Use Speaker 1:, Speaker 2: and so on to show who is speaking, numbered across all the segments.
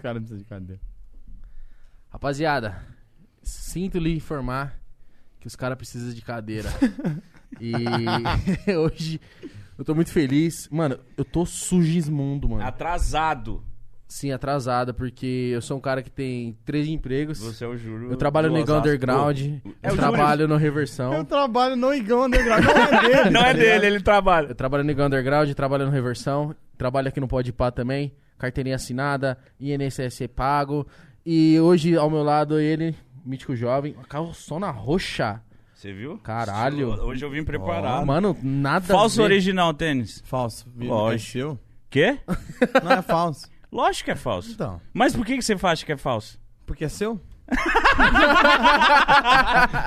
Speaker 1: caras não precisam de cadeira.
Speaker 2: Rapaziada, sinto lhe informar que os caras precisam de cadeira. e hoje eu tô muito feliz. Mano, eu tô sugismundo,
Speaker 3: Ah.
Speaker 2: mano.
Speaker 3: Atrasado.
Speaker 2: Sim, atrasada, porque eu sou um cara que tem três empregos.
Speaker 3: Você é o Júlio.
Speaker 2: Eu trabalho no
Speaker 3: do
Speaker 2: Negão
Speaker 3: Osasco.
Speaker 2: Underground,
Speaker 3: é
Speaker 2: eu
Speaker 3: o
Speaker 2: trabalho no
Speaker 1: Eu
Speaker 2: Reversão.
Speaker 1: trabalho no Igão Underground, não é dele.
Speaker 3: Não
Speaker 1: tá
Speaker 3: é
Speaker 1: ligado?
Speaker 3: dele, ele trabalha.
Speaker 2: Eu trabalho no Negão Underground, trabalho no Reversão, trabalho aqui no Pode Pá também, carteirinha assinada, INSS pago. E hoje ao meu lado ele, Mítico Jovem, calçona roxa.
Speaker 3: Você viu?
Speaker 2: Caralho.
Speaker 3: Hoje eu vim preparado.
Speaker 2: Ó, mano, nada a
Speaker 3: Falso
Speaker 2: ver.
Speaker 3: original tênis.
Speaker 1: Falso. Vini,
Speaker 3: Lógico.
Speaker 1: É seu?
Speaker 3: Quê?
Speaker 1: Não é falso.
Speaker 3: Lógico que é falso.
Speaker 1: Então.
Speaker 3: Mas por que, que você acha que é falso?
Speaker 1: Porque é seu?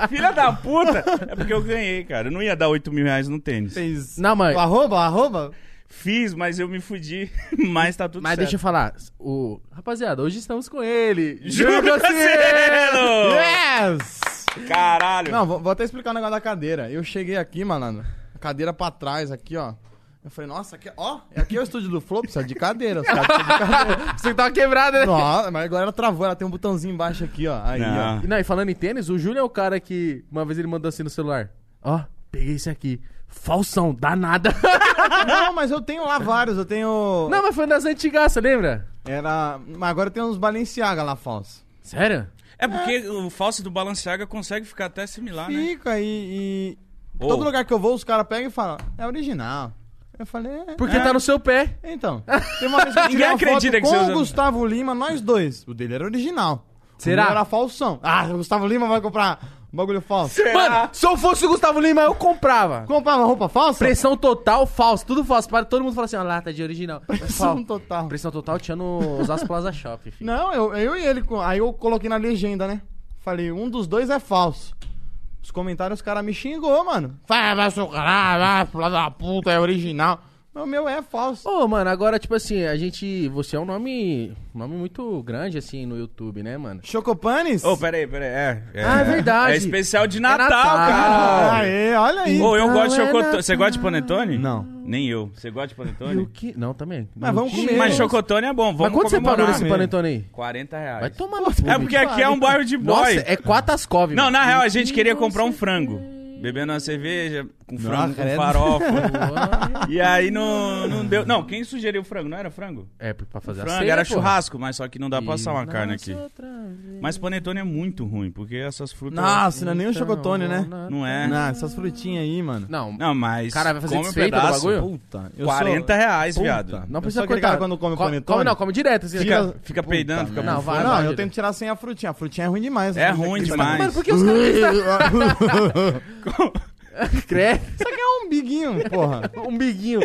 Speaker 3: Filha da puta! É porque eu ganhei, cara. Eu não ia dar 8 mil reais no tênis.
Speaker 1: Fez.
Speaker 2: Não, mas,
Speaker 1: Arroba, arroba?
Speaker 3: Fiz, mas eu me fudi. Mas tá tudo
Speaker 2: mas
Speaker 3: certo.
Speaker 2: deixa eu falar. O... Rapaziada, hoje estamos com ele.
Speaker 3: Júlio
Speaker 2: Júlio
Speaker 3: Cocielo!
Speaker 1: Yes!
Speaker 3: Caralho.
Speaker 1: Não, vou, vou até explicar o negócio da cadeira. Eu cheguei aqui, malandro. A cadeira pra trás, aqui, ó. Eu falei, nossa, aqui, ó, aqui é o estúdio do Flow, precisa de cadeira. Os caras precisam de cadeira.
Speaker 2: Você tava quebrado, né?
Speaker 1: Nossa, mas agora ela travou, ela tem um botãozinho embaixo aqui, ó. Aí, ó.
Speaker 3: Não.
Speaker 2: E, Não, e falando em tênis, o Júlio é o cara que uma vez ele mandou assim no celular. Ó, peguei esse aqui. Falsão, danada.
Speaker 1: Não, mas eu tenho lá vários, eu tenho.
Speaker 2: Não, mas foi das antigas, você lembra?
Speaker 1: Era. Mas agora tem uns Balenciaga lá falso.
Speaker 2: Sério?
Speaker 3: É porque o falso do Balenciaga consegue ficar até similar, né?
Speaker 1: Fica e. e-
Speaker 3: Ô.
Speaker 1: Todo lugar que eu vou, os caras pegam e falam, é original. Eu falei, é.
Speaker 2: Porque tá no seu pé.
Speaker 1: Então, tem uma vez que eu tirei
Speaker 3: Ninguém
Speaker 1: uma
Speaker 3: acredita
Speaker 1: foto
Speaker 3: que
Speaker 1: com
Speaker 3: você
Speaker 1: o
Speaker 3: usa-
Speaker 1: Gustavo Lima, nós dois. O dele era original.
Speaker 2: Será?
Speaker 1: O meu era falsão. Ah, o Gustavo Lima vai comprar um bagulho falso.
Speaker 2: Mano, se eu fosse o Gustavo Lima, eu comprava.
Speaker 1: Comprar uma roupa falsa?
Speaker 2: Pressão total, falso, tudo falso. Para todo mundo falar assim, ó, lata de original. Mas
Speaker 1: Pressão
Speaker 2: fal-
Speaker 1: É total.
Speaker 2: Pressão total tinha no Osasco Plaza Shop, filho.
Speaker 1: Não, eu, eu e ele. co- Aí eu coloquei na legenda, né? Falei, um dos dois é falso. Os comentários, os caras me xingou, mano. Vai, vai, seu caralho, vai, filha da puta, é original. Mas o meu é falso.
Speaker 2: Ô, mano, agora, tipo assim, a gente... Você é um nome... Nome muito grande, assim, no YouTube, né, mano?
Speaker 1: Chocopanes?
Speaker 3: Ô, peraí, peraí. É, é,
Speaker 2: Ah, é verdade.
Speaker 3: É especial de Natal,
Speaker 2: Natal.
Speaker 3: cara.
Speaker 1: Aê, olha aí.
Speaker 3: Ô, eu
Speaker 2: Então
Speaker 3: gosto de
Speaker 2: é
Speaker 3: chocotone.
Speaker 2: Natal.
Speaker 3: Você gosta de panetone?
Speaker 1: Não.
Speaker 3: Nem eu. Você gosta de
Speaker 2: E o
Speaker 3: panetone?
Speaker 2: que... Não, também.
Speaker 1: Mas vamos
Speaker 2: Não
Speaker 1: comer.
Speaker 2: tinha.
Speaker 3: Mas chocotone é bom. Vamos
Speaker 2: Mas quanto você pagou
Speaker 3: comemorar.
Speaker 2: nesse panetone aí?
Speaker 3: 40 reais.
Speaker 2: Vai tomar no cu,
Speaker 3: É porque
Speaker 2: bicho.
Speaker 3: aqui é um bairro de boy.
Speaker 2: Nossa, é quatro ascove,
Speaker 3: Não,
Speaker 2: mano.
Speaker 3: na real, a gente queria comprar um frango. Bebendo uma cerveja, com frango, com
Speaker 1: credo.
Speaker 3: farofa. e aí não, não deu. Não, quem sugeriu frango? Não era frango?
Speaker 2: É, pra fazer
Speaker 3: Frango,
Speaker 2: a ceia,
Speaker 3: era
Speaker 2: pô.
Speaker 3: churrasco, mas só que não dá pra assar uma
Speaker 2: E
Speaker 3: carne
Speaker 2: nasce
Speaker 3: aqui.
Speaker 2: outra vez.
Speaker 3: Mas panetone é muito ruim, porque essas frutas.
Speaker 1: Nossa, não é nem o chocotone, né?
Speaker 3: Não é.
Speaker 1: Não, essas frutinhas aí, mano.
Speaker 2: Não,
Speaker 3: Não, mas.
Speaker 2: O cara vai fazer
Speaker 3: come um
Speaker 2: desfeita do
Speaker 3: pedaço.
Speaker 2: bagulho?
Speaker 1: Puta, eu
Speaker 3: 40
Speaker 1: sou...
Speaker 3: reais,
Speaker 1: Puta.
Speaker 3: viado.
Speaker 2: não
Speaker 1: Eu
Speaker 2: precisa
Speaker 1: sou aquele
Speaker 2: cortar.
Speaker 1: cara quando come
Speaker 2: Co-
Speaker 1: panetone.
Speaker 2: Come não, come direto. Assim,
Speaker 3: Fica,
Speaker 2: aquela-
Speaker 3: fica peidando, fica
Speaker 2: merda. Não, vai,
Speaker 1: Não,
Speaker 2: vai,
Speaker 1: eu
Speaker 2: gente.
Speaker 1: tento tirar sem a frutinha. A frutinha é ruim demais.
Speaker 3: É
Speaker 1: Essa
Speaker 3: ruim
Speaker 1: frutinha-
Speaker 3: demais.
Speaker 2: Mano, por que os caras... Credo.
Speaker 1: Isso aqui é um biguinho, porra.
Speaker 2: Um biguinho.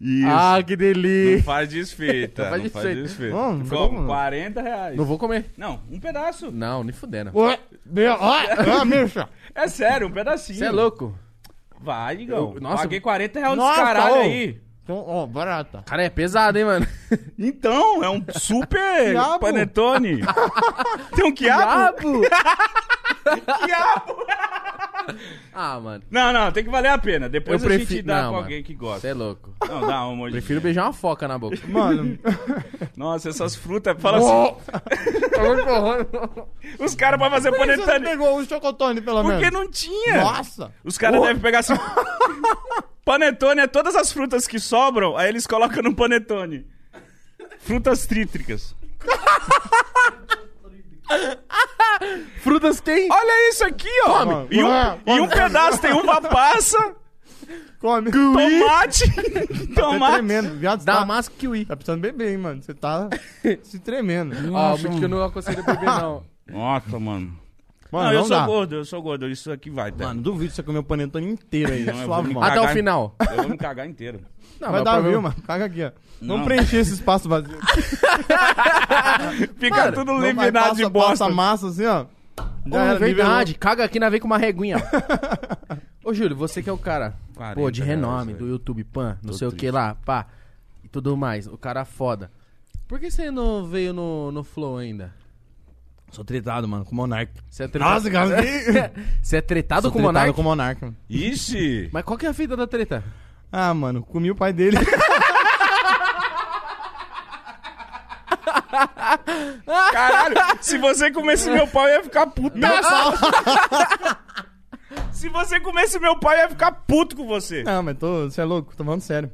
Speaker 3: Isso.
Speaker 2: Ah, que
Speaker 3: Não
Speaker 2: delícia.
Speaker 3: faz desfeita.
Speaker 2: Não faz
Speaker 3: não faz
Speaker 2: desfeita.
Speaker 3: desfeita.
Speaker 1: Não, não
Speaker 3: Como?
Speaker 1: vamos.
Speaker 3: 40 reais.
Speaker 2: Não vou comer.
Speaker 3: Não, um pedaço.
Speaker 2: Não, nem fudendo.
Speaker 1: Ué, meu, ó, ó, Ah, mexa.
Speaker 3: É sério, um pedacinho.
Speaker 2: Você é louco.
Speaker 3: Vai, Igão.
Speaker 2: Eu- nossa.
Speaker 3: Paguei 40 reais nesse
Speaker 1: Nossa,
Speaker 3: caralho
Speaker 1: ô.
Speaker 3: aí.
Speaker 1: Então, ó, barata.
Speaker 2: Cara, é pesado, hein, mano?
Speaker 3: Então, é um super
Speaker 1: Quiabo.
Speaker 3: panetone. Tem um quiabo? Quiabo.
Speaker 2: ah, mano.
Speaker 3: Não, não, tem que valer a pena. Depois
Speaker 2: eu
Speaker 3: a
Speaker 2: prefiro...
Speaker 3: gente
Speaker 2: não,
Speaker 3: dá com
Speaker 2: mano.
Speaker 3: alguém que
Speaker 2: Você
Speaker 3: gosta.
Speaker 2: é louco.
Speaker 3: Não, dá um uma mordida.
Speaker 2: Prefiro beijar uma foca na boca.
Speaker 1: Mano,
Speaker 3: Nossa, essas frutas, fala
Speaker 2: Oh! Tá muito horror.
Speaker 3: assim, os caras pra fazer o
Speaker 1: você
Speaker 3: panetone.
Speaker 1: pegou o chocotone, pelo menos.
Speaker 3: Porque não
Speaker 1: é?
Speaker 3: tinha.
Speaker 1: Nossa.
Speaker 3: Os caras devem pegar assim. panetone é todas as frutas que sobram, aí eles colocam no panetone. Frutas trítricas.
Speaker 2: Frutas quem?
Speaker 3: Olha isso aqui, ó.
Speaker 1: Come.
Speaker 3: E um,
Speaker 1: Come.
Speaker 3: e um pedaço tem uva passa,
Speaker 1: Come.
Speaker 3: tomate,
Speaker 1: Tá
Speaker 3: tomate.
Speaker 1: tremendo. Viado, tá,
Speaker 2: Damasco kiwi.
Speaker 1: tá precisando beber, hein, mano. Você tá se tremendo.
Speaker 2: Ó, muito que eu não aconselho beber, não.
Speaker 3: Nossa, mano.
Speaker 1: Mano,
Speaker 3: não, eu
Speaker 1: não
Speaker 3: sou
Speaker 1: dá.
Speaker 3: gordo, eu sou gordo. Isso aqui vai, tá?
Speaker 1: Mano, duvido você comer o panetone inteiro aí.
Speaker 3: Não, eu
Speaker 1: suave,
Speaker 3: vou
Speaker 1: mano.
Speaker 3: limpar.
Speaker 2: Até
Speaker 3: Cagar,
Speaker 2: o
Speaker 3: hein?
Speaker 2: final.
Speaker 3: Eu vou me cagar inteiro.
Speaker 2: Não, mas
Speaker 1: Vai
Speaker 2: o
Speaker 1: dar, viu,
Speaker 2: problema-
Speaker 1: mano? Caga aqui, ó.
Speaker 3: Não.
Speaker 1: Vamos preencher esse espaço vazio.
Speaker 3: Fica
Speaker 2: Mano,
Speaker 3: tudo
Speaker 1: Não vai,
Speaker 3: eliminado de
Speaker 1: passa-
Speaker 3: bosta. é
Speaker 1: Passa massa assim, ó.
Speaker 2: Pô,
Speaker 1: era,
Speaker 2: verdade, caga aqui na veia com uma reguinha. Ô, Júlio, você que é o cara,
Speaker 3: 40
Speaker 2: pô, de
Speaker 3: reais,
Speaker 2: renome,
Speaker 3: velho.
Speaker 2: do YouTube Pan, não
Speaker 3: Tô
Speaker 2: sei o que
Speaker 3: triste.
Speaker 2: lá, pá, e tudo mais, o cara foda. Por que você não veio no, no Flow ainda?
Speaker 1: Sou tretado, mano, com o Monark.
Speaker 2: Você é tretado,
Speaker 1: Nossa, cara.
Speaker 2: você é tretado
Speaker 1: Sou
Speaker 2: com o Monark?
Speaker 1: com o Monark. mano.
Speaker 3: Ixi.
Speaker 2: Mas qual que é a fita da treta?
Speaker 1: Ah, mano, comi o pai dele.
Speaker 3: Caralho, se você comesse meu pau, eu ia ficar putaço. se você comesse meu pau, eu ia ficar puto com você.
Speaker 1: Não, mas tô, você é louco, tô falando sério.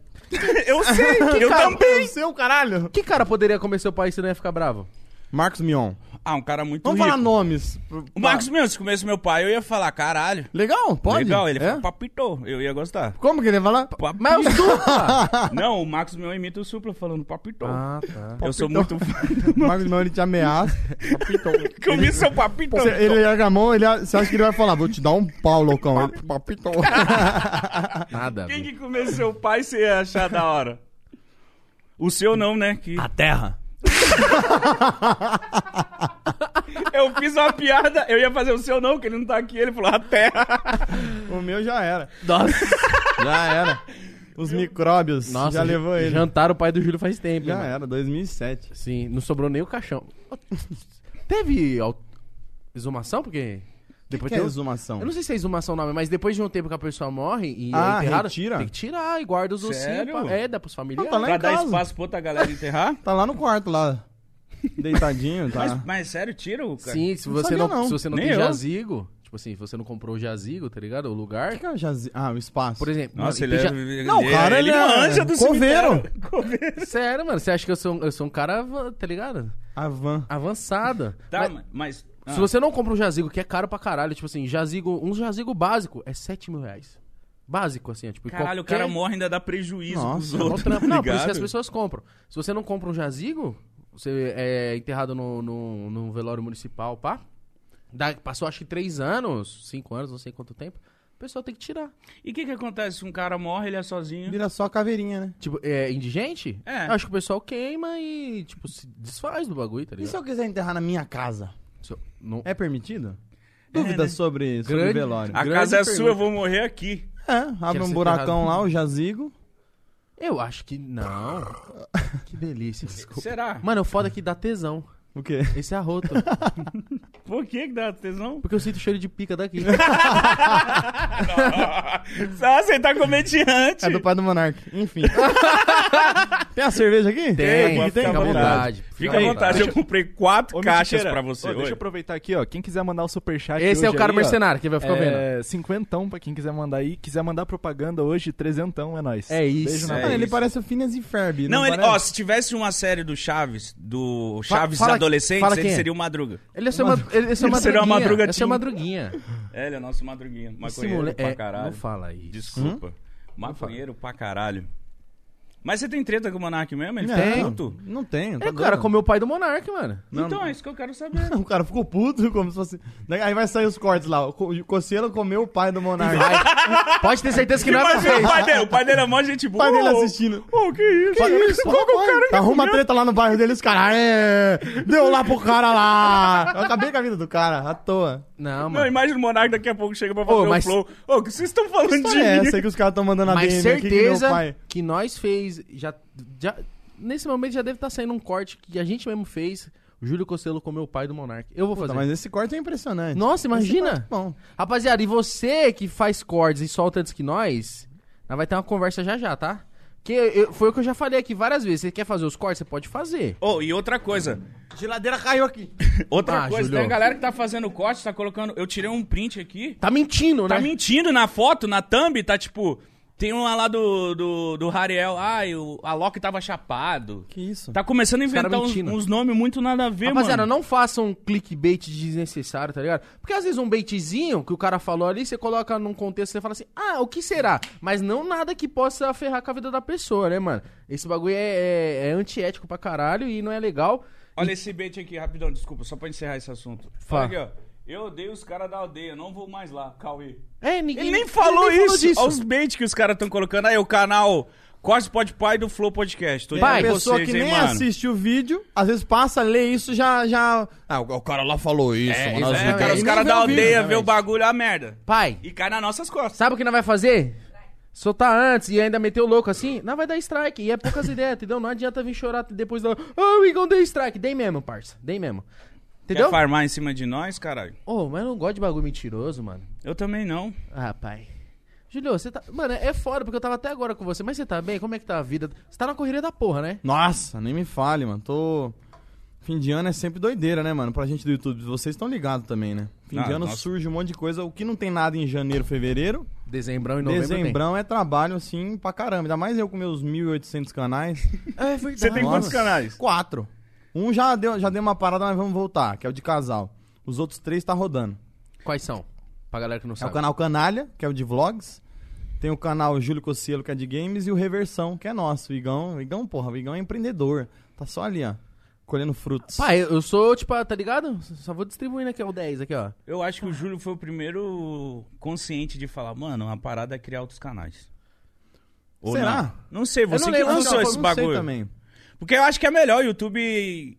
Speaker 3: Eu sei, eu
Speaker 1: O
Speaker 3: também.
Speaker 1: seu caralho.
Speaker 2: Que cara poderia comer seu pai e você não ia ficar bravo?
Speaker 1: Marcos Mion.
Speaker 3: Ah, um cara muito
Speaker 1: Vamos
Speaker 3: rico.
Speaker 1: falar nomes. pro-
Speaker 3: O Marcos Mion, se comesse meu pai, eu ia falar, caralho.
Speaker 1: Legal, pode?
Speaker 3: Legal, ele
Speaker 1: É?
Speaker 3: fala, papitou. Eu ia gostar.
Speaker 1: Como que ele ia falar?
Speaker 3: Papi-
Speaker 2: Mas eu supla!
Speaker 3: Não, o Marcos Mion imita o Supla falando papitou.
Speaker 2: ah, tá.
Speaker 3: eu sou muito fã.
Speaker 1: O Marcos Mion, ele te ameaça.
Speaker 3: Comi seu papitou.
Speaker 1: Você- ele erga a mão, ele, você acha que ele vai falar, vou te dar um pau, loucão. Ele, Papitão.
Speaker 2: Nada.
Speaker 3: Quem
Speaker 2: velho.
Speaker 3: que comeu seu pai, você ia achar da hora? O seu não, né? Que...
Speaker 1: A terra.
Speaker 3: Eu fiz uma piada, eu ia fazer o seu não, que ele não tá aqui. Ele falou, a terra.
Speaker 1: O meu já era.
Speaker 2: Nossa. Já era.
Speaker 1: Os micróbios
Speaker 2: Nossa,
Speaker 1: já levou ele.
Speaker 2: Jantaram o pai do Júlio faz tempo. hein,
Speaker 1: Já
Speaker 2: mano.
Speaker 1: era, 2007.
Speaker 2: Sim, não sobrou nem o caixão. Teve au- exumação? Porque. Depois
Speaker 1: que
Speaker 2: tem
Speaker 1: é
Speaker 2: um-
Speaker 1: exumação?
Speaker 2: Eu não sei se é exumação o nome, mas depois de um tempo que a pessoa morre e
Speaker 1: Ah,
Speaker 2: é enterrada,
Speaker 1: retira?
Speaker 2: tem que tirar e guarda os ossinhos.
Speaker 3: Sério?
Speaker 2: Pra... É, dá pros familiares.
Speaker 1: Ah, tá lá em
Speaker 3: Pra dar
Speaker 1: casa.
Speaker 3: espaço pra outra galera enterrar?
Speaker 1: Tá lá no quarto, lá. Deitadinho, tá?
Speaker 3: Mas, mas sério, tira o cara.
Speaker 2: Sim, se você
Speaker 1: sabia,
Speaker 2: não,
Speaker 1: não.
Speaker 2: Se você não
Speaker 3: Nem
Speaker 2: tem
Speaker 3: eu.
Speaker 2: jazigo, tipo assim, se você não comprou o jazigo, tá ligado? O lugar.
Speaker 1: O que é o jazi- Ah, o espaço.
Speaker 2: Por exemplo,
Speaker 3: Nossa,
Speaker 2: mano,
Speaker 3: ele
Speaker 2: e
Speaker 3: é...
Speaker 2: tem
Speaker 1: Não, o cara, ele
Speaker 3: é um
Speaker 1: é
Speaker 3: anjo do
Speaker 1: coveiro.
Speaker 3: cemitério. Coveiro.
Speaker 2: ja- Sério, mano, você acha que eu sou, um- eu sou um cara, avan- tá ligado?
Speaker 1: A van.
Speaker 2: Avançada.
Speaker 3: Tá,
Speaker 2: Mas-
Speaker 3: mas... mas ah,
Speaker 2: Se você não compra um jazigo, que é caro pra caralho, tipo assim, jazigo, um jazigo básico é 7 mil reais. Básico, assim, é tipo.
Speaker 3: Caralho, o
Speaker 2: qualquer-
Speaker 3: cara morre e ainda dá prejuízo pros
Speaker 1: Nossa,
Speaker 2: Mó
Speaker 3: outros,
Speaker 2: trampo.
Speaker 3: tá
Speaker 2: Não, por isso que
Speaker 3: ligado?
Speaker 2: as pessoas compram. Se você não compra um jazigo, você é enterrado num no, no, no velório municipal, pá. Dá- passou acho que 3 anos, 5 anos, não sei quanto tempo. O pessoal tem que tirar.
Speaker 3: E o que que acontece se um cara morre, ele é sozinho?
Speaker 1: Vira só caveirinha, né?
Speaker 2: Tipo, é indigente?
Speaker 3: É.
Speaker 2: Eu Acho que o pessoal queima e, tipo, se desfaz do bagulho, tá
Speaker 1: E se
Speaker 2: ligado?
Speaker 1: eu quiser enterrar na minha casa? né?
Speaker 2: Se eu- não-
Speaker 1: É permitido? Dúvidas sobre, sobre
Speaker 2: Grande-
Speaker 1: velório.
Speaker 3: A
Speaker 2: Grande
Speaker 3: casa é
Speaker 2: pergunta.
Speaker 3: sua, eu vou morrer aqui.
Speaker 1: É, abre
Speaker 2: Quero
Speaker 1: um
Speaker 2: ser
Speaker 1: buracão
Speaker 2: enterrado.
Speaker 1: lá, o jazigo.
Speaker 2: Eu acho que não. que delícia, desculpa.
Speaker 3: Será?
Speaker 2: Mano, o foda é que dá tesão.
Speaker 1: O quê?
Speaker 2: Esse é arroto.
Speaker 3: Por que que dá tesão?
Speaker 2: Porque eu sinto cheiro de pica daqui.
Speaker 3: Ah, você tá comediante.
Speaker 1: É do pai do Monark. Enfim. Tem a cerveja aqui?
Speaker 2: Tem,
Speaker 3: Pode
Speaker 2: tem,
Speaker 3: ficar
Speaker 2: fica
Speaker 3: à
Speaker 2: à
Speaker 3: vontade.
Speaker 2: vontade.
Speaker 3: Fica à vontade, eu comprei quatro
Speaker 4: Ô,
Speaker 3: caixas
Speaker 4: Mentira,
Speaker 3: pra você.
Speaker 4: ô, deixa
Speaker 3: Oi.
Speaker 4: eu aproveitar aqui, ó. Quem quiser mandar o superchat
Speaker 2: Esse é o
Speaker 4: hoje
Speaker 2: cara
Speaker 4: aí, ó,
Speaker 2: mercenário que vai ficar vendo.
Speaker 4: É, cinquentão pra quem quiser mandar aí. Quiser mandar propaganda hoje, trezentão, é nóis.
Speaker 2: É isso.
Speaker 4: Beijo na
Speaker 3: É
Speaker 4: boca.
Speaker 1: Mano, ele
Speaker 3: isso.
Speaker 1: parece o Phineas e Ferb.
Speaker 3: Não, ele, ó,
Speaker 1: parece?
Speaker 3: se tivesse uma série do Chaves, do Chaves
Speaker 2: fala-
Speaker 3: Adolescentes,
Speaker 2: fala
Speaker 3: ele
Speaker 2: quem é.
Speaker 3: seria o Madruga.
Speaker 2: Ele é seu, ma- ele é seu
Speaker 3: Ele seria uma
Speaker 2: madruguinha. Ele é seu
Speaker 3: madrugatinha.
Speaker 2: madruguinha.
Speaker 3: É, ele é nosso Madruguinha.
Speaker 2: Esse
Speaker 3: Maconheiro
Speaker 2: mole-
Speaker 3: pra
Speaker 2: é,
Speaker 3: caralho.
Speaker 2: Não Hum? fala isso.
Speaker 3: Desculpa. Maconheiro pra caralho. Mas você tem treta com o Monark mesmo? Ele
Speaker 1: Não,
Speaker 3: fica
Speaker 2: Tem.
Speaker 3: puto?
Speaker 1: Não tenho.
Speaker 2: É,
Speaker 1: tá
Speaker 2: o cara
Speaker 1: doido.
Speaker 2: comeu o pai do Monark, mano.
Speaker 1: Não,
Speaker 3: então,
Speaker 1: não.
Speaker 3: é isso que eu quero saber.
Speaker 1: O cara ficou puto, como se fosse. Daí- Aí vai sair os cortes lá. O co- o coceiro comeu o pai do Monark.
Speaker 2: Pode ter certeza que não é pra
Speaker 3: Imagina
Speaker 2: frente.
Speaker 3: o pai dele, o pai dele é mó gente
Speaker 1: O
Speaker 3: boa.
Speaker 1: pai dele
Speaker 3: Ô,
Speaker 1: assistindo.
Speaker 3: Ô, que isso?
Speaker 1: Que é isso? Como o cara tá Arruma treta lá no bairro dele, os caras. É, deu lá pro cara lá. Eu acabei com a vida do cara, à toa.
Speaker 2: Não,
Speaker 3: Não,
Speaker 2: mano.
Speaker 3: imagina o Monark daqui a pouco chega pra fazer
Speaker 2: Ô, mas- é
Speaker 3: o flow. Ô, o que vocês estão falando de
Speaker 1: Olha
Speaker 3: mim?
Speaker 1: é essa aí que os caras estão mandando a
Speaker 2: Mas
Speaker 1: DM aqui que meu
Speaker 2: certeza
Speaker 1: pai.
Speaker 2: que, nós fez. Já, já, nesse momento já deve estar saindo um corte que a gente mesmo fez. O Júlio Costello comeu o pai do Monark. Eu vou
Speaker 1: Puta,
Speaker 2: fazer.
Speaker 1: mas esse corte é impressionante.
Speaker 2: Nossa, imagina.
Speaker 1: Esse corte é Bom.
Speaker 2: Rapaziada, e você que faz cordes e solta antes que nós, nós vai ter uma conversa já já, tá? Que eu- foi o que eu já falei aqui várias vezes. Você quer fazer os cortes, você pode fazer.
Speaker 3: Ô, e outra coisa.
Speaker 1: Geladeira caiu aqui.
Speaker 3: Outra
Speaker 2: Ah,
Speaker 3: coisa,
Speaker 2: Júlio.
Speaker 3: tem a galera que tá fazendo corte, tá colocando. Eu tirei um print aqui.
Speaker 2: Tá mentindo,
Speaker 3: Tá
Speaker 2: né?
Speaker 3: mentindo na foto, na thumb, tá tipo. Tem uma lá do, do, do Hariel. Ah, o a Loki tava chapado.
Speaker 1: Que isso?
Speaker 3: Tá começando a
Speaker 2: caras
Speaker 3: inventar uns,
Speaker 2: mentindo.
Speaker 3: uns nomes muito nada a ver,
Speaker 2: Rapaziada,
Speaker 3: mano.
Speaker 2: não faça um clickbait desnecessário, tá ligado? Porque às vezes um baitzinho que o cara falou ali, você coloca num contexto, você fala assim, ah, o que será? Mas não nada que possa ferrar com a vida da pessoa, né, mano? Esse bagulho é, é- é antiético pra caralho e não é legal.
Speaker 3: Olha esse bait aqui, rapidão, desculpa, só pra encerrar esse assunto.
Speaker 2: Fala.
Speaker 3: Olha aqui, ó. Eu odeio os caras da aldeia, não vou mais lá, Cauê.
Speaker 2: É, ninguém.
Speaker 3: Ele nem falou
Speaker 2: nem
Speaker 3: isso.
Speaker 2: disso.
Speaker 3: Olha os bait que os caras estão colocando. Aí o canal Corte Pode Pai do Flow Podcast. Tô
Speaker 1: Vai,
Speaker 3: Pai,
Speaker 1: É, pessoa
Speaker 3: vocês,
Speaker 1: que
Speaker 3: hein,
Speaker 1: nem
Speaker 3: mano.
Speaker 1: assiste o vídeo, às vezes passa, lê isso, já. já... Ah, o, o cara lá falou isso,
Speaker 2: É,
Speaker 1: nós
Speaker 2: exatamente.
Speaker 3: É,
Speaker 1: não
Speaker 3: cara,
Speaker 1: queremos.
Speaker 3: os
Speaker 1: E
Speaker 3: caras
Speaker 1: nem vê
Speaker 3: da
Speaker 1: o vídeo,
Speaker 3: aldeia
Speaker 1: né,
Speaker 3: vê o
Speaker 1: velho?
Speaker 3: bagulho, a merda.
Speaker 2: Pai,
Speaker 3: E cai nas nossas costas.
Speaker 2: Sabe o que nós vai fazer? Soltar antes e ainda meter o louco assim, não vai dar strike. E é poucas ideias, entendeu? Não adianta vir chorar depois da. Ah, o Igão deu strike. Dei mesmo, parça. Dei mesmo. Entendeu?
Speaker 3: Quer farmar em cima de nós, caralho?
Speaker 2: Ô, mas eu não gosto de bagulho mentiroso, mano.
Speaker 3: Eu também não.
Speaker 2: Ah, pai. Julio, você tá. Mano, é foda, porque eu tava até agora com você, mas você tá bem? Como é que tá a vida? Você tá na correria da porra, né?
Speaker 1: Nossa, nem me fale, mano. Tô. Fim de ano é sempre doideira, né, mano? Pra gente do YouTube. Vocês estão ligados também, né? Fim de
Speaker 3: Ah,
Speaker 1: ano
Speaker 3: nossa.
Speaker 1: surge um monte de coisa. O que não tem nada em janeiro, fevereiro,
Speaker 2: Dezembrão e novembro. tem.
Speaker 1: dezembrão é trabalho, assim, pra caramba. Ainda mais eu com meus 1.800 canais.
Speaker 2: É verdade.
Speaker 3: Você tem quantos
Speaker 1: Nossa.
Speaker 3: canais?
Speaker 1: Quatro. Um já deu, já deu uma parada, mas vamos voltar, que é o de casal. Os outros três tá rodando.
Speaker 2: Quais são? Pra galera que não
Speaker 1: É o
Speaker 2: sabe.
Speaker 1: canal Canalha, que é o de vlogs. Tem o canal Júlio Cocielo, que é de games, e o Reversão, que é nosso. O Igão, o Igão, porra, o Igão é empreendedor. Tá só ali, ó, colhendo frutos.
Speaker 2: Pai, eu sou, tipo, ah, tá ligado? Só vou distribuindo aqui, ó, o 10 aqui, ó.
Speaker 3: Eu acho que o Júlio foi o primeiro consciente de falar, mano, a parada é criar outros canais. Ou
Speaker 1: Será?
Speaker 3: não? Não sei,
Speaker 1: Eu
Speaker 3: você
Speaker 1: não
Speaker 3: que
Speaker 1: lembro,
Speaker 3: lançou
Speaker 1: não,
Speaker 3: esse
Speaker 1: não
Speaker 3: bagulho.
Speaker 1: Sei também.
Speaker 3: Porque eu acho que é melhor, o YouTube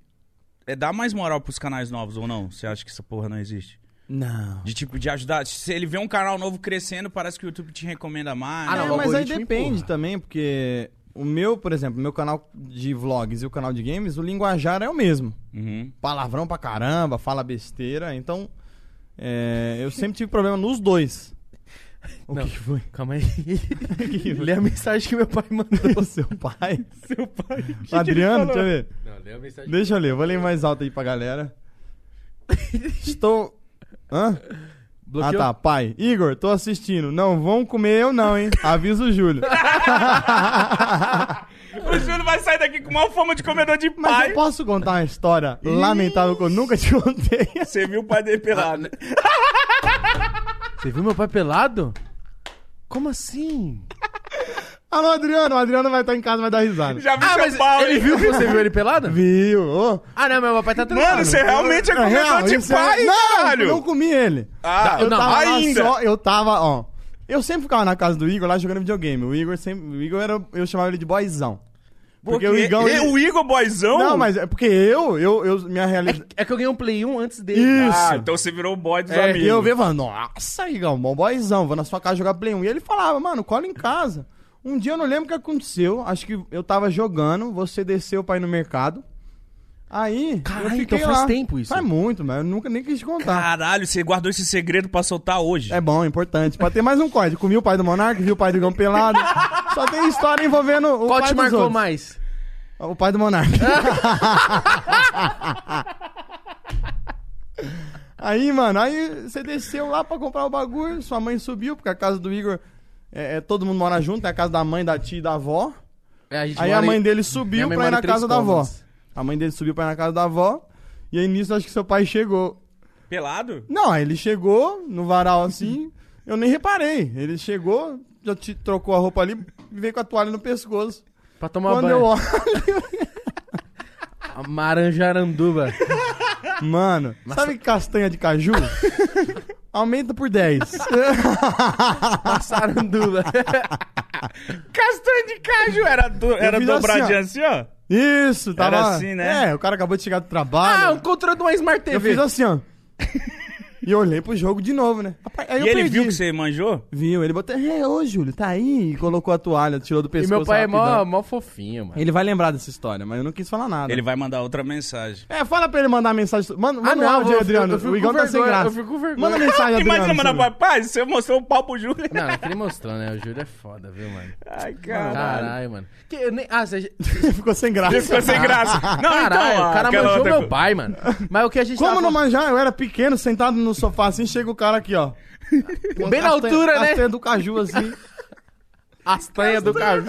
Speaker 3: é dar mais moral pros canais novos ou não? Você acha que essa porra não existe?
Speaker 1: Não.
Speaker 3: De tipo, de ajudar. Se ele vê um canal novo crescendo, parece que o YouTube te recomenda mais.
Speaker 2: Ah, não,
Speaker 1: é,
Speaker 2: o
Speaker 1: mas aí
Speaker 2: algoritmo
Speaker 1: depende
Speaker 2: empurra.
Speaker 1: também, porque o meu, por exemplo, meu canal de vlogs e o canal de games, o linguajar é o mesmo.
Speaker 3: Uhum.
Speaker 1: Palavrão pra caramba, fala besteira. Então, é, eu sempre tive problema nos dois. O
Speaker 2: Não.
Speaker 1: que foi?
Speaker 2: Calma aí.
Speaker 1: O que foi?
Speaker 4: É
Speaker 2: Lê a mensagem que meu pai mandou.
Speaker 1: O seu pai?
Speaker 3: Seu pai.
Speaker 1: Adriano, deixa eu ver.
Speaker 2: Não, lê a mensagem.
Speaker 1: Deixa eu ler, vou ler mais alto aí pra galera. Estou. Hã? Ah tá, pai. Igor, tô assistindo. Não vão comer eu não, hein? Avisa o Júlio.
Speaker 3: O Júlio vai sair daqui com uma fama de comedor de
Speaker 1: Mas
Speaker 3: pai.
Speaker 1: eu posso contar uma história lamentável que eu nunca te contei?
Speaker 3: Você viu o pai
Speaker 1: Ah,
Speaker 3: dele pelado. né?
Speaker 2: Você viu meu pai pelado? Como assim?
Speaker 1: Alô, Adriano. O Adriano vai estar em casa vai dar risada.
Speaker 3: Já viu
Speaker 2: Ah, mas
Speaker 3: seu pau,
Speaker 2: ele
Speaker 3: hein?
Speaker 2: viu que você viu ele pelado?
Speaker 1: Viu? ô.
Speaker 2: Ah, não, meu papai tá trancado.
Speaker 3: Mano, você realmente é
Speaker 1: Na real,
Speaker 3: comedor de
Speaker 1: isso é-
Speaker 3: pai,
Speaker 1: não,
Speaker 3: caralho.
Speaker 1: não comi ele.
Speaker 3: Ah,
Speaker 1: Eu
Speaker 2: Não,
Speaker 1: tava lá
Speaker 3: ainda.
Speaker 1: só- eu tava, ó. Eu sempre ficava na casa do Igor lá jogando videogame. O Igor sempre. O Igor era. Eu chamava ele de boyzão. Porque, o Igão.
Speaker 3: E-
Speaker 1: ele-
Speaker 3: O Igor Boyzão?
Speaker 1: Não, mas é porque eu, eu, eu minha realidade.
Speaker 2: É que eu ganhei um Play 1 antes dele.
Speaker 1: Isso.
Speaker 3: Ah, então você virou o boy dos
Speaker 1: É,
Speaker 3: amigos.
Speaker 1: eu via e falava, nossa, Igão, bom boyzão, vou na sua casa jogar Play 1. E ele falava, mano, cola em casa. Um dia eu não lembro o que aconteceu, acho que eu tava jogando, você desceu pra ir no mercado. Aí, eu
Speaker 2: Caralho,
Speaker 1: fiquei
Speaker 2: então faz
Speaker 1: lá.
Speaker 2: tempo isso.
Speaker 1: Faz muito, mas eu nunca nem quis te contar.
Speaker 3: Caralho, você guardou esse segredo pra soltar hoje.
Speaker 1: É bom, é importante. Pra ter mais um corte. Comi o pai do Monarca, vi o pai do Igão pelado. Só tem história envolvendo o
Speaker 2: Ah, Qual
Speaker 1: pai
Speaker 2: te
Speaker 1: dos
Speaker 2: marcou
Speaker 1: outros.
Speaker 2: mais?
Speaker 1: O pai do Monarca. aí, mano, aí você desceu lá pra comprar o bagulho, sua mãe subiu, porque a casa do Igor é, é- todo mundo mora junto, é a casa da mãe, da tia e da avó.
Speaker 2: É, gente
Speaker 1: Aí
Speaker 2: mora
Speaker 1: a mãe
Speaker 2: em-
Speaker 1: dele
Speaker 2: Minha
Speaker 1: subiu
Speaker 2: mãe
Speaker 1: pra ir
Speaker 2: mora
Speaker 1: na
Speaker 2: em três
Speaker 1: casa da avó.
Speaker 2: cômodos.
Speaker 1: A mãe dele subiu pra ir na casa da avó. E aí nisso acho que seu pai chegou.
Speaker 3: Pelado?
Speaker 1: Não, aí ele chegou no varal assim, eu nem reparei. Ele chegou, já te trocou a roupa ali e veio com a toalha no pescoço.
Speaker 2: Pra tomar
Speaker 1: Quando
Speaker 2: banho.
Speaker 1: eu olho.
Speaker 2: A Maranjaranduba.
Speaker 1: Mano, sabe castanha de caju? Aumenta por 10.
Speaker 2: Passaranduba.
Speaker 3: Castanho de caju era, do, era
Speaker 1: fiz
Speaker 3: dobradinha assim, ó.
Speaker 1: Isso, tava.
Speaker 3: Era assim, né?
Speaker 1: É, o cara acabou de chegar do
Speaker 2: ah,
Speaker 1: trabalho.
Speaker 2: encontrando uma Smart
Speaker 1: eu
Speaker 2: TV.
Speaker 1: fiz assim, ó. E eu olhei pro jogo de novo, né? Rapaz, Aí
Speaker 3: E
Speaker 1: eu
Speaker 3: ele
Speaker 1: perdi.
Speaker 3: viu que você manjou?
Speaker 1: Viu, ele botou. É, ô, Júlio, tá aí. E colocou a toalha, tirou do
Speaker 2: E
Speaker 1: pescoço.
Speaker 2: meu pai é mó,
Speaker 1: rapidão.
Speaker 2: mó fofinho, mano.
Speaker 1: Ele vai lembrar dessa história, mas eu não quis falar nada.
Speaker 3: Ele vai mandar outra mensagem.
Speaker 1: É, fala pra ele mandar mensagem. Manda, manda um áudio,
Speaker 2: Ah, eu
Speaker 1: aí,
Speaker 2: fico-
Speaker 1: Adriano.
Speaker 2: eu fico
Speaker 1: o Igão
Speaker 2: com
Speaker 1: tá sem
Speaker 2: vergonha,
Speaker 1: graça.
Speaker 2: Eu fico com vergonha.
Speaker 1: Manda mensagem, Adriano. assim.
Speaker 3: Imagina mandar
Speaker 1: sobre-
Speaker 3: pra pai, você mostrou o pau pro Júlio.
Speaker 2: Não, eu queria mostrar, né? O Júlio é foda, viu, mano?
Speaker 3: Ai, caralho.
Speaker 2: Caralho, mano. Que eu nem... Ah, você...
Speaker 1: Ficou sem graça.
Speaker 3: Ele ficou sem graça. Não,
Speaker 2: Caralho,
Speaker 3: então,
Speaker 2: o cara
Speaker 3: aquela
Speaker 2: manjou
Speaker 3: outra
Speaker 2: meu
Speaker 3: co-
Speaker 2: pai, mano. Mas o que a gente
Speaker 1: Como
Speaker 2: tava
Speaker 1: não manjar? Eu era pequeno, sentado no sofá assim, chega o cara aqui, ó.
Speaker 2: Bem
Speaker 1: Castanha-
Speaker 2: na altura, né?
Speaker 1: Castanha do caju, assim.
Speaker 2: Castanha do caju.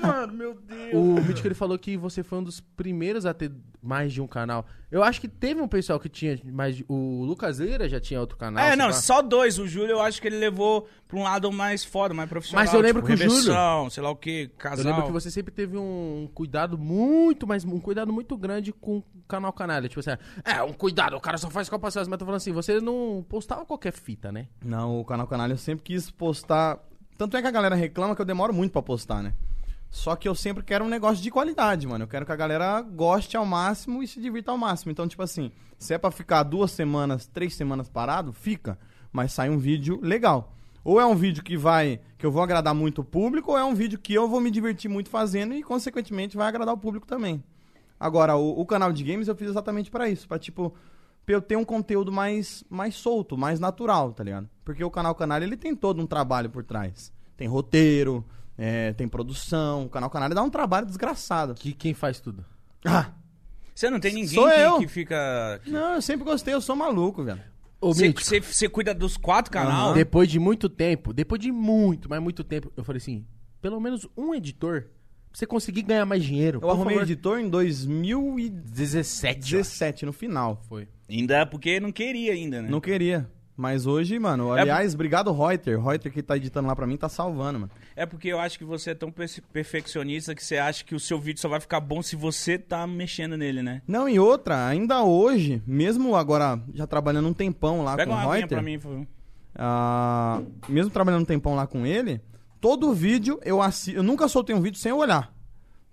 Speaker 3: Mano, meu Deus.
Speaker 2: O Mítico, ele falou que você foi um dos primeiros a ter mais de um canal. Eu acho que teve um pessoal que tinha mais... de- O Lucas Leira já tinha outro canal.
Speaker 3: É,
Speaker 2: sei
Speaker 3: não,
Speaker 2: lá.
Speaker 3: só dois. O Júlio eu acho que ele levou pra um lado mais foda, mais profissional.
Speaker 2: Mas eu lembro
Speaker 3: tipo,
Speaker 2: que o Júlio-
Speaker 3: reversão, sei lá o que,
Speaker 2: Eu
Speaker 3: casal.
Speaker 2: lembro que você sempre teve um cuidado muito, mas um cuidado muito grande com o canal canalha. Tipo assim, é, um cuidado, o cara só faz Copa Celso. Mas eu tô falando assim, você não postava qualquer fita, né?
Speaker 1: Não, o canal Canalha eu sempre quis postar. Tanto é que a galera reclama que eu demoro muito pra postar, né? Só que eu sempre quero um negócio de qualidade, mano. Eu quero que a galera goste ao máximo e se divirta ao máximo. Então, tipo assim, se é pra ficar duas semanas, três semanas parado, fica. Mas sai um vídeo legal. Ou é um vídeo que vai. que eu vou agradar muito o público, ou é um vídeo que eu vou me divertir muito fazendo e, consequentemente, vai agradar o público também. Agora, o, o canal de games eu fiz exatamente pra isso, pra tipo pra eu ter um conteúdo mais mais solto, mais natural, tá ligado? Porque o canal Canalha ele tem todo um trabalho por trás. Tem roteiro, é, tem produção, o canal Canalha dá um trabalho desgraçado.
Speaker 2: Que quem faz tudo.
Speaker 1: Ah,
Speaker 3: Você não tem ninguém
Speaker 1: Sou
Speaker 3: que,
Speaker 1: eu.
Speaker 3: que fica.
Speaker 1: Não, eu sempre gostei, eu sou maluco, velho.
Speaker 2: Ô,
Speaker 3: Você-
Speaker 2: Mítico,
Speaker 3: Você você cuida dos quatro canal?
Speaker 2: depois de muito tempo, depois de muito, mas muito tempo, eu falei assim, pelo menos um editor, pra você conseguir ganhar mais dinheiro.
Speaker 1: Eu arrumei editor em 2017,
Speaker 2: 17. ó.
Speaker 1: no final.
Speaker 2: Foi.
Speaker 3: Ainda é porque não queria ainda, né?
Speaker 1: Não queria. Mas hoje, mano,
Speaker 3: É-
Speaker 1: aliás, obrigado Reuter. Reuter que tá editando lá pra mim, tá salvando, mano.
Speaker 3: É porque eu acho que você é tão perfe- perfeccionista que você acha que o seu vídeo só vai ficar bom se você tá mexendo nele, né?
Speaker 1: Não, e outra, ainda hoje, mesmo agora já trabalhando um tempão lá
Speaker 3: Pega
Speaker 1: com
Speaker 3: uma
Speaker 1: o
Speaker 3: aguinha pra
Speaker 1: Reuter,
Speaker 3: mim, por favor.
Speaker 1: ah, mesmo trabalhando um tempão lá com ele, todo vídeo eu assisto. Eu nunca soltei um vídeo sem olhar.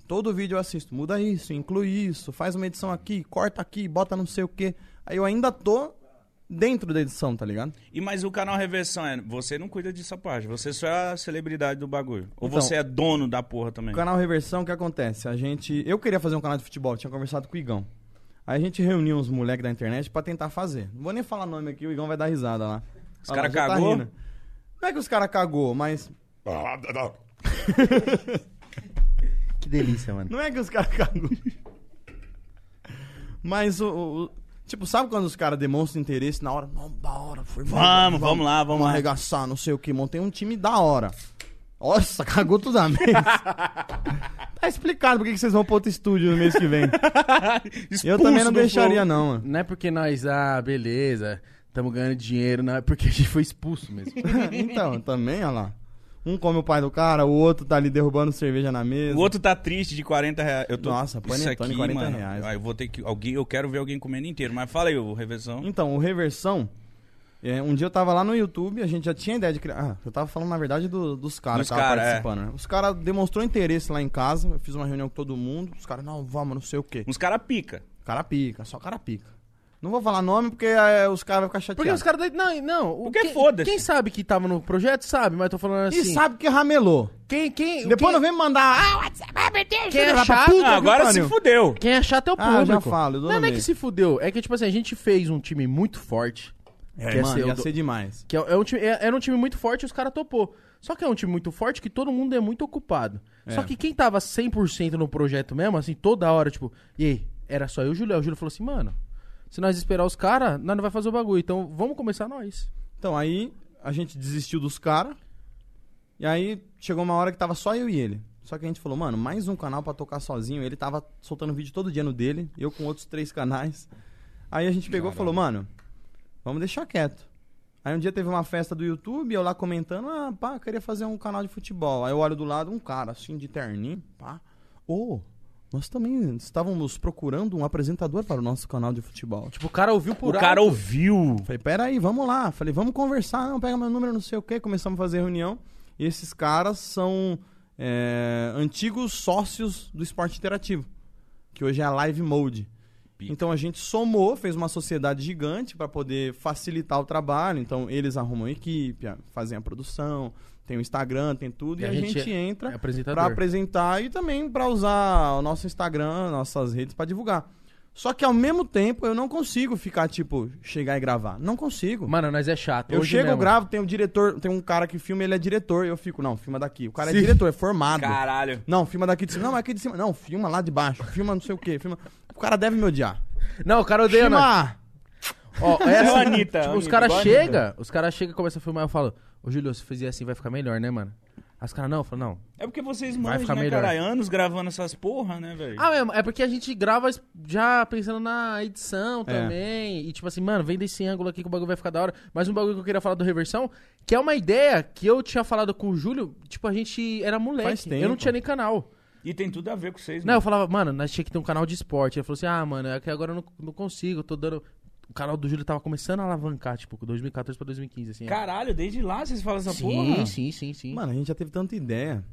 Speaker 1: Todo vídeo eu assisto, muda isso, inclui isso, faz uma edição aqui, corta aqui, bota não sei o quê. Aí eu ainda tô dentro da edição, tá ligado?
Speaker 3: E mas o canal Reversão é, você não cuida dessa parte, você só é a celebridade do bagulho. Ou
Speaker 1: Então-
Speaker 3: você é dono da porra também.
Speaker 1: O canal Reversão, o que acontece? A gente. Eu queria fazer um canal de futebol, tinha conversado com o Igão. Aí a gente reuniu uns moleques da internet pra tentar fazer. Não vou nem falar nome aqui, o Igão vai dar risada lá.
Speaker 3: Os
Speaker 1: Olha lá,
Speaker 3: cara
Speaker 1: já tá
Speaker 3: cagou?
Speaker 1: rindo. não é que os caras cagou, mas.
Speaker 2: Que delícia, mano.
Speaker 1: Não é que os caras cagou. mas o, o- o- Tipo, sabe quando os caras demonstram interesse na hora? Não, da hora, foi
Speaker 3: Vamos, vamos lá, vamos
Speaker 1: é
Speaker 3: lá.
Speaker 1: arregaçar, não sei o que. Montei um time da hora. Nossa, cagou tudo a mesa. tá explicado por que que vocês vão pro outro estúdio no mês que vem. Eu também não deixaria, não, mano.
Speaker 2: Não é porque nós, ah, beleza, estamos ganhando dinheiro, não é porque a gente foi expulso mesmo.
Speaker 1: então, também, olha lá. Um come o pai do cara, o outro tá ali derrubando cerveja na mesa.
Speaker 3: O outro tá triste de 40 reais. Eu tô...
Speaker 1: Nossa,
Speaker 3: Isso
Speaker 1: panetone,
Speaker 3: aqui,
Speaker 1: 40
Speaker 3: mano.
Speaker 1: reais.
Speaker 3: ah, eu vou ter que. Alguém, eu quero ver alguém comendo inteiro. Mas fala aí, ô Reversão.
Speaker 1: Então, o Reversão. é, um dia eu tava lá no YouTube, a gente já tinha ideia de criar. Ah, eu tava falando, na verdade, do- dos caras
Speaker 3: Dos
Speaker 1: que estavam
Speaker 3: cara, é.
Speaker 1: participando, né? Os caras demonstrou interesse lá em casa, eu fiz uma reunião com todo mundo, os caras, não, vamos, não sei o quê.
Speaker 3: Uns caras pica.
Speaker 1: Cara pica, só cara pica. Não vou falar nome porque é, os caras vão ficar chateados.
Speaker 2: Porque os caras. daí- Não, não. o-
Speaker 3: Porque
Speaker 2: quem-
Speaker 3: foda-se.
Speaker 2: Quem sabe que tava no projeto sabe, mas eu tô falando assim.
Speaker 1: E sabe que ramelou.
Speaker 2: Quem, quem,
Speaker 1: Depois não
Speaker 2: quem,
Speaker 1: vem me mandar. Ah, WhatsApp, ah, meu Deus,
Speaker 2: Quem é
Speaker 1: vai pra
Speaker 2: chato?
Speaker 1: puta
Speaker 3: Ah,
Speaker 1: que
Speaker 3: agora se
Speaker 1: pariu.
Speaker 3: fudeu.
Speaker 2: quem é chato é o
Speaker 1: Ah,
Speaker 2: público.
Speaker 1: já falo, eu dou
Speaker 2: não,
Speaker 1: no
Speaker 2: não é
Speaker 1: meio.
Speaker 2: que se fudeu. É que, tipo assim, a gente fez um time muito forte.
Speaker 1: É,
Speaker 2: que é
Speaker 1: mano,
Speaker 2: ser
Speaker 1: ia
Speaker 2: o do-
Speaker 1: ser demais.
Speaker 2: Que é, é um time, é- era um time muito forte e os caras topou. Só que é um time muito forte que todo mundo é muito ocupado.
Speaker 1: É.
Speaker 2: Só que quem tava 100% no projeto mesmo, assim, toda hora, tipo, e aí, era só eu e o Júlio. Aí o Júlio falou assim, mano, se nós esperar os caras, nós não vai fazer o bagulho. Então vamos começar nós.
Speaker 1: Então, aí a gente desistiu dos caras. E aí chegou uma hora que tava só eu e ele. Só que a gente falou, mano, mais um canal pra tocar sozinho. Ele tava soltando vídeo todo dia no dele, eu com outros três canais. Aí a gente pegou e falou, mano, vamos deixar quieto. Aí um dia teve uma festa do YouTube, eu lá comentando, ah, pá, eu queria fazer um canal de futebol. Aí eu olho do lado um cara, assim, de terninho, pá. Ô, nós também estávamos procurando um apresentador para o nosso canal de futebol.
Speaker 2: Tipo, o cara ouviu por
Speaker 3: o cara
Speaker 2: alto.
Speaker 3: ouviu.
Speaker 1: Falei, peraí, vamos lá. Falei, vamos conversar. Não, pega meu número, não sei o quê. Começamos a fazer reunião. E esses caras são é, antigos sócios do esporte interativo, que hoje é a Live Mode.
Speaker 3: Pica.
Speaker 1: Então a gente somou, fez uma sociedade gigante para poder facilitar o trabalho. Então eles arrumam a equipe, a- fazem a produção, tem o Instagram, tem tudo. E, a, gente, entra
Speaker 2: É
Speaker 1: Pra
Speaker 2: apresentador.
Speaker 1: apresentar e também pra usar o nosso Instagram, nossas redes pra divulgar. Só que ao mesmo tempo eu não consigo ficar tipo chegar e gravar. Não consigo.
Speaker 2: Mano, nós é chato.
Speaker 1: eu
Speaker 2: Hoje
Speaker 1: chego,
Speaker 2: mesmo.
Speaker 1: gravo, tem um diretor, tem um cara que filma, ele é diretor, eu fico, não, filma daqui. O cara
Speaker 2: Sim.
Speaker 1: é diretor, é formado.
Speaker 3: Caralho.
Speaker 1: Não, filma daqui de cima. Não, é aqui de cima. Não, filma lá de baixo. Filma não sei o quê. Filma... O cara deve me odiar.
Speaker 2: Não, o cara odeia nós.
Speaker 1: Filma!
Speaker 2: Ó, essa,
Speaker 3: É o Anitta,
Speaker 2: tipo, os
Speaker 3: Anitta,
Speaker 2: caras
Speaker 3: igual a
Speaker 2: chega, os caras chega e começam a filmar, eu falo, ô Júlio, se fizer assim vai ficar melhor, né, mano? Aí os caras, não, eu falo, não.
Speaker 3: É porque vocês manjam,
Speaker 2: ficar
Speaker 3: né,
Speaker 2: melhor.
Speaker 3: cara? Anos gravando essas porra, né, velho?
Speaker 2: Ah, é, é porque a gente grava já pensando na
Speaker 1: É.
Speaker 2: edição também, e tipo assim, mano, vem desse ângulo aqui que o bagulho vai ficar da hora. Mas um bagulho que eu queria falar do Reversão, que é uma ideia que eu tinha falado com o Júlio, tipo, a gente era moleque,
Speaker 1: Faz
Speaker 2: eu
Speaker 1: tempo.
Speaker 2: não tinha nem canal.
Speaker 3: E tem tudo a ver com vocês,
Speaker 2: Não, eu
Speaker 3: mano.
Speaker 2: falava, mano, nós tinha que ter um canal de esporte. Ele falou assim, ah, mano, é que agora eu não, não consigo, eu tô dando... O canal do Júlio tava começando a alavancar, tipo, 2014 pra 2015, assim. é.
Speaker 3: Caralho, desde lá vocês falam essa
Speaker 2: Sim,
Speaker 3: porra.
Speaker 2: sim, sim, sim.
Speaker 1: Mano, a gente já teve tanta ideia.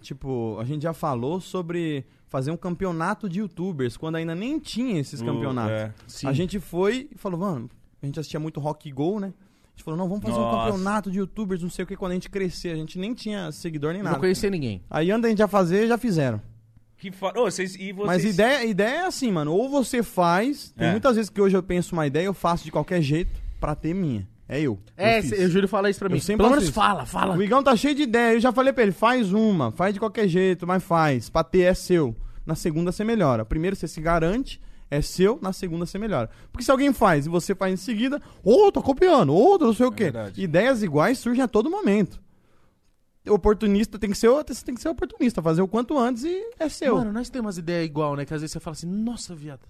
Speaker 1: Tipo, a gente já falou sobre fazer um campeonato de youtubers, quando ainda nem tinha esses
Speaker 2: Hum,
Speaker 3: O-
Speaker 1: campeonatos.
Speaker 3: é.
Speaker 2: Sim.
Speaker 1: A gente foi e falou, mano, a gente assistia muito Rock Go, né? A gente falou, não, vamos fazer um
Speaker 3: Nossa.
Speaker 1: campeonato de youtubers, não sei o que, quando a gente crescer. A gente nem tinha seguidor nem
Speaker 2: não
Speaker 1: nada.
Speaker 2: conhecia ninguém.
Speaker 1: Aí antes da gente já fazer, já fizeram.
Speaker 3: Que fa... Ô, vocês... E vocês...
Speaker 1: Mas ideia, ideia é assim, mano, ou você faz, tem
Speaker 3: É.
Speaker 1: muitas vezes que hoje eu penso uma ideia, eu faço de qualquer jeito pra ter minha. É eu.
Speaker 2: É,
Speaker 1: eu fiz.
Speaker 2: cê- o Júlio fala isso pra
Speaker 1: Eu
Speaker 2: mim.
Speaker 1: sempre
Speaker 2: Pelo
Speaker 1: faço
Speaker 2: menos
Speaker 1: isso.
Speaker 2: fala, fala.
Speaker 1: O Igão tá cheio de ideia. Eu já falei pra ele, faz uma, faz de qualquer jeito, mas faz. Pra ter é seu. Na segunda você melhora. Primeiro você se garante, É seu, na segunda você melhora. Porque se alguém faz e você faz em seguida, ô, tô copiando, ô, tô não sei o quê.
Speaker 5: verdade.
Speaker 1: Ideias iguais surgem a todo momento. Oportunista tem que ser, você tem que ser oportunista, fazer o quanto antes e é seu.
Speaker 2: Mano, nós temos umas ideias igual, né? Que às vezes você fala assim, nossa, viado.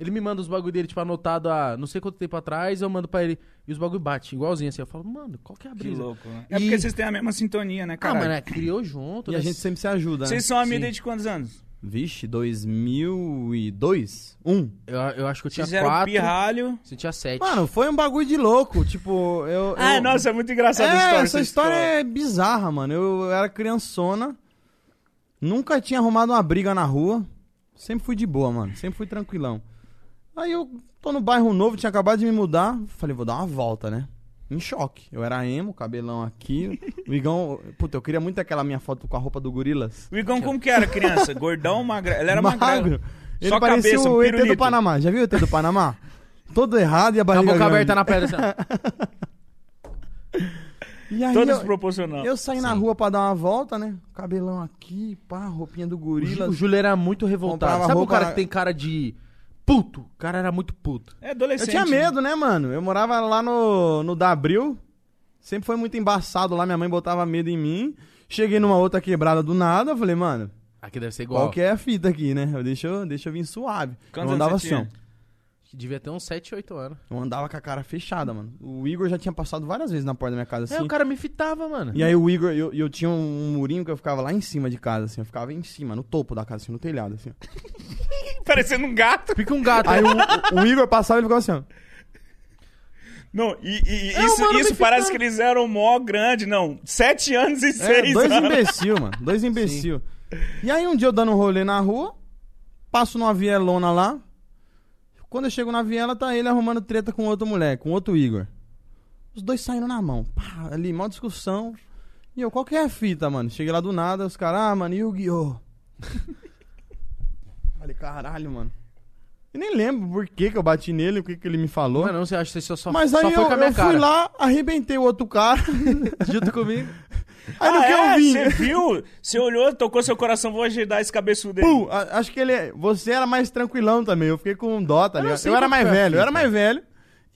Speaker 2: Ele me manda os bagulho dele, tipo, anotado há não sei quanto tempo atrás, eu mando pra ele. E os bagulho bate, igualzinho assim. Eu falo, mano, qual que é a
Speaker 3: Que
Speaker 2: brisa?
Speaker 3: louco, né?
Speaker 2: E-
Speaker 3: É porque vocês têm a mesma sintonia, né,
Speaker 2: ah,
Speaker 3: cara?
Speaker 2: mano, é, criou junto.
Speaker 1: e
Speaker 2: né?
Speaker 1: a gente sempre se ajuda, né?
Speaker 3: Vocês são amigos
Speaker 2: Sim.
Speaker 3: desde quantos anos?
Speaker 1: Vixe, 2002? Um.
Speaker 2: eu, eu acho que eu tinha
Speaker 3: Vocês eram
Speaker 2: quatro.
Speaker 3: pirralho.
Speaker 2: Você tinha sete.
Speaker 1: Mano, foi um bagulho de louco, tipo, eu...
Speaker 3: Ah,
Speaker 1: eu...
Speaker 3: nossa, é muito engraçada
Speaker 1: É,
Speaker 3: a história.
Speaker 1: essa história é bizarra, mano. Eu era criançona, nunca tinha arrumado uma briga na rua. Sempre fui de boa, mano. Sempre fui tranquilão. Aí eu tô no bairro novo, tinha acabado de me mudar. Falei, vou dar uma volta, né? Em choque. Eu era emo, cabelão aqui. O Igão. Puta, eu queria muito aquela minha foto com a roupa do Gorilas.
Speaker 3: O Igão como que era criança? Gordão, magra? Ele era magrelo.
Speaker 1: Ele
Speaker 3: Só
Speaker 1: parecia
Speaker 3: cabeça, um
Speaker 1: o ET do
Speaker 3: pirulito.
Speaker 1: Panamá. Já viu o ET do Panamá? Todo errado e a
Speaker 2: Com a
Speaker 1: barriga.
Speaker 2: boca
Speaker 1: grande.
Speaker 2: aberta na pedra. Assim, ó.
Speaker 1: E aí
Speaker 3: Todo
Speaker 1: eu-
Speaker 3: desproporcional.
Speaker 1: Eu saí na rua pra dar uma volta, né? Cabelão aqui, pá, roupinha do
Speaker 2: o, Ju- o
Speaker 1: gorila.
Speaker 2: Júlio era muito revoltado.
Speaker 1: Comprava
Speaker 2: Sabe o
Speaker 1: roupa- né?
Speaker 2: cara que tem cara de puto? O cara era muito puto.
Speaker 3: É
Speaker 1: Eu
Speaker 3: adolescente.
Speaker 1: tinha
Speaker 3: né?
Speaker 1: medo, né, mano? Eu morava lá no, no da Abril. Sempre foi muito embaçado lá, minha mãe botava medo em mim. Cheguei numa outra quebrada do nada, eu falei, mano,
Speaker 2: Aqui deve ser igual.
Speaker 1: qual que é a fita aqui, né? Eu deixa, eu- deixa eu vir suave.
Speaker 3: Quantos
Speaker 1: eu
Speaker 3: anos
Speaker 1: andava assim,
Speaker 3: você tinha?
Speaker 2: Devia ter uns sete, oito anos.
Speaker 1: eu andava com a cara fechada, mano. O Igor já tinha passado várias vezes na porta da minha casa, assim.
Speaker 2: É, o cara me fitava, mano.
Speaker 1: E aí o Igor, eu, eu tinha um murinho que eu ficava lá em cima de casa, assim. Eu ficava em cima, no topo da casa, assim, no telhado, assim.
Speaker 3: Parecendo um gato.
Speaker 2: Pica um gato.
Speaker 1: Aí o, o Igor passava e ele ficava assim, ó.
Speaker 3: Não, e, e- e
Speaker 2: É,
Speaker 3: isso,
Speaker 2: mano, me
Speaker 3: isso parece que
Speaker 2: ficaram-
Speaker 3: eles eram mó grande, não. Sete anos e
Speaker 1: É,
Speaker 3: seis
Speaker 1: dois
Speaker 3: anos.
Speaker 1: imbecil, mano. Dois imbecil. E aí um dia eu dando um rolê na rua, passo numa vielona lá. Quando eu chego na viela, tá ele arrumando treta com outro moleque, com outro Igor. Os dois saindo na mão. Pá, ali, mó discussão. E eu, qual que é a fita, mano? Cheguei lá do nada, os caras, ah, mano, Yu-Gi-Oh! Falei, caralho, mano. Eu nem lembro por que, que eu bati nele, o que, que ele me falou.
Speaker 2: Mano, não sei, acho que você só,
Speaker 1: Mas
Speaker 2: só
Speaker 1: aí
Speaker 2: foi
Speaker 1: eu,
Speaker 2: com a minha
Speaker 1: eu
Speaker 2: cara.
Speaker 1: fui lá, arrebentei o outro cara.
Speaker 2: junto comigo.
Speaker 1: Aí no
Speaker 3: Ah,
Speaker 1: que eu
Speaker 3: é?
Speaker 1: vim.
Speaker 3: Você viu? Você olhou, tocou seu coração, vou ajudar esse cabeçudo aí.
Speaker 1: Pum, a- acho que ele. Você era mais tranquilão também. Eu fiquei com dó, tá
Speaker 2: Eu não
Speaker 1: ligado?
Speaker 2: sei
Speaker 1: Eu era
Speaker 2: qual
Speaker 1: mais
Speaker 2: foi a
Speaker 1: velho, eu
Speaker 2: fita.
Speaker 1: era mais velho.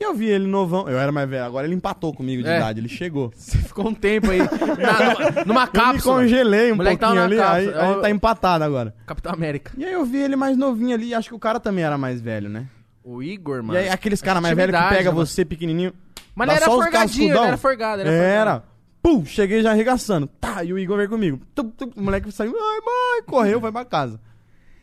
Speaker 1: E eu vi ele novão. Eu era mais velho. Agora ele empatou comigo de
Speaker 2: É.
Speaker 1: idade, ele chegou.
Speaker 2: Você ficou um tempo aí na- numa, numa
Speaker 1: Eu me
Speaker 2: cápsula.
Speaker 1: congelei um
Speaker 2: Moleque tava
Speaker 1: pouquinho
Speaker 2: na
Speaker 1: ali,
Speaker 2: cápsula.
Speaker 1: aí, aí
Speaker 2: Eu-
Speaker 1: tá empatado agora.
Speaker 2: Capitão América.
Speaker 1: E aí eu vi ele mais novinho ali, acho que o cara também era mais velho, né?
Speaker 2: O Igor, mano.
Speaker 1: e aí aqueles caras mais velhos que
Speaker 2: Atividade,
Speaker 1: pega
Speaker 2: né, mano?
Speaker 1: você pequenininho.
Speaker 2: Mas
Speaker 1: dá
Speaker 2: ele era
Speaker 1: só os
Speaker 2: forgadinho, ele
Speaker 1: cascudão.
Speaker 2: era forgado. Ele era.
Speaker 1: Era.
Speaker 2: forgado.
Speaker 1: Pum, cheguei já arregaçando. Tá, e o Igor veio comigo. Tum, tum, o moleque saiu, ai, mãe, correu, foi pra casa.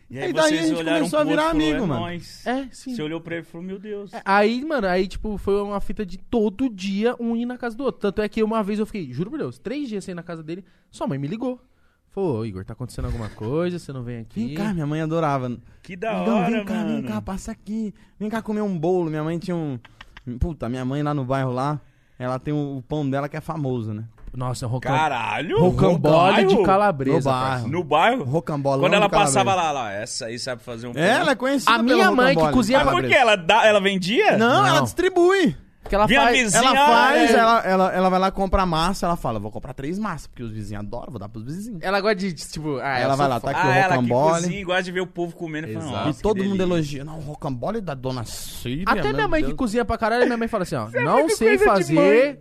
Speaker 3: E
Speaker 1: E
Speaker 3: aí
Speaker 1: daí
Speaker 3: vocês
Speaker 1: a gente
Speaker 3: olharam
Speaker 1: começou
Speaker 3: pro
Speaker 1: a virar
Speaker 3: outro e
Speaker 1: amigo,
Speaker 3: falou, é
Speaker 1: mano. É.
Speaker 3: nóis.
Speaker 2: É, sim.
Speaker 3: Você olhou pra ele e falou, meu Deus.
Speaker 2: É, Aí, mano, aí, tipo, foi uma fita de todo dia um ir na casa do outro. Tanto é que uma vez eu fiquei, juro por Deus, três dias sem ir na casa dele, sua mãe me ligou. Falou, "Ô, Igor, tá acontecendo alguma coisa, você não vem aqui.
Speaker 1: Vem cá, minha mãe adorava.
Speaker 3: Que da
Speaker 1: Igão,
Speaker 3: hora,
Speaker 1: vem cá,
Speaker 3: mano.
Speaker 1: vem cá, passa aqui. Vem cá comer um bolo. Minha mãe tinha um. Puta, minha mãe lá no bairro lá, ela tem o, o pão dela que é famoso, né?
Speaker 2: Nossa, rocam...
Speaker 3: Caralho.
Speaker 2: rocambole
Speaker 3: no
Speaker 2: de
Speaker 3: bairro?
Speaker 1: No
Speaker 2: calabresa,
Speaker 1: bairro.
Speaker 2: parça.
Speaker 3: No bairro?
Speaker 1: Rocambola.
Speaker 3: Quando ela passava lá, lá, essa aí sabe fazer um
Speaker 1: É, ela é conhecida
Speaker 2: A
Speaker 1: pelo
Speaker 2: minha mãe que
Speaker 1: rocambole.
Speaker 2: cozinha
Speaker 3: Mas
Speaker 2: pra-
Speaker 1: Ah,
Speaker 3: por que? Ela, dá, ela vendia?
Speaker 1: Não,
Speaker 2: Não.
Speaker 1: ela distribui.
Speaker 2: Porque ela
Speaker 3: Vinha
Speaker 2: faz...
Speaker 3: vizinha,
Speaker 1: Ela
Speaker 3: Ah,
Speaker 1: faz,
Speaker 3: é.
Speaker 1: ela, ela, ela vai lá comprar massa, ela fala, vou comprar três massas, porque os vizinhos adoram, vou dar pros vizinhos.
Speaker 2: Ela gosta de, tipo... Ah,
Speaker 1: ela
Speaker 2: eu
Speaker 1: vai
Speaker 2: sou
Speaker 1: lá, tá
Speaker 2: fã.
Speaker 1: aqui
Speaker 3: Ah,
Speaker 1: o
Speaker 3: ela que
Speaker 1: rocambole.
Speaker 3: cozinha e gosta de ver o povo comendo e falando,
Speaker 2: Exato.
Speaker 1: E
Speaker 3: nossa, que
Speaker 1: todo mundo
Speaker 3: delícia.
Speaker 1: elogia. Não, o rocambole da dona Cília.
Speaker 2: Até minha
Speaker 1: meu
Speaker 2: mãe que
Speaker 1: Deus.
Speaker 2: cozinha pra caralho, minha mãe fala assim, ó, não sei fazer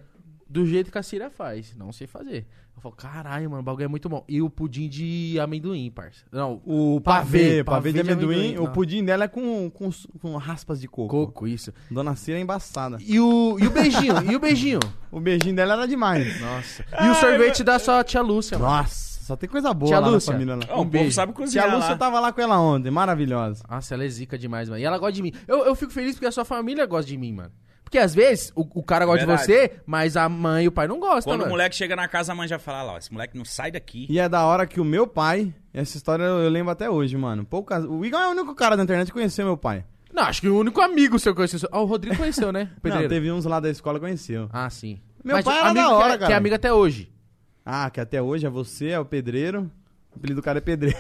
Speaker 2: do jeito que a Cira faz. Não sei fazer. Eu falo, caralho, mano, o bagulho é muito bom. E o pudim de amendoim, parça. Não,
Speaker 1: O pavê, pavê, de
Speaker 2: de
Speaker 1: amendoim,
Speaker 2: amendoim,
Speaker 1: o
Speaker 2: tá.
Speaker 1: pudim dela é com, com, com raspas de coco.
Speaker 2: coco, isso.
Speaker 1: Dona Cira é embaçada.
Speaker 2: E o, e o beijinho, e o beijinho.
Speaker 1: O beijinho dela era demais.
Speaker 2: Nossa. E o sorvete da sua tia Lúcia, mano.
Speaker 1: Nossa, só tem coisa boa
Speaker 2: Tia
Speaker 1: lá
Speaker 2: Lúcia.
Speaker 1: na família. Lá.
Speaker 3: Ó, o povo
Speaker 2: beijo.
Speaker 3: sabe
Speaker 1: Tia
Speaker 3: cozinhar
Speaker 1: Lúcia
Speaker 3: É, um
Speaker 1: tá
Speaker 3: lá.
Speaker 1: tava lá com ela ontem, maravilhosa.
Speaker 2: Nossa, ela é zica demais, mano. E ela gosta de mim. Eu, eu fico feliz porque a sua família gosta de mim, mano. Porque às vezes o, o cara gosta
Speaker 3: Verdade.
Speaker 2: de você, mas a mãe e o pai não gostam,
Speaker 3: Quando o
Speaker 2: mano.
Speaker 3: moleque chega na casa, a mãe já fala, "Ah, lá, ó, esse moleque não sai daqui.
Speaker 1: E é da hora que o meu pai, essa história eu eu lembro até hoje, mano. Poucas, o Igor é o único cara da internet que conheceu meu pai.
Speaker 2: Não, acho que o único amigo seu que eu conheci. Ah, o Rodrigo conheceu, né? o
Speaker 1: Não,
Speaker 2: Pedreiro.
Speaker 1: teve uns lá da escola que conheceu.
Speaker 2: Ah, sim.
Speaker 1: Meu pai era
Speaker 2: amigo
Speaker 1: da hora,
Speaker 2: que é, Que é
Speaker 1: cara.
Speaker 2: amigo até hoje.
Speaker 1: Ah, que até hoje é você, é o pedreiro. O apelido do cara é pedreiro.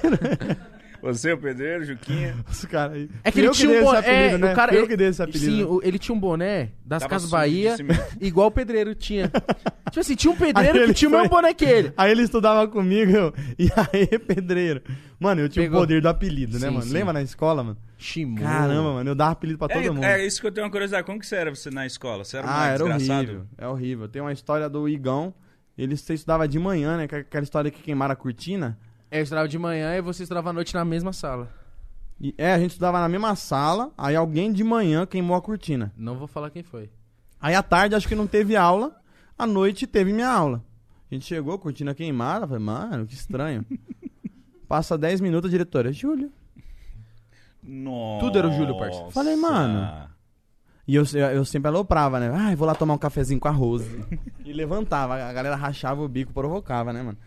Speaker 3: Você, o pedreiro, Juquinha.
Speaker 1: Os caras aí.
Speaker 2: É que
Speaker 1: Fui
Speaker 2: ele
Speaker 1: eu
Speaker 2: tinha
Speaker 1: dei
Speaker 2: um
Speaker 1: esse
Speaker 2: boné.
Speaker 1: apelido,
Speaker 2: é,
Speaker 1: né?
Speaker 2: o cara,
Speaker 1: Fui eu
Speaker 2: ele-
Speaker 1: que dei esse apelido. né?
Speaker 2: Sim, o- ele tinha um boné das
Speaker 3: Tava
Speaker 2: Casas
Speaker 3: sujo de
Speaker 2: Bahia,
Speaker 3: cimento.
Speaker 2: igual o pedreiro tinha. tipo assim, tinha um
Speaker 1: Aí
Speaker 2: pedreiro
Speaker 1: ele
Speaker 2: que tinha o mesmo
Speaker 1: foi-
Speaker 2: boné que ele.
Speaker 1: Aí ele estudava comigo eu- e aí, pedreiro. Mano, eu tinha
Speaker 2: Pegou.
Speaker 1: o poder do apelido, né,
Speaker 2: Sim,
Speaker 1: mano?
Speaker 2: sim.
Speaker 1: Lembra na escola, mano?
Speaker 2: Shimon.
Speaker 1: Caramba, mano, eu dava apelido pra Tá todo
Speaker 3: É,
Speaker 1: mundo.
Speaker 3: é isso que eu tenho uma curiosidade. Como que você era você na escola? Você era um
Speaker 1: ah, era
Speaker 3: desgraçado?
Speaker 1: horrível. É horrível. Tem uma história do Igão. Ele você estudava de manhã, né? que é Aquela história que queimaram a cortina.
Speaker 2: Eu estudava de manhã e você estudava à noite na mesma sala.
Speaker 1: E- é, a gente estudava na mesma sala. Aí alguém de manhã queimou a cortina.
Speaker 2: Não vou falar quem foi.
Speaker 1: Aí à tarde acho que não teve aula. À noite teve minha aula. A gente chegou, cortina queimada. Falei, mano, que estranho. Passa 10 minutos, a diretora, Júlio.
Speaker 3: Nossa.
Speaker 2: Tudo era o Júlio, parça.
Speaker 1: Falei, mano. E eu, eu, eu sempre aloprava, né? Ai, vou lá tomar um cafezinho com a Rose. e levantava, a galera rachava o bico, provocava, né, mano?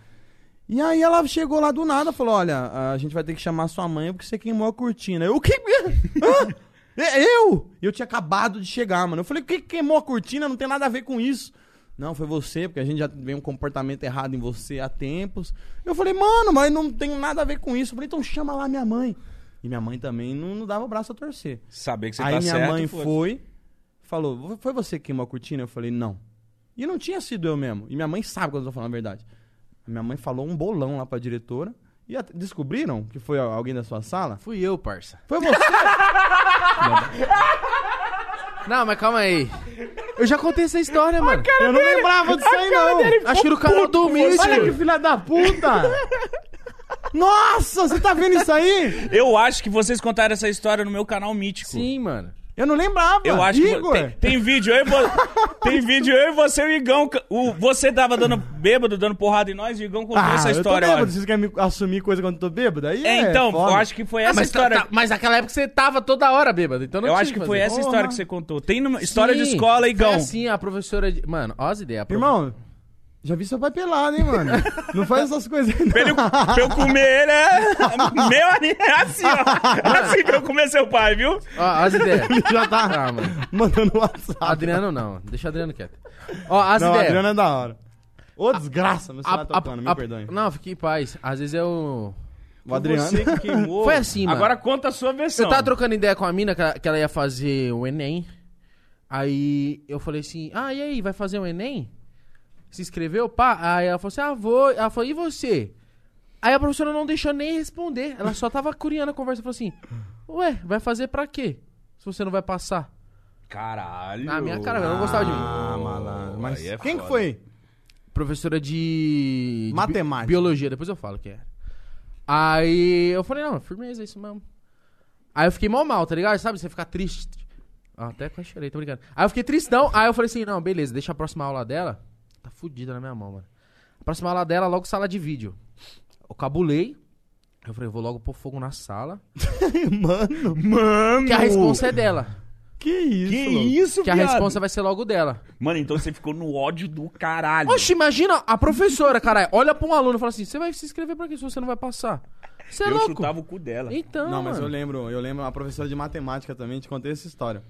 Speaker 1: E aí ela chegou lá do nada, falou: Olha, a gente vai ter que chamar sua mãe porque você queimou a cortina. Eu, o que? Hã? É Eu? E Eu tinha acabado de chegar, mano. Eu falei: O que queimou a cortina? Não tem nada a ver com isso. Não, foi você, porque a gente já vê um comportamento errado em você há tempos. Eu falei, mano, mas não tem nada a ver com isso. Eu falei, então chama lá minha mãe. E minha mãe também não, não dava o braço a torcer
Speaker 3: Saber que você
Speaker 1: aí
Speaker 3: tá
Speaker 1: minha
Speaker 3: certo.
Speaker 1: mãe
Speaker 3: foda-se.
Speaker 1: foi, falou: "Vo- Foi você que queimou a cortina? Eu falei: Não. E não tinha sido eu mesmo. E minha mãe sabe quando eu tô falando a verdade. A minha mãe falou um bolão lá pra diretora. E até- descobriram que foi al- alguém da sua sala?
Speaker 2: Fui eu, parça.
Speaker 1: Foi você!
Speaker 2: Não, mas calma aí. Eu já contei essa história, mano.
Speaker 1: eu não lembrava disso aí, não!
Speaker 2: Acho que era o canal do Mítico.
Speaker 1: Olha que filha da puta! Nossa, você tá vendo isso aí?
Speaker 3: Eu acho que vocês contaram essa história no meu canal mítico.
Speaker 2: Sim, mano.
Speaker 1: Eu não lembrava!
Speaker 3: Eu acho
Speaker 1: Ah, Igor!
Speaker 3: que vo- tem, um tem vídeo eu e vo- tem vídeo eu e você e o Igão. ca- O, você tava dando bêbado, dando porrada em nós e o Igão contou
Speaker 1: Ah,
Speaker 3: essa história.
Speaker 1: eu tô bêbado.
Speaker 3: olha.
Speaker 1: Vocês querem me assumir coisa quando eu tô bêbado? Aí
Speaker 3: É, então,
Speaker 1: foda. Ah,
Speaker 3: eu acho que foi essa
Speaker 2: mas, tá-
Speaker 3: história.
Speaker 2: tá- mas naquela época você tava toda hora bêbado, então não
Speaker 3: eu
Speaker 2: tinha
Speaker 3: acho que foi
Speaker 2: fazer.
Speaker 3: essa
Speaker 1: Porra.
Speaker 3: história que você contou. Tem numa história de
Speaker 2: Sim,
Speaker 3: escola, Igão.
Speaker 2: Foi assim, a professora... De... Mano, ó as ideias. a prof-
Speaker 1: Irmão, já vi seu pai pelado, hein, mano? Não faz essas coisas aí, não.
Speaker 3: Pra, ele- pra eu comer ele é. Meu ani- é assim, ó. É assim que eu comer seu pai, viu?
Speaker 2: Ó, ó as ideias.
Speaker 1: Já tá
Speaker 2: Ah, mano.
Speaker 1: mandando WhatsApp.
Speaker 2: Adriano não, deixa o Adriano quieto. Ó, as
Speaker 1: não,
Speaker 2: ideias.
Speaker 1: Adriano é da hora. Ô, desgraça, meu
Speaker 2: A-
Speaker 1: celular tá
Speaker 2: a-
Speaker 1: tocando,
Speaker 2: a-
Speaker 1: me perdoem.
Speaker 2: Não, fique em paz. Às vezes eu.
Speaker 1: O Adriano.
Speaker 3: Você que queimou.
Speaker 2: Foi assim, mano.
Speaker 3: Agora conta a sua versão.
Speaker 1: tá
Speaker 2: Eu tava trocando ideia com a mina que ela, que ela ia fazer o Enem. Aí eu falei assim: Ah, e aí, vai fazer o Enem? Se inscreveu? Pá. Aí ela falou assim: Ah, vou. Ela falou: E você? Aí a professora não deixou nem responder. Ela só tava curiando a conversa. Falou assim: Ué, vai fazer pra quê? Se você não vai passar.
Speaker 3: Caralho.
Speaker 2: Na minha cara, ela não gostava de mim.
Speaker 1: Ah, malandro. Mas
Speaker 3: Aí é
Speaker 1: quem que
Speaker 3: foda.
Speaker 1: foi?
Speaker 2: Professora de. de bi-
Speaker 1: Matemática.
Speaker 2: biologia, depois eu falo que é. Aí eu falei, não, firmeza, é isso mesmo. Aí eu fiquei mal mal, tá ligado? Sabe, você ficar triste. Ah, Até quase chorei, tô brincando. Aí eu fiquei tristão, aí eu falei assim, não, beleza, deixa a próxima aula dela. Tá fudida na minha mão, mano. A próxima aula dela, logo sala de vídeo. Eu cabulei. Eu falei, eu vou logo pôr fogo na sala.
Speaker 1: mano. Mano.
Speaker 2: Que a responsa é dela.
Speaker 1: Que isso,
Speaker 3: Que
Speaker 1: louco?
Speaker 3: isso,
Speaker 2: Que a
Speaker 3: viado?
Speaker 2: responsa vai ser logo dela.
Speaker 3: Mano, então você ficou no ódio do caralho.
Speaker 2: Oxe, imagina a professora, caralho. Olha pra um aluno e fala assim: você vai se inscrever pra quê se você não vai passar? Você é
Speaker 3: eu
Speaker 2: louco.
Speaker 3: chutava o cu dela.
Speaker 2: Então,
Speaker 1: Não, mas
Speaker 2: mano.
Speaker 1: eu lembro, eu lembro a professora de matemática também, te contei essa história.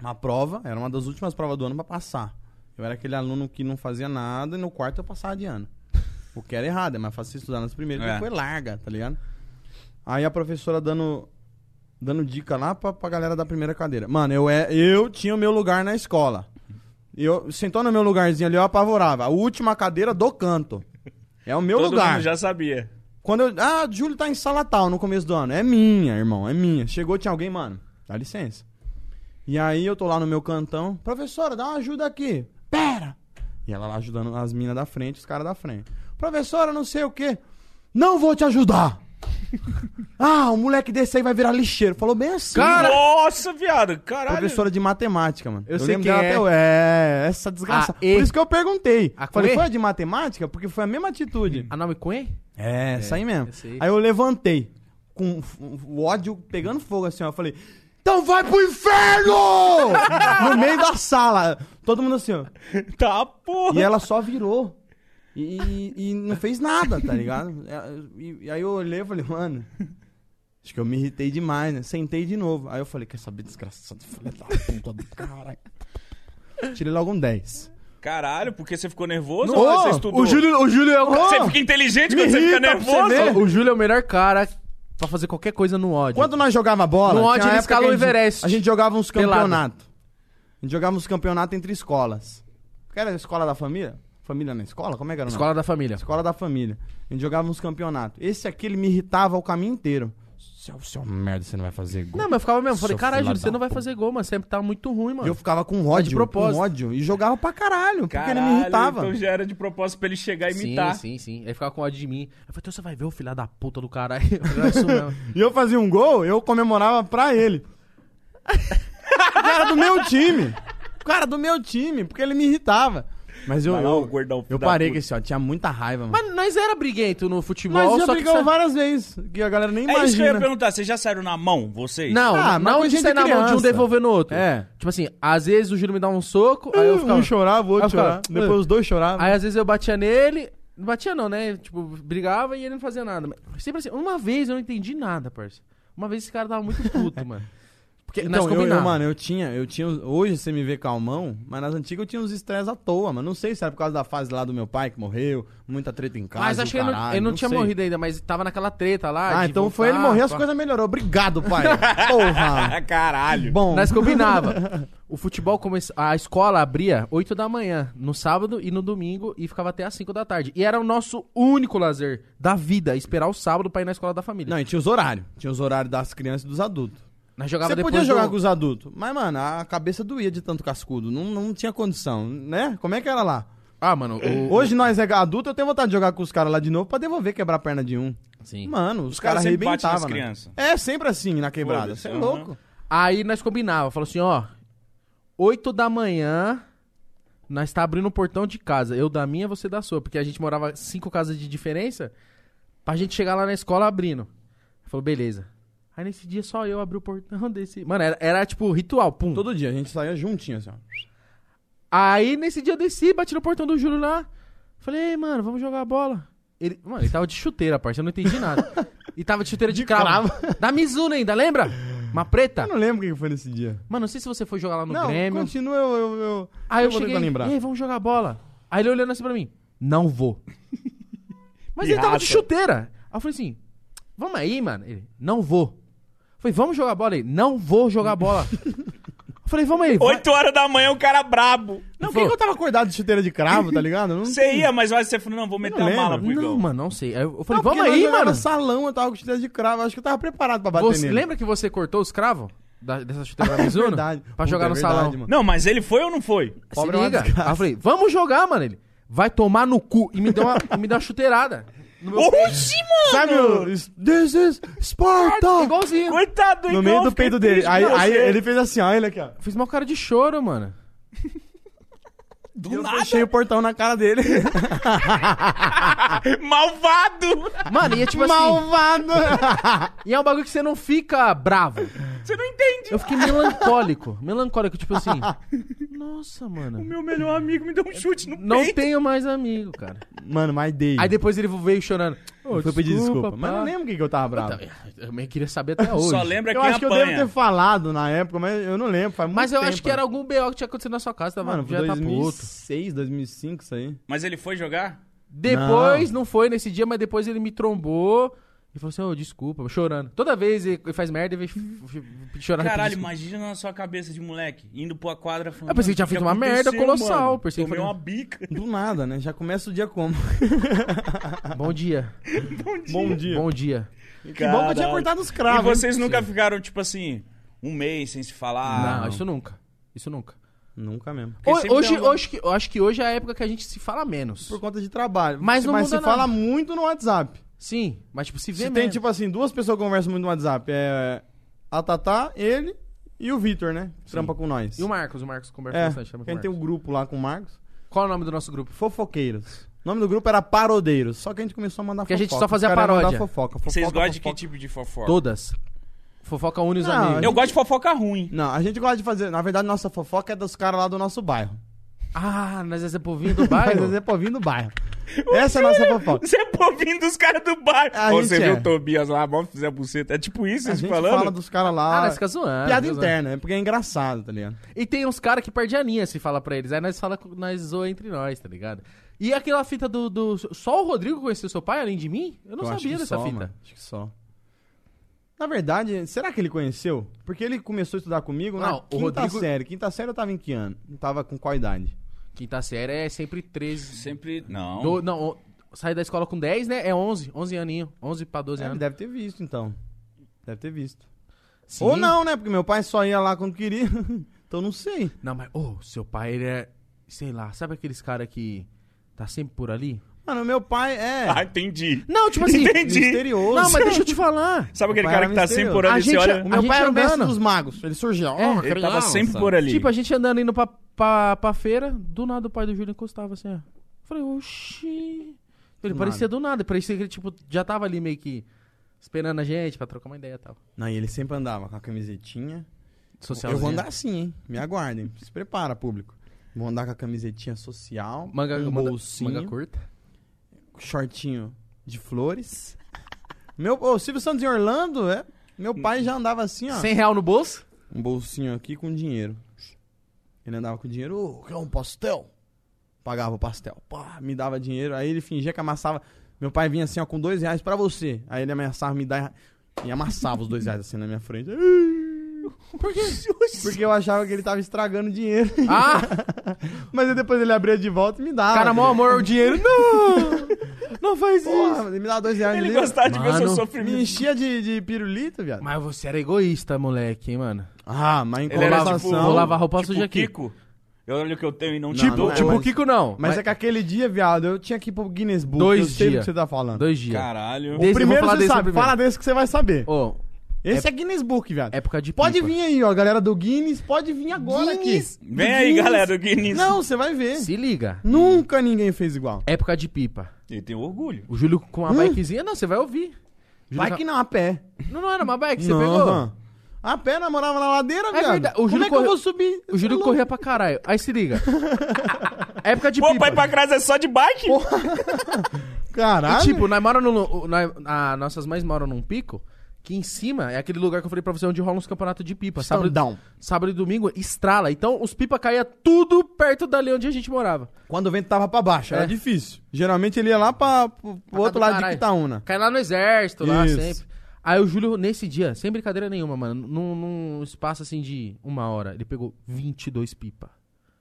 Speaker 1: Uma prova, era uma das últimas provas do ano pra passar. Eu era aquele aluno que não fazia nada e no quarto eu passava de ano. O que era errado, é mais fácil estudar nas primeiras,
Speaker 3: É.
Speaker 1: porque foi larga, tá ligado? Aí a professora dando dando dica lá pra, pra galera da primeira cadeira. Mano, eu, é, eu tinha o meu lugar na escola. Eu sentou no meu lugarzinho ali, eu apavorava. A última cadeira do canto. É o meu
Speaker 3: Todo
Speaker 1: lugar.
Speaker 3: mundo já sabia.
Speaker 1: Quando eu. Ah, Júlio tá em sala tal no começo do ano. É minha, irmão, é minha. Chegou, tinha alguém, mano. Dá licença. E aí eu tô lá no meu cantão. Professora, dá uma ajuda aqui. Pera! E ela lá ajudando as minas da frente, os caras da frente. Professora, não sei o quê. Não vou te ajudar! ah, o moleque desse aí vai virar lixeiro. Falou bem assim.
Speaker 2: Cara-
Speaker 3: Nossa, viado. Caralho.
Speaker 1: Professora de matemática, mano.
Speaker 2: Eu sei
Speaker 1: lembro
Speaker 2: quem
Speaker 1: dela
Speaker 2: é.
Speaker 1: até. o- É, essa desgraça.
Speaker 2: A E.
Speaker 1: Por isso que eu perguntei.
Speaker 2: A com
Speaker 1: Falei,
Speaker 2: E?
Speaker 1: foi a de matemática? Porque foi a mesma atitude.
Speaker 2: A nome Cunha?
Speaker 1: É, essa aí mesmo.
Speaker 2: essa aí.
Speaker 1: aí. eu levantei, com f- o ódio pegando fogo assim, ó. Eu falei, então vai pro inferno! no meio da sala. Todo mundo assim, ó.
Speaker 3: Tá, porra.
Speaker 1: E ela só virou. E, e- e não fez nada, tá ligado? E, e aí eu olhei e falei, mano. Acho que eu me irritei demais, né? Sentei de novo. Aí eu falei, quer saber, desgraçado? Filha da puta do caralho. Tirei logo um 10.
Speaker 3: Caralho, porque você ficou nervoso ou você
Speaker 1: Ô,
Speaker 3: estudou?
Speaker 1: o Júlio, o Júlio é o
Speaker 3: Você fica inteligente
Speaker 1: Me
Speaker 3: quando você fica
Speaker 2: Né?
Speaker 1: irrita pra você
Speaker 3: nervoso?
Speaker 1: ver.
Speaker 2: O Júlio é o melhor cara pra fazer qualquer coisa no ódio.
Speaker 1: Quando nós jogava bola,
Speaker 2: No
Speaker 1: tinha
Speaker 2: ódio,
Speaker 1: uma época
Speaker 2: ele
Speaker 1: que
Speaker 2: escala o
Speaker 1: a gente-
Speaker 2: Everest.
Speaker 1: A gente jogava uns
Speaker 2: Pelado.
Speaker 1: campeonatos. A gente jogava uns campeonatos entre escolas. Que era a escola da família? Família na escola? Como é que era o nome?
Speaker 2: Escola da família.
Speaker 1: Escola da família. A gente jogava uns campeonatos. Esse aqui, ele me irritava o caminho inteiro. Seu, seu merda, você não vai fazer gol.
Speaker 2: Não, mas eu ficava mesmo. Falei,
Speaker 1: Seu
Speaker 2: caralho,
Speaker 1: filho
Speaker 2: Júlio, você
Speaker 1: da
Speaker 2: não vai
Speaker 1: puta."
Speaker 2: fazer gol, mano. Sempre tá muito ruim,
Speaker 1: E eu
Speaker 2: mano.
Speaker 1: ficava com
Speaker 2: É de
Speaker 1: ódio, com
Speaker 2: propósito.
Speaker 1: ódio. E jogava pra caralho, porque
Speaker 3: Caralho,
Speaker 1: ele me irritava.
Speaker 3: Então já era de propósito pra ele chegar e
Speaker 2: Sim,
Speaker 3: imitar.
Speaker 2: sim, sim. Aí ficava com ódio de mim. Eu falei, então você vai ver o filho da puta do caralho. Eu falei, "É isso mesmo."
Speaker 1: E eu fazia um gol, eu comemorava pra ele. O cara do meu time. O cara do meu time, porque ele me irritava. Mas eu,
Speaker 3: Vai lá, o
Speaker 1: eu,
Speaker 3: gordão,
Speaker 1: eu
Speaker 3: filho da
Speaker 1: parei
Speaker 3: puta.
Speaker 1: com esse, ó. Tinha muita raiva, mano.
Speaker 2: Mas nós era briguento no futebol,
Speaker 1: Nós já
Speaker 2: só que...
Speaker 1: brigamos
Speaker 2: sa-
Speaker 1: várias vezes, que a galera nem
Speaker 3: É isso que eu ia
Speaker 1: imagina.
Speaker 3: perguntar. Vocês já saíram na mão, vocês?
Speaker 2: Não,
Speaker 1: Ah, mas
Speaker 2: não
Speaker 1: quando a
Speaker 2: de
Speaker 1: gente
Speaker 2: sair
Speaker 1: é
Speaker 2: na mão de um
Speaker 1: criança.
Speaker 2: devolver no outro.
Speaker 1: É.
Speaker 2: Tipo assim, às vezes o Júlio me dá um soco, aí eu ficava...
Speaker 1: Um chorava, o
Speaker 2: Aí eu
Speaker 1: outro
Speaker 2: ficava-
Speaker 1: chorava.
Speaker 4: É.
Speaker 1: Depois os dois choravam.
Speaker 2: Aí às vezes eu batia nele, não batia não, né? Tipo, brigava e ele não fazia nada. Mas sempre assim, uma vez eu não entendi nada, parça. Uma vez esse cara tava muito puto, mano. Porque nós
Speaker 1: Então, eu, eu,
Speaker 2: combinávamos.
Speaker 1: mano, eu tinha, eu tinha. uns- Hoje você me vê calmão, mas nas antigas eu tinha uns estresses à toa, mano. Não sei se era por causa da fase lá do meu pai que morreu, muita treta em casa.
Speaker 2: mas acho
Speaker 1: o
Speaker 2: que ele não,
Speaker 1: caralho,
Speaker 2: ele não tinha
Speaker 1: sei.
Speaker 2: morrido ainda, mas tava naquela treta lá.
Speaker 1: Ah,
Speaker 2: de
Speaker 1: então foi ele
Speaker 2: voltar,
Speaker 1: morrer, as
Speaker 2: pá.
Speaker 1: coisas melhorou. Obrigado, pai. Porra.
Speaker 3: Ah, caralho.
Speaker 1: Bom.
Speaker 2: Nós combinava. O futebol começa, a escola abria 8 da manhã, no sábado e no domingo, e ficava até as 5 da tarde. E era o nosso único lazer da vida, esperar o sábado pra ir na escola da família.
Speaker 1: Não, e tinha os horários. Tinha os horários das crianças e dos adultos.
Speaker 2: Nós jogava
Speaker 1: Você
Speaker 2: depois
Speaker 1: podia jogar
Speaker 2: do...
Speaker 1: com os adultos, mas, mano, a cabeça doía de tanto cascudo. Não, não tinha condição, né? Como é que era lá?
Speaker 2: Ah, mano, o...
Speaker 1: Hoje nós é adulto, eu tenho vontade de jogar com os caras lá de novo pra devolver quebrar a perna de um.
Speaker 2: Sim.
Speaker 1: Mano, os,
Speaker 3: Os caras
Speaker 1: caras
Speaker 3: sempre batem nas
Speaker 1: arrebentavam. né?
Speaker 3: crianças.
Speaker 1: É, sempre assim, na quebrada.
Speaker 3: Foda-se,
Speaker 1: Você é
Speaker 3: aham.
Speaker 1: louco.
Speaker 2: Aí nós combinava, falou assim, ó, 8 da manhã, nós tá abrindo o portão de casa, eu da minha, você da sua, porque a gente morava cinco casas de diferença, pra gente chegar lá na escola abrindo. Falou, beleza. Aí nesse dia só eu abri o portão desse... Mano, era, era tipo ritual, pum.
Speaker 1: Todo dia, a gente saía juntinho, assim, ó.
Speaker 2: Aí nesse dia eu desci, bati no portão do Júlio lá. Falei, Ei, mano, vamos jogar bola. Ele, mano, ele tava de chuteira, parça, eu não entendi nada. E tava de chuteira de, cravo. Da Mizuno ainda, lembra? Uma preta.
Speaker 1: Eu não lembro o que que foi nesse dia.
Speaker 2: Mano, não sei se você foi jogar lá no
Speaker 1: não,
Speaker 2: Grêmio.
Speaker 1: continua, eu... eu, Ah, eu...
Speaker 2: Aí eu,
Speaker 1: vou
Speaker 2: cheguei,
Speaker 1: tentar lembrar.
Speaker 2: ei, vamos jogar bola. Aí ele olhando assim pra mim, não vou. Mas ele tava de
Speaker 3: Pirraça.
Speaker 2: chuteira. Aí eu falei assim, vamos aí, mano. Ele, não vou. Eu falei, vamos jogar bola. Ele, não vou jogar bola. Eu falei, vamos aí. vai.
Speaker 3: 8 horas da manhã, o cara brabo.
Speaker 1: Não, por
Speaker 2: Vou.
Speaker 1: que que eu tava acordado de chuteira de cravo, tá ligado? Eu Não
Speaker 3: Você ia, mas você falou, não, vou meter
Speaker 1: não
Speaker 3: a mala pro
Speaker 2: Não,
Speaker 3: Igão.
Speaker 2: mano, não sei. Aí eu
Speaker 1: Não,
Speaker 2: falei, vamos
Speaker 1: é porque nós
Speaker 2: aí,
Speaker 1: jogava
Speaker 2: mano.
Speaker 1: salão, eu tava com chuteira de cravo. Acho que eu tava preparado pra bater
Speaker 2: Você,
Speaker 1: nele. É
Speaker 2: lembra que você cortou os cravos da- dessa chuteira da Mizuno?
Speaker 1: verdade.
Speaker 2: Pra
Speaker 1: Puta,
Speaker 2: jogar
Speaker 1: é
Speaker 2: no
Speaker 1: verdade,
Speaker 2: salão.
Speaker 1: mano.
Speaker 3: Não, mas ele foi ou não foi?
Speaker 1: Pobre é
Speaker 2: Se
Speaker 1: uma
Speaker 2: liga.
Speaker 1: desgraça.
Speaker 2: Aí eu falei, vamos jogar, mano. Ele, vai tomar no cu. E me deu uma, e me deu uma chuteirada. No meu
Speaker 3: Oxi, mano!
Speaker 1: Sabe o... This is
Speaker 2: peito,
Speaker 1: Sparta!
Speaker 2: igualzinho.
Speaker 3: Coitado do
Speaker 1: No
Speaker 3: Igão.
Speaker 1: meio do
Speaker 3: fiquei
Speaker 1: peito dele.
Speaker 3: triste
Speaker 1: Aí,
Speaker 3: com
Speaker 1: aí
Speaker 3: você.
Speaker 1: ele fez assim, ó, ele aqui, ó.
Speaker 2: Fiz mal cara de choro, mano.
Speaker 3: Do
Speaker 1: Eu
Speaker 3: nada,
Speaker 1: fechei o portão na cara dele.
Speaker 2: Tipo
Speaker 3: malvado!
Speaker 2: Mano, e é tipo assim.
Speaker 1: Malvado!
Speaker 2: E é um bagulho que você não fica bravo.
Speaker 3: Você não entende.
Speaker 2: Eu fiquei melancólico. Melancólico, tipo assim. Nossa, mano.
Speaker 3: Meu melhor amigo me deu um chute no
Speaker 2: Não
Speaker 3: peito.
Speaker 2: tenho mais amigo, cara.
Speaker 1: Mano, mas dei.
Speaker 2: Aí depois ele veio chorando. Ô,
Speaker 1: Foi pedir desculpa.
Speaker 2: pá.
Speaker 1: Mas não é lembro o que, que eu tava bravo.
Speaker 2: Eu meio queria saber até hoje.
Speaker 3: Só lembra
Speaker 1: Eu
Speaker 3: quem
Speaker 1: acho que eu
Speaker 3: apanha.
Speaker 1: devo ter falado na época, mas eu não lembro. Faz
Speaker 2: Mas
Speaker 1: muito
Speaker 2: eu acho
Speaker 1: tempo,
Speaker 2: que
Speaker 1: né?
Speaker 2: era algum BO que tinha acontecido na sua casa. Tava,
Speaker 1: Mano, foi
Speaker 2: já tá puto.
Speaker 1: 2006, 2005, isso aí.
Speaker 3: Mas ele foi jogar?
Speaker 2: Depois, não. foi nesse dia, mas depois ele me trombou e falou assim: Ô, desculpa, chorando. Toda vez ele ele faz merda e vem chorando.
Speaker 3: Caralho,
Speaker 2: mas.
Speaker 3: imagina na sua cabeça de moleque, indo pra quadra falando...
Speaker 2: Eu pensei que tinha
Speaker 3: "O
Speaker 2: feito uma merda
Speaker 3: aconteceu,
Speaker 2: colossal,
Speaker 3: mano?
Speaker 2: pensei que
Speaker 3: Tomei
Speaker 2: foi-
Speaker 3: uma bica.
Speaker 1: Do nada, né? Já começa o dia como?
Speaker 2: Bom dia.
Speaker 1: Bom dia.
Speaker 2: Bom dia.
Speaker 1: Que bom que eu tinha cortado os cravos.
Speaker 3: E vocês
Speaker 1: hein?
Speaker 3: nunca ficaram, tipo assim, um mês sem se falar?
Speaker 2: não, isso nunca. Isso nunca.
Speaker 1: Nunca mesmo.
Speaker 3: Porque
Speaker 2: Ho-
Speaker 3: sempre
Speaker 2: Hoje,
Speaker 3: tem alguma-
Speaker 2: hoje, que- eu acho que hoje é a época que a gente se fala menos.
Speaker 1: Por conta de trabalho.
Speaker 2: Mas não
Speaker 1: mas
Speaker 2: muda
Speaker 1: se
Speaker 2: nada.
Speaker 1: fala muito no WhatsApp.
Speaker 2: Sim, mas tipo, se vê
Speaker 1: Se tem,
Speaker 2: menos.
Speaker 1: tipo assim, duas pessoas que conversam muito no WhatsApp. É a Tatá, ele e o Vitor, né? Trampa com nós.
Speaker 2: E o Marcos, o Marcos conversa
Speaker 1: É,
Speaker 2: bastante também.
Speaker 1: porque a gente tem um grupo lá com o Marcos.
Speaker 2: Qual é o nome do nosso grupo?
Speaker 1: Fofoqueiros. O nome do grupo era Parodeiros. Só que a gente começou a mandar
Speaker 2: Porque a
Speaker 1: fofoca.
Speaker 2: gente só fazia
Speaker 1: Os caras iam mandar
Speaker 2: paródia.
Speaker 1: Fofoca, é fofoca,
Speaker 3: Vocês gostam de
Speaker 1: fofoca.
Speaker 3: que tipo de fofoca?
Speaker 2: Todas. Fofoca une os
Speaker 1: Não,
Speaker 2: amigos.
Speaker 1: eu-
Speaker 3: Eu gosto de fofoca ruim.
Speaker 1: Não, a gente gosta de fazer. Na verdade, nossa fofoca é dos caras lá do nosso bairro.
Speaker 2: Ah, nós é Zé Povinho do
Speaker 1: Mas
Speaker 2: bairro.
Speaker 1: é povinho do bairro. Essa é a nossa fofoca.
Speaker 3: Você é povinho dos caras do bairro.
Speaker 1: A
Speaker 3: Ô,
Speaker 1: gente
Speaker 3: Você viu
Speaker 1: é.
Speaker 3: o Tobias lá, mal fizer a buceta. É tipo isso,
Speaker 1: A
Speaker 3: vocês
Speaker 1: gente
Speaker 3: falando?
Speaker 1: fala dos caras
Speaker 2: Ah,
Speaker 1: lá.
Speaker 2: nós fica zoando.
Speaker 1: piada
Speaker 2: fica zoando.
Speaker 1: interna, é porque é engraçado, tá ligado?
Speaker 2: E tem uns caras que perdem a linha se fala pra eles. Aí nós fala, com- nós zoa entre nós, tá ligado? E aquela fita do, do- Só o Rodrigo conheceu seu pai, além de mim? Eu não
Speaker 1: Eu acho
Speaker 2: sabia
Speaker 1: que
Speaker 2: dessa
Speaker 1: só,
Speaker 2: fita.
Speaker 1: mano, Acho que só. Na verdade, será que ele conheceu? Porque ele começou a estudar comigo na
Speaker 2: Não, o
Speaker 1: quinta
Speaker 2: Rodrigo-
Speaker 1: série. Quinta série eu tava em que ano? Eu tava com qual idade?
Speaker 2: Quinta série é sempre 13.
Speaker 3: Sempre. Não.
Speaker 2: Do, não, o- saí da escola com 10, né? É 11. 11 aninho. 11 pra 12
Speaker 1: É, ele
Speaker 2: anos.
Speaker 1: deve ter visto, então. Deve ter visto.
Speaker 2: Sim.
Speaker 1: Ou não, né? Porque meu pai só ia lá quando queria. então não sei.
Speaker 2: Não, mas, ô, seu pai, ele é. Sei lá, sabe aqueles cara que tá sempre por ali?
Speaker 1: Mano, meu pai é
Speaker 3: Ah, entendi.
Speaker 2: Não, tipo assim.
Speaker 3: Entendi.
Speaker 1: misterioso.
Speaker 2: Não, mas deixa eu te falar.
Speaker 1: Meu
Speaker 3: Sabe aquele
Speaker 1: pai
Speaker 3: cara
Speaker 1: era
Speaker 3: que tá sempre
Speaker 1: misterioso.
Speaker 3: por
Speaker 2: A
Speaker 3: ali, você
Speaker 2: gente-
Speaker 3: olha.
Speaker 1: O meu pai
Speaker 2: A gente
Speaker 1: era o mestre
Speaker 2: andando.
Speaker 1: dos magos. Ele surgiu. ó,
Speaker 2: É,
Speaker 3: Ele tava
Speaker 1: criança.
Speaker 3: sempre por ali.
Speaker 2: Tipo, a gente andando indo pra, pra, pra feira, do nada o pai do Júlio encostava assim, ó. Falei, oxi. Ele
Speaker 1: Do
Speaker 2: parecia do nada, parecia que ele, tipo, já tava ali meio que esperando a gente pra trocar uma ideia e tal.
Speaker 1: Não, e ele sempre andava com a camisetinha.
Speaker 2: Social.
Speaker 1: Eu vou andar assim, hein? Me aguardem. Se prepara, público. Vou andar com a camisetinha social,
Speaker 2: Manga,
Speaker 1: um
Speaker 2: manga,
Speaker 1: bolsinho,
Speaker 2: manga curta.
Speaker 1: shortinho de flores. Meu, ô, Silvio Santos em Orlando, é? Meu pai já andava assim, ó.
Speaker 2: 100 real no bolso?
Speaker 1: Um bolsinho aqui com dinheiro. Ele andava com dinheiro, ô, quer um pastel? Pagava o pastel. Pá, me dava dinheiro. Aí ele fingia que amassava. Meu pai vinha assim, ó, com dois reais pra você. Aí ele ameaçava me dar. E amassava os dois reais assim na minha frente.
Speaker 2: Por quê?
Speaker 1: Porque eu achava que ele tava estragando o dinheiro.
Speaker 2: Ah,
Speaker 1: Mas aí depois ele abria de volta e me dava.
Speaker 2: cara, mó amor o dinheiro. Não! Não faz isso.
Speaker 1: Porra, ele me dava dois reais
Speaker 3: Ele
Speaker 1: no livro.
Speaker 3: gostava de ver o seu
Speaker 2: Mano,
Speaker 3: sofrimento.
Speaker 1: Me enchia de, de pirulito, viado.
Speaker 2: Mas você era egoísta, moleque, hein, mano.
Speaker 1: Ah, mas em
Speaker 3: Ele era
Speaker 1: compensação...
Speaker 3: tipo.
Speaker 2: vou lavar roupa
Speaker 3: tipo
Speaker 2: suja aqui.
Speaker 3: Kiko. Eu olho o que eu tenho e não, te
Speaker 2: tipo,
Speaker 3: dou.
Speaker 1: não é,
Speaker 2: tipo, o
Speaker 1: mas-
Speaker 2: Kiko não.
Speaker 1: Mas é que aquele dia, viado, eu tinha que ir pro Guinness Book.
Speaker 2: Dois
Speaker 1: eu sei do
Speaker 2: dias.
Speaker 1: que você tá falando.
Speaker 2: dois dias. Desse
Speaker 3: Caralho.
Speaker 2: eu
Speaker 1: O
Speaker 2: vou
Speaker 1: primeiro
Speaker 2: falar
Speaker 1: você
Speaker 2: desse no
Speaker 1: sabe.
Speaker 2: primeiro.
Speaker 1: Fala desse que você vai saber.
Speaker 2: Ô,
Speaker 1: Esse é, Guinness Book, viado.
Speaker 2: época de
Speaker 1: Pode
Speaker 2: pipa.
Speaker 1: vir aí, ó. Galera do Guinness, pode vir agora aqui. Do
Speaker 3: Vem aí,
Speaker 1: Guinness.
Speaker 3: galera, o Guinness.
Speaker 1: Não, você vai ver.
Speaker 2: Se liga.
Speaker 1: Nunca ninguém fez igual.
Speaker 2: Época de pipa.
Speaker 3: Ele tem orgulho.
Speaker 2: O Júlio com
Speaker 1: Hum.
Speaker 2: a bikezinha, não, você vai ouvir. O Júlio
Speaker 1: Vai
Speaker 2: com a-
Speaker 1: que não, a pé.
Speaker 2: Não, não era uma bike, você
Speaker 1: tá- Não,
Speaker 2: pegou.
Speaker 1: aham. A pé namorava na ladeira, viado.
Speaker 2: verdade, o
Speaker 1: Como
Speaker 2: Júlio
Speaker 1: é que eu
Speaker 2: correu-
Speaker 1: vou subir? é
Speaker 2: O Júlio corria pra caralho. Aí se liga. Época de
Speaker 3: Pô,
Speaker 2: pipa.
Speaker 3: pai pra trás é só de bike?
Speaker 2: E,
Speaker 1: Caralho.
Speaker 2: tipo, nós mora no, nós- a- nossas mães moram num pico, que em cima é aquele lugar que eu falei pra você, onde rola uns campeonatos de pipa. Sábado,
Speaker 1: Sandão.
Speaker 2: sábado e domingo, estrala. Então, os pipa caía tudo perto dali onde a gente morava.
Speaker 1: Quando o vento tava pra baixo, era
Speaker 2: É.
Speaker 1: difícil. Geralmente ele ia lá pra, pro, pro
Speaker 2: Pra
Speaker 1: outro
Speaker 2: cá do
Speaker 1: lado de
Speaker 2: caralho.
Speaker 1: Quitaúna.
Speaker 2: Cai lá no exército, lá
Speaker 1: Isso.
Speaker 2: sempre. Aí o Júlio, nesse dia, sem brincadeira nenhuma, mano, num, num espaço assim de uma hora, ele pegou 22 pipa.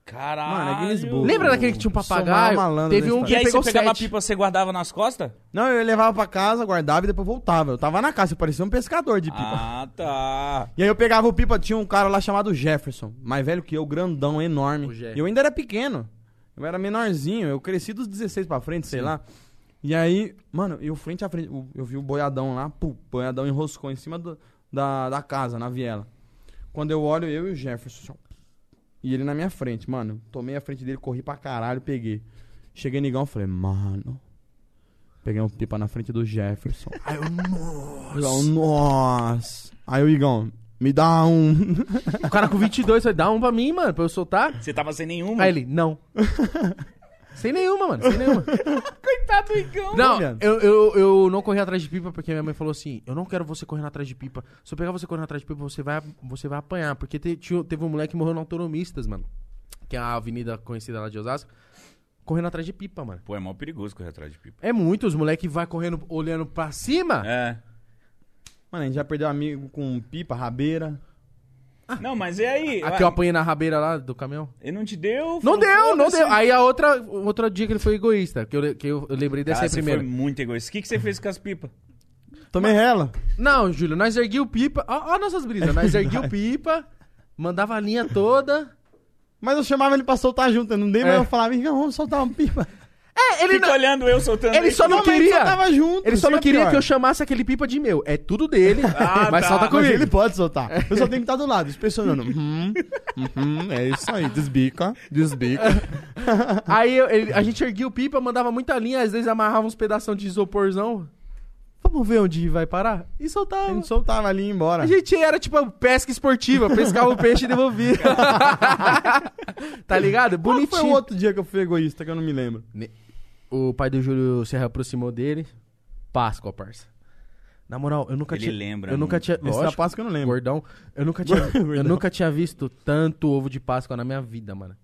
Speaker 3: Caralho.
Speaker 1: Mano, é Guinness Book.
Speaker 2: Lembra daquele que tinha um
Speaker 1: Sou
Speaker 2: papagaio?
Speaker 1: maior malandro tá-
Speaker 2: Teve
Speaker 1: da
Speaker 2: um
Speaker 1: história.
Speaker 2: que
Speaker 3: E aí
Speaker 2: pegou
Speaker 3: você pegava a
Speaker 2: sete.
Speaker 3: pipa, você guardava nas costas?
Speaker 1: Não, eu levava pra casa, guardava e depois voltava. Eu tava na casa, eu parecia um pescador de pipa.
Speaker 3: Ah, tá.
Speaker 1: E aí eu pegava o pipa, tinha um cara lá chamado Jefferson, mais velho que eu, grandão,
Speaker 2: O
Speaker 1: enorme.
Speaker 2: Jé.
Speaker 1: E eu ainda era pequeno. Eu era menorzinho, eu cresci dos 16 pra frente, sei lá. E aí, mano, eu frente a frente, eu- eu vi o boiadão lá, pum, o boiadão enroscou em cima do- da, da casa, na viela. Quando eu olho, eu e o Jefferson. assim, ó, E ele na minha frente, mano. Tomei a frente dele, corri pra caralho, peguei. Cheguei no Igão, falei, mano. Peguei um pipa na frente do Jefferson.
Speaker 2: Aí eu, nossa.
Speaker 1: Igão, nossa. Aí o Igão, me dá um.
Speaker 2: O cara com 22 vai dar um pra mim, mano, pra eu soltar.
Speaker 3: Você tava sem nenhuma?
Speaker 2: Aí ele, não. sem nenhuma, mano, sem nenhuma.
Speaker 3: Coitado do Igão. Tá
Speaker 2: Não,
Speaker 1: viado.
Speaker 2: eu, eu, eu não corri atrás de pipa porque minha mãe falou assim: eu não quero você correndo atrás de pipa. Se eu pegar você correndo atrás de pipa, você vai, você vai apanhar. Porque te- tinha- teve um moleque que morreu no Autonomistas, mano. Que é a avenida conhecida lá de Osasco. Correndo atrás de pipa, mano.
Speaker 3: Pô, é mó perigoso correr atrás de pipa.
Speaker 2: É muito, os moleque vai correndo, olhando pra cima.
Speaker 3: É.
Speaker 1: Mano, a gente já perdeu amigo com pipa, rabeira.
Speaker 3: Não, mas e aí?
Speaker 2: Ah, Aqui eu apanhei na rabeira lá do caminhão.
Speaker 3: Ele não te deu?
Speaker 2: Não
Speaker 3: Falou,
Speaker 2: deu, não
Speaker 3: foda-se.
Speaker 2: deu. Aí a outra, o outro dia que ele foi egoísta, que eu, le- que eu eu lembrei dessa
Speaker 3: Cara,
Speaker 2: aí
Speaker 3: Ah, você
Speaker 2: primeiro.
Speaker 3: foi muito egoísta. O que, que você fez com as pipas?
Speaker 1: Tomei rela.
Speaker 2: Não, Júlio, nós erguiu pipa. Ó, ó nossas brisas,
Speaker 1: É
Speaker 2: nós erguiu pipa, mandava a linha toda.
Speaker 1: Mas eu chamava ele pra soltar junto, eu não dei,
Speaker 2: É.
Speaker 1: mas eu falava, "Ih, vamos soltar uma pipa.
Speaker 2: É, ele
Speaker 3: Fica
Speaker 2: não,
Speaker 3: olhando eu soltando
Speaker 2: Ele
Speaker 3: isso.
Speaker 2: só não
Speaker 1: mas
Speaker 2: queria.
Speaker 1: soltava junto.
Speaker 2: ele só
Speaker 1: isso
Speaker 2: não
Speaker 1: é
Speaker 2: queria
Speaker 1: pior. Ah,
Speaker 2: que eu chamasse aquele pipa de meu. É tudo dele, mas
Speaker 3: tá.
Speaker 2: solta
Speaker 1: Mas
Speaker 2: comigo.
Speaker 1: ele pode soltar.
Speaker 2: É.
Speaker 1: Eu só tenho que estar do lado, inspecionando. Uhum, uhum, é isso aí. Desbica, desbica.
Speaker 2: Aí eu- ele- a gente erguiu pipa, mandava muita linha, às vezes amarrava uns pedaços de isoporzão. Vamos ver onde vai parar? E
Speaker 1: A
Speaker 2: soltava.
Speaker 1: gente soltava ali e ia embora.
Speaker 2: A gente era tipo pesca esportiva, pescava o peixe e devolvia. tá ligado?
Speaker 1: Qual
Speaker 2: Bonitinho.
Speaker 1: foi o outro dia que eu fui egoísta, que eu não me lembro?
Speaker 2: O pai do Júlio se aproximou dele. Páscoa, parça. Na moral, eu nunca
Speaker 3: Ele
Speaker 2: tinha.
Speaker 3: lembra né?
Speaker 2: Eu nunca
Speaker 3: muito.
Speaker 2: tinha.
Speaker 1: Esse da
Speaker 2: Lógico,
Speaker 1: Páscoa eu não lembro.
Speaker 2: gordão. Eu nunca tinha, eu
Speaker 1: Gordão.
Speaker 2: nunca tinha visto tanto ovo de Páscoa na minha vida, mano.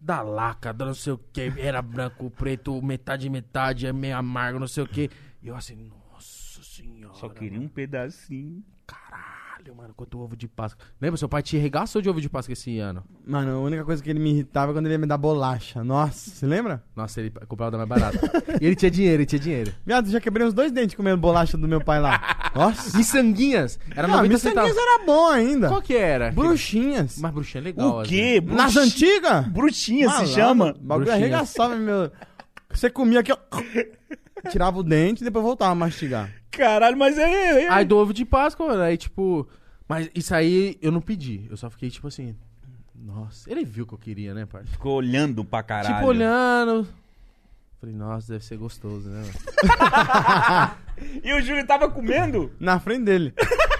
Speaker 2: Da laca, da não sei o que, era branco, preto, metade, metade, é meio amargo, não sei o que. E eu assim, nossa senhora.
Speaker 3: Só queria um pedacinho.
Speaker 2: Caralho, mano, quanto ovo de Páscoa. Lembra, seu pai te regaçou de ovo de Páscoa esse ano?
Speaker 1: Mano, a única coisa que ele me irritava é quando ele ia me dar bolacha. Nossa, você lembra?
Speaker 2: Nossa, ele comprava da mais barata. e ele tinha dinheiro, ele tinha dinheiro.
Speaker 1: Viado, já quebrei os dois dentes comendo bolacha do meu pai lá. Nossa.
Speaker 2: Miçanguinhas. Era
Speaker 1: Não,
Speaker 2: 90
Speaker 1: miçanguinhas
Speaker 2: centavos.
Speaker 1: era bom ainda.
Speaker 2: Qual que era?
Speaker 1: Bruxinhas.
Speaker 2: Mas bruxinha é legal.
Speaker 3: O
Speaker 2: às
Speaker 3: quê?
Speaker 2: vezes.
Speaker 1: Nas
Speaker 3: Bruxi-
Speaker 1: antigas?
Speaker 3: Brutinha se
Speaker 1: Malandro,
Speaker 3: chama.
Speaker 1: O bagulho
Speaker 2: Bruxinha.
Speaker 1: arregaçava, meu. Você comia aqui, ó. Tirava o dente e depois voltava a mastigar.
Speaker 3: Caralho, mas é. é-
Speaker 2: Aí do ovo de Páscoa, mano. Aí, tipo... Mas isso aí eu não pedi. Eu só fiquei, tipo assim... Nossa, ele viu o que eu queria, né, parça?
Speaker 3: Ficou olhando pra caralho.
Speaker 2: Tipo, olhando... Falei, nossa, deve ser gostoso, né, mano?
Speaker 3: E o Júlio tava comendo?
Speaker 1: Na frente dele.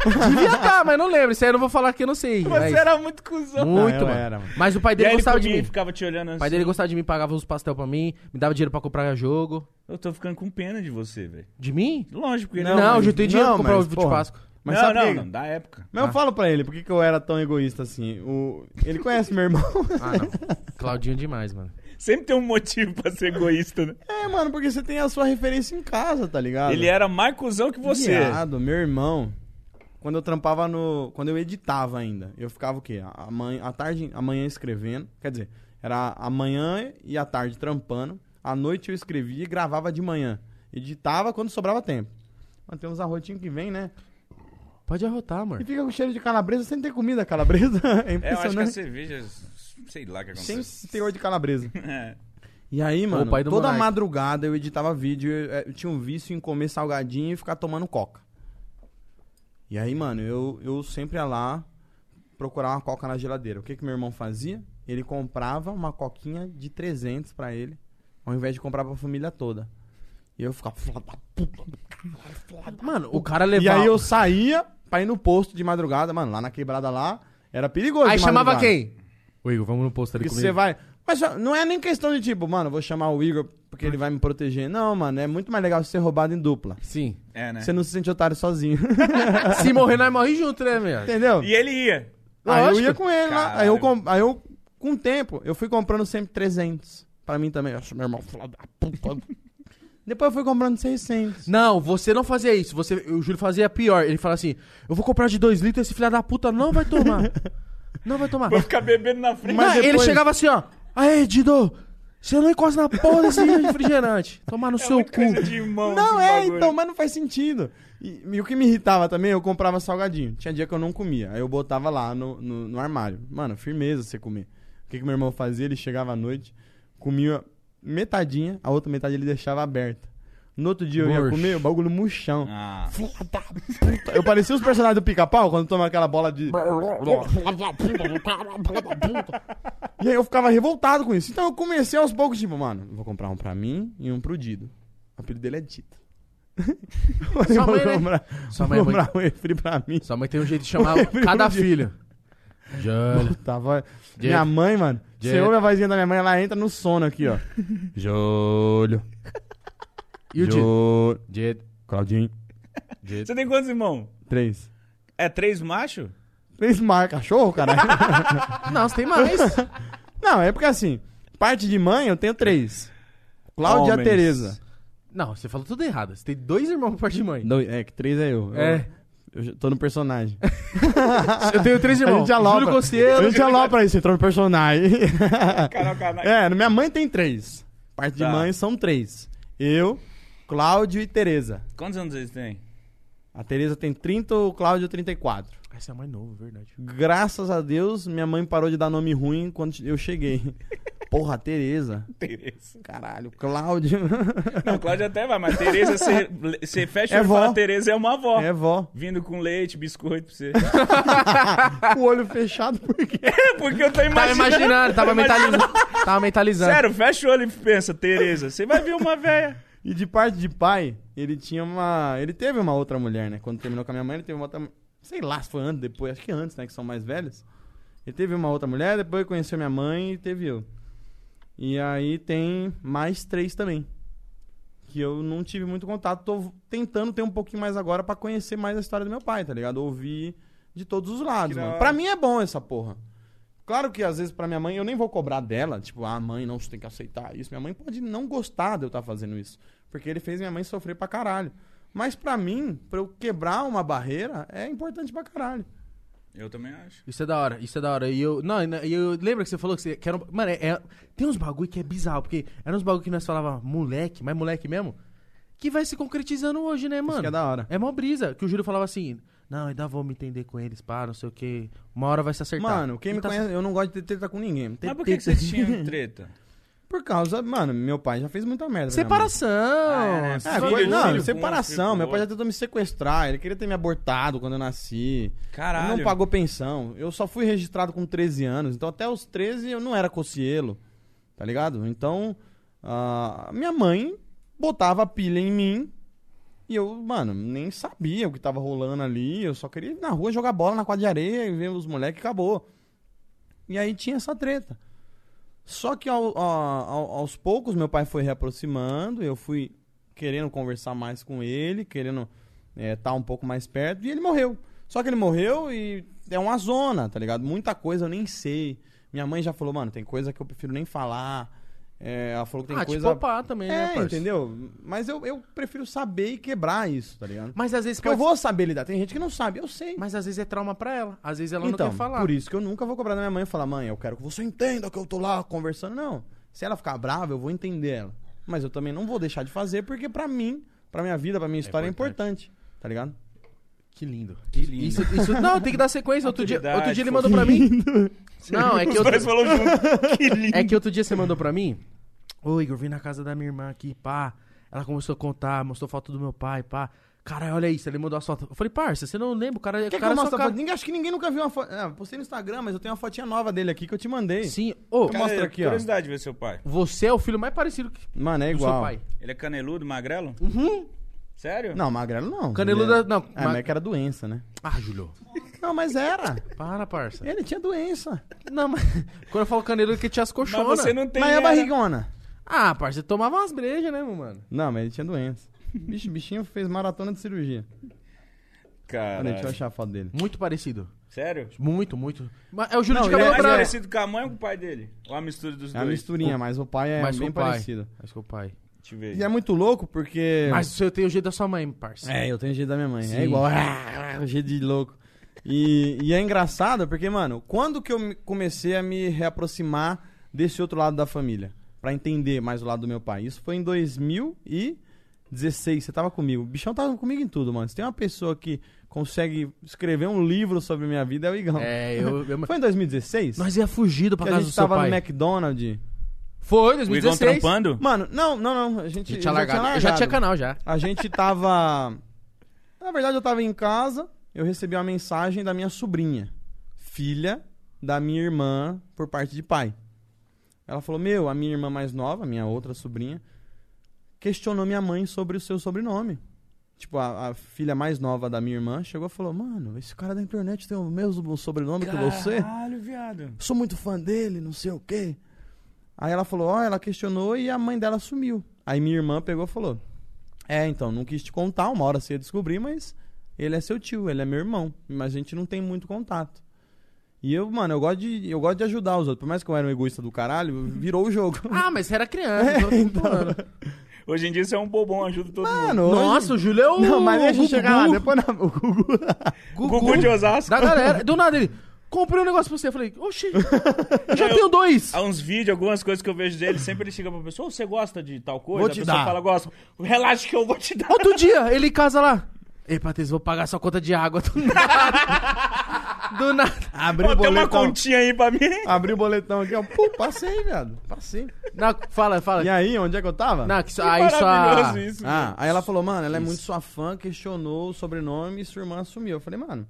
Speaker 2: Devia tá, mas não lembro. Isso aí eu não vou falar que eu não sei. mas-
Speaker 3: Você era muito cuzão.
Speaker 2: Muito,
Speaker 1: Não, eu
Speaker 2: mano.
Speaker 1: era, mano.
Speaker 2: Mas o pai
Speaker 3: E
Speaker 2: dele
Speaker 3: aí ele
Speaker 2: gostava
Speaker 3: comia
Speaker 2: de
Speaker 3: e
Speaker 2: mim.
Speaker 3: ficava te olhando
Speaker 2: O
Speaker 3: assim.
Speaker 2: pai dele gostava de mim, pagava uns pastel pra mim, me dava dinheiro pra comprar jogo.
Speaker 3: Eu tô ficando com pena de você, velho.
Speaker 2: De mim?
Speaker 3: Lógico, ele
Speaker 2: Não,
Speaker 1: Não,
Speaker 2: eu
Speaker 1: mas-
Speaker 2: juntei dinheiro
Speaker 1: não,
Speaker 2: pra comprar
Speaker 1: mas,
Speaker 2: ovo de
Speaker 1: porra.
Speaker 2: Páscoa.
Speaker 1: Mas
Speaker 3: não,
Speaker 1: sabe
Speaker 3: não,
Speaker 1: que-
Speaker 3: não, Ah. da época.
Speaker 1: Mas eu falo pra ele, por que, que eu era tão egoísta assim? O... Ele conhece meu irmão.
Speaker 2: Ah, não. Claudinho demais, mano.
Speaker 3: Sempre tem um motivo pra ser egoísta, né?
Speaker 1: É, mano, porque você tem a sua referência em casa, tá ligado?
Speaker 3: Ele é era mais cuzão que você.
Speaker 1: Viado, meu irmão. Quando eu trampava no. Quando eu editava ainda, eu ficava o quê? A, manhã, a tarde, amanhã escrevendo. Quer dizer, era a manhã e a tarde trampando. À noite eu escrevia e gravava de manhã. Editava quando sobrava tempo. Mano, tem uns arrotinhos que vem, né?
Speaker 2: Pode arrotar, amor.
Speaker 1: E fica com cheiro de calabresa sem ter comida calabresa. É
Speaker 3: É, eu acho que é assim, a
Speaker 1: impressionante.
Speaker 3: cerveja. Sei lá o que
Speaker 1: sem
Speaker 3: aconteceu.
Speaker 1: teor de calabresa.
Speaker 3: É.
Speaker 1: E aí, mano,
Speaker 2: pai do
Speaker 1: toda
Speaker 2: Monark.
Speaker 1: madrugada eu editava vídeo, eu, eh, eu tinha um vício em comer salgadinho e ficar tomando coca. E aí, mano, eu, eu sempre ia lá procurar uma coca na geladeira. O que que meu irmão fazia? Ele comprava uma coquinha de 300 pra ele, ao invés de comprar pra família toda. E eu ficava... "Filha da puta do caralho, filha da-"
Speaker 2: Mano, o cara
Speaker 1: E
Speaker 2: levava.
Speaker 1: aí eu saía pra ir no posto de madrugada, mano, lá na quebrada lá, era perigoso
Speaker 2: Aí
Speaker 1: de
Speaker 2: chamava
Speaker 1: madrugada.
Speaker 2: quem? O Igor, vamos no posto ali
Speaker 1: Porque
Speaker 2: comigo.
Speaker 1: você vai. Mas ó, não é nem questão de tipo, mano, vou chamar o Igor porque ele vai me proteger. Não, mano, é muito mais legal ser roubado em dupla.
Speaker 2: Sim.
Speaker 3: É, né?
Speaker 1: Você não se sente otário sozinho.
Speaker 2: Se morrer, nós morre junto, né, meu?
Speaker 1: Entendeu?
Speaker 3: E ele ia.
Speaker 1: Aí eu
Speaker 2: lógico.
Speaker 1: ia com ele lá. Aí eu,
Speaker 3: Caralho.
Speaker 1: com- aí eu, com o tempo, eu fui comprando sempre 300. Pra mim também. Nossa, meu irmão, filha da puta. Depois eu fui comprando 600.
Speaker 2: Não, você não fazia isso. Você, o Júlio fazia pior. Ele fala assim: eu vou comprar de dois litros, esse filho da puta não vai tomar. não vai tomar.
Speaker 3: Pra ficar bebendo na frente.
Speaker 1: Mas
Speaker 2: Não, Ele
Speaker 1: depois-
Speaker 2: chegava assim, ó. Aí, Dido, você não encosta na porra desse refrigerante. Tomar no
Speaker 3: é
Speaker 2: seu
Speaker 3: muita
Speaker 2: cu.
Speaker 3: coisa de irmão.
Speaker 1: Não,
Speaker 3: esse
Speaker 1: é,
Speaker 3: bagulho.
Speaker 1: então, mas não faz sentido. E, e o que me irritava também, eu comprava salgadinho. Tinha dia que eu não comia. Aí eu botava lá no, no, no armário. Mano, firmeza você comer. O que, que meu irmão fazia? Ele chegava à noite, comia metadinha, a outra metade ele deixava aberta. No outro dia eu ia
Speaker 2: Borsch.
Speaker 1: comer o bagulho murchão.
Speaker 3: Ah.
Speaker 1: Filha da puta. Eu parecia os personagens do pica-pau quando toma aquela bola de. E aí eu ficava revoltado com isso. Então eu comecei aos poucos, tipo, mano, vou comprar um pra mim e um pro Dido. O apelido dele é Dito. Eu falei,
Speaker 2: Sua
Speaker 1: vou
Speaker 2: mãe, né?
Speaker 1: comprar,
Speaker 2: Sua
Speaker 1: vou
Speaker 2: mãe é
Speaker 1: comprar um refri pra mim.
Speaker 2: Sua mãe tem um jeito de chamar
Speaker 1: Eu
Speaker 2: cada
Speaker 1: lembro
Speaker 2: filho. Júlio.
Speaker 1: Puta, vai.
Speaker 2: Diego.
Speaker 1: Minha mãe, mano. Você
Speaker 2: Diego.
Speaker 1: ouve a vozinha da minha mãe, ela entra no sono aqui, ó. Júlio.
Speaker 2: E o Dido?
Speaker 1: Júlio.
Speaker 2: Dido.
Speaker 1: Claudinho.
Speaker 3: Você tem quantos irmãos?
Speaker 1: Três.
Speaker 3: É três macho?
Speaker 1: Três mar, cachorro, caralho.
Speaker 2: Não, você tem mais.
Speaker 1: Não, é porque assim, parte de mãe eu tenho três. Cláudia e a
Speaker 3: Homens.
Speaker 1: Tereza.
Speaker 2: Não, você falou tudo errado. Você tem dois irmãos por parte de mãe.
Speaker 1: Dois- É, que três é eu.
Speaker 2: É.
Speaker 1: Eu, eu já tô no personagem.
Speaker 2: Eu tenho três
Speaker 1: A
Speaker 2: irmãos.
Speaker 1: gente alopra.
Speaker 2: Júlio
Speaker 1: A
Speaker 2: Gossiero.
Speaker 1: gente alopra isso, entrou no personagem.
Speaker 3: Canal, canal.
Speaker 1: é, minha mãe tem três. Parte de
Speaker 3: Tá.
Speaker 1: mãe são três. Eu, Cláudio e Tereza.
Speaker 3: Quantos anos eles têm?
Speaker 1: A Tereza tem 30, o Cláudio 34.
Speaker 2: Essa é a mais nova, verdade.
Speaker 1: Graças a Deus, minha mãe parou de dar nome ruim quando eu cheguei. Porra, Tereza.
Speaker 3: Tereza.
Speaker 1: Caralho, Cláudio.
Speaker 3: Não, Cláudia até vai, mas Tereza, você- você fecha
Speaker 1: É
Speaker 3: o olho e fala,
Speaker 1: vó.
Speaker 3: Tereza é uma avó.
Speaker 1: É vó.
Speaker 3: Vindo com leite, biscoito pra você.
Speaker 1: O olho fechado, por quê?
Speaker 3: Porque eu tô
Speaker 2: Tava
Speaker 3: imaginando.
Speaker 2: imaginando, tava mentalizando. Tava mentalizando.
Speaker 3: Sério, fecha o olho e pensa, Tereza, você vai ver uma véia.
Speaker 1: E de parte de pai, ele tinha uma. Ele teve uma outra mulher, né? Quando terminou com a minha mãe, ele teve uma outra. Sei lá se foi antes, depois, acho que antes, né? Que são mais velhos. Ele teve uma outra mulher, depois conheceu minha mãe e teve eu. E aí tem mais três também. Que eu não tive muito contato. Tô tentando ter um pouquinho mais agora pra conhecer mais a história do meu pai, tá ligado? Ouvir de todos os lados,
Speaker 3: da
Speaker 1: mano.
Speaker 3: hora.
Speaker 1: Pra mim é bom essa porra. Claro que às vezes pra minha mãe eu nem vou cobrar dela, tipo, ah, mãe, não, tá você tem que aceitar isso. Minha mãe pode não gostar de eu estar fazendo isso, porque ele fez minha mãe sofrer pra caralho. Mas pra mim, pra eu quebrar uma barreira, é importante pra caralho.
Speaker 3: Eu também acho.
Speaker 2: Isso é da hora, isso é da hora. E eu. Não, e na- e eu lembra que você falou que você. Que era um- mano, é, é- tem uns bagulho que é bizarro, porque eram uns bagulho que nós falava moleque, mas moleque mesmo, que vai se concretizando hoje, né, mano?
Speaker 1: Isso que é da hora.
Speaker 2: É mó brisa, que o Júlio falava assim, não, ainda vou me entender com eles, pá, não sei o que. Uma hora vai se acertar.
Speaker 1: Mano, quem
Speaker 2: E
Speaker 1: me
Speaker 2: tá-
Speaker 1: conhece, eu não gosto de ter treta com ninguém.
Speaker 3: Mas por que, que vocês tinham treta?
Speaker 1: Por causa, mano, meu pai já fez muita merda. pra minha mãe.
Speaker 2: Separação!
Speaker 3: Ah, é,
Speaker 1: né, É,
Speaker 3: Filho,
Speaker 1: foi- não,
Speaker 3: filho,
Speaker 1: separação.
Speaker 3: filho,
Speaker 1: meu pai já
Speaker 3: outro.
Speaker 1: tentou me sequestrar. Ele queria ter me abortado quando eu nasci.
Speaker 3: Caralho.
Speaker 1: Ele não pagou pensão. Eu só fui registrado com 13 anos. Então, até os 13, eu não era cocielo. Tá ligado? Então, ah, minha mãe botava pilha em mim. E eu, mano, nem sabia o que tava rolando ali. Eu só queria ir na rua jogar bola na quadra de areia e ver os moleques e acabou. E aí tinha essa treta. Só que ao- a- ao- aos poucos meu pai foi reaproximando, eu fui querendo conversar mais com ele, querendo estar um pouco mais perto, e ele morreu. Só que ele morreu e é uma zona, tá ligado? Muita coisa eu nem sei. Minha mãe já falou, mano, tem coisa que eu prefiro nem falar. É, ela falou que tem
Speaker 2: ah,
Speaker 1: coisa.
Speaker 2: tipo, pá também,
Speaker 1: é,
Speaker 2: né, parça?
Speaker 1: entendeu? Mas eu, eu prefiro saber e quebrar isso, tá ligado?
Speaker 2: Mas às vezes
Speaker 1: Porque
Speaker 2: pode...
Speaker 1: eu vou saber lidar. Tem gente que não sabe, eu sei.
Speaker 2: Mas às vezes é trauma pra ela. Às vezes ela
Speaker 1: então,
Speaker 2: não quer falar.
Speaker 1: por isso que eu nunca vou cobrar da minha mãe e falar, mãe, eu quero que você entenda que eu tô lá conversando. Não. Se ela ficar brava, eu vou entender ela. Mas eu também não vou deixar de fazer, porque pra mim, pra minha vida, pra minha história é importante. Tá ligado?
Speaker 2: Que lindo.
Speaker 3: Que lindo.
Speaker 2: Isso, isso- não, tem que dar sequência. Outro dia,
Speaker 3: Maturidade,
Speaker 2: outro dia ele mandou pra mim. Não, é que
Speaker 3: Os dois
Speaker 2: outro,
Speaker 3: falou junto. que lindo.
Speaker 2: é que outro dia você mandou pra mim. Ô, Igor, vim na casa da minha irmã aqui, pá. Ela começou a contar, mostrou foto do meu pai, pá. Caralho, olha isso, ele mandou as fotos. Eu falei, parça, você não lembra? O cara, é o
Speaker 1: Quer que
Speaker 2: cara
Speaker 1: eu
Speaker 2: só
Speaker 1: mostre a
Speaker 2: cara-
Speaker 1: foto? Ninguém, acho que ninguém nunca viu uma foto. Ah, postei no Instagram, mas eu tenho uma fotinha nova dele aqui que eu te mandei.
Speaker 2: Sim, ô,
Speaker 1: Cara- mostra aqui, ó.
Speaker 3: curiosidade de ver seu pai.
Speaker 2: você é o filho mais parecido que
Speaker 1: Mano, é
Speaker 2: do seu
Speaker 1: igual.
Speaker 2: pai.
Speaker 3: Ele é caneludo, magrelo?
Speaker 2: Uhum.
Speaker 3: Sério?
Speaker 1: Não, magrelo não.
Speaker 2: Caneluda,
Speaker 1: Ele é-
Speaker 2: não,
Speaker 1: É,
Speaker 2: ma-
Speaker 1: mas é que era doença, né?
Speaker 2: Ah, Julio.
Speaker 1: Não, mas era.
Speaker 2: Para, parça.
Speaker 1: Ele tinha doença.
Speaker 2: Não, mas quando eu falo caneludo, é que tinha as
Speaker 3: Mas
Speaker 2: colchonas.
Speaker 3: você não tem.
Speaker 1: mas é
Speaker 3: era-
Speaker 1: barrigona.
Speaker 2: Ah, parça, você tomava umas brejas, né, mano?
Speaker 1: Não, mas ele tinha doença. Bicho, bichinho fez maratona de cirurgia. Peraí, deixa eu
Speaker 3: Caralho.
Speaker 1: achar a foto dele.
Speaker 2: Muito parecido.
Speaker 3: Sério?
Speaker 2: Muito, muito. Mas é o Júlio
Speaker 1: Não,
Speaker 2: de
Speaker 3: Ele é
Speaker 2: cabelo
Speaker 3: mais
Speaker 2: branco.
Speaker 3: parecido com a mãe ou com o pai dele? Ou a mistura dos
Speaker 1: É uma
Speaker 3: dois?
Speaker 1: misturinha, mas o pai é
Speaker 2: Mas
Speaker 1: bem
Speaker 2: com o pai.
Speaker 1: parecido.
Speaker 2: Mas com o pai.
Speaker 3: Deixa eu ver.
Speaker 1: E é muito louco porque.
Speaker 2: Mas o seu tem o jeito da sua mãe, parça.
Speaker 1: É, eu tenho o jeito da minha mãe.
Speaker 2: Sim.
Speaker 1: É igual. ah, ah, o jeito de louco. E, e é engraçado porque, mano, quando que eu me- comecei a me reaproximar desse outro lado da família? Pra entender mais o lado do meu pai. Isso foi em 2016. Você tava comigo. O bichão tava comigo em tudo, mano. Se tem uma pessoa que consegue escrever um livro sobre minha vida, é o Igão.
Speaker 2: É, eu. eu-
Speaker 1: Foi em 2016?
Speaker 2: Nós ia fugido pra
Speaker 1: que a
Speaker 2: casa do
Speaker 1: gente
Speaker 2: seu
Speaker 1: tava
Speaker 2: pai.
Speaker 1: no McDonald's.
Speaker 2: Foi,
Speaker 3: O Igão
Speaker 2: 2016. A
Speaker 3: trampando?
Speaker 1: Mano, não, não, não. A gente,
Speaker 2: gente
Speaker 1: já
Speaker 2: tinha largado. Eu já tinha canal já.
Speaker 1: A gente tava. Na verdade, eu tava em casa, eu recebi uma mensagem da minha sobrinha, filha da minha irmã por parte de pai. Ela falou: Meu, a minha irmã mais nova, minha outra sobrinha, questionou minha mãe sobre o seu sobrenome. Tipo, a, a filha mais nova da minha irmã chegou e falou: Mano, esse cara da internet tem o mesmo sobrenome que você?
Speaker 3: Caralho, viado.
Speaker 1: sou muito fã dele, não sei o quê. Aí ela falou, ó, ela questionou e a mãe dela sumiu. Aí minha irmã pegou e falou, é, então, não quis te contar, uma hora você ia descobrir, mas ele é seu tio, ele é meu irmão, mas a gente não tem muito contato. E eu, mano, eu gosto de, eu gosto de ajudar os outros, por mais que eu era um egoísta do caralho, virou o jogo.
Speaker 2: Ah, mas você era criança. então eu tô falando.
Speaker 3: Hoje em dia você é um bobão, ajuda todo mundo.
Speaker 1: Mano, hoje-
Speaker 2: Nossa, o Júlio é o.
Speaker 1: Não, mas deixa eu
Speaker 2: Gugu,
Speaker 1: chegar lá, depois não, o Gugu.
Speaker 2: Gugu,
Speaker 3: Gugu de Osasco.
Speaker 2: Da galera. Do nada ele. Comprei um negócio pra você. Eu falei, oxi, eu já tenho dois.
Speaker 3: Há uns vídeos, algumas coisas que eu vejo dele, sempre ele chega pra pessoa, "Ô, você gosta de tal coisa?
Speaker 1: Vou
Speaker 3: a
Speaker 1: te
Speaker 3: pessoa
Speaker 1: dar.
Speaker 3: fala, gosto. Relaxa que eu vou te dar.
Speaker 2: Outro dia, ele em casa lá. Ei, Patrícia, vou pagar sua conta de água. Do nada. Do nada.
Speaker 1: Abriu
Speaker 3: Ó,
Speaker 1: o
Speaker 3: tem uma
Speaker 1: boletão,
Speaker 3: continha aí pra mim.
Speaker 1: abri o boletão aqui, ó, pô, passei, viado, passei.
Speaker 2: Não, fala, fala.
Speaker 1: E aí, onde é que eu tava?
Speaker 2: Não, que isso,
Speaker 3: Que
Speaker 2: aí só.
Speaker 3: maravilhoso isso.
Speaker 1: Ah, aí ela falou, mano, ela é muito sua fã, questionou o sobrenome e sua irmã assumiu. Eu falei, mano,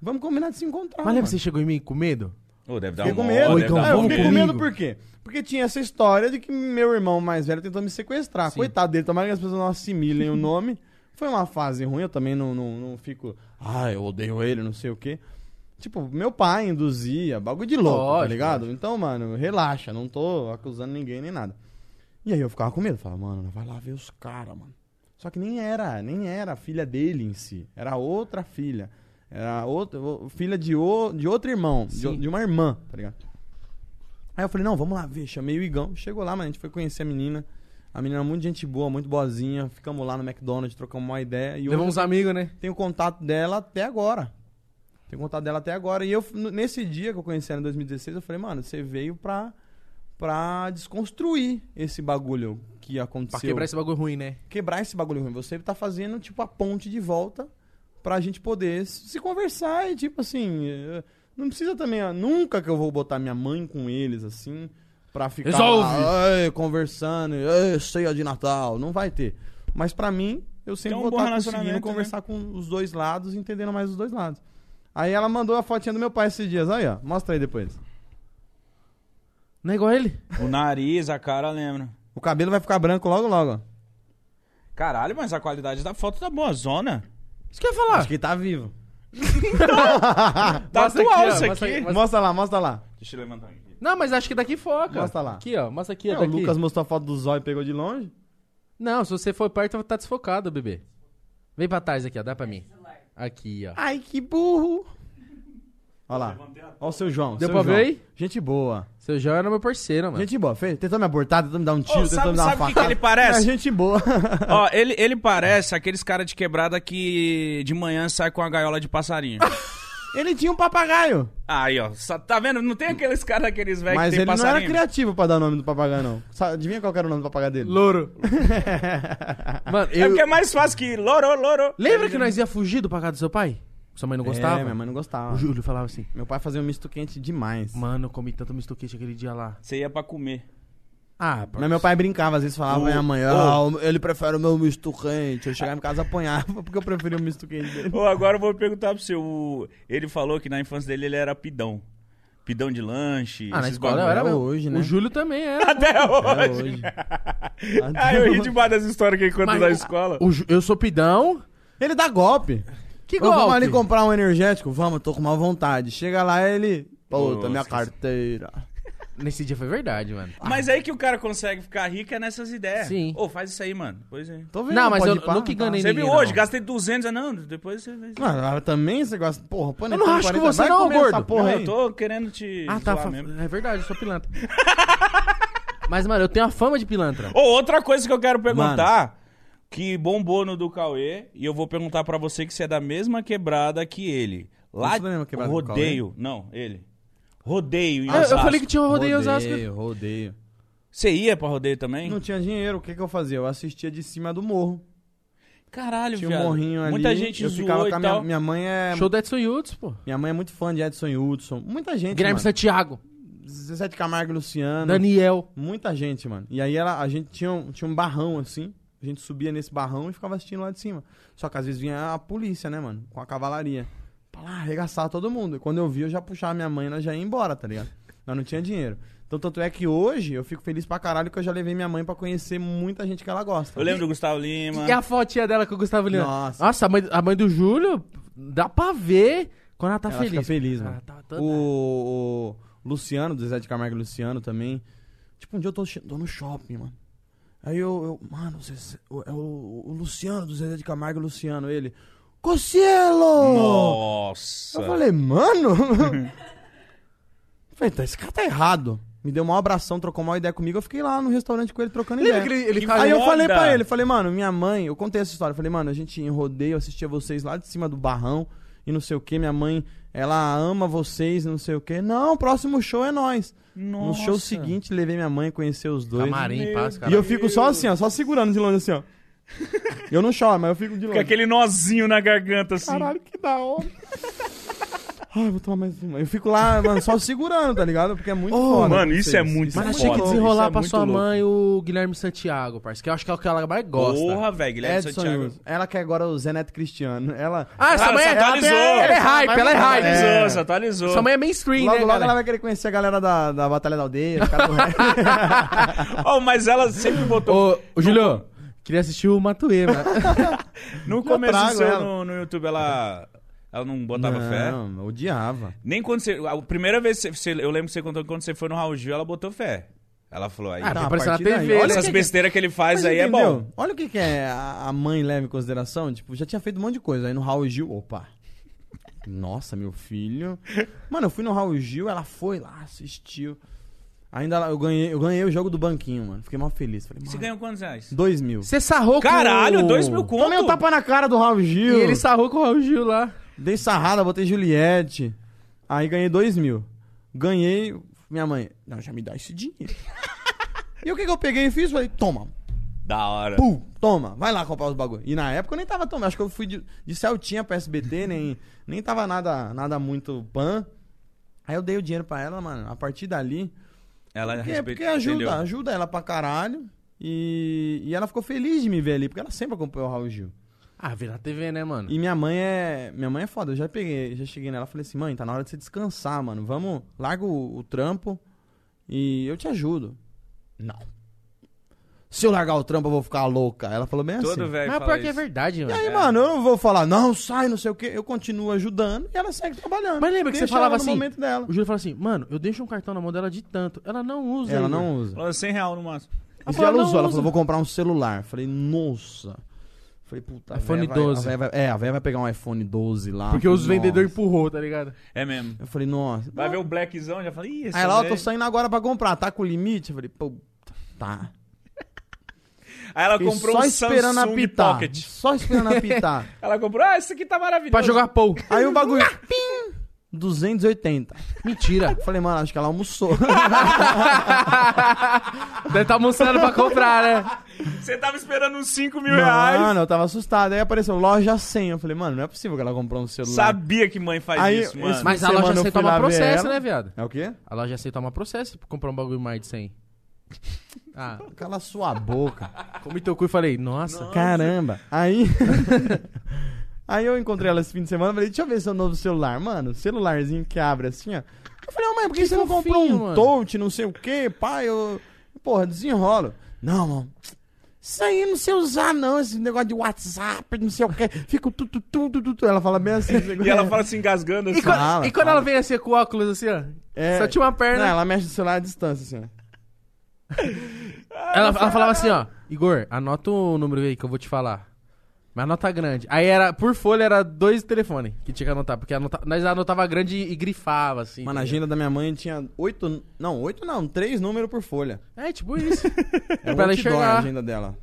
Speaker 1: vamos combinar de se encontrar.
Speaker 2: Mas lembra
Speaker 1: mano.
Speaker 2: que você chegou em mim com medo?
Speaker 3: Ô, deve dar
Speaker 1: Fiquei com
Speaker 3: uma
Speaker 1: medo.
Speaker 3: hora,
Speaker 2: Ô,
Speaker 3: deve
Speaker 2: Igão,
Speaker 3: dar
Speaker 1: Ah, eu
Speaker 3: uma
Speaker 2: vamos
Speaker 1: fiquei
Speaker 3: hora.
Speaker 1: com medo
Speaker 2: comigo.
Speaker 1: por quê? Porque tinha essa história de que meu irmão mais velho tentou me sequestrar.
Speaker 2: Sim.
Speaker 1: Coitado dele, tomara que as pessoas não assimilem o nome. Foi uma fase ruim, eu também não, não, não fico, ah, eu odeio ele, não sei o quê. Tipo, meu pai induzia, bagulho de louco, tá
Speaker 2: Lógico,
Speaker 1: ligado? Então, mano, relaxa, não tô acusando ninguém nem nada. E aí eu ficava com medo, falava, mano, vai lá ver os caras, mano. Só que nem era, nem era a filha dele em si, era outra filha. Era outra, o- filha de, o, de outro irmão, de, o-
Speaker 2: Sim.
Speaker 1: de uma irmã, tá ligado? Aí eu falei, não, vamos lá ver, chamei o Igão. Chegou lá, mano, a gente foi conhecer a menina. A menina é muito gente boa, muito boazinha. Ficamos lá no McDonald's, trocamos uma ideia. E hoje
Speaker 2: Levou uns amigos, né?
Speaker 1: tenho contato dela até agora. Tenho contato dela até agora. E eu, n- nesse dia que eu conheci ela em 2016, eu falei, mano, você veio pra, pra desconstruir esse bagulho que aconteceu.
Speaker 2: Pra quebrar esse bagulho ruim, né?
Speaker 1: Quebrar esse bagulho ruim. Você tá fazendo, tipo, a ponte de volta pra gente poder s- se conversar e, tipo assim. eh, Não precisa também. ó, Nunca que eu vou botar minha mãe com eles, assim, pra ficar
Speaker 2: Resolve!
Speaker 1: lá, "Ei", conversando, "Ei, ceia de Natal. Não vai ter. Mas pra mim, eu sempre
Speaker 3: Tem um
Speaker 1: vou
Speaker 3: bom
Speaker 1: estar
Speaker 3: relacionamento,
Speaker 1: conseguindo
Speaker 3: né?
Speaker 1: conversar com os dois lados, entendendo mais os dois lados. Aí ela mandou a fotinha do meu pai esses dias. Aí, ó. Mostra aí depois.
Speaker 2: Não é igual ele?
Speaker 3: O nariz, a cara, lembra.
Speaker 1: O cabelo vai ficar branco logo, logo, ó.
Speaker 3: Caralho, mas a qualidade da foto tá boa, zona.
Speaker 2: Isso que eu ia falar.
Speaker 1: Acho que tá vivo.
Speaker 3: Tá
Speaker 2: Mostra
Speaker 3: atual
Speaker 2: aqui, ó,
Speaker 3: isso
Speaker 2: mostra
Speaker 3: aqui.
Speaker 2: Mas-
Speaker 1: Mostra lá, mostra lá.
Speaker 3: Deixa eu levantar aqui.
Speaker 2: Não, mas acho que daqui foca.
Speaker 1: Mostra lá.
Speaker 2: Aqui, ó. Mostra tá aqui,
Speaker 1: É,
Speaker 2: ó.
Speaker 1: o
Speaker 2: daqui.
Speaker 1: Lucas mostrou a foto do zóio e pegou de longe.
Speaker 2: Não, se você for perto, tá desfocado, bebê. Vem pra trás aqui, ó. Dá pra mim. Aqui, ó.
Speaker 1: Ai, que burro! Olha lá. Olha o seu João. seu
Speaker 2: Deu pra
Speaker 1: João.
Speaker 2: ver aí?
Speaker 1: Gente boa.
Speaker 2: Seu João era meu parceiro, mano.
Speaker 1: Gente boa. Fez, tentou me abortar, tentou me dar um tiro,
Speaker 3: Ô,
Speaker 1: tentou
Speaker 3: sabe
Speaker 1: me dar uma
Speaker 3: sabe o que, que
Speaker 1: facada.
Speaker 3: ele parece?
Speaker 1: É gente boa.
Speaker 3: Ó, ele, ele parece aqueles cara de quebrada que de manhã sai com a gaiola de passarinho.
Speaker 1: ele tinha um papagaio.
Speaker 3: Aí, ó. só- tá vendo? Não tem aqueles caras, aqueles velhos que
Speaker 1: mas
Speaker 3: tem
Speaker 1: ele não era
Speaker 3: passarinho.
Speaker 1: criativo pra dar o nome do papagaio, não. Sa- Adivinha qual que era o nome do papagaio dele?
Speaker 2: Louro. mano,
Speaker 3: É
Speaker 2: eu...
Speaker 3: porque é mais fácil que loro, loro.
Speaker 2: Lembra que nós ia fugir do pacado do seu pai? Sua mãe não gostava?
Speaker 1: É, minha mãe não
Speaker 2: O
Speaker 1: gostava.
Speaker 2: Júlio falava assim.
Speaker 1: Meu pai fazia um misto quente demais.
Speaker 2: Mano, eu comi tanto misto quente aquele dia lá.
Speaker 3: Você ia pra comer.
Speaker 2: Ah, pô.
Speaker 1: Mas meu pai brincava, às vezes falava,
Speaker 3: Ô,
Speaker 1: minha mãe, ah, o- ele prefere o meu misto quente. Eu chegava em casa apanhava porque eu preferia o misto quente dele.
Speaker 3: Ô, agora eu vou perguntar pro seu. o- Ele falou que na infância dele ele era pidão. Pidão de lanche.
Speaker 2: Ah, na
Speaker 3: esses
Speaker 2: escola eu
Speaker 3: bagulho.
Speaker 2: era
Speaker 1: Até
Speaker 2: mesmo.
Speaker 1: hoje, né?
Speaker 2: O Júlio também é. era.
Speaker 3: Até
Speaker 1: Até
Speaker 3: hoje.
Speaker 1: hoje.
Speaker 3: Ah, eu ri demais das histórias que ele conta
Speaker 2: Mas
Speaker 3: da
Speaker 2: o-
Speaker 3: escola.
Speaker 2: O Ju- Eu sou pidão.
Speaker 1: Ele dá golpe.
Speaker 2: Que
Speaker 1: Ô, Vamos
Speaker 2: golpe?
Speaker 1: ali comprar um energético? Vamos, tô com má vontade. Chega lá, ele. Puta,
Speaker 3: Nossa,
Speaker 1: minha
Speaker 3: que-
Speaker 1: carteira.
Speaker 2: Nesse dia foi verdade, mano.
Speaker 3: Mas aí que o cara consegue ficar rico é nessas ideias.
Speaker 2: Sim.
Speaker 3: Ô, faz isso aí, mano. Pois é.
Speaker 1: Tô vendo,
Speaker 2: Não, mas
Speaker 1: pode
Speaker 2: eu
Speaker 1: ir pra-
Speaker 2: nunca enganei
Speaker 3: Você viu
Speaker 2: Ninguém
Speaker 3: hoje,
Speaker 2: não.
Speaker 3: gastei 200. ah, Não, depois você. vê.
Speaker 1: Mano, também você gosta. Porra, panetone.
Speaker 2: Eu não acho que
Speaker 1: 40,
Speaker 2: você
Speaker 1: vai
Speaker 2: não,
Speaker 1: comer
Speaker 2: gordo.
Speaker 1: essa Porra,
Speaker 3: não,
Speaker 1: aí.
Speaker 3: eu tô querendo te.
Speaker 2: Ah, tá.
Speaker 3: zoar
Speaker 2: fa-
Speaker 3: mesmo.
Speaker 2: É verdade, eu sou pilantra. Mas, mano, eu tenho a fama de pilantra.
Speaker 3: Ô, outra coisa que eu quero perguntar, que bombou no do Cauê, e eu vou perguntar pra você que você é da mesma quebrada que ele. Lá
Speaker 1: sou da mesma quebrada do
Speaker 3: rodeio. Não, ele. Rodeio em
Speaker 2: Ah, eu- eu,
Speaker 3: Osasco.
Speaker 2: falei que tinha um rodeio em Osasco.
Speaker 1: Rodeio, rodeio.
Speaker 3: Você ia pra rodeio também?
Speaker 1: Não tinha dinheiro, o que que eu fazia? Eu assistia de cima do morro.
Speaker 3: Caralho,
Speaker 1: Tinha
Speaker 3: velho.
Speaker 1: um morrinho ali.
Speaker 3: Muita gente
Speaker 1: eu ficava
Speaker 3: zoou
Speaker 1: com a
Speaker 3: e
Speaker 1: minha,
Speaker 3: tal.
Speaker 1: minha mãe é.
Speaker 2: Show do Edson Yutz, pô.
Speaker 1: Minha mãe é muito fã de Edson Hudson. Muita gente.
Speaker 2: Guilherme
Speaker 1: mano.
Speaker 2: Santiago,
Speaker 1: Zezé de Camargo e Luciano.
Speaker 2: Daniel.
Speaker 1: Muita gente, mano. E aí ela, a gente tinha um, tinha um barrão assim. A gente subia nesse barrão e ficava assistindo lá de cima. Só que às vezes vinha a polícia, né, mano? Com a cavalaria. Pra lá arregaçar todo mundo. E quando eu vi, eu já puxava minha mãe, nós já ia embora, tá ligado? Nós não tinha dinheiro. Então, tanto é que hoje eu fico feliz pra caralho que eu já levei minha mãe pra conhecer muita gente que ela gosta.
Speaker 3: Eu lembro do Gustavo Lima.
Speaker 2: E É a fotinha dela com o Gustavo Lima.
Speaker 1: Nossa.
Speaker 2: a, mãe, a mãe do Júlio, dá pra ver quando ela tá
Speaker 1: ela
Speaker 2: feliz.
Speaker 1: fica feliz, mano.
Speaker 2: Ah, tá toda-
Speaker 1: O, o Luciano, do Zé de Camargo e Luciano também. Tipo, um dia eu tô, che- tô no shopping, mano. Aí eu, eu- mano, Zezé- o- é o, o Luciano, do Zezé de Camargo e Luciano, ele. Cocielo!
Speaker 3: Nossa.
Speaker 1: Eu falei, mano. Eu falei, tá, esse cara tá errado. Me deu um maior abração, trocou uma ideia comigo. Eu fiquei lá no restaurante com ele trocando
Speaker 2: Lembra
Speaker 1: ideia.
Speaker 2: que ele, ele
Speaker 3: Que
Speaker 2: caiu?
Speaker 1: Aí eu
Speaker 3: Foda!
Speaker 1: falei pra ele, falei, mano, minha mãe, eu contei essa história, falei, mano, a gente em rodeio, assistia vocês lá de cima do barrão e não sei o que, minha mãe, ela ama vocês e não sei o que. Não, próximo show é nós. No
Speaker 3: Nossa.
Speaker 1: show seguinte, levei minha mãe, conhecer os dois.
Speaker 2: Camarim,
Speaker 3: Meu
Speaker 2: passa,
Speaker 1: E
Speaker 2: cara.
Speaker 1: eu fico só assim, ó, só segurando de longe assim, ó. Eu não choro, mas eu fico de
Speaker 3: Com
Speaker 1: longe.
Speaker 3: aquele nozinho na garganta, assim.
Speaker 1: Caralho, que da hora. Ai, vou tomar mais uma. Eu fico lá, mano, só segurando, tá ligado? Porque é muito
Speaker 2: Ô,
Speaker 1: foda.
Speaker 3: mano, isso é muito
Speaker 2: Mas
Speaker 3: Isso
Speaker 2: achei que
Speaker 3: foda.
Speaker 2: desenrolar
Speaker 3: Isso é
Speaker 2: pra
Speaker 3: muito
Speaker 2: sua
Speaker 3: louco.
Speaker 2: mãe o Guilherme Santiago, parceiro. Que eu acho que é o que ela mais gosta.
Speaker 3: Porra, velho. Guilherme
Speaker 1: Edson
Speaker 3: Santiago.
Speaker 1: Hughes. É Ela quer agora o Zé Neto Cristiano. Ela.
Speaker 2: Ah, essa
Speaker 3: Cara,
Speaker 2: mãe
Speaker 3: se
Speaker 2: é...
Speaker 3: atualizou.
Speaker 2: Ela, é hype, ela é hype.
Speaker 3: Atualizou,
Speaker 1: É.
Speaker 3: se atualizou.
Speaker 2: Sua mãe é mainstream,
Speaker 1: Logo,
Speaker 2: né,
Speaker 1: logo
Speaker 2: cara?
Speaker 1: ela vai querer conhecer a galera da, da Batalha da Aldeia, os caras do rap.
Speaker 2: é-
Speaker 3: Oh, mas ela sempre botou.
Speaker 2: Ô, ô Ah, Julio, Então, queria assistir o Matuê, mano.
Speaker 3: No começo
Speaker 1: trago
Speaker 3: seu,
Speaker 1: ela.
Speaker 3: no, no YouTube, ela. Ela não botava fé.
Speaker 1: Não, odiava.
Speaker 3: Nem quando você. A primeira vez que você. Eu lembro que você contou que quando você foi no Raul Gil, ela botou fé. Ela falou aí.
Speaker 2: Ah,
Speaker 1: Tá,
Speaker 2: tá
Speaker 1: a
Speaker 2: aparecendo na
Speaker 1: partir daí,
Speaker 2: TV.
Speaker 1: olha
Speaker 2: né?
Speaker 3: essas besteiras que ele faz aí é bom.
Speaker 1: Olha o que, que é a a mãe leva em consideração. Tipo, já tinha feito um monte de coisa. Aí no Raul Gil, opa. Nossa, meu filho. Mano, eu fui no Raul Gil, ela foi lá, assistiu. Ainda lá, eu ganhei, eu ganhei o jogo do banquinho, mano. Fiquei mal feliz. Falei,
Speaker 3: Você
Speaker 1: mano,
Speaker 3: ganhou quantos reais?
Speaker 1: dois mil.
Speaker 2: Você sarrou com
Speaker 3: Caralho,
Speaker 2: o-
Speaker 3: dois mil conto.
Speaker 1: Tomei um tapa na cara do Raul
Speaker 2: E
Speaker 1: Gil.
Speaker 2: ele sarrou com o Raul Gil lá.
Speaker 1: Dei sarrada, botei Juliette. Aí ganhei dois mil. Ganhei. Minha mãe, não, já me dá esse dinheiro. e o que, que eu peguei e fiz? Falei, toma,
Speaker 3: Da hora.
Speaker 1: pum, toma, vai lá comprar os bagulho. E na época eu nem tava tomando, acho que eu fui de, de Celtinha pra SBT, nem, nem tava nada, nada muito pan. Aí eu dei o dinheiro pra ela, mano. A partir dali,
Speaker 3: Ela
Speaker 1: porque, é
Speaker 3: respeita-
Speaker 1: porque ajuda,
Speaker 3: entendeu?
Speaker 1: ajuda ela pra caralho. E, e ela ficou feliz de me ver ali, porque ela sempre acompanhou o Raul Gil.
Speaker 2: Ah, vê na TV, né, mano?
Speaker 1: E minha mãe é. Minha mãe é foda. Eu já peguei, já cheguei nela e falei assim, mãe, tá na hora de você descansar, mano. Vamos, larga o, o trampo e eu te ajudo. Não. Se eu largar o trampo, eu vou ficar louca. Ela falou bem
Speaker 3: Todo
Speaker 1: assim.
Speaker 3: velho
Speaker 2: Mas
Speaker 3: fala
Speaker 2: pior que é
Speaker 3: isso.
Speaker 2: verdade,
Speaker 1: E
Speaker 2: mano.
Speaker 1: aí, mano, eu não vou falar, não, sai, não sei o quê. Eu continuo ajudando e ela segue trabalhando.
Speaker 2: Mas lembra que
Speaker 1: Deixa
Speaker 2: você falava
Speaker 1: ela no
Speaker 2: assim?
Speaker 1: momento dela.
Speaker 2: O Júlio fala assim, mano, eu deixo um cartão na mão dela de tanto. Ela não usa.
Speaker 1: Ela
Speaker 2: Igor.
Speaker 1: não usa.
Speaker 3: Falou 100 reais no máximo.
Speaker 1: Esse dia
Speaker 2: falou,
Speaker 1: ela
Speaker 2: não
Speaker 1: usou, ela
Speaker 2: usa.
Speaker 1: falou, vou comprar um celular. Falei, nossa. Falei, puta, a
Speaker 2: iPhone
Speaker 1: véia vai- a
Speaker 2: 12.
Speaker 1: véia vai- é, a véia vai pegar um iPhone 12 lá.
Speaker 2: É Porque os
Speaker 1: Nossa.
Speaker 2: vendedores empurrou, tá ligado?
Speaker 3: É mesmo.
Speaker 1: Eu falei, nossa.
Speaker 3: Vai ver o blackzão, já falei, ih, esse
Speaker 1: Aí ela, ó,
Speaker 3: velho-
Speaker 1: tô saindo agora pra comprar, tá com limite? Eu falei, pô, tá.
Speaker 3: Aí ela
Speaker 1: Fiquei
Speaker 3: comprou
Speaker 1: só
Speaker 3: um
Speaker 1: esperando
Speaker 3: Samsung
Speaker 1: apitar.
Speaker 3: Pocket.
Speaker 1: Só esperando apitar.
Speaker 3: Ela comprou, ah, esse aqui tá maravilhoso.
Speaker 2: Pra jogar pou.
Speaker 1: Aí o bagulho, pim, 280.
Speaker 2: Mentira.
Speaker 1: Eu Falei, mano, acho que ela almoçou.
Speaker 2: Deve tá almoçando pra comprar, né?
Speaker 3: Você tava esperando uns 5 mil reais.
Speaker 1: mano, eu tava assustado. Aí apareceu loja 100. Eu falei, mano, não é possível que ela comprou um celular.
Speaker 3: Sabia que mãe faz
Speaker 1: Aí,
Speaker 3: isso, mano.
Speaker 1: esse-
Speaker 2: Mas a
Speaker 1: Semana
Speaker 2: loja
Speaker 1: eu
Speaker 2: sem
Speaker 1: fui lá
Speaker 2: tomar
Speaker 1: ver
Speaker 2: processo,
Speaker 1: ela.
Speaker 2: né, viado?
Speaker 1: É o quê?
Speaker 2: A loja sem tomar processo pra comprar um bagulho mais de 100. Ah,
Speaker 1: Cala sua boca.
Speaker 2: comi teu cu e falei, nossa.
Speaker 1: Caramba. Aí. Aí eu encontrei ela esse fim de semana, falei, deixa eu ver seu novo celular, mano. Celularzinho que abre assim, ó. Eu falei, ô mãe, por que, você não
Speaker 2: fofinho,
Speaker 1: comprou um
Speaker 2: mano."
Speaker 1: touch, não sei o quê, pai? Eu... Porra, desenrolo. Não, mano. Isso aí não sei usar, não, esse negócio de WhatsApp, não sei o quê. Fico tudo, tudo, tudo. Ela fala bem assim.
Speaker 3: E ela fala se engasgando assim.
Speaker 2: E quando,
Speaker 1: Fala,
Speaker 2: e quando
Speaker 1: fala.
Speaker 2: ela vem assim com óculos assim, ó?
Speaker 1: É.
Speaker 2: Só tinha uma
Speaker 1: Não,
Speaker 2: perna.
Speaker 1: ela mexe no celular à distância, assim, ó.
Speaker 2: Ela, ela falava assim,
Speaker 3: "Ah."
Speaker 2: ó, Igor, anota o número aí que eu vou te falar. Mas anota grande. Aí era, por folha, era dois telefones que tinha que anotar. Porque anota, nós anotava grande e, e grifava, assim.
Speaker 1: Mas na
Speaker 2: tá ligado?
Speaker 1: agenda da minha mãe tinha oito. Não, oito não, três números por folha.
Speaker 2: É, tipo isso.
Speaker 1: É
Speaker 2: é
Speaker 1: um
Speaker 2: pra
Speaker 1: outdoor
Speaker 2: ela
Speaker 1: a
Speaker 2: enxergar.
Speaker 1: agenda dela.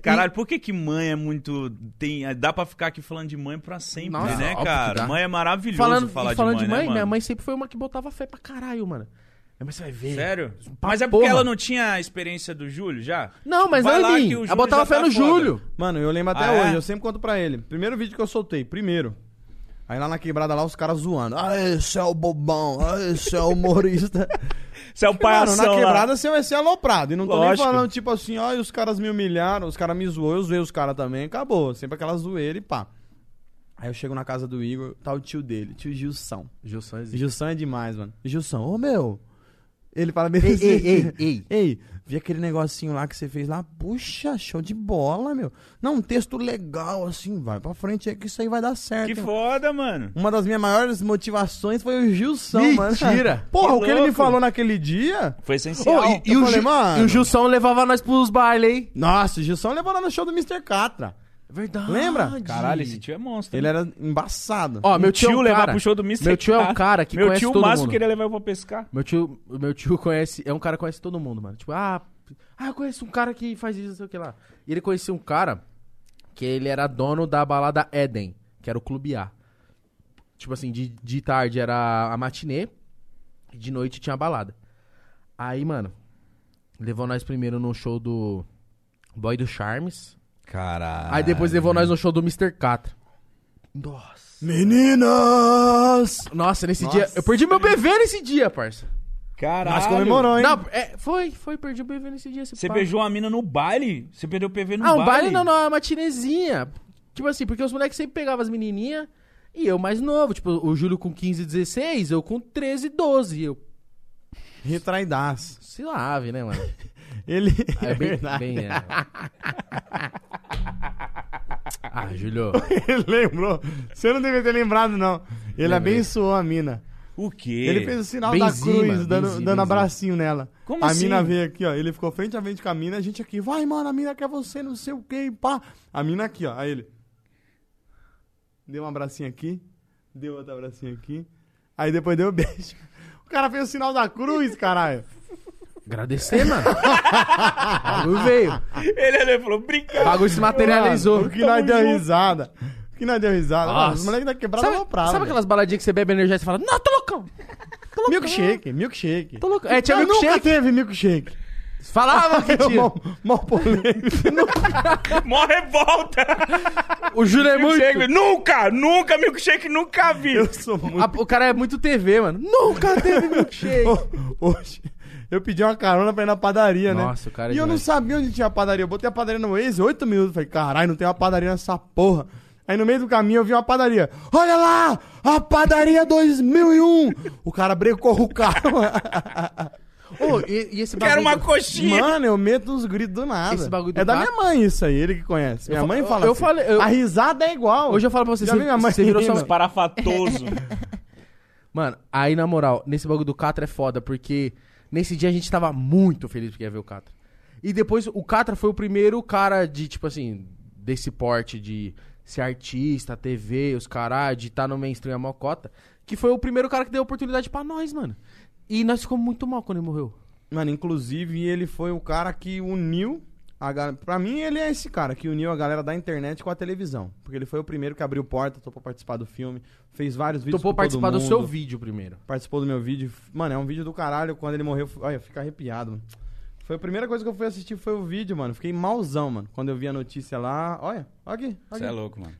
Speaker 3: Caralho, por que que mãe é muito... Tem... Dá pra ficar aqui falando de mãe pra sempre,
Speaker 2: Nossa,
Speaker 3: né,
Speaker 2: óbvio que
Speaker 3: cara?
Speaker 2: dá.
Speaker 3: Mãe é maravilhoso
Speaker 2: Falando,
Speaker 3: falar
Speaker 2: e falando
Speaker 3: de mãe, né,
Speaker 2: minha
Speaker 3: mano?
Speaker 2: mãe sempre foi uma que botava fé pra caralho, mano. Minha mãe, você vai ver.
Speaker 3: Sério?
Speaker 2: Pra
Speaker 3: Mas é porque
Speaker 2: porra.
Speaker 3: ela não tinha a experiência do Júlio já?
Speaker 2: Não, mas
Speaker 3: Vai
Speaker 2: não
Speaker 3: lá
Speaker 2: em
Speaker 3: que o
Speaker 2: mim. Ela
Speaker 3: Júlio
Speaker 2: botava
Speaker 3: já
Speaker 2: fé
Speaker 3: tá
Speaker 2: no
Speaker 3: foda.
Speaker 2: Júlio.
Speaker 1: Mano, eu lembro até
Speaker 3: Ah,
Speaker 1: hoje,
Speaker 3: é?
Speaker 1: eu sempre conto pra ele. Primeiro vídeo que eu soltei, primeiro. Aí lá na quebrada lá, os caras zoando. Ah, esse é o bobão, ah, esse é o humorista.
Speaker 3: Você é o
Speaker 1: Mano, na
Speaker 3: palhação lá.
Speaker 1: quebrada você vai ser aloprado. E não tô
Speaker 3: Lógico.
Speaker 1: nem falando, tipo assim, ó, e os caras me humilharam, os caras me zoou, eu zoei os caras também, acabou. Sempre aquela zoeira e pá. Aí eu chego na casa do Igor, tá o tio dele, tio Gilson.
Speaker 2: Gilson existe.
Speaker 1: Gilson é demais, mano. Gilson, ô meu. Ele fala bem
Speaker 2: Ei,
Speaker 1: assim.
Speaker 2: ei, ei, ei.
Speaker 1: Ei, vi aquele negocinho lá que você fez lá. Puxa, show de bola, meu. Não, um texto legal, assim, vai pra frente aí que isso aí vai dar certo.
Speaker 3: Que
Speaker 1: hein?
Speaker 3: foda, mano.
Speaker 1: Uma das minhas maiores motivações foi o Gilson, mano.
Speaker 2: Mentira!
Speaker 1: Porra,
Speaker 3: Que
Speaker 1: o que ele me
Speaker 3: louco.
Speaker 1: falou naquele dia.
Speaker 2: Ô,
Speaker 3: Foi essencial.
Speaker 2: e, e
Speaker 1: eu
Speaker 2: o
Speaker 1: falei,
Speaker 2: Gil-
Speaker 1: mano.
Speaker 2: e o Gilson levava nós pros bailes, hein?
Speaker 1: Nossa, o Gilson levou lá no show do Mr. Catra.
Speaker 2: Verdade.
Speaker 1: Lembra?
Speaker 3: Caralho, esse tio é monstro.
Speaker 1: Ele era embaçado.
Speaker 2: Ó, meu tio, é um
Speaker 3: levar
Speaker 2: cara-
Speaker 3: pro show do Mr.
Speaker 2: Meu tio é um
Speaker 3: K.
Speaker 2: cara que
Speaker 3: Meu
Speaker 2: conhece
Speaker 3: tio, o
Speaker 2: todo
Speaker 3: máximo
Speaker 2: mundo.
Speaker 3: que ele leva eu pra pescar.
Speaker 2: Meu tio, meu tio conhece, é um cara que conhece todo mundo, mano. Tipo, ah, ah, eu conheço um cara que faz isso, não sei o que lá. E ele conhecia um cara que ele era dono da balada Eden, que era o Clube A. Tipo assim, de, de tarde era a matinê, e de noite tinha a balada. Aí, mano, levou nós primeiro no show do Boy do Charmes.
Speaker 3: Caralho.
Speaker 2: Aí depois levou nós no show do Mr. Catra. Nossa.
Speaker 1: Meninas!
Speaker 2: Nossa, nesse
Speaker 1: Nossa.
Speaker 2: dia. Eu perdi meu BV nesse dia, parça.
Speaker 3: Caralho.
Speaker 1: Nós comemorou, hein?
Speaker 2: Não, é, foi, foi, perdi o PV nesse dia. esse
Speaker 3: Você
Speaker 2: pá.
Speaker 3: beijou a mina no baile? Você perdeu o PV no
Speaker 2: Ah, um
Speaker 3: baile?
Speaker 2: baile não, não, uma matinezinha. Tipo assim, porque os moleques sempre pegavam as menininhas e eu mais novo. Tipo, o Júlio com 15, 16, eu com 13, 12. Eu,
Speaker 1: Retraidaço.
Speaker 2: se lave, né, mano?
Speaker 1: Ele.
Speaker 2: Aí eu bem, bem, é. Ah, Júlio.
Speaker 1: Ele lembrou. Você não devia ter lembrado, não. Ele abençoou a mina.
Speaker 3: O quê?
Speaker 1: Ele fez o sinal da
Speaker 2: Benzinho,
Speaker 1: cruz,
Speaker 2: mano,
Speaker 1: dando,
Speaker 2: benzinho,
Speaker 1: dando
Speaker 2: benzinho.
Speaker 1: abracinho nela.
Speaker 3: Como
Speaker 1: a
Speaker 3: assim?
Speaker 1: mina veio aqui, ó. Ele ficou frente a frente com a mina, a gente aqui, vai, mano, a mina quer você, não sei o que, pá. A mina aqui, ó. Aí ele. Deu um abracinho aqui, deu outro abracinho aqui. Aí depois deu um beijo. O cara fez o sinal da cruz, caralho.
Speaker 2: Agradecer, mano. O bagulho veio.
Speaker 3: Ele olhou e falou,
Speaker 2: O
Speaker 3: obrigado.
Speaker 2: bagulho se materializou.
Speaker 1: Mano, o que nós
Speaker 3: Tamo
Speaker 1: deu
Speaker 3: junto.
Speaker 1: risada. O que nós deu risada. Mano, os
Speaker 2: Nossa.
Speaker 1: moleques da quebrada
Speaker 2: Sabe,
Speaker 1: não pravam.
Speaker 2: sabe aquelas baladinhas que você bebe energético e fala, não, tô loucão.
Speaker 1: Milkshake, milkshake.
Speaker 2: Tô loucão. É, tinha
Speaker 1: Eu nunca
Speaker 2: milkshake.
Speaker 1: teve milkshake.
Speaker 2: Falava que tinha.
Speaker 1: Mó- Mó polêmico. Tá.
Speaker 3: Mó revolta.
Speaker 2: O Júlio é muito...
Speaker 3: Milkshake, nunca, nunca, milkshake, nunca vi.
Speaker 1: Eu sou muito...
Speaker 2: A- o cara é muito TV, mano. Nunca teve milkshake.
Speaker 1: Ô, Hoje, eu pedi uma carona pra ir na padaria, né?
Speaker 2: Nossa, o cara é
Speaker 1: E eu não
Speaker 2: demais.
Speaker 1: sabia onde tinha a padaria. Eu botei a padaria no Waze, 8 minutos. Falei, caralho, não tem uma padaria nessa porra. Aí no meio do caminho eu vi uma padaria. Olha lá! A padaria 2001! o cara brecou o carro.
Speaker 2: Ô, e, e esse bagulho...
Speaker 3: Quero uma coxinha.
Speaker 1: Mano, eu meto uns gritos do nada.
Speaker 2: Esse bagulho do
Speaker 1: é da
Speaker 2: carro-
Speaker 1: minha mãe isso aí, ele que conhece. Minha
Speaker 2: fa-
Speaker 1: mãe
Speaker 2: eu-
Speaker 1: fala
Speaker 2: eu
Speaker 1: assim,
Speaker 2: falei- eu-
Speaker 1: A risada é igual.
Speaker 2: Hoje eu falo pra você,
Speaker 1: Já
Speaker 2: você-
Speaker 1: vi minha mãe
Speaker 2: você virou
Speaker 3: Tá
Speaker 2: sua-
Speaker 3: um
Speaker 1: rindo.
Speaker 3: Parafatoso.
Speaker 2: Mano, aí na moral, nesse bagulho do Catra é foda, porque nesse dia a gente tava muito feliz porque ia ver o Catra. E depois o Catra foi o primeiro cara de, tipo assim, desse porte de ser artista, TV, os caralho, de estar tá no mainstream a mocota, que foi o primeiro cara que deu oportunidade pra nós, mano. E nós ficamos muito mal quando ele morreu.
Speaker 1: Mano, inclusive ele foi o cara que uniu a galera. Pra mim, ele é esse cara que uniu a galera da internet com a televisão. Porque ele foi o primeiro que abriu porta, topou participar do filme, fez vários vídeos.
Speaker 2: Topou
Speaker 1: com todo
Speaker 2: participar do
Speaker 1: mundo,
Speaker 2: seu vídeo primeiro.
Speaker 1: Participou do meu vídeo. Mano, é um vídeo do caralho. Quando ele morreu, eu fui- olha, eu fico arrepiado, mano. Foi a primeira coisa que eu fui assistir foi o vídeo, mano. Fiquei malzão, mano. Quando eu vi a notícia lá. Olha, olha aqui. olha
Speaker 3: Você é
Speaker 1: aqui.
Speaker 3: louco, mano.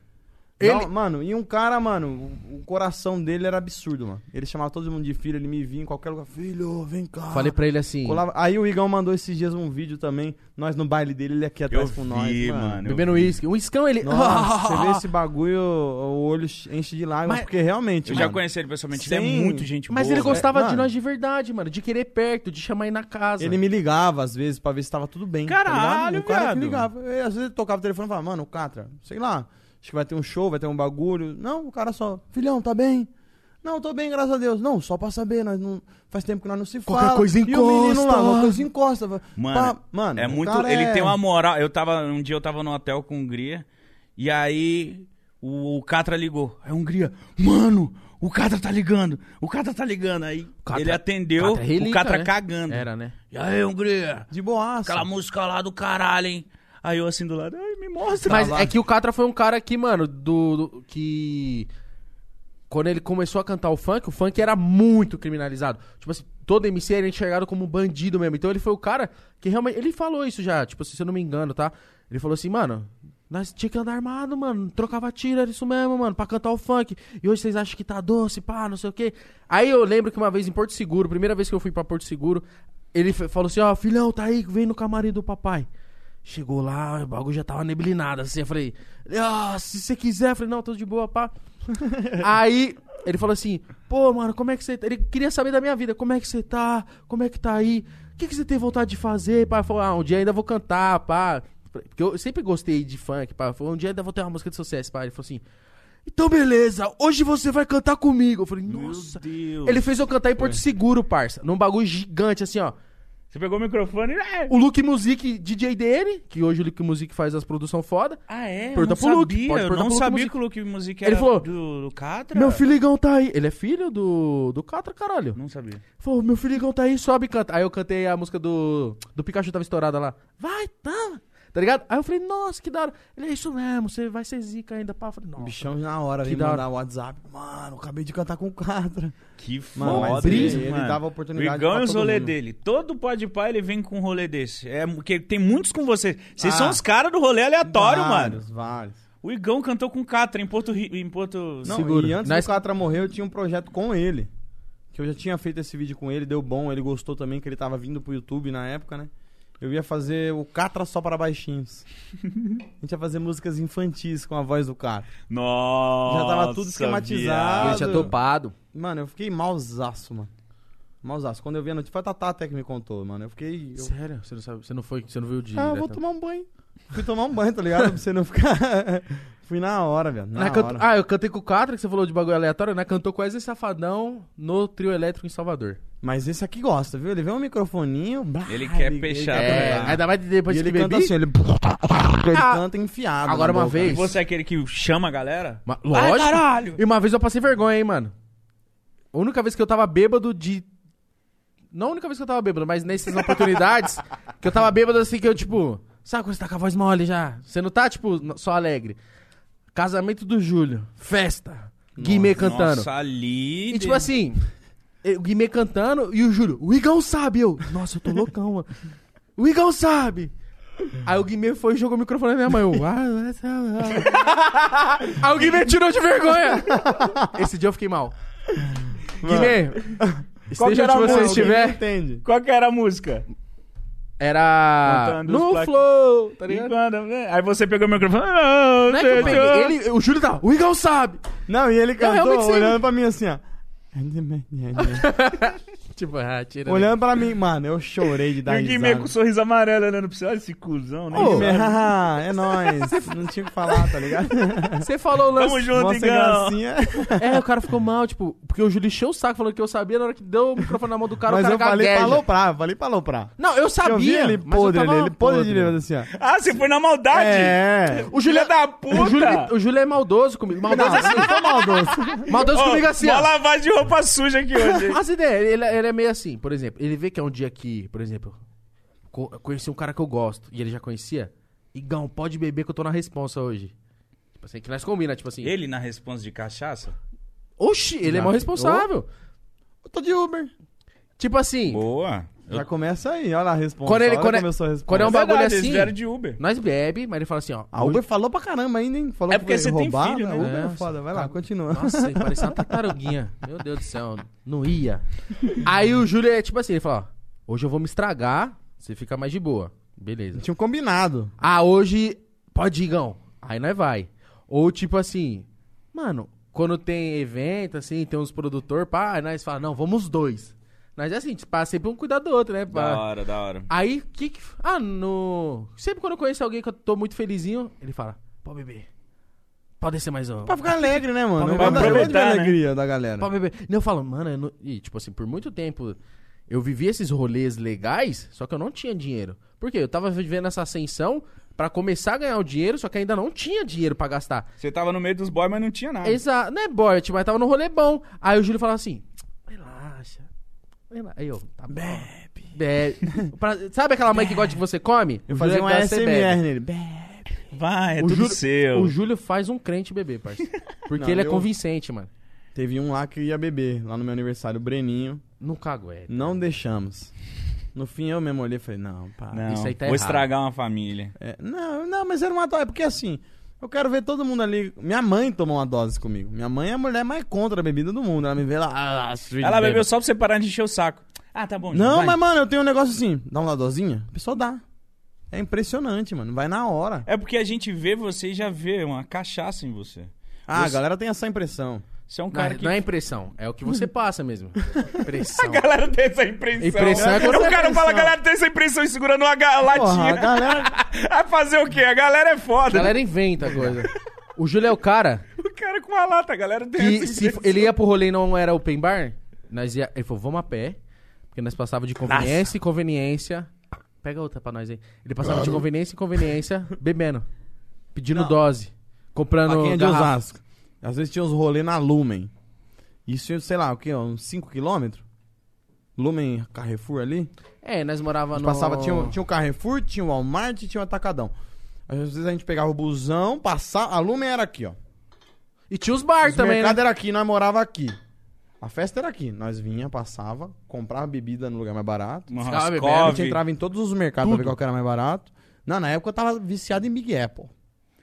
Speaker 1: Não,
Speaker 2: Ele-
Speaker 1: mano, e um cara, mano, o, o coração dele era absurdo, mano. Ele chamava todo mundo de filho, ele me via em qualquer lugar. Filho, vem cá.
Speaker 2: Falei pra ele assim,
Speaker 1: Colava- Aí o Igão mandou esses dias um vídeo também, nós no baile dele, ele aqui atrás
Speaker 3: Eu
Speaker 1: com
Speaker 3: vi,
Speaker 1: nós, mano.
Speaker 3: mano.
Speaker 2: bebendo uísque. Um iscão ele...
Speaker 1: Nossa, você vê esse bagulho, o olho enche de lágrimas,
Speaker 2: Mas-
Speaker 1: porque realmente,
Speaker 3: Eu já
Speaker 1: mano,
Speaker 3: conheci ele pessoalmente, ele é
Speaker 1: Sim.
Speaker 3: muito gente
Speaker 2: Mas
Speaker 3: boa.
Speaker 2: ele gostava
Speaker 1: mano.
Speaker 2: de nós de verdade, mano. De querer perto, de chamar ele na casa.
Speaker 1: Ele me ligava às vezes pra ver se tava tudo bem. tá
Speaker 3: Caralho,
Speaker 1: ligado? o cara que
Speaker 3: viado.
Speaker 1: ligava. E, às vezes ele tocava o telefone e falava, mano, Catra, sei lá, acho que vai ter um show, vai ter um bagulho. Não, o cara só, filhão, tá bem? Não, tô bem, graças a Deus. Não, só pra saber, nós não, faz tempo que nós não se
Speaker 2: Qualquer
Speaker 1: fala.
Speaker 2: coisa
Speaker 1: E o menino lá,
Speaker 2: encosta.
Speaker 1: uma coisa encosta.
Speaker 3: Mano,
Speaker 1: Pá, mano
Speaker 3: é
Speaker 1: o
Speaker 3: muito.
Speaker 1: cara
Speaker 3: Ele
Speaker 1: é-
Speaker 3: tem uma moral. Eu tava. Um dia eu tava no hotel com a Hungria. E aí o, o Catra ligou. Aí a Hungria, mano, o Catra tá ligando. O Catra tá ligando. Aí
Speaker 2: Catra-
Speaker 3: ele atendeu,
Speaker 2: Catra é relíquia,
Speaker 3: o Catra
Speaker 2: né?
Speaker 3: cagando.
Speaker 2: Era, né?
Speaker 3: E aí, Hungria?
Speaker 1: De boaça.
Speaker 3: Aquela música lá do caralho, hein? Aí eu assim do lado, ai, me mostra.
Speaker 2: Mas
Speaker 3: Lá.
Speaker 2: é que o Catra foi um cara que, mano, do, do- que quando ele começou a cantar o funk, o funk era muito criminalizado. Tipo assim, todo MC era enxergado como um bandido mesmo. Então ele foi o cara que realmente, ele falou isso já, tipo assim, se eu não me engano, tá? Ele falou assim, mano, nós tinha que andar armado, mano, trocava tiro, era isso mesmo, mano, pra cantar o funk. E hoje vocês acham que tá doce, pá, não sei o quê. Aí eu lembro que uma vez em Porto Seguro, primeira vez que eu fui pra Porto Seguro, ele fe- falou assim, ó, filhão, tá aí, vem no camarim do papai. Chegou lá, o bagulho já tava neblinado, assim. Eu falei, ah, se você quiser. Eu falei, não, tô de boa, pá. aí ele falou assim, pô, mano, como é que você tá? Ele queria saber da minha vida, como é que você tá? Como é que tá aí? O que, que você tem vontade de fazer, pá? Eu falei, ah, um dia ainda vou cantar, pá. Porque eu sempre gostei de funk, pá. Eu falei, um dia ainda vou ter uma música de sucesso, pá. Ele falou assim, então beleza, hoje você vai cantar comigo. Eu falei, é nossa.
Speaker 3: Deus.
Speaker 2: Ele fez eu cantar em Porto Seguro, parça. Num bagulho gigante, assim, ó.
Speaker 3: Você pegou o microfone e. "É".
Speaker 2: O Luke Music DJ dele, que hoje o Luke Music faz as produções foda.
Speaker 3: Ah, é? Eu
Speaker 2: Pergunta
Speaker 3: não
Speaker 2: pro Luke,
Speaker 3: sabia.
Speaker 2: pode
Speaker 3: Eu
Speaker 2: perguntar
Speaker 3: não
Speaker 2: pro Luke
Speaker 3: sabia
Speaker 2: Music.
Speaker 3: que o Luke Music
Speaker 2: Ele
Speaker 3: era
Speaker 2: falou,
Speaker 3: do, do Catra.
Speaker 2: Meu filhigão tá aí. Ele é filho do, do Catra, caralho.
Speaker 3: Não sabia.
Speaker 2: Falou, meu filhigão tá aí, sobe e canta. Aí eu cantei a música do, do Pikachu, tava estourada lá. Vai, tá. Tá ligado? Aí eu falei, nossa, que da hora. Ele é isso mesmo, você vai ser zica ainda, pá. Eu falei, nossa.
Speaker 1: Bichão na hora,
Speaker 2: Que
Speaker 1: veio
Speaker 2: da hora.
Speaker 1: mandar o WhatsApp. Mano, acabei de cantar com o Catra.
Speaker 3: Que
Speaker 1: Mano,
Speaker 3: foda,
Speaker 1: mas
Speaker 3: hein,
Speaker 1: ele- ele
Speaker 3: mano.
Speaker 1: dava oportunidade
Speaker 3: O Igão
Speaker 1: pra
Speaker 3: e os
Speaker 1: todo
Speaker 3: rolê
Speaker 1: mundo.
Speaker 3: dele. Todo pode pá, ele vem com um rolê desse. É, porque tem muitos com vocês. Vocês
Speaker 1: Ah.
Speaker 3: são os caras do rolê aleatório, mano.
Speaker 1: vários, Vários.
Speaker 3: O Igão cantou com o Catra em Porto... Ri- Em Porto...
Speaker 1: Não,
Speaker 2: Seguro.
Speaker 1: e antes
Speaker 2: Nós-
Speaker 1: do Catra morrer, eu tinha um projeto com ele. Que eu já tinha feito esse vídeo com ele, deu bom, ele gostou também, que ele tava vindo pro YouTube na época, né? Eu ia fazer o Catra só para baixinhos. A gente ia fazer músicas infantis com a voz do Catra.
Speaker 3: Nossa,
Speaker 1: Já tava tudo esquematizado.
Speaker 2: Ele tinha topado.
Speaker 1: Mano, eu fiquei malzaço, mano. Malzaço. Quando eu vi a notícia, foi a Tatá até que me contou, mano. Eu fiquei. eu-
Speaker 2: Sério? Você não, sabe, você não foi, você não viu o dia. né, tá?
Speaker 1: Ah, eu vou tomar um banho. Fui tomar um banho, tá ligado? Pra você não ficar. Fui na hora, velho. Na
Speaker 2: Né, canto-
Speaker 1: hora.
Speaker 2: Ah, eu cantei com o Catra, que você falou de bagulho aleatório, né? Cantou com Wesley Safadão no trio elétrico em Salvador.
Speaker 1: Mas esse aqui gosta, viu? Ele vê um microfoninho. blá,
Speaker 3: Ele quer
Speaker 1: ele- ele
Speaker 3: peixar
Speaker 1: quer
Speaker 3: também.
Speaker 1: pegar.
Speaker 2: ainda mais depois
Speaker 1: e
Speaker 2: que
Speaker 1: ele
Speaker 2: bebi.
Speaker 1: canta assim, ele, ele canta enfiado.
Speaker 2: Agora
Speaker 1: na
Speaker 2: uma
Speaker 1: boca.
Speaker 2: vez-
Speaker 3: E você é aquele que chama a galera?
Speaker 2: Ma-
Speaker 3: Ai,
Speaker 2: lógico.
Speaker 3: Ah, caralho!
Speaker 2: E uma vez eu passei vergonha, hein, mano. A única vez que eu tava bêbado de Não a única vez que eu tava bêbado, mas nessas oportunidades que eu tava bêbado assim que eu, tipo, sabe quando você tá com a voz mole já? Você não tá, tipo, n- só alegre. Casamento do Júlio, festa, Guimê cantando.
Speaker 3: Nossa, ali...
Speaker 2: E tipo assim, eu- o Guimê cantando e o Júlio, o Igão sabe, eu. Nossa, eu tô loucão, mano. O Igão sabe! Aí o Guimê foi e jogou o microfone na minha mãe. Eu, "Ah, essa- ah." Aí o Guimê tirou de vergonha! Esse dia eu fiquei mal. Guimê,
Speaker 3: Qual que
Speaker 2: esteja
Speaker 3: era
Speaker 2: onde
Speaker 3: a
Speaker 2: você
Speaker 3: música?
Speaker 2: estiver.
Speaker 1: Entende?
Speaker 3: Qual que era a música?
Speaker 2: Era.
Speaker 3: Contando os
Speaker 2: No
Speaker 3: placa-
Speaker 2: Flow, tá
Speaker 3: E
Speaker 2: ligado?
Speaker 3: quando- né? Aí você pegou o microfone... "Ah,
Speaker 2: Não é que eu peguei.
Speaker 3: senhor."
Speaker 2: Ele, o Júlio tá. O Igão sabe!
Speaker 1: Não, e ele cantou
Speaker 2: realmente sei.
Speaker 1: olhando pra mim assim, ó.
Speaker 2: Tipo, ah, tira.
Speaker 1: olhando pra mim. Mano, eu chorei de dar
Speaker 3: E o Guimê
Speaker 1: risada.
Speaker 3: com o sorriso amarelo olhando pra você. Olha esse cuzão, né?
Speaker 1: Ô, haha, é nóis. Não tinha o que falar, tá ligado?
Speaker 2: Você falou o
Speaker 3: Tamo
Speaker 2: lance.
Speaker 3: junto,
Speaker 1: Mó sem
Speaker 3: Igão.
Speaker 1: gracinha.
Speaker 2: É, o cara ficou mal, tipo, porque o Júlio encheu o saco, falou que eu sabia, na hora que deu o microfone na mão do cara,
Speaker 1: Mas
Speaker 2: o cara
Speaker 1: eu falei pra
Speaker 2: gagueja.
Speaker 1: aloprar, falei pra aloprar.
Speaker 2: Não, eu sabia.
Speaker 1: eu vi ele
Speaker 2: mas eu
Speaker 1: podre
Speaker 2: tava
Speaker 1: ali, ele podre de
Speaker 2: podre.
Speaker 1: lembrança assim, ó.
Speaker 3: Ah, você foi na maldade?
Speaker 1: É.
Speaker 3: O Júlio é da puta!
Speaker 2: O Júlio, o Júlio é maldoso comigo. Maldoso,
Speaker 1: Não, não foi maldoso.
Speaker 2: assim, maldoso
Speaker 3: Ó,
Speaker 2: comigo assim,
Speaker 3: mó
Speaker 2: ó.
Speaker 3: lavagem de roupa suja aqui hoje. hein?
Speaker 2: As ideias, ele, ele é meio assim, por exemplo, ele vê que é um dia que, por exemplo, co- eu conheci um cara que eu gosto e ele já conhecia. Igão, pode beber que eu tô na responsa hoje. Tipo assim, que nós combina, tipo assim.
Speaker 3: Ele na resposta de cachaça?
Speaker 2: Oxi, ele é
Speaker 1: Já
Speaker 2: mó
Speaker 1: ficou?
Speaker 2: responsável.
Speaker 1: Eu tô de Uber.
Speaker 2: Tipo assim,
Speaker 3: Boa.
Speaker 1: Já começa aí, olha a resposta.
Speaker 2: Quando ele-
Speaker 1: olha
Speaker 2: quando é-
Speaker 1: começou a resposta.
Speaker 2: quando é um ba- bagulho
Speaker 3: Verdade, Eles
Speaker 2: assim.
Speaker 3: vieram de Uber.
Speaker 2: nós bebe, mas ele fala assim, ó.
Speaker 1: A Uber falou pra caramba ainda, hein? Falou
Speaker 3: É porque
Speaker 1: que foi
Speaker 3: você tem
Speaker 1: roubado,
Speaker 3: filho, né?
Speaker 1: A Uber
Speaker 2: É,
Speaker 1: é foda, vai lá,
Speaker 2: cara.
Speaker 1: continua.
Speaker 2: Nossa, ele parecia uma tartaruguinha. Meu Deus do céu, não ia. Aí o Júlio é tipo assim, ele fala, ó, hoje eu vou me estragar, você fica mais de boa. Beleza.
Speaker 1: Tinha um combinado.
Speaker 2: Ah, hoje pode ir, Gão. Aí nós vai. Ou tipo assim, mano, quando tem evento, assim, tem uns produtor, pá, aí nós fala, não, vamos os dois. Nós é assim, passa sempre um cuidar do outro, né?
Speaker 3: Da
Speaker 2: Pá.
Speaker 3: hora, da hora.
Speaker 2: Aí, que que... Ah, no... Sempre quando eu conheço alguém que eu tô muito felizinho, ele fala, pô, bebê, pode descer mais um.
Speaker 1: Pra ficar alegre, né, mano?
Speaker 2: Pra
Speaker 1: Eu gosto da- eu gosto da
Speaker 3: aproveitar, né?
Speaker 1: alegria da galera.
Speaker 2: Pra beber. Não, eu falo, mano, eu não... e, tipo assim, por muito tempo eu vivi esses rolês legais, só que eu não tinha dinheiro. Por quê? Eu tava vivendo essa ascensão pra começar a ganhar o dinheiro, só que ainda não tinha dinheiro pra gastar.
Speaker 3: Você tava no meio dos boys, mas não tinha nada.
Speaker 2: Exato, não é Bort, mas tava no rolê bom. Aí o Júlio falava assim: relaxa. relaxa." Aí eu, tá bom. Bebe. Pra- sabe aquela mãe que gosta que você come?
Speaker 1: Eu
Speaker 2: O
Speaker 1: fazia
Speaker 2: Júlio
Speaker 1: um
Speaker 2: é que gosta, você bebe.
Speaker 1: ASMR nele. Bé.
Speaker 3: Vai, é
Speaker 2: O
Speaker 3: tudo
Speaker 2: Júlio-
Speaker 3: seu.
Speaker 2: O Júlio faz um crente beber, parceiro. Porque
Speaker 1: Não,
Speaker 2: ele é
Speaker 1: eu-
Speaker 2: convincente, mano.
Speaker 1: Teve um lá que ia beber, lá no meu aniversário, o Breninho.
Speaker 2: Não cago, é.
Speaker 1: Não deixamos. No fim, eu mesmo olhei e falei, não, pá.
Speaker 3: Não,
Speaker 2: Isso aí tá
Speaker 3: vou
Speaker 2: errado.
Speaker 3: estragar uma família.
Speaker 1: É, não, não, mas era uma dose. Porque assim, eu quero ver todo mundo ali. Minha mãe tomou uma dose comigo. Minha mãe é a mulher mais contra a bebida do mundo. Ela me vê lá. "Ah, esse filho de
Speaker 3: Ela
Speaker 1: bêbado."
Speaker 3: bebeu só pra você parar de encher o saco. Ah, tá bom.
Speaker 1: Não,
Speaker 3: vai.
Speaker 1: mas mano, eu tenho um negócio assim. Dá uma dosinha? A pessoa dá. É impressionante, mano. Vai na hora.
Speaker 3: É porque a gente vê você e já vê uma cachaça em você.
Speaker 1: Ah,
Speaker 3: Você-
Speaker 1: a galera tem essa impressão.
Speaker 3: Você é um
Speaker 2: Não,
Speaker 3: cara que... Hum.
Speaker 2: não é impressão, é o que você passa mesmo. Impressão.
Speaker 3: A galera tem essa impressão.
Speaker 2: Impressão é quando
Speaker 3: o
Speaker 2: você
Speaker 3: cara
Speaker 2: pensa.
Speaker 3: fala, a galera tem essa impressão e segurando uma
Speaker 1: Porra,
Speaker 3: ga-
Speaker 1: a
Speaker 3: latinha.
Speaker 1: galera.
Speaker 3: Vai fazer o quê? A galera é
Speaker 2: A
Speaker 3: foda.
Speaker 2: galera inventa coisa. O Júlio é o cara
Speaker 3: O cara com uma lata, a galera tem
Speaker 2: que
Speaker 3: essa
Speaker 2: se
Speaker 3: impressão.
Speaker 2: ele ia pro rolê e não era open bar, nós ia, ele falou, vamos a pé, porque nós passava de conveniência e conveniência. Pega outra pra nós aí. Ele passava de conveniência em conveniência, bebendo, pedindo
Speaker 1: Não.
Speaker 2: dose, comprando
Speaker 1: Pra quem é de
Speaker 2: garrafa.
Speaker 1: Osasco. Às vezes tinha uns rolê na Lumen. Isso, sei lá, o quê? Uns 5km? Lumen Carrefour ali?
Speaker 2: É, nós
Speaker 1: A
Speaker 2: morava no...
Speaker 1: gente passava, tinha,
Speaker 3: um-
Speaker 1: o- tinha o Carrefour, tinha o Walmart e tinha o Atacadão. Às vezes a gente pegava o busão, passava. A Lumen era aqui, ó.
Speaker 2: E tinha os bar
Speaker 1: O
Speaker 2: também, né?
Speaker 1: mercado era aqui, nós morava aqui. A festa era aqui. Nós vinha, passava, comprava bebida no lugar mais barato.
Speaker 3: Uma
Speaker 2: Ficava bebendo,
Speaker 1: A
Speaker 3: Roscov.
Speaker 1: gente entrava em todos os mercados pra ver qual que era mais barato. Não, na época eu tava viciado em Big Apple.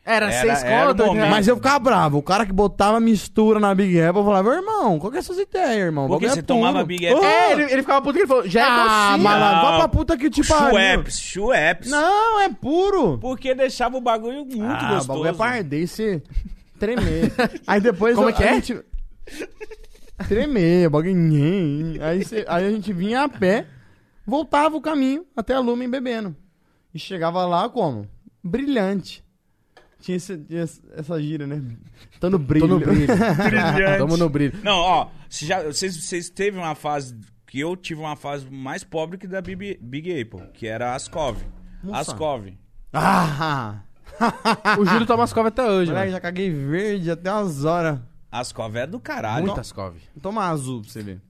Speaker 2: Era,
Speaker 3: Era-
Speaker 2: seis
Speaker 3: era o
Speaker 2: contas,
Speaker 3: momento.
Speaker 2: né?
Speaker 1: Mas eu ficava bravo. O cara que botava mistura na Big Apple, eu falava, irmão, qual que é essas ideias, irmão?
Speaker 3: Por que
Speaker 1: Bagulho
Speaker 3: você
Speaker 1: é
Speaker 3: tomava
Speaker 1: puro."
Speaker 3: Big Apple?
Speaker 2: É, ele, ele ficava puto que ele falou, já é
Speaker 1: Ah,
Speaker 2: docinho.
Speaker 1: malandro,
Speaker 3: Não.
Speaker 1: vá pra puta que te pariu.
Speaker 3: Schweppes, Schweppes.
Speaker 1: Não, é puro.
Speaker 3: Porque deixava o bagulho muito
Speaker 1: ah,
Speaker 3: gostoso.
Speaker 1: o bagulho é pra arder e você tremer. aí depois...
Speaker 2: Como
Speaker 1: eu-
Speaker 2: é que
Speaker 1: a
Speaker 2: é?
Speaker 1: gente- Tremer, o bagulho... Aí, você- aí a gente vinha a pé, voltava o caminho até a Lumen bebendo. E chegava lá como? Brilhante. Tinha, esse- tinha esse- essa gíria, né? Tô no brilho.
Speaker 2: Tô no brilho.
Speaker 3: Brilhante.
Speaker 2: Tamo no brilho.
Speaker 3: Não, ó, se já- vocês, vocês teve uma fase que eu tive uma fase mais pobre que da Big, Big Apple, que era a Ascov.
Speaker 1: Nossa.
Speaker 3: Ascov.
Speaker 1: Ah!
Speaker 2: O Júlio toma as covas até hoje,
Speaker 1: Moleque,
Speaker 2: né?
Speaker 1: já caguei verde até umas horas.
Speaker 3: Ascov é do caralho.
Speaker 1: então-
Speaker 2: Muitas covas.
Speaker 1: Toma azul pra você ver.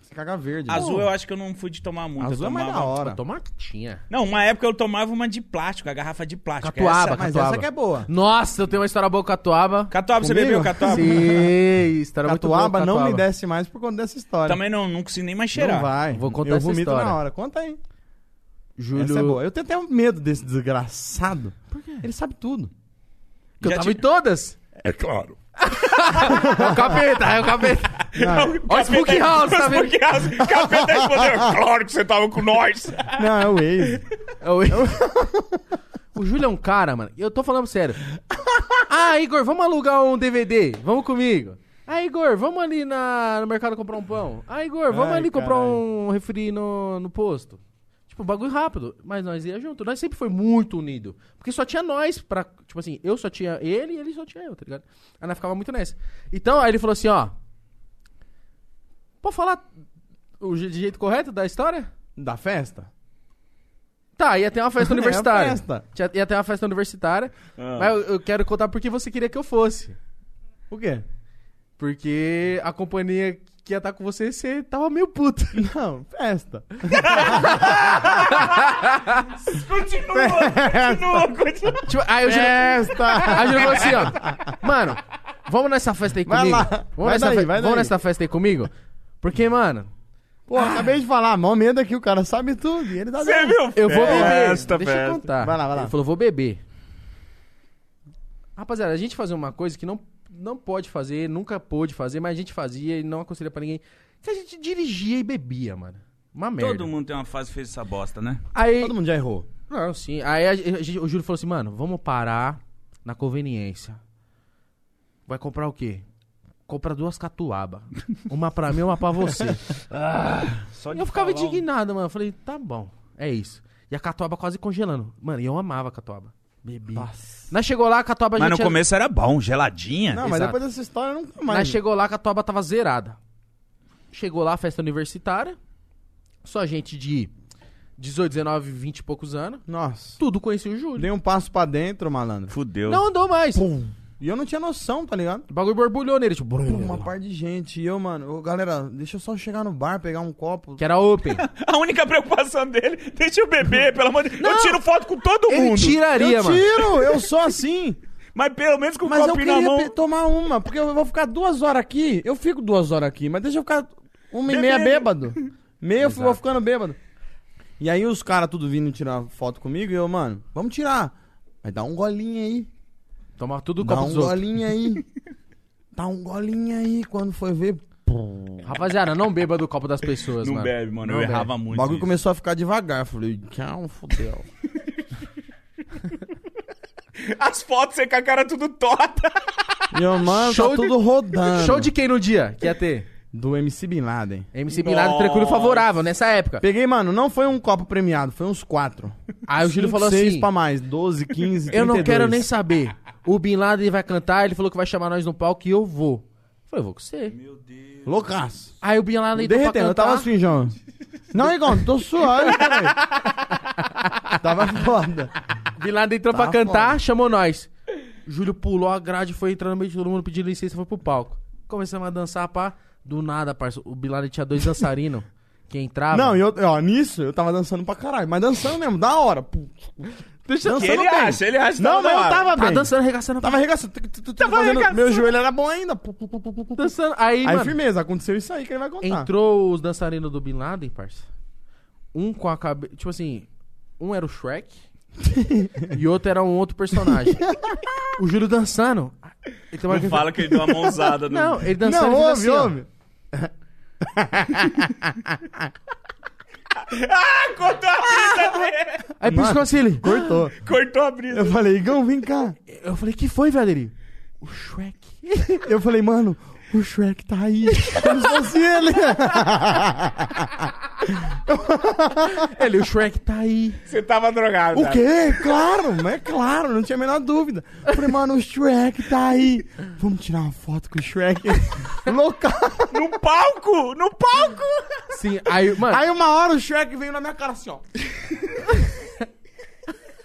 Speaker 1: que caga verde.
Speaker 3: Azul
Speaker 1: Pô,
Speaker 3: eu acho que eu não fui de tomar muito. eu
Speaker 1: Azul é mais da
Speaker 3: tomava-
Speaker 1: hora.
Speaker 2: Eu tomo uma tinha.
Speaker 3: Não, uma época eu tomava uma de plástico, a garrafa de plástico.
Speaker 2: Catuaba,
Speaker 3: Essa-
Speaker 1: Mas
Speaker 2: Catuaba.
Speaker 1: essa que é boa.
Speaker 2: Nossa, eu tenho uma história boa com catuaba.
Speaker 3: Catuaba, você
Speaker 1: Comigo?
Speaker 3: bebeu catuaba?
Speaker 2: Sim, história muito boa com
Speaker 1: Catuaba não
Speaker 2: catuaba.
Speaker 1: me desce mais por conta dessa história.
Speaker 3: Também não, não consigo nem mais
Speaker 1: não
Speaker 3: cheirar.
Speaker 1: vai.
Speaker 2: Vou contar
Speaker 1: Eu
Speaker 2: essa
Speaker 1: vomito
Speaker 2: história.
Speaker 1: na hora. Conta aí. Essa é
Speaker 2: Júlio.
Speaker 1: boa. Eu tenho até medo desse desgraçado. Por quê? Ele sabe tudo.
Speaker 2: que eu
Speaker 3: Já
Speaker 2: tava
Speaker 3: te-
Speaker 2: em todas.
Speaker 3: É claro.
Speaker 2: É o capeta, é o capeta. Olha o Spook House, tá vendo?
Speaker 3: Spook House. Capeta respondeu, "É claro que você tava com nós.
Speaker 1: Não, é o Waze.
Speaker 2: É o- o Júlio é um cara, mano. Eu tô falando sério. Ah, Igor, vamos alugar um DVD. Vamos comigo. Ah, Igor, vamos ali na- no mercado comprar um pão. Ah, Igor, vamos
Speaker 1: Ai,
Speaker 2: ali comprar
Speaker 1: caralho.
Speaker 2: um refri no, no posto. Tipo, bagulho rápido. Mas nós ia junto. Nós sempre foi muito unido. Porque só tinha nós pra... Tipo assim, eu só tinha ele e ele só tinha eu, tá ligado? Aí nós ficava muito nessa. Então, aí ele falou assim, ó... Pode falar o je- de jeito correto da história?
Speaker 1: Da festa?
Speaker 2: Tá, ia ter uma festa
Speaker 1: É,
Speaker 2: universitária.
Speaker 1: festa.
Speaker 2: Tinha- Ia ter uma festa universitária.
Speaker 3: Ah.
Speaker 2: Mas eu, eu quero contar porque você queria que eu fosse.
Speaker 1: O quê?
Speaker 2: Porque a companhia que ia estar com você, você tava meio puto.
Speaker 1: Não, festa.
Speaker 3: Continua, continua, continua.
Speaker 2: tipo, aí eu
Speaker 1: Festa!
Speaker 2: Aí eu falou assim, ó. Mano, vamos nessa festa aí
Speaker 1: Vai
Speaker 2: comigo.
Speaker 1: lá.
Speaker 2: Vamos,
Speaker 1: Vai
Speaker 2: nessa
Speaker 1: daí,
Speaker 2: fe-
Speaker 1: vai
Speaker 2: vamos
Speaker 1: daí.
Speaker 2: nessa festa aí comigo? Porque, mano,
Speaker 1: Pô, acabei de falar, mó medo aqui, o cara sabe tudo. E ele tá
Speaker 3: Você
Speaker 1: dando.
Speaker 3: viu?
Speaker 2: eu vou beber.
Speaker 4: Festa,
Speaker 2: Deixa eu
Speaker 4: festa.
Speaker 2: contar.
Speaker 1: Vai lá, vai lá.
Speaker 2: Ele falou, vou beber. Rapaziada, a gente fazia uma coisa que não, não pode fazer, nunca pôde fazer, mas a gente fazia e não aconselha pra ninguém. Que a gente dirigia e bebia, mano. Uma merda.
Speaker 3: Todo mundo tem uma fase que fez essa bosta, né?
Speaker 2: Aí,
Speaker 1: Todo mundo já errou.
Speaker 2: Não, sim. Aí a- a gente- o Júlio falou assim, mano, vamos parar na conveniência. Vai comprar o quê? Compra duas catuaba. Uma pra mim, uma pra você.
Speaker 3: Só
Speaker 2: E eu ficava
Speaker 3: um-
Speaker 2: indignado, mano. Eu falei, tá bom, é isso. E a catuaba quase congelando. Mano, e eu amava a catuaba. Bebi.
Speaker 1: Nossa.
Speaker 2: Nós chegou lá, a catuaba... a
Speaker 3: Mas
Speaker 2: gente
Speaker 3: no
Speaker 2: tinha-
Speaker 3: começo era bom, geladinha.
Speaker 1: Não, mas
Speaker 2: Exato.
Speaker 1: depois dessa história eu nunca
Speaker 2: Mas
Speaker 1: mais.
Speaker 2: chegou lá, a Catuaba tava zerada. Chegou lá, festa universitária. Só gente de 18, 19, 20 e poucos anos.
Speaker 1: Nossa.
Speaker 2: Tudo conhecia o Júlio.
Speaker 1: Dei um passo pra dentro, malandro.
Speaker 3: Fudeu.
Speaker 2: Não andou mais.
Speaker 1: E eu não tinha noção, tá ligado?
Speaker 2: O bagulho borbulhou nele, tipo...
Speaker 1: Pô, Uma par de gente. E eu, mano, ô, galera, deixa eu só chegar no bar, pegar um copo.
Speaker 2: Que era open.
Speaker 3: A única preocupação dele, deixa eu beber, pelo amor de Deus. Eu tiro foto com todo
Speaker 2: Ele
Speaker 3: mundo.
Speaker 2: tiraria,
Speaker 1: eu
Speaker 2: mano.
Speaker 1: tiro, eu sou assim.
Speaker 3: Mas pelo menos com o
Speaker 1: Mas eu
Speaker 3: um copinho na
Speaker 1: queria
Speaker 3: mão.
Speaker 1: pe- tomar uma, porque eu vou ficar duas horas aqui. Eu fico duas horas aqui, mas deixa eu ficar uma e meia
Speaker 3: Bebendo.
Speaker 1: bêbado. Meia eu vou ficando bêbado. E aí os caras tudo vindo tirar foto comigo e eu, mano, vamos tirar. Mas dá um golinho aí.
Speaker 2: Tomava tudo o
Speaker 1: Dá
Speaker 2: copo
Speaker 1: um
Speaker 2: dos outros.
Speaker 1: golinho aí. Dá um golinho aí quando foi ver.
Speaker 2: Rapaziada, não beba do copo das pessoas,
Speaker 3: Não
Speaker 2: mano.
Speaker 3: bebe, mano.
Speaker 2: Não
Speaker 3: eu
Speaker 2: bebe.
Speaker 3: errava
Speaker 1: O
Speaker 3: muito.
Speaker 1: bagulho
Speaker 3: isso.
Speaker 1: começou a ficar devagar. Eu falei, tchau, fudeu.
Speaker 3: As fotos você com a cara tudo torta.
Speaker 1: E eu, mano,
Speaker 2: Show
Speaker 1: tá
Speaker 2: de-
Speaker 1: tudo rodando.
Speaker 2: Show de quem no dia? Que ia ter?
Speaker 1: Do MC Bin Laden.
Speaker 2: MC Bin Laden, tranquilo e
Speaker 3: Nossa.
Speaker 2: favorável, nessa época.
Speaker 1: Peguei, mano, não foi um copo premiado, foi uns quatro.
Speaker 2: Aí o Júlio
Speaker 1: Cinco,
Speaker 2: falou
Speaker 1: seis
Speaker 2: assim...
Speaker 1: pra mais, 12, 15, 32.
Speaker 2: Eu não quero nem saber. O Bin Laden vai cantar, ele falou que vai chamar nós no palco e eu vou. Eu falei, eu vou com você.
Speaker 3: Meu Deus.
Speaker 1: Loucaço.
Speaker 2: Aí o Bin Laden entrou pra
Speaker 1: Derretendo,
Speaker 2: cantar.
Speaker 1: eu tava assim, João. Não, Igor, tô suave, caralho. tava foda.
Speaker 2: Bin Laden entrou
Speaker 1: Tava
Speaker 2: pra cantar, chamou nós. Júlio pulou a grade, foi entrando no meio de todo mundo, pedindo licença, foi pro palco. Começamos a dançar, pá. Do nada, parceiro. O Bin Laden tinha dois dançarinos que entravam.
Speaker 1: Não, e eu, ó, nisso eu tava dançando pra caralho, mas dançando mesmo, da hora. Pum. Dançando
Speaker 3: Ele
Speaker 1: bem.
Speaker 3: acha, ele acha. que
Speaker 1: Não,
Speaker 3: tá
Speaker 1: mas eu
Speaker 3: da hora.
Speaker 1: tava
Speaker 2: Tava
Speaker 1: bem.
Speaker 2: dançando, arregaçando.
Speaker 1: Tava arregaçando. Tava
Speaker 3: arregaçando.
Speaker 1: Meu joelho era bom ainda. Pum, pum, pum, pum, pum, pum.
Speaker 2: dançando. Aí,
Speaker 1: Aí,
Speaker 2: mano,
Speaker 1: firmeza, aconteceu isso aí que ele vai contar.
Speaker 2: entrou os dançarinos do Bin Laden, parça. Um com a cabeça... Tipo assim, um era o Shrek e outro era um outro personagem. o Júlio dançando. Ele tem uma-
Speaker 3: Não fala que ele deu uma mãozada no.
Speaker 2: Não, ele dançando.
Speaker 1: Não,
Speaker 2: ele fez
Speaker 1: ouve,
Speaker 2: assim, ó.
Speaker 1: ouve.
Speaker 3: Cortou a brisa dele.
Speaker 2: Aí piscou assim, ele...
Speaker 1: Cortou.
Speaker 3: Cortou a brisa.
Speaker 1: Eu falei, Igão, vem cá.
Speaker 2: Eu falei, que foi, velho? Ele, O Shrek.
Speaker 1: Eu falei, mano, o Shrek tá aí. Como se fosse assim, ele.
Speaker 2: Ele, o Shrek tá aí.
Speaker 3: Você tava drogado.
Speaker 1: O
Speaker 3: cara.
Speaker 1: quê? Claro, mas é claro, não tinha a menor dúvida. Eu falei, mano, o Shrek tá aí. Vamos tirar uma foto com o Shrek. Louca.
Speaker 3: No palco! No palco!
Speaker 2: Sim, aí, mano,
Speaker 1: Aí uma hora o Shrek veio na minha cara assim, ó.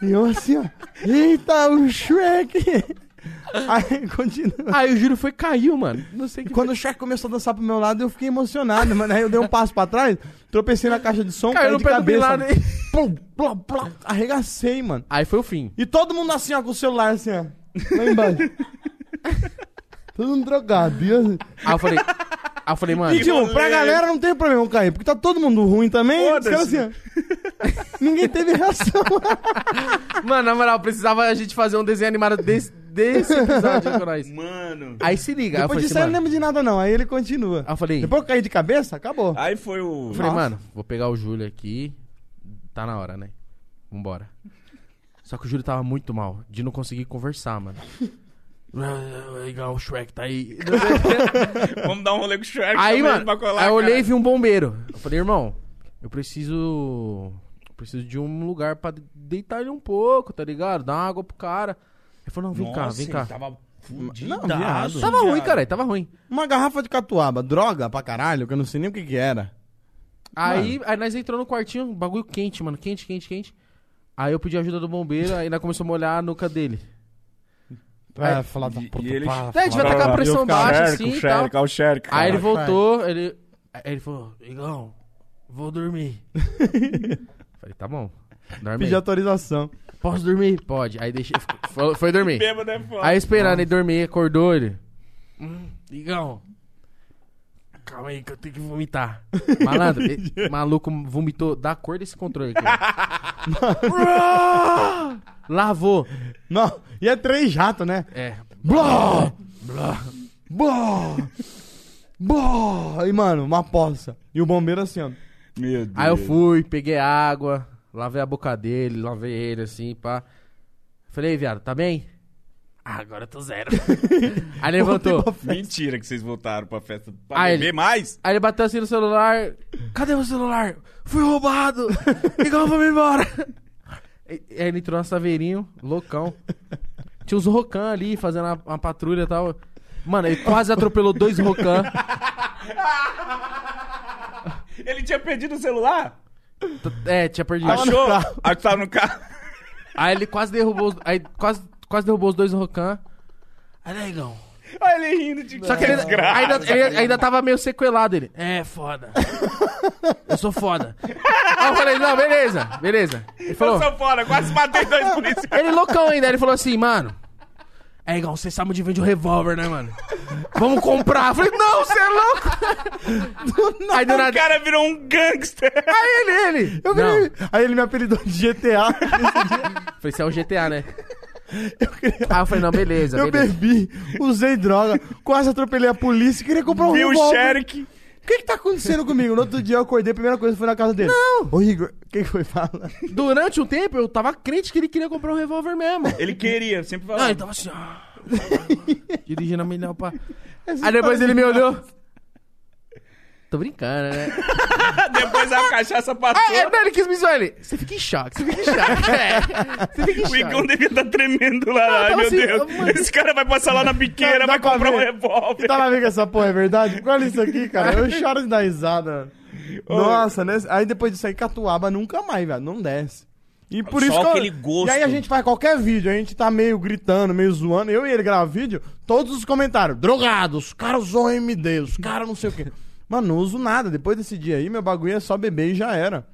Speaker 1: E eu assim, ó. Eita, o Shrek. Aí continua.
Speaker 2: Aí o juro foi caiu, mano. Não sei o que.
Speaker 1: Quando o Cher começou a dançar pro meu lado, eu fiquei emocionado, mano. Aí eu dei um passo pra trás, tropecei na caixa de som,
Speaker 2: caiu
Speaker 1: caí
Speaker 2: no
Speaker 1: de
Speaker 2: pé do Bin
Speaker 1: cabeça.
Speaker 2: Laden.
Speaker 1: Plum, plum, plum. Arregacei, mano.
Speaker 2: Aí foi o fim.
Speaker 1: E todo mundo assim, ó, com o celular assim, ó. Lá embaixo. todo mundo drogado. E eu-
Speaker 2: Aí eu falei. Aí eu falei, mano.
Speaker 1: E, tipo,
Speaker 3: é.
Speaker 1: pra galera não tem problema cair, porque tá todo mundo ruim também. Os caras assim, ó. Ninguém teve reação.
Speaker 2: Mano, na moral, precisava a gente fazer um desenho animado desse, desse episódio com nós.
Speaker 3: Mano.
Speaker 2: Aí se liga. Aí eu
Speaker 1: Depois
Speaker 2: falei,
Speaker 1: disso
Speaker 2: assim,
Speaker 1: aí eu não
Speaker 2: mano,
Speaker 1: lembro de nada, não. Aí ele continua.
Speaker 2: aí eu falei,
Speaker 1: Depois que eu caí de cabeça, acabou.
Speaker 3: Aí foi o.
Speaker 2: eu falei,
Speaker 1: Nossa.
Speaker 2: mano, vou pegar o Júlio aqui. Tá na hora, né? Vambora. Só que o Júlio tava muito mal, de não conseguir conversar, mano. Legal, o Shrek tá aí.
Speaker 3: Vamos dar um rolê com o Shrek.
Speaker 2: Aí,
Speaker 3: também
Speaker 2: mano,
Speaker 3: pra colar,
Speaker 2: aí eu olhei e
Speaker 3: cara.
Speaker 2: vi um bombeiro. Eu falei, irmão, eu preciso. Eu preciso de um lugar pra deitar ele um pouco, tá ligado? Dar uma água pro cara. Ele falou, não, vem cá,
Speaker 3: Nossa,
Speaker 2: vem
Speaker 3: ele
Speaker 2: cá.
Speaker 3: Tava fudido.
Speaker 1: Não, viado.
Speaker 2: Tava ruim, cara, tava ruim.
Speaker 1: Uma garrafa de catuaba, droga pra caralho, que eu não sei nem o que que era.
Speaker 2: Aí, aí nós entrou no quartinho, bagulho quente, mano, quente, quente, quente. Aí eu pedi ajuda do bombeiro, aí nós começamos a olhar a nuca dele.
Speaker 1: É, falar da
Speaker 3: e-
Speaker 1: puta,
Speaker 3: e ele-
Speaker 1: pá,
Speaker 2: Tá, a gente vai
Speaker 1: falar-
Speaker 2: tacar a
Speaker 1: Eu
Speaker 2: pressão
Speaker 1: ficava-
Speaker 2: baixa,
Speaker 4: Sherco,
Speaker 2: assim e tal.
Speaker 4: Sherco, olha o Sherco.
Speaker 2: Aí ele
Speaker 1: Caralho,
Speaker 2: voltou, ele. Aí ele falou, Igão, vou dormir. Falei, tá bom. Dorme.
Speaker 1: Pedi
Speaker 2: aí.
Speaker 1: autorização.
Speaker 2: Posso dormir? Pode. Aí deixei. Foi, foi dormir.
Speaker 3: Bêbado é foda.
Speaker 2: Aí esperando ele dormir, acordou ele. Hum, Igão. Calma aí que eu tenho que vomitar. Malandro, e- maluco vomitou da cor desse controle aqui. ó. Lavou.
Speaker 1: Não, e é três jatos, né?
Speaker 2: É.
Speaker 1: Blá! Blá! Blá! Blá! E, mano, uma poça. E o bombeiro assim, ó.
Speaker 3: Meu Deus.
Speaker 2: Aí eu fui, peguei água, lavei a boca dele, lavei ele assim, pá. Falei, "Ei, viado, tá bem? Ah, agora eu tô zero. aí levantou.
Speaker 3: Mentira que vocês voltaram pra festa. Pra
Speaker 2: Ah,
Speaker 3: beber
Speaker 2: ele-
Speaker 3: mais?
Speaker 2: Aí ele bateu assim no celular. Cadê meu celular? Fui roubado! Igual vamos embora! E- Aí ele entrou no saveirinho, loucão. Tinha uns Rocan ali fazendo uma, uma patrulha e tal. Mano, ele quase atropelou dois Rocan.
Speaker 3: Ele tinha perdido o celular?
Speaker 2: T- É, tinha perdido.
Speaker 3: Achou? Acho que tava no carro.
Speaker 2: Aí ele quase derrubou os, aí quase, quase derrubou os dois Rocan. Aí, negão.
Speaker 3: Olha ele rindo de
Speaker 2: Só que ele ainda,
Speaker 3: desgraça.
Speaker 2: ainda- ele ainda tava meio sequelado ele. É, foda. Eu sou foda. Aí eu falei, não, beleza, beleza. Ele falou,
Speaker 3: Eu sou fora, quase matei dois policiais.
Speaker 2: Ele é loucão ainda, ele falou assim, mano. É igual, você sabe onde vende o revólver, né, mano? Vamos comprar. Eu falei, não, você é louco! Aí do
Speaker 3: O
Speaker 2: nada.
Speaker 3: cara virou um gangster.
Speaker 2: Aí ele, ele!
Speaker 1: Eu
Speaker 2: não.
Speaker 1: queria... Aí ele me apelidou de GTA.
Speaker 2: Falei, você é o GTA, né? Aí eu falei, não, beleza,
Speaker 1: eu
Speaker 2: beleza.
Speaker 1: bebi, usei droga, quase atropelei a polícia e queria comprar um
Speaker 3: Viu o
Speaker 1: revólver.
Speaker 3: Sherrick.
Speaker 1: O que que tá acontecendo comigo? No outro dia eu acordei, a primeira coisa foi na casa dele. Não! Ô Igor, o que que foi fala?
Speaker 2: Durante um tempo eu tava crente que ele queria comprar um revólver mesmo.
Speaker 3: Ele queria, sempre
Speaker 2: Não,
Speaker 3: falava.
Speaker 2: ele tava assim, ó. Dirigindo a milhão pra. é Aí depois ele me olhou. Tô brincando, né?
Speaker 3: "Ah, Depois a cachaça passou.
Speaker 2: Ah, é, não, ele quis me zoar. Ele. Você fica em choque, você fica em choque. É, você fica em
Speaker 3: O
Speaker 2: choque.
Speaker 3: Igão devia estar tremendo lá. Ai,
Speaker 2: tava
Speaker 3: meu
Speaker 2: assim,
Speaker 3: Deus.
Speaker 2: mano.
Speaker 3: Esse cara vai passar lá na
Speaker 1: Dá- dá
Speaker 3: biqueira, vai
Speaker 1: pra
Speaker 3: comprar um
Speaker 1: ver.
Speaker 3: revólver.
Speaker 1: Tava vendo que essa porra é verdade? Olha isso aqui, cara. Eu choro de dar risada. Nossa, né? Aí depois disso aí, catuaba nunca mais, velho. Não desce. E por
Speaker 3: Só
Speaker 1: isso que eu-
Speaker 3: aquele gosto.
Speaker 1: E aí a gente faz qualquer vídeo, a gente tá meio gritando, meio zoando. Eu e ele grava vídeo, todos os comentários. Drogados, os caras usam MD, os caras não sei o quê. Mano, não uso nada. Depois desse dia aí, meu bagulho é só beber e já era.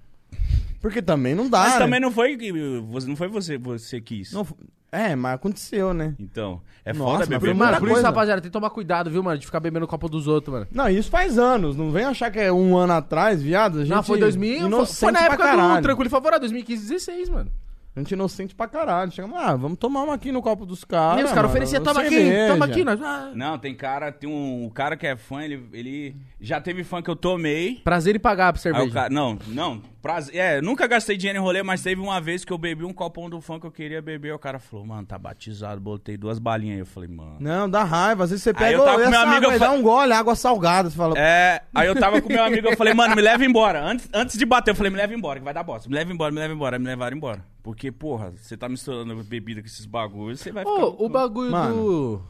Speaker 1: Porque também não dá,
Speaker 3: Mas
Speaker 1: né?
Speaker 3: também não foi, que- você- não foi você, você que quis.
Speaker 1: Não fu- É, mas aconteceu, né?
Speaker 3: Então, é
Speaker 1: Nossa,
Speaker 3: foda
Speaker 1: mas
Speaker 3: beber
Speaker 1: foi
Speaker 2: Mano,
Speaker 1: Outra
Speaker 2: por
Speaker 3: muito.
Speaker 2: isso,
Speaker 1: coisa.
Speaker 2: rapaziada, tem que tomar cuidado, viu, mano? De ficar bebendo o copo dos outros, mano.
Speaker 1: Não, isso faz anos. Não vem achar que é um ano atrás, viado. A gente
Speaker 2: Não, foi 2000. foi-
Speaker 1: Inocente
Speaker 2: Foi na
Speaker 1: pra
Speaker 2: época do
Speaker 1: caralho.
Speaker 2: Tranquilo e Favorável, 2015, 16, mano.
Speaker 1: A gente inocente pra caralho. Chegamos, ah, vamos tomar uma aqui no copo dos caras.
Speaker 2: Nem os caras
Speaker 1: Ah, mano,
Speaker 2: ofereciam, toma aqui,
Speaker 1: cerveja."
Speaker 2: toma aqui. Nós, ah.
Speaker 3: Não, tem cara, tem um, o cara que é fã, ele, ele já teve fã que eu tomei.
Speaker 2: Prazer em pagar pra
Speaker 3: Aí o
Speaker 2: cerveja.
Speaker 3: cara, não, não, prazer. É, eu nunca gastei dinheiro em rolê, mas teve uma vez que eu bebi um copão do fã que eu queria beber. O cara falou, mano, tá batizado, botei duas balinhas aí. Eu falei, mano.
Speaker 1: Não, dá raiva. Às vezes você pega
Speaker 3: eu tava
Speaker 1: "Ô,
Speaker 3: com
Speaker 1: essa
Speaker 3: meu amigo,
Speaker 1: água
Speaker 3: eu
Speaker 1: aí,
Speaker 3: fa-
Speaker 1: dá um gole, água salgada. Você fala,
Speaker 3: É, aí eu tava com meu amigo, eu falei, mano, me leva embora. Antes, antes de bater, eu falei, me leva embora, que vai dar bosta. Me leva embora, me leva embora, Aí me levaram embora. Porque, porra, você tá misturando bebida com esses bagulhos, você vai ficar.
Speaker 2: Ô, o bagulho
Speaker 1: Mano. Tá,
Speaker 2: do.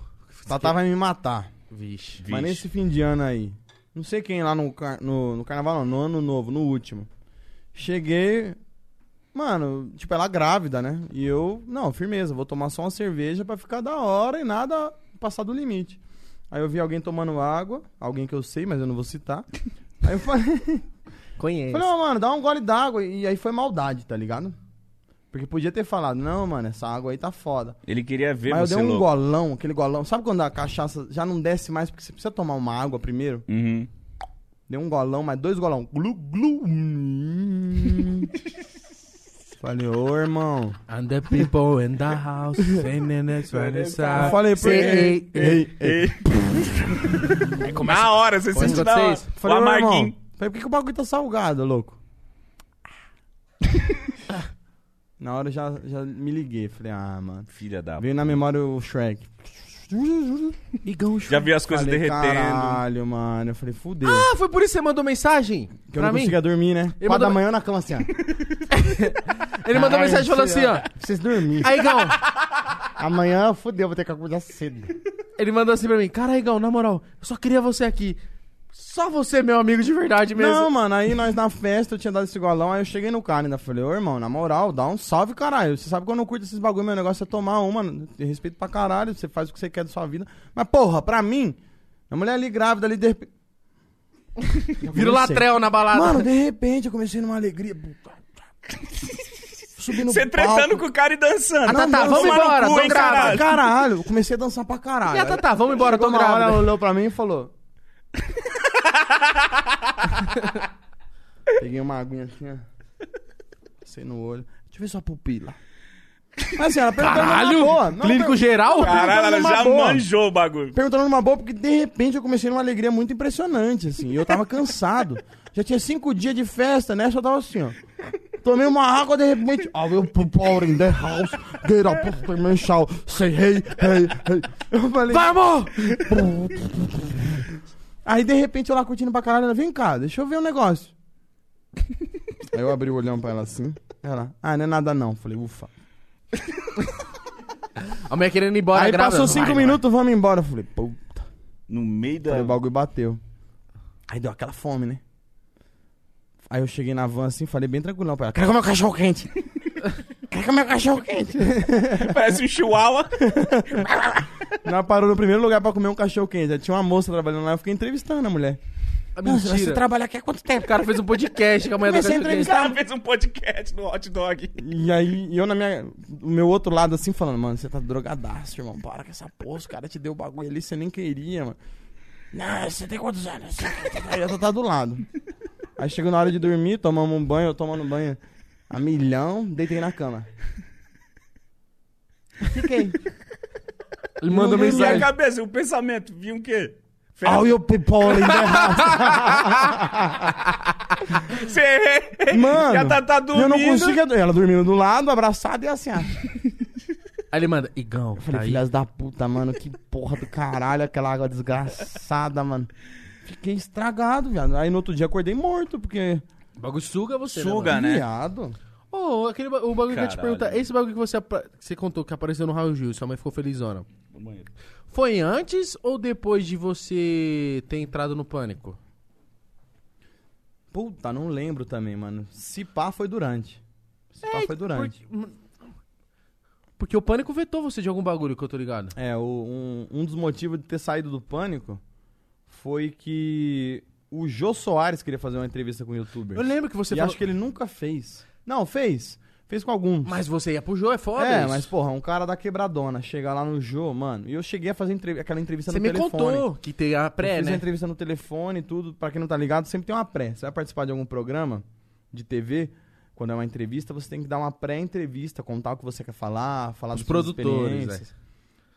Speaker 1: Tatá vai me matar.
Speaker 2: Vixe.
Speaker 1: Mas nesse fim de ano aí, não sei quem lá no, car- no, no carnaval, não, no ano novo, no último. Cheguei, Mano, tipo, ela grávida, né? E eu, não, firmeza, vou tomar só uma cerveja pra ficar da hora e nada passar do limite. Aí eu vi alguém tomando água, alguém que eu sei, mas eu não vou citar. Aí eu falei,
Speaker 2: Conheço.
Speaker 1: falei "Ô, mano, dá um gole d'água. E aí foi maldade, tá ligado? Porque podia ter falado, não, mano, essa água aí tá foda.
Speaker 3: Ele queria ver
Speaker 1: mas
Speaker 3: você
Speaker 1: eu dei um
Speaker 3: louco.
Speaker 1: golão, aquele golão. Sabe quando a cachaça já não desce mais porque você precisa tomar uma água primeiro?
Speaker 3: Uhum.
Speaker 1: Deu um golão, mais dois golão. Glu, glu. hum. Falei, ô irmão.
Speaker 2: And the people in the house, singing it's Friday
Speaker 1: Eu
Speaker 2: night.
Speaker 1: falei pra
Speaker 2: Ah, Ei,
Speaker 1: ele.
Speaker 2: ei, ei.
Speaker 3: Na hora, você
Speaker 2: Pode
Speaker 3: sente na hora.
Speaker 2: acontecer
Speaker 1: Falei,
Speaker 3: Falei, o
Speaker 1: ô irmão.
Speaker 3: Marquinhos.
Speaker 1: Falei, por que, que o bagulho tá salgado, louco? na hora eu já, já me liguei. Falei, ah, mano.
Speaker 3: Filha da...
Speaker 1: Veio na memória o Shrek.
Speaker 2: Igão
Speaker 3: Já vi as coisas
Speaker 1: Falei,
Speaker 3: derretendo.
Speaker 1: caralho, mano. Eu falei, fudeu.
Speaker 2: Ah, foi por isso que você mandou mensagem?
Speaker 1: que eu
Speaker 2: pra
Speaker 1: não
Speaker 2: mim?
Speaker 1: conseguia dormir, né? Quatro
Speaker 2: Ele
Speaker 1: da
Speaker 2: mandou-
Speaker 1: manhã eu na cama assim, ó.
Speaker 2: Ele mandou
Speaker 1: Caralho,
Speaker 2: mensagem falando assim,
Speaker 1: sei
Speaker 2: ó.
Speaker 1: lá, pra Vocês dormirem.
Speaker 2: Aí, Igão,
Speaker 1: Amanhã, fudeu, vou ter que acordar cedo.
Speaker 2: Ele mandou assim pra mim, cara, Igão, na moral, eu só queria você aqui. Só você, meu amigo de verdade mesmo.
Speaker 1: Não, mano, aí nós na festa, eu tinha dado esse golão, aí eu cheguei no cara ainda falei, ô irmão, na moral, dá um salve, caralho. Você sabe que eu não curto esses bagulho, meu negócio é tomar uma, mano. Tem respeito pra caralho, você faz o que você quer da sua vida. Mas, porra, pra mim, a mulher ali grávida, ali de repente... Eu
Speaker 2: Vira o
Speaker 1: comecei.
Speaker 2: latrel na balada.
Speaker 1: Mano, de repente eu comecei numa alegria. Subindo
Speaker 3: Você tretando com o cara e dançando.
Speaker 2: Ah, tá, tá,
Speaker 3: Não,
Speaker 2: vamos
Speaker 3: tomar no
Speaker 2: embora,
Speaker 3: cu,
Speaker 2: vamos
Speaker 3: hein,
Speaker 2: gravar.
Speaker 1: Caralho,
Speaker 3: caralho.
Speaker 1: caralho, eu comecei a dançar pra caralho.
Speaker 2: E a Tatá, vamos embora, eu tô
Speaker 1: Chegou uma hora,
Speaker 2: grávida.
Speaker 1: ela olhou pra mim e falou... Peguei uma aguinha assim, ó. Passei no olho. Deixa eu ver sua pupila. Mas assim, ela perguntando
Speaker 2: Caralho,
Speaker 1: numa boa. Não,
Speaker 2: clínico
Speaker 1: per-
Speaker 2: geral?
Speaker 3: Caralho, ela
Speaker 1: numa
Speaker 3: já
Speaker 1: boa.
Speaker 3: manjou o bagulho.
Speaker 1: Perguntando numa boa, porque de repente eu comecei numa alegria muito impressionante, assim. E eu tava cansado. Já tinha cinco dias de festa, né? Só tava assim, ó. Tomei uma água, de repente... I will put power in the house. Get up, and shout. Say hey, hey, hey. Eu falei...
Speaker 2: Vamos!
Speaker 1: Aí de repente eu lá curtindo pra caralho, ela, vem cá, deixa eu ver um negócio. Aí eu abri o olhão pra ela assim, ela, ah, não é nada não. Falei, ufa.
Speaker 2: A mulher querendo ir embora,
Speaker 1: Aí
Speaker 2: grávida.
Speaker 1: passou cinco
Speaker 2: Vai,
Speaker 1: minutos, vamos embora. Falei, puta,
Speaker 3: No meio da...
Speaker 1: Falei, o bagulho bateu. Aí deu aquela fome, né? Aí eu cheguei na van assim, falei bem tranquilão pra ela, quero comer um cachorro quente. quero comer um cachorro quente.
Speaker 3: Parece um chihuahua.
Speaker 1: Ela parou no primeiro lugar pra comer um cachorro quente. Aí tinha uma moça trabalhando lá, eu fiquei entrevistando a mulher.
Speaker 2: vai.
Speaker 1: "Não,
Speaker 2: Mentira.
Speaker 1: Você trabalha aqui há quanto tempo?
Speaker 2: O cara fez um podcast com a mulher do
Speaker 1: Comecei a
Speaker 2: cachorro quente.
Speaker 1: entrevistar
Speaker 3: Ela fez um podcast no hot dog.
Speaker 1: E aí, eu na minha. O meu outro lado assim falando, mano, você tá drogadaço, irmão. Para com essa porra, os caras te deu o bagulho ali, você nem queria, mano. Não, você tem quantos anos? Aí eu tá do lado. Aí chegou na hora de dormir, tomamos um banho, eu tomando banho. A milhão, deitei na cama. Fiquei.
Speaker 2: Ele mandou
Speaker 1: Não vi
Speaker 3: E a
Speaker 2: mensagem.
Speaker 3: cabeça, o pensamento, vinha o quê? Fé.
Speaker 1: All your people in the house.
Speaker 3: Você...
Speaker 1: Mano,
Speaker 3: Já tá, tá
Speaker 1: E eu não
Speaker 3: dormindo.
Speaker 1: consigo. Ela dormindo do lado, abraçada e assim, ah.
Speaker 2: Aí ele manda, Igão,
Speaker 1: Falei,
Speaker 2: tá aí.
Speaker 1: filhas da puta, mano, que porra do caralho, aquela água desgraçada, mano. Fiquei estragado, viado. Aí no outro dia acordei morto, porque.
Speaker 2: O bagulho suga você, Né,
Speaker 3: Suga. Tá, né?
Speaker 1: Viado.
Speaker 2: mano? Ô, aquele, ba- o bagulho que eu te
Speaker 3: Caralho.
Speaker 2: perguntar, esse bagulho que você, apa- que você contou que apareceu no Raul Gil, sua mãe ficou felizona. Foi antes ou depois de você ter entrado no pânico?
Speaker 1: Puta, não lembro também, mano. Se pá foi durante. Se
Speaker 2: É,
Speaker 1: pá foi durante.
Speaker 2: Porque, porque o pânico vetou você de algum bagulho que eu tô ligado.
Speaker 1: É, o- um, um dos motivos de ter saído do pânico foi que o Jô Soares queria fazer uma entrevista com o youtuber.
Speaker 2: Eu lembro que você
Speaker 1: e
Speaker 2: falou.
Speaker 1: acho que é ele nunca fez. Não, fez. Fez com alguns.
Speaker 2: Mas você ia pro Jô, é foda.
Speaker 1: É,
Speaker 2: isso.
Speaker 1: mas porra, um cara da quebradona chega lá no Jô, mano. E eu cheguei a fazer entrev- aquela entrevista
Speaker 2: Você
Speaker 1: no
Speaker 2: me
Speaker 1: telefone.
Speaker 2: contou que tem a
Speaker 1: eu
Speaker 2: pré,
Speaker 1: fiz a
Speaker 2: né?
Speaker 1: entrevista no telefone e tudo. Pra quem não tá ligado, sempre tem uma pré. Você vai participar de algum programa de TV, quando é uma entrevista, você tem que dar uma pré-entrevista, contar o que você quer falar, falar
Speaker 2: Os
Speaker 1: das suas
Speaker 2: produtores, é.
Speaker 1: experiências.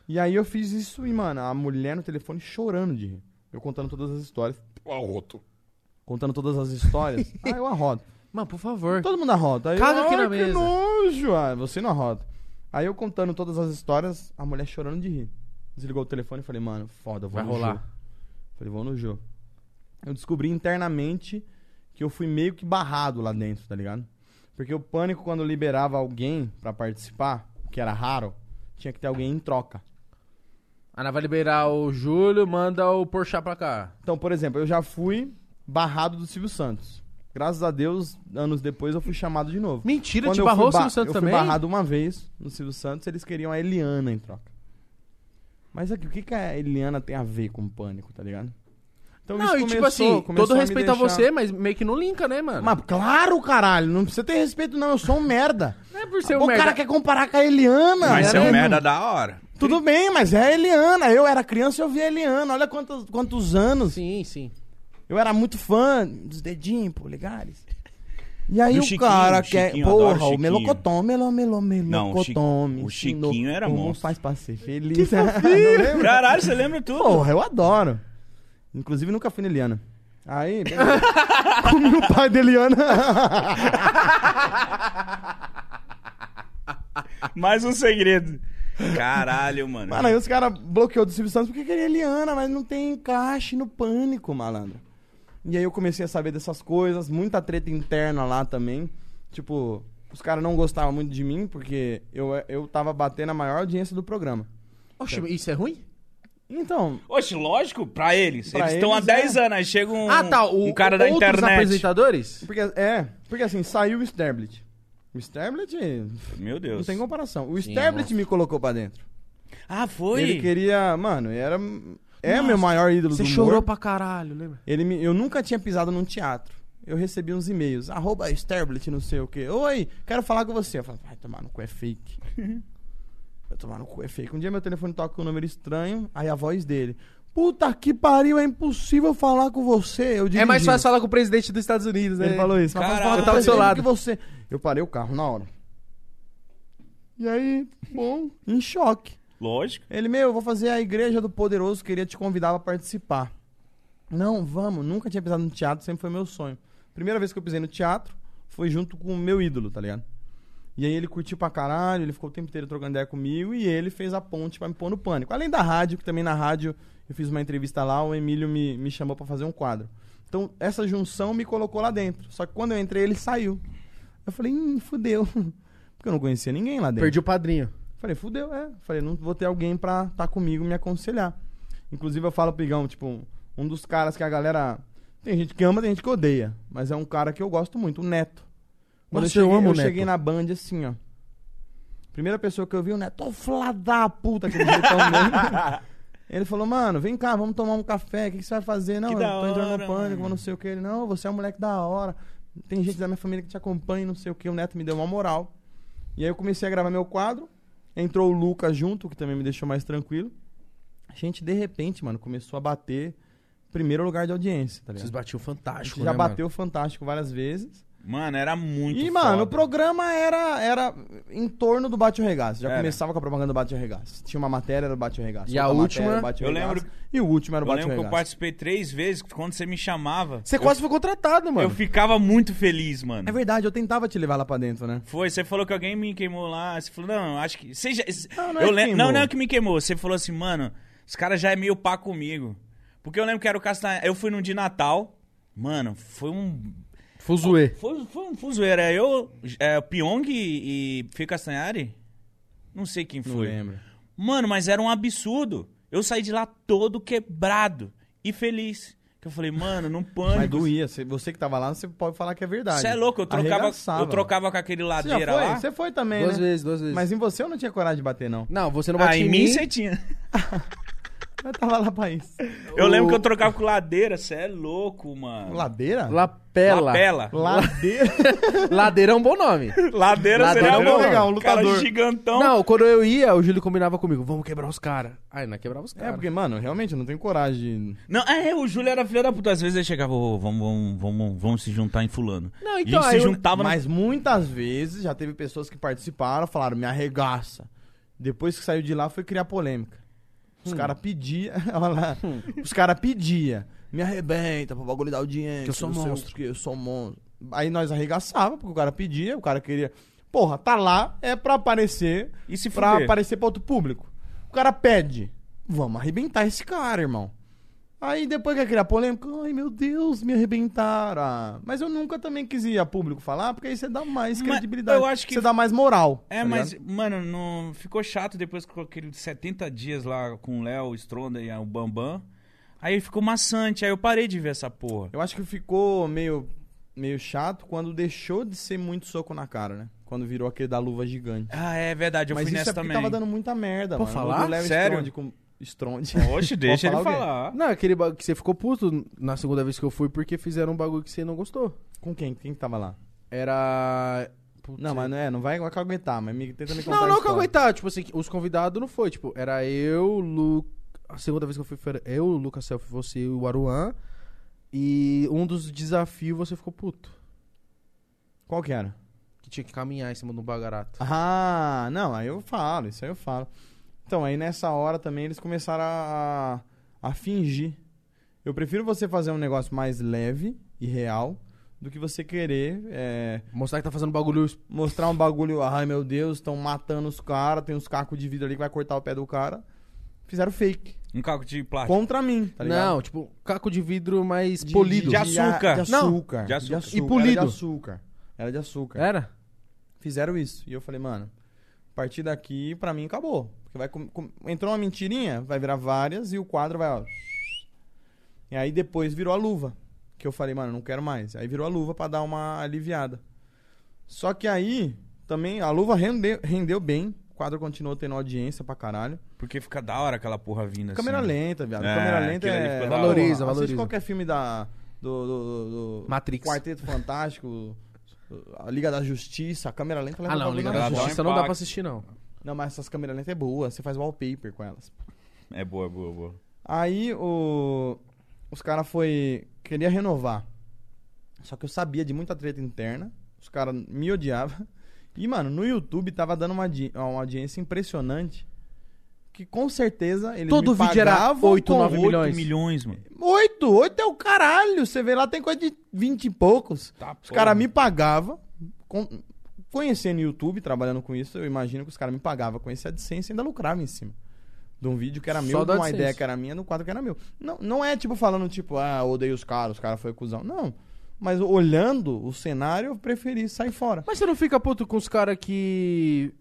Speaker 1: E aí eu fiz isso e, mano, a mulher no telefone chorando de rir. Eu contando todas as histórias.
Speaker 3: O arroto.
Speaker 1: Contando todas as histórias. ah, eu arroto.
Speaker 2: Mano, por favor.
Speaker 1: Todo mundo arrota. Aí eu,
Speaker 2: Caga aqui
Speaker 1: "Ai,
Speaker 2: na
Speaker 1: Que
Speaker 2: mesa."
Speaker 1: nojo. Ah, você não arrota. Aí eu contando todas as histórias, a mulher chorando de rir. Desligou o telefone e falei, mano, foda, eu vou
Speaker 2: Vai
Speaker 1: no
Speaker 2: rolar.
Speaker 1: jogo. Falei, vou no jogo. Eu descobri internamente que eu fui meio que barrado lá dentro, tá ligado? Porque o pânico, quando liberava alguém pra participar, o que era raro, tinha que ter alguém em troca.
Speaker 2: Ana vai liberar o Júlio, manda o Porchat pra cá.
Speaker 1: Então, por exemplo, eu já fui barrado do Silvio Santos. Graças a Deus, anos depois eu fui chamado de novo.
Speaker 2: Mentira,
Speaker 1: Quando
Speaker 2: te
Speaker 1: eu fui
Speaker 2: barrou o
Speaker 1: ba-
Speaker 2: Silvio Santos
Speaker 1: eu fui
Speaker 2: também?
Speaker 1: barrado uma vez no Silvio Santos, eles queriam a Eliana em troca. Mas aqui, o que, que a Eliana tem a ver com pânico, tá ligado? Então
Speaker 2: Não, e tipo assim, todo
Speaker 1: começou me
Speaker 2: respeito a,
Speaker 1: deixar-
Speaker 2: você, mas meio que não linka, né, mano?
Speaker 1: Mas claro, caralho, não precisa ter respeito não, eu sou um merda.
Speaker 2: não é por ser
Speaker 1: o
Speaker 2: um merda.
Speaker 1: cara quer comparar com a Eliana.
Speaker 3: Mas você é
Speaker 1: né?
Speaker 3: um merda da hora.
Speaker 1: Tudo bem, mas é a Eliana. Eu era criança e eu via a Eliana. Olha quantos, quantos anos.
Speaker 2: Sim, sim.
Speaker 1: Eu era muito fã dos dedinhos polegares. E aí
Speaker 3: E o
Speaker 1: o,
Speaker 3: Chiquinho,
Speaker 1: cara
Speaker 3: o
Speaker 1: quer.
Speaker 3: Chiquinho, eu adoro
Speaker 1: porra,
Speaker 3: o
Speaker 1: o
Speaker 3: Chiquinho.
Speaker 1: melocotão, melo, melo,
Speaker 3: Não, o Chi-
Speaker 1: melocotão. me
Speaker 3: o
Speaker 1: ensinou
Speaker 3: Chiquinho era
Speaker 1: como
Speaker 3: monstro.
Speaker 1: faz pra ser feliz. Não lembra?
Speaker 3: Caralho, você lembra tudo.
Speaker 1: Porra, eu adoro. Inclusive nunca fui na Eliana. Aí. beleza. Comi o pai da Eliana.
Speaker 3: Mais um segredo. Caralho, mano.
Speaker 1: Mano, aí os caras bloqueou do Silvio Santos porque queria Eliana, mas não tem encaixe no pânico, malandro. E aí eu comecei a saber dessas coisas, muita treta interna lá também. Tipo, os caras não gostavam muito de mim porque eu, eu tava batendo a maior audiência do programa.
Speaker 2: Oxe, isso é ruim?
Speaker 1: Então,
Speaker 3: Oxe, lógico, pra eles.
Speaker 1: Pra
Speaker 3: eles estão há
Speaker 1: eles,
Speaker 3: 10 anos, aí chega um,
Speaker 1: É.
Speaker 2: ah, tá. O,
Speaker 3: um cara da
Speaker 2: outros
Speaker 3: internet.
Speaker 2: apresentadores?
Speaker 1: porque, é, porque assim, saiu o Sterblit. O Sterblit,
Speaker 3: Meu Deus.
Speaker 1: não tem comparação. O
Speaker 2: Sim,
Speaker 1: Sterblit me colocou pra dentro.
Speaker 3: Ah, foi?
Speaker 1: Ele queria, mano, era... É
Speaker 2: Nossa,
Speaker 1: meu maior ídolo
Speaker 2: Você
Speaker 1: do humor.
Speaker 2: chorou pra caralho, lembra?
Speaker 1: Ele me- eu nunca tinha pisado num teatro. Eu recebi uns e-mails, arroba Sterblit, não sei o quê. Oi, quero falar com você. Eu falei, vai tomar no cu, é fake. Vai tomar no cu, é fake. Um dia meu telefone toca com um número estranho, aí a voz dele. Puta que pariu, é impossível falar com você. Eu
Speaker 2: É mais
Speaker 1: dirigindo."
Speaker 2: fácil falar com o presidente dos Estados Unidos, né?
Speaker 1: Ele falou isso.
Speaker 3: Caralho.
Speaker 1: eu
Speaker 2: Eu tava do seu lado.
Speaker 1: Que você... Eu parei o carro na hora. E aí, bom, em choque.
Speaker 3: Lógico.
Speaker 1: Ele, meu, eu vou fazer a Igreja do Poderoso, queria te convidar pra participar. Não, vamos, nunca tinha pisado no teatro, sempre foi meu sonho. Primeira vez que eu pisei no teatro foi junto com o meu ídolo, tá ligado? E aí ele curtiu pra caralho, ele ficou o tempo inteiro trocando ideia comigo e ele fez a ponte pra me pôr no pânico. Além da rádio, que também na rádio eu fiz uma entrevista lá, o Emílio me, me chamou pra fazer um quadro. Então essa junção me colocou lá dentro. Só que quando eu entrei, ele saiu. Eu falei, hum, fudeu. Porque eu não conhecia ninguém lá dentro.
Speaker 2: Perdi o padrinho.
Speaker 1: Falei, fudeu, é. Falei, não vou ter alguém pra estar comigo me aconselhar. Inclusive, eu falo pro Igão, tipo, um dos caras que a galera. Tem gente que ama, tem gente que odeia. Mas é um cara que eu gosto muito, o Neto. Quando
Speaker 2: Nossa,
Speaker 1: eu
Speaker 2: eu
Speaker 1: cheguei,
Speaker 2: amo o
Speaker 1: eu
Speaker 2: Neto.
Speaker 1: cheguei na Band assim, ó. Primeira pessoa que eu vi, o Neto, ô flá da puta, aquele jeitão dele. Ele falou, mano, vem cá, vamos tomar um café, o que, que você vai fazer? Não,
Speaker 3: Que
Speaker 1: eu
Speaker 3: da
Speaker 1: tô entrando
Speaker 3: hora,
Speaker 1: no pânico,
Speaker 3: mano.
Speaker 1: eu não sei o que. Ele, não, você é um moleque da hora. Tem gente da minha família que te acompanha, não sei o que. O Neto me deu uma moral. E aí eu comecei a gravar meu quadro. Entrou o Lucas junto, que também me deixou mais tranquilo. A gente, de repente, mano, começou a bater primeiro lugar de audiência, tá
Speaker 2: Vocês
Speaker 1: ligado?
Speaker 2: batiam
Speaker 1: A
Speaker 2: fantástico,
Speaker 1: gente já
Speaker 2: né,
Speaker 1: bateu o fantástico várias vezes.
Speaker 3: Mano, era muito
Speaker 1: e, mano,
Speaker 3: foda.
Speaker 1: o programa era, era em torno do Bate o Regaço. Já
Speaker 3: Era.
Speaker 1: começava com a propaganda do Bate o Regaço. Tinha uma matéria era do Bate o Regaço.
Speaker 2: E a
Speaker 1: outra matéria era do
Speaker 2: última-
Speaker 1: Bate o
Speaker 3: Eu
Speaker 1: Regaço,
Speaker 3: lembro-
Speaker 1: E o último era o
Speaker 3: Eu
Speaker 1: Bate o
Speaker 3: lembro que eu
Speaker 1: Regaço.
Speaker 3: participei três vezes, quando você me chamava,
Speaker 2: mano? Você quase foi contratado, mano.
Speaker 3: eu ficava muito feliz, mano.
Speaker 1: É verdade, eu tentava te levar lá pra dentro, né?
Speaker 3: Foi, você falou que alguém me queimou lá. Você falou, não, acho que. Você já,
Speaker 1: Não, não é
Speaker 3: eu
Speaker 1: que
Speaker 3: lem-
Speaker 1: queimou.
Speaker 3: não, não é que me queimou. Você falou assim, mano, os caras já é meio pá comigo. Porque eu lembro que era o Castanha. Eu fui num de Natal. Mano, foi um.
Speaker 2: Fuzuê.
Speaker 3: Foi, foi um fuzueiro. Era eu, é, o Pyong e, e Fio Castanhari? Não sei quem
Speaker 1: Não
Speaker 3: foi.
Speaker 1: lembro.
Speaker 3: Mano, mas era um absurdo. Eu saí de lá todo quebrado e feliz. Que eu falei, mano, não pânico.
Speaker 1: Mas doía. Você- Você que tava lá, você pode falar que é verdade.
Speaker 3: Você é louco, eu trocava,
Speaker 1: Arregaçava.
Speaker 3: eu trocava com aquele
Speaker 1: Você já
Speaker 3: ladeira
Speaker 1: foi?
Speaker 3: lá.
Speaker 1: Você foi também,
Speaker 2: Duas
Speaker 1: né?
Speaker 2: vezes, duas vezes.
Speaker 1: Mas em você eu não tinha coragem de bater, não.
Speaker 2: Não, você não
Speaker 3: Ah,
Speaker 2: batia
Speaker 3: em mim você tinha.
Speaker 1: Eu tava lá pra isso.
Speaker 3: Eu
Speaker 2: O-
Speaker 3: lembro que eu trocava com ladeira, você é louco, mano.
Speaker 1: Ladeira?
Speaker 2: Lapela.
Speaker 3: Lapela. Então-
Speaker 1: Ladeira.
Speaker 2: Ladeira é um bom nome.
Speaker 3: Ladeira,
Speaker 2: Ladeira
Speaker 3: seria
Speaker 2: é bom,
Speaker 1: legal,
Speaker 3: um
Speaker 1: lutador.
Speaker 3: Cara gigantão.
Speaker 2: Não, quando eu ia, o Júlio combinava comigo, vamos quebrar os caras. Aí nós quebrava os caras.
Speaker 1: É, porque, mano, realmente eu não tenho coragem. de-
Speaker 3: Não, é, o Júlio era filho da puta. Às vezes ele chegava, ô, vamos, vamos, vamos, vamos se juntar em fulano.
Speaker 2: Não,
Speaker 3: E
Speaker 2: então,
Speaker 3: ele se
Speaker 2: aí eu-
Speaker 3: juntava no-
Speaker 1: Mas muitas vezes já teve pessoas que participaram, falaram, me arregaça. Depois que saiu de lá foi criar polêmica. Os caras pediam. Olha lá. Os caras pediam. Me arrebenta pro bagulho da audiência.
Speaker 2: Que eu sou
Speaker 1: não sei o
Speaker 2: monstro."
Speaker 1: quê, eu sou monstro. Aí nós arregaçava, porque o cara pedia, o cara queria. Porra, tá lá, é pra aparecer.
Speaker 3: E se
Speaker 1: pra
Speaker 3: fuder?
Speaker 1: aparecer pra outro público. O cara pede. Vamos arrebentar esse cara, irmão. Aí depois que criar polêmica, ai meu Deus, me arrebentaram. Ah, Mas eu nunca também quis ir a público falar, porque aí você dá mais
Speaker 3: Mas
Speaker 1: credibilidade.
Speaker 3: eu acho que-
Speaker 1: Você dá mais moral.
Speaker 3: É,
Speaker 1: tá
Speaker 3: mas,
Speaker 1: ligado?
Speaker 3: mano, não... ficou chato depois que eu aquele 70 dias lá com o Léo, o Stronda e o Bambam. Aí ficou maçante, aí eu parei de ver essa porra.
Speaker 1: Eu acho que ficou meio. meio chato quando deixou de ser muito soco na cara, né? Quando virou aquele da luva gigante.
Speaker 3: Ah, é verdade, eu
Speaker 1: Mas
Speaker 3: fui
Speaker 1: isso
Speaker 3: nessa
Speaker 1: é porque
Speaker 3: também.
Speaker 1: tava dando muita merda,
Speaker 2: Pode
Speaker 1: mano.
Speaker 2: falar?
Speaker 1: O Léo
Speaker 3: Sério?
Speaker 1: Stronde com... Stronde.
Speaker 3: Oxe, deixa ele
Speaker 1: Pode falar o quê?
Speaker 3: falar.
Speaker 2: Não, aquele bagulho que você ficou puto na segunda vez que eu fui porque fizeram um bagulho que você não gostou.
Speaker 1: com quem? Quem que tava lá?
Speaker 2: Era. Putz,
Speaker 1: Não, mas não é, não vai aguentar, mas me, tenta me contar
Speaker 2: Não,
Speaker 1: a
Speaker 2: não que eu
Speaker 1: história.
Speaker 2: aguentar. Tipo assim, os convidados não foi. Tipo, era eu, Lu... A segunda vez que eu fui foi eu, o Lucas Self, você e o Aruan. E um dos desafios você ficou puto.
Speaker 1: Qual que era?
Speaker 2: Que tinha que caminhar em cima de um bagarato.
Speaker 1: Ah, não, aí eu falo, isso aí eu falo. Então, aí nessa hora também eles começaram a, a fingir. Eu prefiro você fazer um negócio mais leve e real do que você querer é,
Speaker 2: Mostrar que tá fazendo bagulho. es-
Speaker 1: mostrar um bagulho, ai meu Deus, estão matando os caras, tem uns cacos de vidro ali que vai cortar o pé do cara. Fizeram fake.
Speaker 3: Um caco de plástico.
Speaker 1: Contra mim, tá ligado?
Speaker 2: não, tipo, caco de vidro mais
Speaker 1: De-
Speaker 2: polido.
Speaker 3: de açúcar.
Speaker 1: De,
Speaker 2: Não,
Speaker 1: açúcar.
Speaker 3: de açúcar.
Speaker 2: E
Speaker 1: Era
Speaker 2: polido.
Speaker 1: de açúcar. Era de açúcar.
Speaker 2: Era?
Speaker 1: Fizeram isso. E eu falei, mano, a partir daqui, pra mim, acabou. Porque vai com- com- entrou uma mentirinha, vai virar várias e o quadro vai, ó. E aí depois virou a luva. Que eu falei, mano, não quero mais. Aí virou a luva pra dar uma aliviada. Só que aí, também, a luva rendeu, rendeu bem. O quadro continuou tendo audiência pra caralho.
Speaker 3: Porque fica da hora aquela porra vindo assim.
Speaker 1: Câmera lenta, viado.
Speaker 3: É,
Speaker 1: Câmera lenta
Speaker 3: aquilo ali
Speaker 1: é...
Speaker 3: ficou da hora.
Speaker 2: Valoriza,
Speaker 1: Assiste
Speaker 2: valoriza.
Speaker 1: qualquer filme da... Do, do- do- do-
Speaker 2: Matrix.
Speaker 1: Quarteto Fantástico, a Liga da Justiça, a câmera lenta... leva
Speaker 2: Ah,
Speaker 1: um
Speaker 2: não,
Speaker 1: bagulho
Speaker 2: Liga
Speaker 1: nada a
Speaker 2: da
Speaker 1: ver.
Speaker 3: dá um
Speaker 2: Justiça não dá pra
Speaker 3: impacto.
Speaker 2: assistir, não.
Speaker 1: Não, mas essas câmeras lentas é boa, você faz wallpaper com elas.
Speaker 3: É boa, é boa, é boa.
Speaker 1: Aí o, os caras foi. Queria renovar. Só que eu sabia de muita treta interna. Os caras me odiavam. E, mano, no YouTube tava dando uma, audi- uma audiência impressionante. Que com certeza eles
Speaker 2: Todo
Speaker 1: me
Speaker 2: vídeo era
Speaker 1: pagavam
Speaker 2: oito,
Speaker 1: com
Speaker 2: nove
Speaker 1: oito-
Speaker 2: milhões.
Speaker 3: milhões, mano.
Speaker 1: Oito, oito é o caralho. Você vê lá, tem coisa de vinte e poucos.
Speaker 3: Tá,
Speaker 1: Os caras me pagavam. con- Conhecendo YouTube, trabalhando com isso, eu imagino que os caras me pagavam com esse AdSense e ainda lucravam em cima. De um vídeo que era
Speaker 2: Só
Speaker 1: meu, de
Speaker 2: do
Speaker 1: uma
Speaker 2: AdSense.
Speaker 1: ideia que era minha, de um quadro que era meu. Não, não é tipo falando, tipo, ah, eu odeio os caras, os caras foi cuzão. Não. Mas olhando o cenário, eu preferi sair fora.
Speaker 2: Mas você não fica puto com os caras que.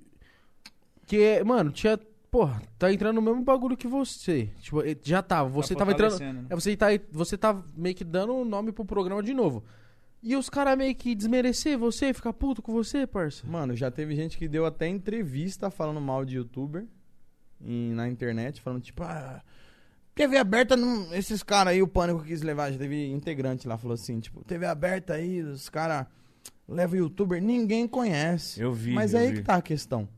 Speaker 2: Que, é, mano, tinha. Porra, tá entrando no mesmo bagulho que você. Tipo, eh, já tava. Você tava entrando.
Speaker 3: fortalecendo, né?
Speaker 2: É, você, tá, você tá meio que dando o nome pro programa de novo. E os caras meio que desmerecer você, ficar puto com você, parça.
Speaker 1: Mano, já teve gente que deu até entrevista falando mal de youtuber em- na internet, falando tipo, ah, TV aberta, não, esses caras aí, o pânico quis levar, já teve integrante lá, falou assim, tipo, TV aberta aí, os caras levam youtuber, ninguém conhece.
Speaker 3: Eu vi,
Speaker 1: Mas
Speaker 3: eu
Speaker 1: é aí
Speaker 3: vi.
Speaker 1: que tá a questão.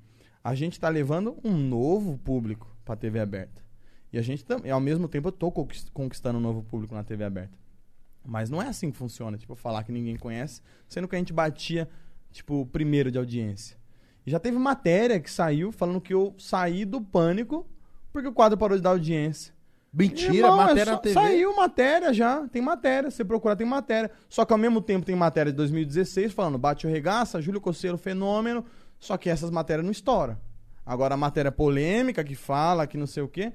Speaker 1: A gente tá levando um novo público pra TV aberta. E a gente também, ao mesmo tempo, eu tô conquis- conquistando um novo público na TV aberta. Mas não é assim que funciona, tipo, falar que ninguém conhece, sendo que a gente batia, tipo, primeiro de audiência. E já teve matéria que saiu falando que eu saí do pânico porque o quadro parou de dar audiência. Irmão, é só- Saiu matéria já, tem matéria, você procurar tem matéria. Só que ao mesmo tempo tem matéria de 2016 falando bate ou regaça, Júlio Coceiro, fenômeno, só que essas matérias não estouram. Agora a matéria polêmica que fala, que não sei o quê,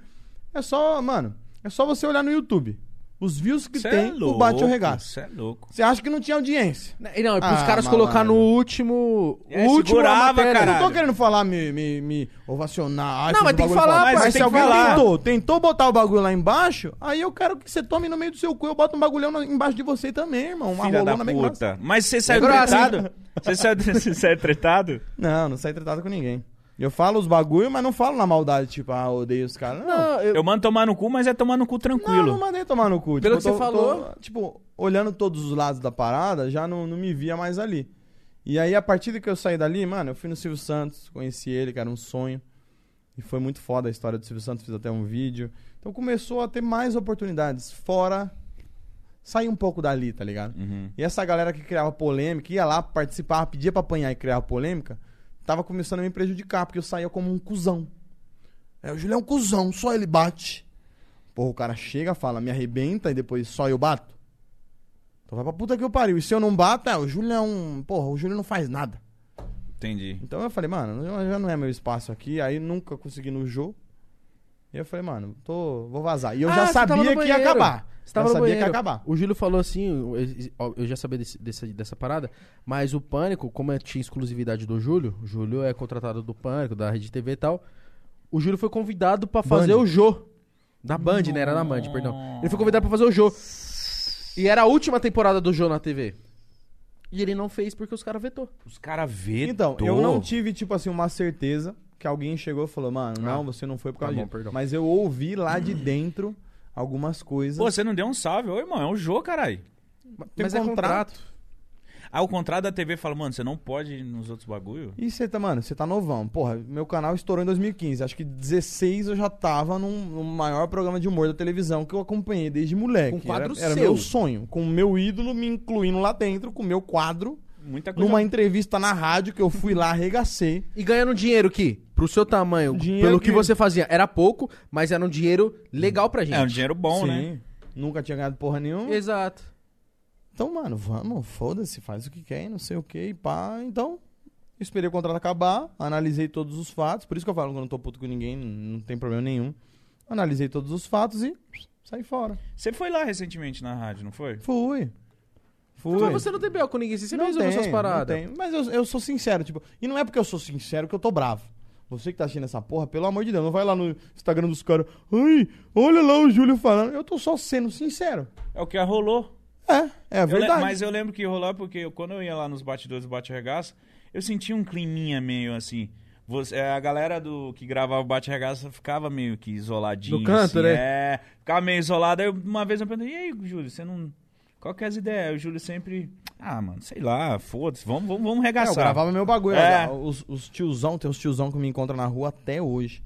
Speaker 1: é só, mano, é só você olhar no YouTube. Os views que
Speaker 3: Cê
Speaker 1: tem,
Speaker 3: é
Speaker 1: o bate ou
Speaker 3: louco,
Speaker 1: regaça.
Speaker 3: cê é louco.
Speaker 1: Você acha que não tinha audiência?
Speaker 2: Não, é pros
Speaker 1: Ah,
Speaker 2: caras colocar no
Speaker 1: malandro.
Speaker 2: último.
Speaker 3: É,
Speaker 2: o último a
Speaker 3: segurava,
Speaker 2: matéria.
Speaker 1: Eu não
Speaker 3: caralho.
Speaker 1: tô querendo falar, me, me, me ovacionar. ai,
Speaker 2: Não,
Speaker 1: fez
Speaker 2: mas
Speaker 1: um
Speaker 2: tem que
Speaker 1: bagulho
Speaker 2: falar,
Speaker 1: foda.
Speaker 2: mas
Speaker 1: Mas,
Speaker 2: tem
Speaker 1: se
Speaker 2: que
Speaker 1: alguém
Speaker 3: falar.
Speaker 1: tentou, tentou botar o bagulho lá embaixo, aí eu quero que você tome no meio do seu cu, eu boto um bagulhão na- embaixo de você também, irmão. Um Uma
Speaker 3: Filha da
Speaker 1: rolona bem grossa.
Speaker 3: puta. Mas você saiu
Speaker 1: Grossa,
Speaker 3: tretado? Você saiu, você saiu é tretado?
Speaker 1: Não, não sai tratado com ninguém. Eu falo os bagulho, mas não falo na maldade, tipo, ah, odeio os caras. Não,
Speaker 2: Não, Ah, eu-
Speaker 3: Eu mando tomar no cu, mas é tomar no cu
Speaker 1: não, não
Speaker 3: tranquilo.
Speaker 1: mandei tomar no cu. Tipo,
Speaker 2: Pelo que você falou.
Speaker 1: tipo, olhando todos os lados da parada, já não, não me via mais ali. E aí, a partir do que eu saí dali, mano, eu fui no Silvio Santos, conheci ele, que era um sonho. E foi muito foda a história do Silvio Santos, fiz até um vídeo. Então começou a ter mais oportunidades fora. Sair um pouco dali, tá ligado?
Speaker 3: Uhum.
Speaker 1: E essa galera que criava polêmica, ia lá, participava, pedia pra apanhar e criava polêmica, tava começando a me prejudicar, porque eu saía como um cuzão. É, o Júlio é um cuzão, só ele bate. Porra, o cara chega, fala, me arrebenta e depois só eu bato. Então vai pra puta que eu pariu. E se eu não bato, é, o Júlio é um. Porra, o Júlio não faz nada.
Speaker 3: Entendi.
Speaker 1: Então eu falei, mano, já já não é meu espaço aqui, aí nunca consegui no jogo. E eu falei, mano, tô, vou vazar. E eu
Speaker 2: Ah,
Speaker 1: já
Speaker 2: você tava no
Speaker 1: sabia que ia
Speaker 2: banheiro.
Speaker 1: acabar.
Speaker 2: Você tava
Speaker 1: eu
Speaker 2: no
Speaker 1: sabia que ia
Speaker 2: banheiro.
Speaker 1: acabar.
Speaker 2: O Júlio falou assim, eu- eu eu já sabia desse- dessa, dessa parada, mas o Pânico, como é- tinha exclusividade do Júlio, o Júlio é contratado do Pânico, da Rede TV e tal, o Júlio foi convidado pra fazer
Speaker 1: Band.
Speaker 2: o Jô. Da Band, né? Era na Band, perdão. Ele foi convidado pra fazer o Jô. E era a última temporada do Jô na TV. E ele não fez porque os caras vetou.
Speaker 3: Os caras vê.
Speaker 1: Então, eu não tive, tipo assim, uma certeza que alguém chegou e falou, mano, não, você não foi por
Speaker 2: tá
Speaker 1: causa
Speaker 2: bom,
Speaker 1: disso.
Speaker 2: perdão.
Speaker 1: Mas eu ouvi lá de dentro algumas coisas.
Speaker 3: Pô, você não deu um salve. Ô, irmão, é um jogo, caralho.
Speaker 1: Tem
Speaker 2: Mas é contrato.
Speaker 3: Aí o contrato da TV fala, mano, você não pode ir nos outros bagulho.
Speaker 1: E você tá, mano, você tá novão. Porra, meu canal estourou em 2015. Acho que 16 eu já tava num, no maior programa de humor da televisão que eu acompanhei desde moleque.
Speaker 2: Com quadro
Speaker 1: era, era
Speaker 2: seu.
Speaker 1: meu sonho. Com o meu ídolo me incluindo lá dentro, com o meu quadro.
Speaker 3: Muita É coisa.
Speaker 1: Numa entrevista na rádio que eu fui lá, arregacei.
Speaker 2: E ganhando dinheiro que, pro seu tamanho,
Speaker 1: Dinheiro
Speaker 2: pelo que...
Speaker 1: que-
Speaker 2: você fazia, era pouco, mas era um dinheiro legal pra gente.
Speaker 3: É um dinheiro bom,
Speaker 1: Sim.
Speaker 3: né?
Speaker 1: Nunca tinha ganhado porra nenhuma.
Speaker 2: Exato.
Speaker 1: Então, mano, vamos, foda-se, faz o que quer, e não sei o que, e pá. Então, esperei o contrato acabar, analisei todos os fatos. Por isso que eu falo que eu não tô puto com ninguém, não tem problema nenhum. Analisei todos os fatos e saí fora.
Speaker 3: Você foi lá recentemente na rádio, não foi?
Speaker 1: Fui. Fui.
Speaker 2: Mas Então você não tem B.O. com ninguém, você sempre resolveu
Speaker 1: tem,
Speaker 2: suas paradas.
Speaker 1: não tem. Mas eu, eu sou sincero, tipo, e não é porque eu sou sincero que eu tô bravo. Você que tá assistindo essa porra, pelo amor de Deus, não vai lá no Instagram dos caras. Ai, olha lá o Júlio falando. Eu tô só sendo sincero.
Speaker 3: É o que rolou.
Speaker 1: É, é a
Speaker 3: Eu le-
Speaker 1: verdade.
Speaker 3: mas eu lembro que ia rolar porque eu- quando eu ia lá nos batidores do Bate Regaça, eu sentia um climinha meio assim. Você, é, a galera do que gravava o Bate Regaça ficava meio que isoladinha.
Speaker 2: No canto,
Speaker 3: assim,
Speaker 2: né?
Speaker 3: É, ficava meio isolada. Aí eu- uma vez eu perguntei, e aí, Júlio, você não. Qual que é as ideias? Aí O Júlio sempre. Ah, mano, sei lá, foda-se, vamos, vamos, vamos
Speaker 1: É, eu
Speaker 3: regaçar.
Speaker 1: gravava meu bagulho.
Speaker 3: É.
Speaker 1: ó, Os, os tiozão, tem uns tiozão que me encontram na rua até hoje.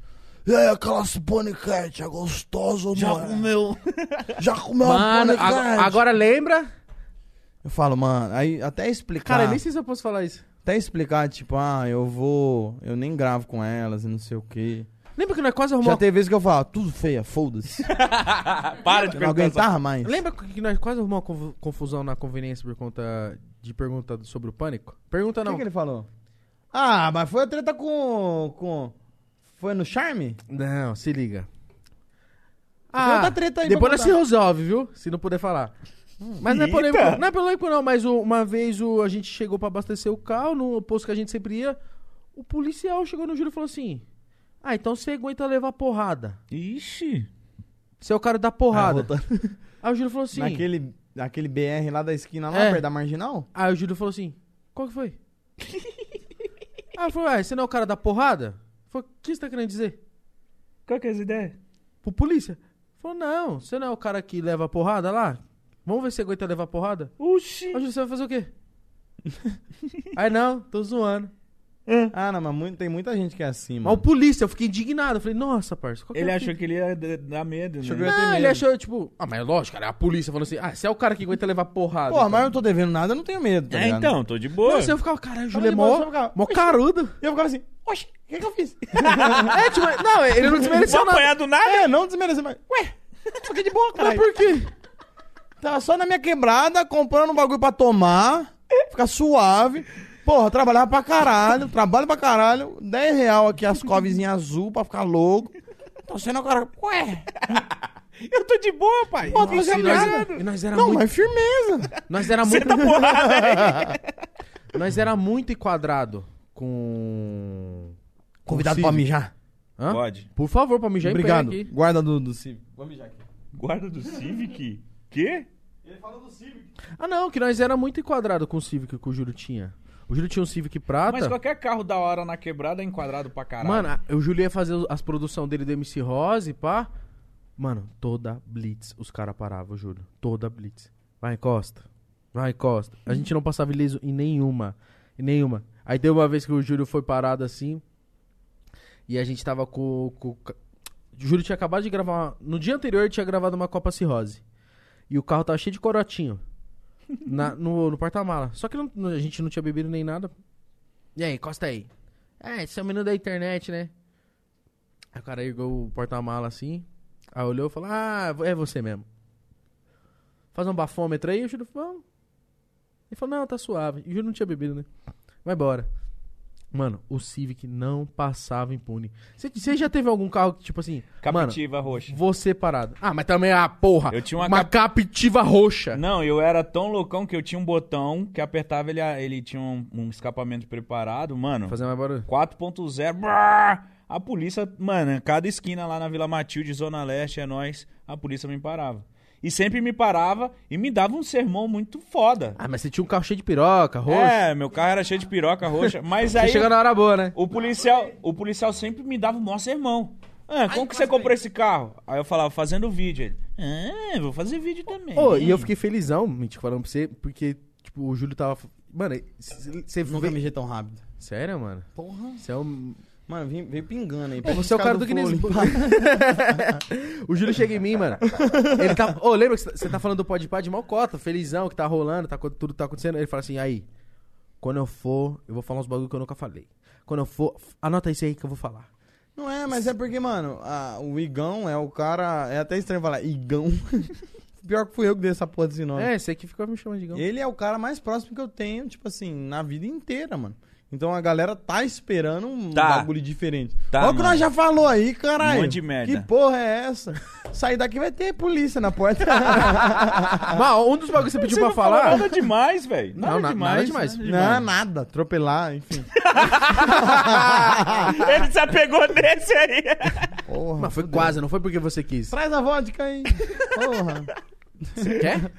Speaker 1: E aí, aquela Sponnycat, é gostoso,
Speaker 3: Já
Speaker 1: mano?
Speaker 3: comeu.
Speaker 1: Já comeu
Speaker 2: Mano,
Speaker 1: a
Speaker 2: ag-
Speaker 1: Sponnycat?
Speaker 2: agora lembra?
Speaker 1: Eu falo, mano, aí até explicar...
Speaker 2: Cara, eu nem sei se eu posso falar isso.
Speaker 1: Até explicar, tipo, ah, eu vou... Eu nem gravo com elas e não sei o quê.
Speaker 2: Lembra que nós quase
Speaker 1: Já
Speaker 2: arrumamos.
Speaker 1: teve vezes que eu falo, "Ah, tudo feia, foda-se.
Speaker 3: Ah, Para de
Speaker 1: Eu não
Speaker 3: perguntar. essa-
Speaker 1: aguentava mais.
Speaker 2: Lembra que nós quase arrumamos uma confu- confusão na conveniência por conta de pergunta do- sobre o pânico? Pergunta
Speaker 1: O que,
Speaker 2: não.
Speaker 1: que ele falou? Ah, mas foi a treta com... com... Foi no Charme?
Speaker 2: Não, se liga. Ah,
Speaker 1: outra treta aí tá? pra
Speaker 2: depois nós se
Speaker 1: contar.
Speaker 2: resolve, viu? Se não puder falar. Mas não é
Speaker 3: Eita!
Speaker 2: polêmico, não, é polêmico não, mas o- uma vez o, a gente chegou pra abastecer o carro, no posto que a gente sempre ia, o policial chegou no Júlio e falou assim, ah, então você aguenta levar porrada.
Speaker 1: tá-
Speaker 3: Ixi.
Speaker 2: Você é o cara da
Speaker 1: Ah,
Speaker 2: porrada.
Speaker 1: voltando.
Speaker 2: Aí o Júlio falou assim,
Speaker 1: Naquele, naquele BR lá da esquina, lá
Speaker 2: É.
Speaker 1: perto da Marginal?
Speaker 2: Aí o Júlio falou assim: qual que foi? Aí eu falei: ué, você não é o cara da porrada? Ele Falou: o que você tá querendo dizer?
Speaker 3: Qual que é as ideias?
Speaker 2: Pro polícia? Ele Falou: não, você não é o cara que leva a porrada lá? Vamos ver se você aguenta levar a porrada? Aí
Speaker 3: Oxi.
Speaker 2: o Júlio, você vai fazer o quê? Aí não, tô zoando.
Speaker 1: Ah, não, mas muito- tem muita gente que é assim,
Speaker 2: Mas o
Speaker 1: mano.
Speaker 2: polícia, eu fiquei indignado. Eu falei: nossa, parça, qual que
Speaker 3: Ele
Speaker 2: é a
Speaker 3: achou que ele ia d- dar medo,
Speaker 1: Achou
Speaker 3: né?
Speaker 1: que eu ia ter
Speaker 2: Não, ele
Speaker 1: medo.
Speaker 2: achou, tipo, ah, mas é lógico, cara, é a polícia falando assim: ah, você é o cara que aguenta levar porrada.
Speaker 1: Porra,
Speaker 2: então.
Speaker 1: mas eu não tô devendo nada, eu não tenho medo, tá
Speaker 3: É,
Speaker 1: ligado?
Speaker 3: então, tô de boa.
Speaker 2: Nossa, eu ficava, caralho, o Júlio é
Speaker 1: de boa,
Speaker 2: mó,
Speaker 1: eu ficava,
Speaker 2: mó carudo.
Speaker 1: E eu ficava assim, oxe, o que, que eu fiz?
Speaker 2: é, tipo, não, ele não
Speaker 3: Vou
Speaker 2: desmereceu nada.
Speaker 3: apanhar do nada.
Speaker 1: é, não desmerecer, mas... Ué, fiquei de boa,
Speaker 2: Mas
Speaker 1: cara.
Speaker 2: por quê?
Speaker 1: Tava só na minha quebrada, comprando um bagulho pra tomar, ficar suave. Porra, trabalhava pra caralho, trabalho pra caralho. 10 real aqui, as covezinhas azul pra ficar louco. Tô sendo o cara... Ué,
Speaker 3: Eu tô de boa, pai.
Speaker 1: pô, tô
Speaker 2: E
Speaker 1: sendo nada.
Speaker 2: nós, e nós era
Speaker 1: Não,
Speaker 2: muito,
Speaker 1: mas firmeza.
Speaker 2: nós era muito,
Speaker 3: Senta a porrada aí.
Speaker 2: nós era muito enquadrado com
Speaker 1: Convidado
Speaker 2: Sim.
Speaker 1: pra mijar.
Speaker 2: Hã?
Speaker 3: Pode.
Speaker 2: Por favor, pra mijar em pé
Speaker 1: Obrigado.
Speaker 2: aqui.
Speaker 1: Guarda do, do Civic. Vou mijar aqui.
Speaker 3: Guarda do Civic? Quê?
Speaker 1: Ele falou do Civic.
Speaker 2: Ah, não, que nós era muito enquadrado com o Civic que o Júlio tinha. O Júlio tinha um Civic prata.
Speaker 3: Mas qualquer carro da hora na quebrada é enquadrado pra caralho.
Speaker 2: Mano, a- o Júlio ia fazer os- as produções dele do MC Rose, pá. Mano, toda blitz os caras paravam, Júlio. Toda blitz. Vai, encosta. Vai, encosta. A gente não passava ileso em nenhuma. Em nenhuma. Aí teve uma vez que o Júlio foi parado assim. E a gente tava com. com- com- o Júlio tinha acabado de gravar. uma- No dia anterior ele tinha gravado uma Copa Cirrose. E o carro tava cheio de corotinho. na- no no porta-mala. Só que não- a gente não tinha bebido nem nada. E aí, encosta aí. É, esse é o menino da internet, né? Aí o cara ergou o porta-mala assim. Aí olhou e falou: Ah, é você mesmo. Faz um bafômetro aí. O Júlio falou: "Vamos." Ele falou: Não, tá suave. E o Júlio não tinha bebido, né? Vai embora. Mano, o Civic não passava impune. Você- Você já teve algum carro que, tipo assim. Mano,
Speaker 3: Captiva roxa.
Speaker 2: você parado. Ah, mas também a porra.
Speaker 3: Eu tinha uma
Speaker 2: captiva roxa.
Speaker 3: Não, eu era tão loucão que eu tinha um botão que apertava ele, ele tinha um, um escapamento preparado, mano.
Speaker 2: Fazer mais barulho.
Speaker 3: 4.0. brrr! A polícia, mano, cada esquina lá na Vila Matilde, Zona Leste, é nós, a polícia me parava. e sempre me parava e me dava um sermão muito foda.
Speaker 2: Ah, mas você tinha um carro cheio de piroca, roxo.
Speaker 3: É, meu carro era cheio de piroca roxa, mas
Speaker 2: Você
Speaker 3: aí
Speaker 2: chega na hora boa, né?
Speaker 3: o policial, o policial sempre me dava o maior sermão. Ah, como que você comprou esse carro? Aí eu falava, fazendo vídeo. Ele, ah, vou fazer vídeo também.
Speaker 2: Ô, e eu fiquei felizão, mentira, falando pra você, porque, tipo, o Júlio tava. Mano, você
Speaker 1: Nunca
Speaker 2: vê.
Speaker 1: mijei tão rápido.
Speaker 2: Sério, mano?
Speaker 1: Porra.
Speaker 2: Você é um.
Speaker 1: Mano, vim- veio pingando aí.
Speaker 2: Pô, você é o cara do
Speaker 1: Foley.
Speaker 2: Guinness Book. o Júlio chega em mim, mano. Ele tá. Ô, lembra que você tá falando do pode de malcota, felizão, que tá rolando, tá, co- tudo tá acontecendo. Ele fala assim, aí, quando eu for, eu vou falar uns bagulho que eu nunca falei. Quando eu for, f- anota isso aí que eu vou falar.
Speaker 1: Não é, mas é porque, mano, a- o Igão é o cara. É até estranho falar Igão. Pior que fui eu que dei essa porra desse nome.
Speaker 2: É, você que ficou me chamando de gão.
Speaker 1: Ele é o cara mais próximo que eu tenho, tipo assim, na vida inteira, mano. Então a galera tá esperando um
Speaker 3: Tá.
Speaker 1: bagulho diferente.
Speaker 3: Tá,
Speaker 1: Olha o que
Speaker 3: mano.
Speaker 1: nós já falou aí, caralho.
Speaker 3: Um monte de merda.
Speaker 1: Que porra é essa? Sair daqui vai ter polícia na porta.
Speaker 3: Tá
Speaker 2: Mas um dos bagulhos que você pediu
Speaker 3: Você
Speaker 2: pra
Speaker 3: não falou
Speaker 2: falar.
Speaker 3: Nada demais, velho. Nada,
Speaker 2: Não, na-
Speaker 3: demais.
Speaker 2: nada demais.
Speaker 1: não, nada. Atropelar, enfim.
Speaker 3: Ele se apegou nesse aí.
Speaker 1: Porra.
Speaker 2: Mas foi quase, não foi porque você quis.
Speaker 1: Traz a vodka aí. Porra.
Speaker 2: Você quer?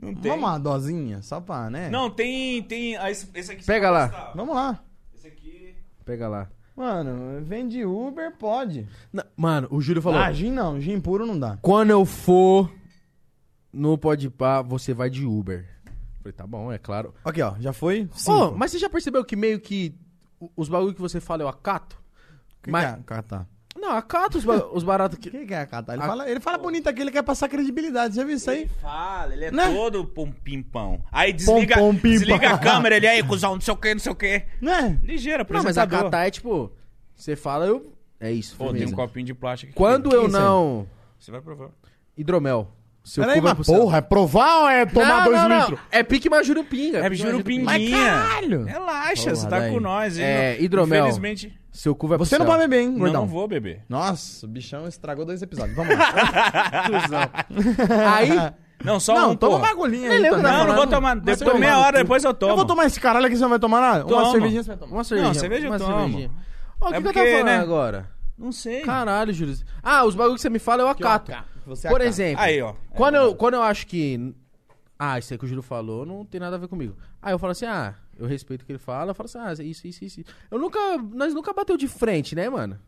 Speaker 3: Não tem.
Speaker 1: Vamos uma dosinha, só pra, né?
Speaker 3: Não, tem. tem ah, esse, esse aqui você
Speaker 2: Pega
Speaker 3: vai
Speaker 2: lá.
Speaker 3: gostar.
Speaker 1: Vamos lá.
Speaker 3: Esse aqui.
Speaker 2: Pega lá.
Speaker 1: Mano, vende Uber, pode.
Speaker 2: Na- Mano, o Júlio falou.
Speaker 1: Ah, gin não. Gin puro não dá.
Speaker 2: Quando eu for no Podpah, você vai de Uber. Falei, tá bom, é claro.
Speaker 1: Aqui, ó. Já foi?
Speaker 2: Ô,
Speaker 1: Cinco.
Speaker 2: mas você já percebeu que meio que o- os bagulho que você fala eu acato?
Speaker 1: Que
Speaker 2: mas-
Speaker 1: que é catar?
Speaker 2: Não, acato os, ba- os baratos que...
Speaker 1: O que, que é catar? Ele,
Speaker 2: A-
Speaker 1: fala, ele fala bonito aqui, ele quer passar credibilidade. Já viu isso aí?
Speaker 3: Ele fala, ele é
Speaker 1: Né?
Speaker 3: todo pom- pimpão. Aí desliga,
Speaker 1: pom, pimpão.
Speaker 3: desliga a câmera, ele aí, cuzão, não sei o que, não sei o que.
Speaker 1: Né?
Speaker 3: Ligeira,
Speaker 2: Não, mas
Speaker 3: apresentador.
Speaker 2: acatar é tipo, você fala, eu... É isso,
Speaker 3: Pô, tem um
Speaker 2: firmeza.
Speaker 3: copinho de plástico aqui.
Speaker 2: Quando eu
Speaker 1: Quem sabe?
Speaker 2: não...
Speaker 3: Você vai provar.
Speaker 2: Hidromel. Seu
Speaker 1: Peraí,
Speaker 2: cu vai
Speaker 1: mas
Speaker 2: pro céu.
Speaker 1: porra, é provar ou é tomar
Speaker 2: não,
Speaker 1: dois
Speaker 2: não, não.
Speaker 1: litros?
Speaker 2: É pique mais jurupinga.
Speaker 3: É
Speaker 2: pique mais
Speaker 1: Mas
Speaker 3: jurupinguinha.
Speaker 1: caralho!
Speaker 3: Relaxa,
Speaker 2: Porra,
Speaker 3: você tá
Speaker 2: daí.
Speaker 3: com nós. hein?
Speaker 2: É, hidromel.
Speaker 3: Infelizmente,
Speaker 2: Seu cu vai pro
Speaker 1: Você Hum, não
Speaker 2: céu.
Speaker 1: vai beber, hein,
Speaker 3: não,
Speaker 1: gordão?
Speaker 3: não vou beber.
Speaker 1: Nossa, o bichão estragou dois episódios. Vamos lá.
Speaker 2: Aí,
Speaker 3: Não, só
Speaker 1: não,
Speaker 3: um,
Speaker 1: toma uma
Speaker 3: porra.
Speaker 1: agulhinha aí.
Speaker 2: Ele é
Speaker 1: também.
Speaker 3: Não, não vou tomar.
Speaker 1: Vai
Speaker 3: Depois,
Speaker 1: tomar
Speaker 3: meia
Speaker 1: no
Speaker 3: hora
Speaker 1: cu.
Speaker 3: depois eu tomo.
Speaker 1: Eu vou tomar esse caralho aqui, você não vai tomar nada?
Speaker 3: Toma.
Speaker 1: Uma cervejinha você vai tomar.
Speaker 2: uma cervejinha.
Speaker 3: cerveja eu
Speaker 2: uma
Speaker 3: tomo.
Speaker 2: cervejinha. Ó, o que, que
Speaker 3: É
Speaker 2: eu
Speaker 3: porque,
Speaker 2: tava falando
Speaker 3: né?
Speaker 2: agora?
Speaker 3: Não sei.
Speaker 2: Caralho, Júlio. Ah, os bagulhos que você me fala, eu acato.
Speaker 1: Você
Speaker 2: Por
Speaker 1: acata.
Speaker 2: exemplo,
Speaker 3: Aí, ó.
Speaker 2: quando, eu, quando eu acho que. Ah, isso aí que o Júlio falou não tem nada a ver comigo. Aí eu falo assim, ah, eu respeito o que ele fala, eu falo assim, ah, isso, isso, isso. isso. Eu nunca. Nós nunca bateu de frente, né, mano?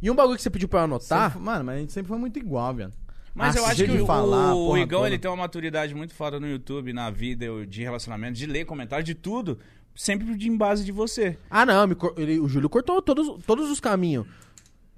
Speaker 2: E um bagulho que você pediu pra eu
Speaker 1: Sempre
Speaker 2: anotar.
Speaker 1: foi- Mano, mas a gente sempre foi muito igual, velho.
Speaker 3: Mas eu
Speaker 1: Ah,
Speaker 3: acho
Speaker 1: jeito
Speaker 3: que
Speaker 1: de
Speaker 3: o,
Speaker 1: falar,
Speaker 3: o
Speaker 1: porra
Speaker 3: Igão
Speaker 1: toda.
Speaker 3: ele tem uma maturidade muito foda no YouTube, na vida, eu- de relacionamento, de ler comentário, de tudo. Sempre de em base de você.
Speaker 2: Ah, não, me cor- ele- o Júlio cortou todos, todos os caminhos.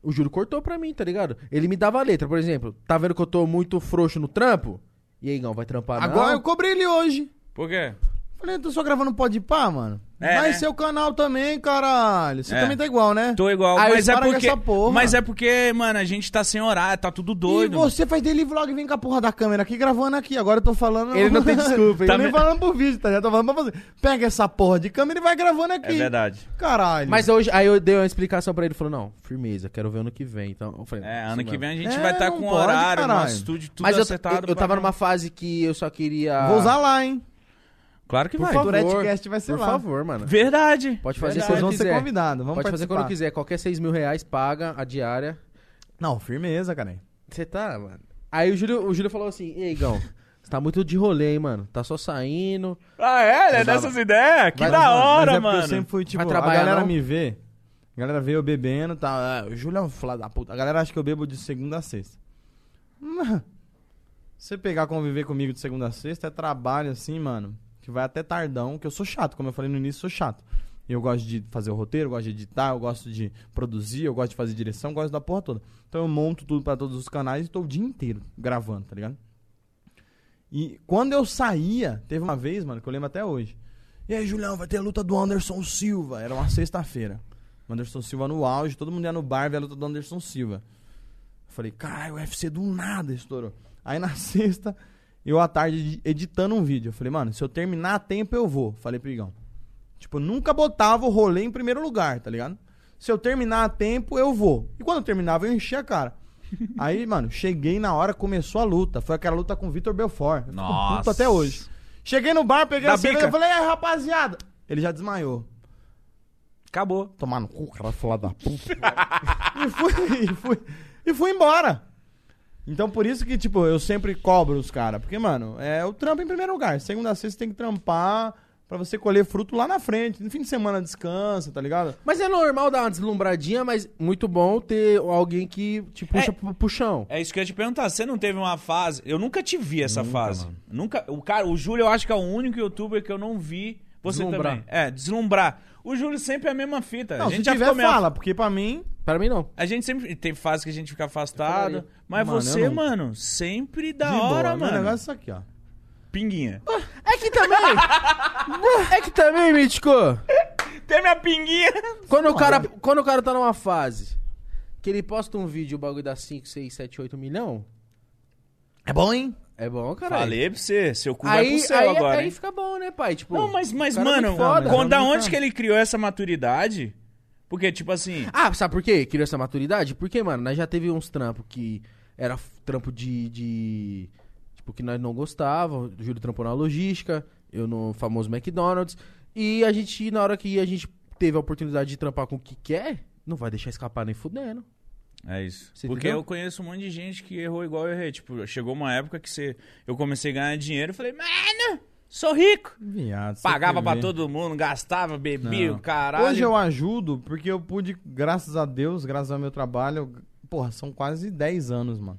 Speaker 2: O Júlio cortou pra mim, tá ligado? Ele me dava a letra, por exemplo. Tá vendo que eu tô muito frouxo no trampo? E aí, Igão, vai trampar
Speaker 1: Agora
Speaker 2: não?
Speaker 1: eu cobrei ele hoje.
Speaker 3: Por quê?
Speaker 1: Falei, eu tô só gravando pode pá, mano.
Speaker 3: É,
Speaker 1: Vai
Speaker 3: né?
Speaker 1: seu canal também, caralho. Você
Speaker 3: É.
Speaker 1: também tá igual, né?
Speaker 3: Tô igual,
Speaker 1: Aí
Speaker 3: mas
Speaker 1: os
Speaker 3: é
Speaker 1: caras com
Speaker 3: porque.
Speaker 1: essa porra.
Speaker 3: Mas é porque, mano, a gente tá sem horário, tá tudo doido.
Speaker 1: E você faz daily vlog, vem com a porra da câmera aqui gravando aqui. Agora eu tô falando.
Speaker 2: Ele não tem desculpa,
Speaker 1: Tô
Speaker 3: hein?
Speaker 1: nem tá falando pro vídeo, tá? Já tô falando pra você. Pega essa porra de câmera e vai gravando aqui.
Speaker 3: É verdade.
Speaker 1: Caralho.
Speaker 2: Mas hoje, aí eu dei uma explicação pra ele, ele falou, não, firmeza, quero ver ano que vem. Então, eu falei,
Speaker 3: É,
Speaker 2: "Sim,
Speaker 3: ano que
Speaker 2: mano."
Speaker 3: vem a gente
Speaker 1: É,
Speaker 3: vai estar
Speaker 1: não
Speaker 3: com
Speaker 1: pode,
Speaker 3: horário,
Speaker 1: caralho.
Speaker 3: nosso estúdio, tudo
Speaker 2: Mas eu,
Speaker 3: acertado.
Speaker 2: eu, eu tava
Speaker 3: pra-
Speaker 2: numa fase que eu só queria...
Speaker 1: Vou usar lá, hein?
Speaker 3: Claro que
Speaker 2: Por
Speaker 3: vai.
Speaker 2: favor,
Speaker 1: Turetcast vai ser
Speaker 2: Por
Speaker 1: lá.
Speaker 2: favor, mano.
Speaker 3: Verdade.
Speaker 2: Pode fazer
Speaker 3: Verdade.
Speaker 1: Vocês
Speaker 2: quando
Speaker 1: vão ser
Speaker 2: quiser.
Speaker 1: convidados. Vamos
Speaker 2: Pode fazer
Speaker 1: participar.
Speaker 2: quando quiser, qualquer 6 mil reais, paga a diária.
Speaker 1: Não, firmeza, cara.
Speaker 2: Você tá, mano? Aí o Júlio, o Júlio falou assim, ei, Igão, você tá muito de rolê, hein, mano? Tá só saindo...
Speaker 3: Ah, é? Né? Dessas ideias? Que
Speaker 2: Mas,
Speaker 3: da
Speaker 2: mano,
Speaker 3: hora,
Speaker 1: Mas é porque
Speaker 3: mano.
Speaker 1: Eu sempre fui, tipo,
Speaker 2: Vai
Speaker 1: a
Speaker 2: trabalhar,
Speaker 1: galera
Speaker 2: não?
Speaker 1: me vê. A galera vê eu bebendo, tá. Ah, o Júlio é um filho da puta. A galera acha que eu bebo de segunda a sexta. Hum, Você pegar conviver comigo de segunda a sexta é trabalho assim, mano. Que vai até tardão, que eu sou chato, como eu falei no início, sou chato. Eu gosto de fazer o roteiro, eu gosto de editar, eu gosto de produzir, eu gosto de fazer direção, eu gosto da porra toda. Então eu monto tudo pra todos os canais e tô o dia inteiro gravando, tá ligado? E quando eu saía, teve uma vez, mano, que eu lembro até hoje. E aí, Julião, vai ter a luta do Anderson Silva. Era uma sexta-feira. O Anderson Silva no auge, todo mundo ia no bar ver a luta do Anderson Silva. Eu falei, caralho, o UFC do nada estourou. Aí na sexta, eu à tarde edi- editando um vídeo. Eu falei, mano, se eu terminar a tempo, eu vou. Falei pro Igão. Tipo, eu nunca botava o rolê em primeiro lugar, tá ligado? Se eu terminar a tempo, eu vou. E quando eu terminava, eu enchia a cara. Aí, mano, cheguei na hora, começou a luta. Foi aquela luta com o Vitor Belfort. Eu fico
Speaker 3: Nossa.
Speaker 1: puto até hoje. Cheguei no bar, peguei
Speaker 3: Da
Speaker 1: a cerveja,
Speaker 3: bica.
Speaker 1: falei, "E aí, rapaziada. Ele já desmaiou.
Speaker 3: Acabou.
Speaker 1: Tomar no cu, cara, filha da puta. e, fui, e, fui, e fui embora. Então por isso que, tipo, eu sempre cobro os caras. Porque, mano, é o trampo em primeiro lugar. Segunda a sexta tem que trampar pra você colher fruto lá na frente. No fim de semana descansa, tá ligado?
Speaker 2: Mas é normal dar uma deslumbradinha, mas muito bom ter alguém que te puxa
Speaker 6: É.
Speaker 2: pro puxão.
Speaker 3: É isso que eu ia te perguntar. Você não teve uma fase. Eu nunca te vi essa fase. Nunca. O cara, o Júlio, eu acho que é o único youtuber que eu não vi. Você
Speaker 2: Deslumbrar.
Speaker 3: também. É, deslumbrar. O Júlio sempre é a mesma fita.
Speaker 1: Não,
Speaker 3: a gente
Speaker 1: se
Speaker 3: já
Speaker 1: tiver,
Speaker 3: ficou meio
Speaker 1: fala. Porque pra mim,
Speaker 2: Pra mim, não.
Speaker 3: A gente sempre. Tem fase que a gente fica
Speaker 2: Eu
Speaker 3: afastado.
Speaker 2: falaria.
Speaker 3: Mas
Speaker 1: Mano,
Speaker 3: você,
Speaker 1: eu não-
Speaker 3: mano, sempre da
Speaker 1: de
Speaker 3: hora,
Speaker 1: boa. Meu
Speaker 3: mano.
Speaker 1: negócio é isso aqui, ó.
Speaker 3: Pinguinha.
Speaker 2: É que também. é que também, Mítico.
Speaker 3: Tem minha pinguinha!
Speaker 2: Quando o, cara, quando o cara tá numa fase que ele posta um vídeo, o bagulho dá 5, 6, 7, 8 milhão.
Speaker 1: É bom, hein?
Speaker 2: É bom, cara.
Speaker 3: Falei pra você, seu cu vai pro
Speaker 2: Aí,
Speaker 3: céu
Speaker 2: aí,
Speaker 3: agora.
Speaker 2: aí
Speaker 3: hein?
Speaker 2: fica bom, né, pai? Tipo,
Speaker 3: Não, mas, mas
Speaker 2: o cara é
Speaker 3: mano,
Speaker 2: muito foda.
Speaker 3: quando, da
Speaker 1: Não,
Speaker 3: onde
Speaker 1: não.
Speaker 3: que ele criou essa maturidade? Porque, tipo assim.
Speaker 2: Ah, sabe por quê? Criou essa maturidade? Porque, mano, nós já teve uns trampos que era f- trampo de, de- Tipo, que nós não gostávamos. O Júlio trampou na logística, eu no famoso McDonald's. E a gente, na hora que a gente teve a oportunidade de trampar com o que quer, não vai deixar escapar nem fudendo.
Speaker 3: É isso.
Speaker 2: Você
Speaker 3: Porque
Speaker 2: entendeu?
Speaker 3: eu conheço um monte de gente que errou igual eu errei. Tipo, chegou uma época que você, eu comecei a ganhar dinheiro e falei, mano, sou rico.
Speaker 1: Viado. você
Speaker 3: Pagava
Speaker 1: quer
Speaker 3: pra
Speaker 1: ver.
Speaker 3: todo mundo, gastava, bebia,
Speaker 1: Não.
Speaker 3: o caralho.
Speaker 1: Hoje eu ajudo porque eu pude, graças a Deus, graças ao meu trabalho. eu- Porra, são quase 10 anos, mano.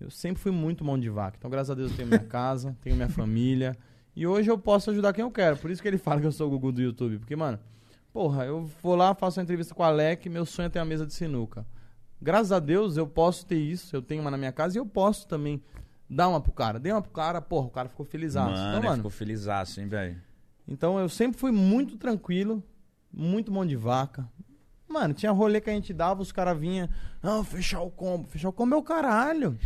Speaker 1: Eu sempre fui muito mão de vaca. Então, graças a Deus, eu tenho minha casa, tenho minha família. E hoje eu posso ajudar quem eu quero. Por isso que ele fala que eu sou o Gugu do YouTube. Porque, mano, porra, eu vou lá, faço uma entrevista com o Alec. Meu sonho é ter uma mesa de sinuca. Graças a Deus, eu posso ter isso. Eu tenho uma na minha casa e eu posso também dar uma pro cara. Dei uma pro cara, porra, o cara ficou felizaço.
Speaker 3: Mano,
Speaker 1: então,
Speaker 3: ele
Speaker 1: mano,
Speaker 3: ficou felizaço, hein, velho?
Speaker 1: então eu sempre fui muito tranquilo, muito mão de vaca. Mano, tinha rolê que a gente dava, os caras vinham, ah, fechar o combo, fechar o combo é o caralho.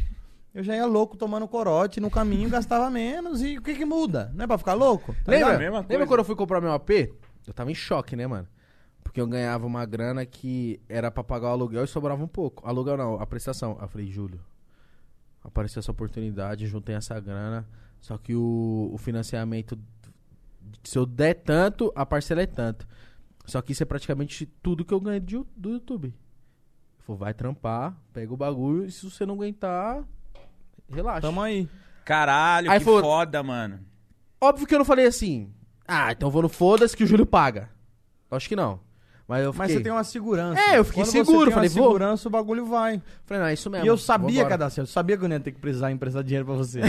Speaker 1: Eu já ia louco tomando corote no caminho, gastava menos e o que que muda? Não é pra ficar louco? Tá
Speaker 2: lembra?
Speaker 1: ligado?
Speaker 3: mesma
Speaker 2: Lembra
Speaker 3: coisa.
Speaker 2: quando eu fui comprar meu AP? Eu tava em choque, né, mano? Porque eu ganhava uma grana que era pra pagar o aluguel e sobrava um pouco. Aluguel não, a prestação. Aí eu falei, Júlio, apareceu essa oportunidade, juntei essa grana. Só que o, o financiamento, se eu der tanto, a parcela é tanto. Só que isso é praticamente tudo que eu ganho de- do YouTube. Ele falou, vai trampar, pega o bagulho e se você não aguentar, relaxa.
Speaker 1: Tamo aí.
Speaker 3: Caralho,
Speaker 2: Aí
Speaker 3: que
Speaker 2: falou-
Speaker 3: foda, mano.
Speaker 2: Óbvio que eu não falei assim. Ah, então vou no foda-se que o Júlio paga. Acho que não. Mas eu fiquei...
Speaker 1: Mas você tem uma segurança.
Speaker 2: É, eu fiquei
Speaker 1: Quando
Speaker 2: seguro,
Speaker 1: você tem
Speaker 2: falei,
Speaker 1: uma
Speaker 2: vou.
Speaker 1: segurança, o bagulho vai.
Speaker 2: Falei, não, é isso mesmo.
Speaker 1: um e eu sabia
Speaker 2: vambora.
Speaker 1: que ia dar certo, eu sabia que eu não ia ter que precisar emprestar dinheiro pra você.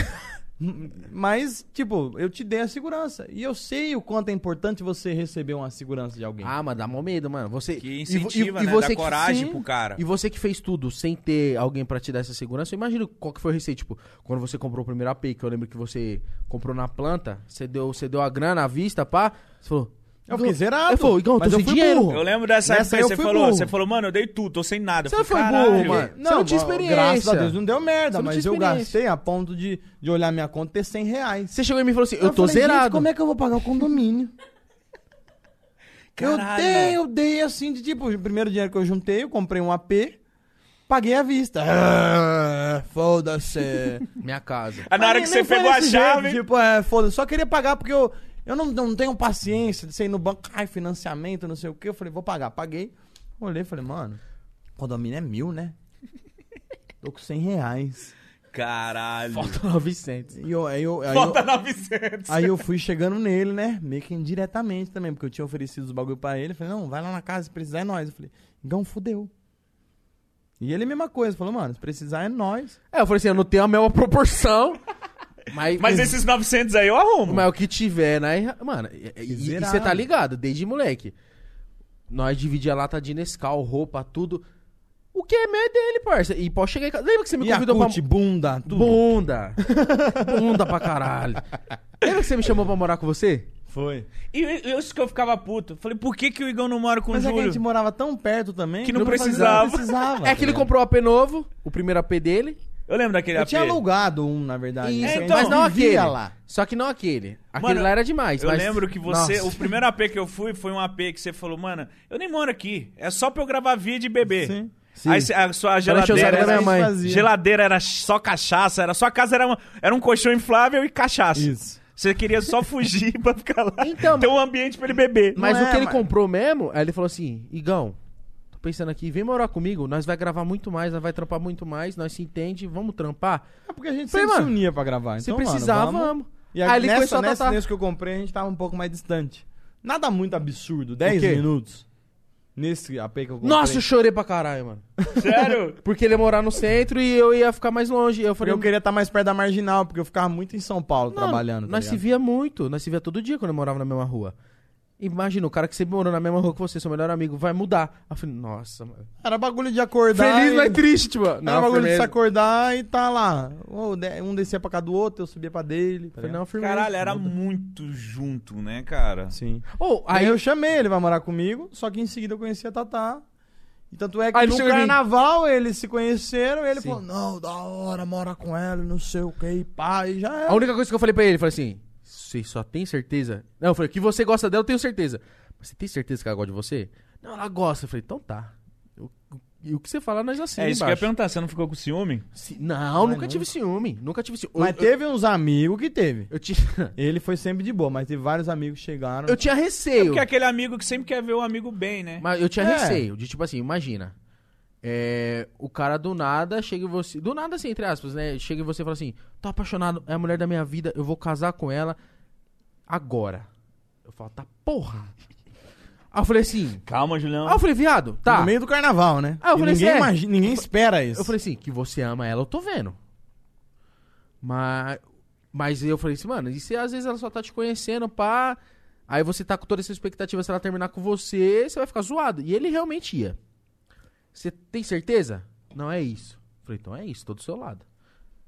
Speaker 1: Mas, tipo, eu te dei a segurança. E eu sei o quanto é importante você receber uma segurança de alguém.
Speaker 2: Ah, mas dá mó medo, mano. Você... e vo-
Speaker 3: Que
Speaker 2: e-
Speaker 3: incentiva,
Speaker 2: e
Speaker 3: né?
Speaker 2: você
Speaker 3: Dá
Speaker 2: que-
Speaker 3: coragem
Speaker 2: sim.
Speaker 3: pro cara.
Speaker 2: E você que fez tudo sem ter alguém pra te dar essa segurança, eu imagino qual que foi o receio. Tipo, quando você comprou o primeiro AP, que eu lembro que você comprou na planta, você deu, você deu a grana à vista, pá. Você falou...
Speaker 1: Eu fiquei zerado.
Speaker 2: Eu falei, Igão, eu tô
Speaker 1: mas eu
Speaker 2: sem
Speaker 1: fui
Speaker 2: dinheiro.
Speaker 1: burro.
Speaker 3: Eu lembro dessa
Speaker 1: Nessa
Speaker 3: época que
Speaker 1: eu
Speaker 3: você
Speaker 1: fui
Speaker 3: falou,
Speaker 1: burro.
Speaker 3: você falou, mano, eu dei tudo, tô sem nada. Eu
Speaker 2: Você
Speaker 3: falei,
Speaker 2: foi
Speaker 3: "Caralho,
Speaker 2: burro, mano. Você não tinha
Speaker 1: mas,
Speaker 2: experiência.
Speaker 1: Graças a Deus, não deu merda,
Speaker 2: Você não
Speaker 1: mas
Speaker 2: tinha
Speaker 1: eu
Speaker 2: experiência.
Speaker 1: gastei a ponto de, de olhar minha conta e ter 100 reais.
Speaker 2: Você chegou e me falou assim, eu, tô
Speaker 1: falei, gente,
Speaker 2: zerado.
Speaker 1: como é que eu vou pagar o condomínio?
Speaker 3: Caralho.
Speaker 1: Eu dei, eu dei assim, de tipo, o primeiro dinheiro que eu juntei, eu comprei um AP, paguei à vista. Ah, Foda-se.
Speaker 2: Minha casa.
Speaker 3: Aí na hora
Speaker 1: Mas
Speaker 3: que
Speaker 1: nem-
Speaker 3: você
Speaker 1: nem foi
Speaker 3: pegou a
Speaker 1: desse
Speaker 3: chave.
Speaker 1: jeito, tipo, é, foda-se. Só queria pagar porque eu, eu não, não tenho paciência de ser ir no banco, ai, financiamento, não sei o quê. Eu falei, vou pagar. Paguei. Olhei e falei, mano, condomínio é mil, né? Tô com 100 reais.
Speaker 3: Caralho.
Speaker 2: Falta 900.
Speaker 1: E eu, aí, eu, aí, eu,
Speaker 3: Falta 900.
Speaker 1: aí eu fui chegando nele, né? Meio que indiretamente também, porque eu tinha oferecido os bagulho pra ele. Falei, não, vai lá na casa, se precisar é nós. Eu falei, então fudeu. E ele, mesma coisa, falou, mano, se precisar é nós.
Speaker 2: É, eu falei assim, eu não tenho a mesma proporção. mas,
Speaker 3: Mas esses 900 aí eu arrumo.
Speaker 2: mas o que tiver, né? Mano, e- e
Speaker 1: Zerado.
Speaker 2: você tá ligado, desde moleque. Nós dividíamos lata de Nescau, roupa, tudo. O que é meu é dele, parça. E pode chegar em casa. Lembra que você me
Speaker 1: E a
Speaker 2: convidou pra.
Speaker 1: Cut, bunda, tudo.
Speaker 2: Bunda! Bunda pra caralho. Lembra que você me chamou pra morar com você?
Speaker 1: Foi.
Speaker 3: E eu- eu, isso que eu ficava puto. Falei, por que, que o Igão não mora com
Speaker 1: Mas
Speaker 3: o
Speaker 1: é que a
Speaker 3: Júlio?
Speaker 1: gente morava tão perto também
Speaker 3: Que não
Speaker 1: fazia-
Speaker 3: precisava.
Speaker 1: não precisava,
Speaker 2: é que ele
Speaker 1: tá ligado?
Speaker 2: comprou o AP novo, o primeiro AP dele.
Speaker 3: Eu lembro daquele
Speaker 1: Eu tinha
Speaker 3: AP.
Speaker 1: alugado um, na verdade.
Speaker 2: Isso,
Speaker 1: né?
Speaker 3: É,
Speaker 1: A gente
Speaker 3: então,
Speaker 2: mas não
Speaker 1: vivia
Speaker 2: aquele.
Speaker 1: lá.
Speaker 2: Só que não aquele. Aquele
Speaker 3: Mano,
Speaker 2: lá era demais.
Speaker 3: Eu
Speaker 2: mas-
Speaker 3: lembro que você.
Speaker 2: Nossa.
Speaker 3: O primeiro AP que eu fui foi um AP que você falou, mano, eu nem moro aqui. É só pra eu gravar vídeo e beber.
Speaker 1: Sim.
Speaker 3: Aí cê- a sua
Speaker 2: encher o
Speaker 3: geladeira
Speaker 2: saco da
Speaker 3: era,
Speaker 2: minha mãe.
Speaker 1: Fazia.
Speaker 3: geladeira era só cachaça, era sua casa era, uma, era um colchão inflável e cachaça.
Speaker 1: Isso.
Speaker 3: Você queria só fugir pra ficar lá.
Speaker 2: Então,
Speaker 3: ter um ambiente pra ele beber.
Speaker 2: Mas
Speaker 1: Não
Speaker 2: o
Speaker 1: é,
Speaker 2: que ele
Speaker 1: mas-
Speaker 2: comprou mesmo, aí ele falou assim, Igão, tô pensando aqui, vem morar comigo, nós vai gravar muito mais, nós vai trampar muito mais, nós se entende, vamos trampar.
Speaker 1: É porque a gente
Speaker 2: Falei,
Speaker 1: sempre se
Speaker 2: mano,
Speaker 1: unia pra gravar.
Speaker 2: se
Speaker 1: Então,
Speaker 2: precisar,
Speaker 1: mano, vamos.
Speaker 2: vamos.
Speaker 1: E
Speaker 2: Aí
Speaker 1: aí,
Speaker 2: ele começou
Speaker 1: nessa,
Speaker 2: a
Speaker 1: nessa,
Speaker 2: tratar.
Speaker 1: nesse que eu comprei, a gente tava um pouco mais distante. Nada muito absurdo, 10
Speaker 2: quê?
Speaker 1: minutos. Nesse AP que eu comprei.
Speaker 2: Nossa, eu chorei pra caralho, mano.
Speaker 5: Sério?
Speaker 2: Porque ele ia morar no centro e eu ia ficar mais longe. Eu
Speaker 1: Porque
Speaker 2: falei,
Speaker 1: eu queria estar mais perto da marginal, porque eu ficava muito em São Paulo
Speaker 2: Não,
Speaker 1: trabalhando. tá
Speaker 2: Nós se
Speaker 1: ligado?
Speaker 2: via muito, nós se via todo dia quando eu morava na mesma rua. Imagina, o cara que sempre morou na mesma rua que você, seu melhor amigo, vai mudar. Aí eu falei, nossa, mano.
Speaker 1: Era bagulho de acordar.
Speaker 2: Feliz,
Speaker 1: e-
Speaker 2: mas triste, tipo.
Speaker 1: Era um bagulho de se
Speaker 2: firmeza.
Speaker 1: acordar e tá lá. Ou de- Um descia pra cá do outro, eu subia pra dele. tá
Speaker 2: Falei,
Speaker 1: ligado?
Speaker 2: não, firmeza.
Speaker 5: Caralho,
Speaker 3: é.
Speaker 5: era muito junto, né, cara?
Speaker 1: Sim.
Speaker 2: Ou,
Speaker 1: Aí
Speaker 2: Oh, aí
Speaker 1: eu chamei ele pra morar comigo, só que em seguida eu conheci a Tatá. E tanto é que
Speaker 2: Aí ele
Speaker 1: no
Speaker 2: chegou em mim.
Speaker 1: carnaval eles se conheceram e ele
Speaker 2: Sim.
Speaker 1: falou: Não, da hora, mora com ela, não sei o que, e pá, e já
Speaker 2: A
Speaker 1: era.
Speaker 2: única coisa que eu falei pra ele, eu falei assim: você só tem certeza? Não, eu falei, que você gosta dela, eu tenho certeza. Mas você tem certeza que ela gosta de você? Não, ela gosta. Eu falei, então tá. Eu- e o que você falar, nós assim.
Speaker 5: é isso que eu ia perguntar, você não ficou com ciúme?
Speaker 2: Não,
Speaker 1: Mas
Speaker 2: nunca
Speaker 1: não.
Speaker 2: tive ciúme. Nunca tive ciúme.
Speaker 1: Mas
Speaker 2: eu,
Speaker 1: teve uns amigos que teve.
Speaker 2: eu, eu tinha,
Speaker 1: Ele foi sempre de boa, mas teve vários amigos que chegaram.
Speaker 2: eu tinha receio.
Speaker 5: Porque é aquele amigo que sempre quer ver o amigo bem, né?
Speaker 2: Mas eu tinha
Speaker 1: É.
Speaker 2: receio de, tipo assim, imagina. é, o cara do nada chega em você. Do nada, assim, entre aspas, né? Chega em você e fala assim: tô apaixonado, é a mulher da minha vida, eu vou casar com ela agora. Eu falo, tá porra. Aí eu falei assim.
Speaker 5: Calma, Julião.
Speaker 2: Aí eu falei, viado, tá.
Speaker 1: No meio do carnaval, né?
Speaker 2: Ah, eu
Speaker 1: E
Speaker 2: falei,
Speaker 1: ninguém,
Speaker 2: "Cê é?"
Speaker 1: imagina- ninguém espera isso.
Speaker 2: Eu falei assim, que você ama ela, eu tô vendo. Mas, mas eu falei assim, mano, e se às vezes ela só tá te conhecendo, pá. Aí você tá com toda essa expectativa, se ela terminar com você, você vai ficar zoado. E ele realmente ia. Você tem certeza? Não é isso. Eu falei, então é isso, tô do seu lado.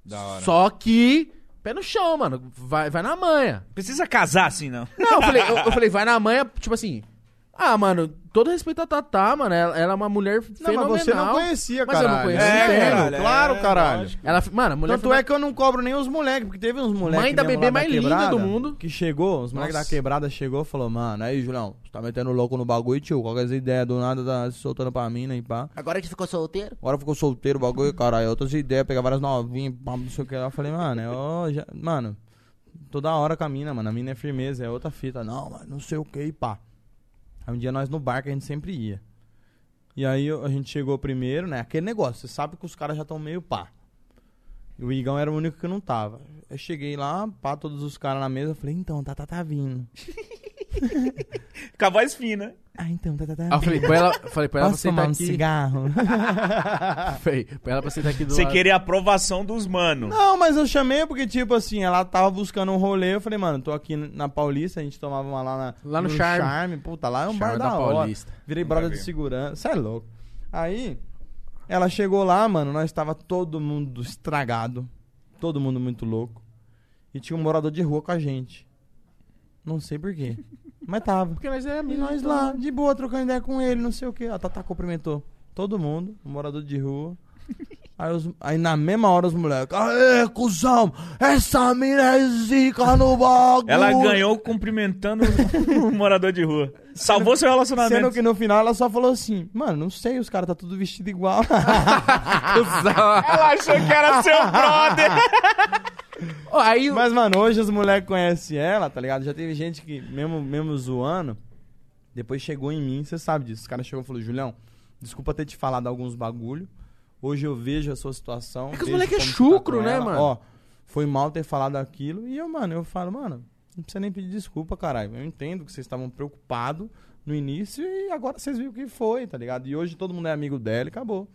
Speaker 5: Da hora.
Speaker 2: Só que, pé no chão, mano. Vai, vai na manha.
Speaker 5: Precisa casar assim, não.
Speaker 2: Não, eu falei, eu, eu falei, vai na manha, tipo assim. Ah, mano, todo respeito à Tatá, mano. Ela, ela é uma
Speaker 1: não,
Speaker 2: mulher fenomenal.
Speaker 1: mas você não conhecia,
Speaker 2: Mas eu não
Speaker 1: cara.
Speaker 2: conhecia. É,
Speaker 5: caralho,
Speaker 1: claro,
Speaker 5: é,
Speaker 1: caralho.
Speaker 5: lógico.
Speaker 2: Ela, mano, a mulher
Speaker 1: Tanto é que eu não cobro nem os moleques, porque teve uns moleques.
Speaker 2: Mãe da bebê mais linda
Speaker 1: quebrada,
Speaker 2: do mundo.
Speaker 1: Que chegou, os moleques da
Speaker 2: Nossa.
Speaker 1: quebrada chegou e falou, mano, aí, Julião, você tá metendo louco no bagulho, tio. Qual que é essa ideia? Do nada tá se soltando pra mim, né? E pá.
Speaker 7: Agora que ficou solteiro?
Speaker 1: Agora ficou solteiro o bagulho, caralho. Outras ideias, pegar várias novinhas, pá, não sei o que lá. Eu falei, mano, eu já. Mano, toda hora com a mina, mano. A mina é firmeza, é outra fita. Não, mas não sei o que, e pá. Aí um dia nós no bar que a gente sempre ia. E aí eu- a gente chegou primeiro, né? Aquele negócio, você sabe que os caras já estão meio pá. E o Igão era o único que não tava. Eu cheguei lá, pá, todos os caras na mesa, eu falei, então, tá, tá, tá vindo.
Speaker 5: Com a voz fina.
Speaker 1: Ah, então, tá, tá, tá
Speaker 2: Aí eu
Speaker 1: vindo.
Speaker 2: falei pra ela, eu falei pra ela pra
Speaker 1: Posso
Speaker 2: sentar
Speaker 1: tomar um
Speaker 2: aqui.
Speaker 1: cigarro?
Speaker 2: Falei, pra ela pra sentar aqui do
Speaker 5: Você
Speaker 2: lado.
Speaker 5: querer a aprovação dos manos.
Speaker 1: Não, mas eu chamei porque, tipo assim, ela tava buscando um rolê. Eu falei, mano, tô aqui na Paulista, a gente tomava uma lá, na,
Speaker 2: Lá no Charme.
Speaker 1: Puta, lá é um bar da,
Speaker 2: Charme da Paulista.
Speaker 1: Paulista. Virei brother de
Speaker 5: vi.
Speaker 1: segurança. Cê é louco. Aí, ela chegou lá, mano, nós tava todo mundo estragado. Todo mundo muito louco. E tinha um morador de rua com a gente. Não sei porquê. Mas tava.
Speaker 2: Porque nós é
Speaker 1: E
Speaker 2: amigo.
Speaker 1: nós lá, de boa, trocando ideia com ele, não sei o que. A Tata cumprimentou todo mundo, um morador de rua. Aí, os- aí na mesma hora os moleques, aê, cuzão, essa mina é zica no bagulho.
Speaker 5: Ela ganhou cumprimentando um morador de rua. Salvou seu
Speaker 1: Sendo
Speaker 5: relacionamento.
Speaker 1: que no final ela só falou assim, mano, não sei, os caras tá tudo vestido igual.
Speaker 5: Ela achou que era seu brother.
Speaker 2: Ó, aí,
Speaker 1: Mas, mano, hoje os moleques conhecem ela, tá ligado? Já teve gente que, mesmo, mesmo zoando, depois chegou em mim, você sabe disso. Os caras chegou e falou, Julião, desculpa ter te falado alguns bagulho. Hoje eu vejo a sua situação.
Speaker 2: É que os
Speaker 1: vejo
Speaker 2: moleque é
Speaker 1: como você tá com
Speaker 2: chucro, né,
Speaker 1: ela.
Speaker 2: mano?
Speaker 1: Ó, foi mal ter falado aquilo. E eu, mano, eu falo, mano, não precisa nem pedir desculpa, caralho. Eu entendo que vocês estavam preocupados no início e agora vocês viram o que foi, tá ligado? E hoje todo mundo é amigo dela e acabou.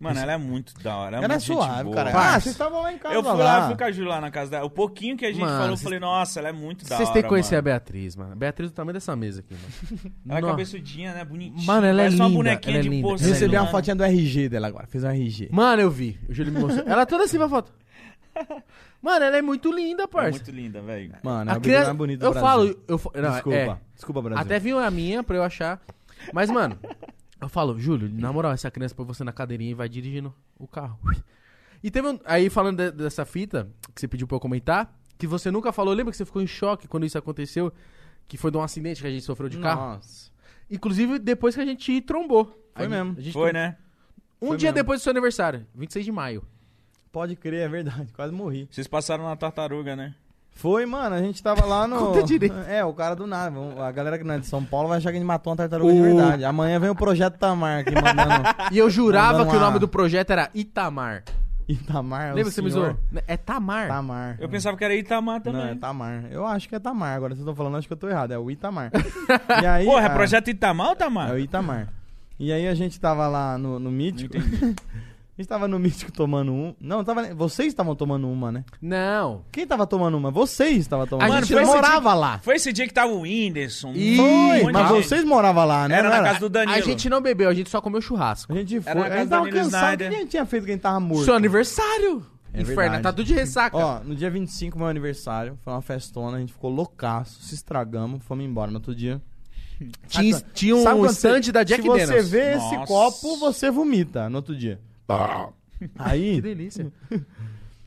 Speaker 5: Mano, ela é muito da hora.
Speaker 1: Ela é
Speaker 5: muito gente
Speaker 1: suave,
Speaker 5: boa.
Speaker 1: cara.
Speaker 2: Parça.
Speaker 1: Ah, vocês estavam lá em casa
Speaker 5: Eu fui
Speaker 1: lá.
Speaker 5: lá, fui com a Ju lá na casa dela. O pouquinho que a gente
Speaker 2: Mano,
Speaker 5: falou, eu
Speaker 2: vocês-
Speaker 5: falei, nossa, ela é muito da hora.
Speaker 2: vocês têm que conhecer a
Speaker 5: mano.
Speaker 2: Beatriz, mano. A Beatriz do tamanho dessa mesa aqui, mano.
Speaker 5: Ela é
Speaker 2: Nó.
Speaker 5: cabeçudinha, né? Bonitinha.
Speaker 2: Mano, ela é
Speaker 5: Parece uma
Speaker 2: linda,
Speaker 5: bonequinha
Speaker 2: ela é
Speaker 5: de né?
Speaker 2: linda,
Speaker 5: porcelana.
Speaker 1: Recebi uma fotinha do RG dela agora, fez um RG.
Speaker 2: Mano, eu vi. O Júlio me mostrou. Ela toda assim pra foto. Mano, ela é muito
Speaker 5: Ela
Speaker 2: linda,
Speaker 5: é
Speaker 2: parça.
Speaker 5: muito linda, velho.
Speaker 1: Mano,
Speaker 2: A
Speaker 1: é o
Speaker 2: criança-
Speaker 1: mais bonito do
Speaker 2: eu
Speaker 1: Brasil.
Speaker 2: falo, eu fa- não,
Speaker 1: Desculpa.
Speaker 2: é.
Speaker 1: Desculpa, Brasil.
Speaker 2: Até vinha a minha pra eu achar. Mas, mano, eu falo, Júlio, na moral, essa criança põe você na cadeirinha e vai dirigindo o carro. E teve um. Aí, falando de- dessa fita, que você pediu pra eu comentar, que você nunca falou, lembra que você ficou em choque quando isso aconteceu? Que foi de um acidente que a gente sofreu de carro?
Speaker 1: Nossa.
Speaker 2: Inclusive, depois que a gente trombou.
Speaker 1: Foi
Speaker 2: A gente-
Speaker 1: mesmo.
Speaker 2: a gente
Speaker 5: Foi,
Speaker 2: trom-
Speaker 5: né?
Speaker 2: Um
Speaker 1: Foi
Speaker 2: dia
Speaker 1: mesmo.
Speaker 2: depois do seu aniversário, 26 de maio.
Speaker 1: Pode crer, é verdade. Quase morri.
Speaker 5: Vocês passaram na tartaruga, né?
Speaker 1: Foi, mano, a gente tava lá no.
Speaker 4: Conta direito.
Speaker 1: É, o cara do nada. vamos- A galera que não é de São Paulo vai achar que a gente matou uma tartaruga de verdade. Amanhã vem o projeto Tamar aqui mandando.
Speaker 2: E eu jurava
Speaker 1: Mandando
Speaker 2: que o
Speaker 1: lá.
Speaker 2: nome do projeto era Itamar.
Speaker 1: Itamar. é o
Speaker 2: Lembra que você me
Speaker 1: senhor
Speaker 2: zoou? É Tamar.
Speaker 1: Tamar.
Speaker 5: Eu pensava que era Itamar
Speaker 1: Hum. Não, é
Speaker 5: também.
Speaker 1: Tamar. Eu acho que é Tamar. Agora vocês estão falando, acho que eu tô errado. É o Itamar. e aí,
Speaker 5: Porra, é
Speaker 1: a-
Speaker 5: projeto Itamar ou Tamar?
Speaker 1: Ah. É o Itamar. E aí a gente tava lá no, no Mítico. a gente tava no Mítico tomando um. Não, tava. Vocês estavam tomando uma, né?
Speaker 2: Não.
Speaker 1: Quem tava tomando uma? Vocês estavam tomando
Speaker 2: A
Speaker 1: uma.
Speaker 2: gente
Speaker 1: Você
Speaker 2: foi esse
Speaker 1: morava lá.
Speaker 5: Foi esse dia que tava o Whindersson.
Speaker 2: Ih,
Speaker 5: um monte
Speaker 1: Mas
Speaker 5: de gente.
Speaker 1: vocês moravam lá, né?
Speaker 5: Era
Speaker 1: não
Speaker 5: na casa do Danilo.
Speaker 2: A gente não bebeu, a gente só comeu churrasco.
Speaker 1: A gente foi.
Speaker 5: na
Speaker 1: A
Speaker 5: casa
Speaker 1: gente
Speaker 5: do
Speaker 1: tava
Speaker 5: Danilo
Speaker 1: cansado. O que
Speaker 5: Snyder.
Speaker 1: a gente tinha feito que a gente tava morto?
Speaker 2: Seu aniversário!
Speaker 1: É
Speaker 2: Inferno,
Speaker 1: verdade.
Speaker 2: tá tudo de ressaca.
Speaker 1: Ó, no dia 25, meu aniversário, foi uma festona, a gente ficou loucaço, se estragamos, fomos embora no outro dia.
Speaker 2: tinha
Speaker 1: sabe-
Speaker 2: tinha
Speaker 1: Sabe
Speaker 2: um
Speaker 1: quando você-
Speaker 2: stand da Jack
Speaker 1: Se você
Speaker 2: Daniels.
Speaker 1: vê
Speaker 5: Nossa.
Speaker 1: esse copo, você vomita no outro dia.
Speaker 2: Ah. Que
Speaker 1: Aí,
Speaker 2: delícia.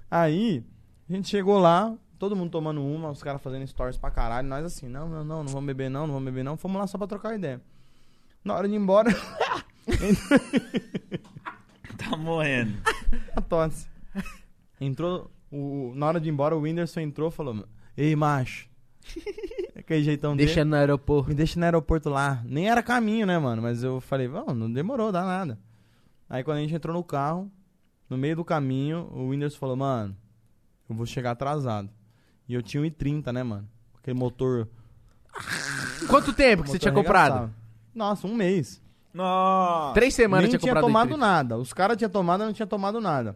Speaker 1: aí, a gente chegou lá, todo mundo tomando uma, os caras fazendo stories pra caralho, nós assim, não, não, não, não vamos beber não, não vamos beber não, fomos lá só pra trocar ideia. Na hora de ir embora,
Speaker 5: Tá morrendo.
Speaker 1: a tosse. Entrou, o, na hora de ir embora, o Whindersson entrou e falou, ei, macho. Aquele jeitão dele.
Speaker 2: Deixa no aeroporto.
Speaker 1: Me deixa no aeroporto lá. Nem era caminho, né, mano? Mas eu falei, "Vamos, não demorou, dá nada. Aí quando a gente entrou no carro, no meio do caminho, o Whindersson falou, mano, eu vou chegar atrasado. E eu tinha um i30, né, mano? Aquele motor.
Speaker 2: Quanto tempo que você
Speaker 1: motor
Speaker 2: tinha comprado?
Speaker 1: arregaçava. Nossa, um mês.
Speaker 5: Nossa.
Speaker 2: Três semanas
Speaker 1: Nem
Speaker 2: tinha
Speaker 1: tinha,
Speaker 2: comprado.
Speaker 1: tomado
Speaker 2: o
Speaker 1: nada. Os caras tinham tomado, eu não tinha tomado nada.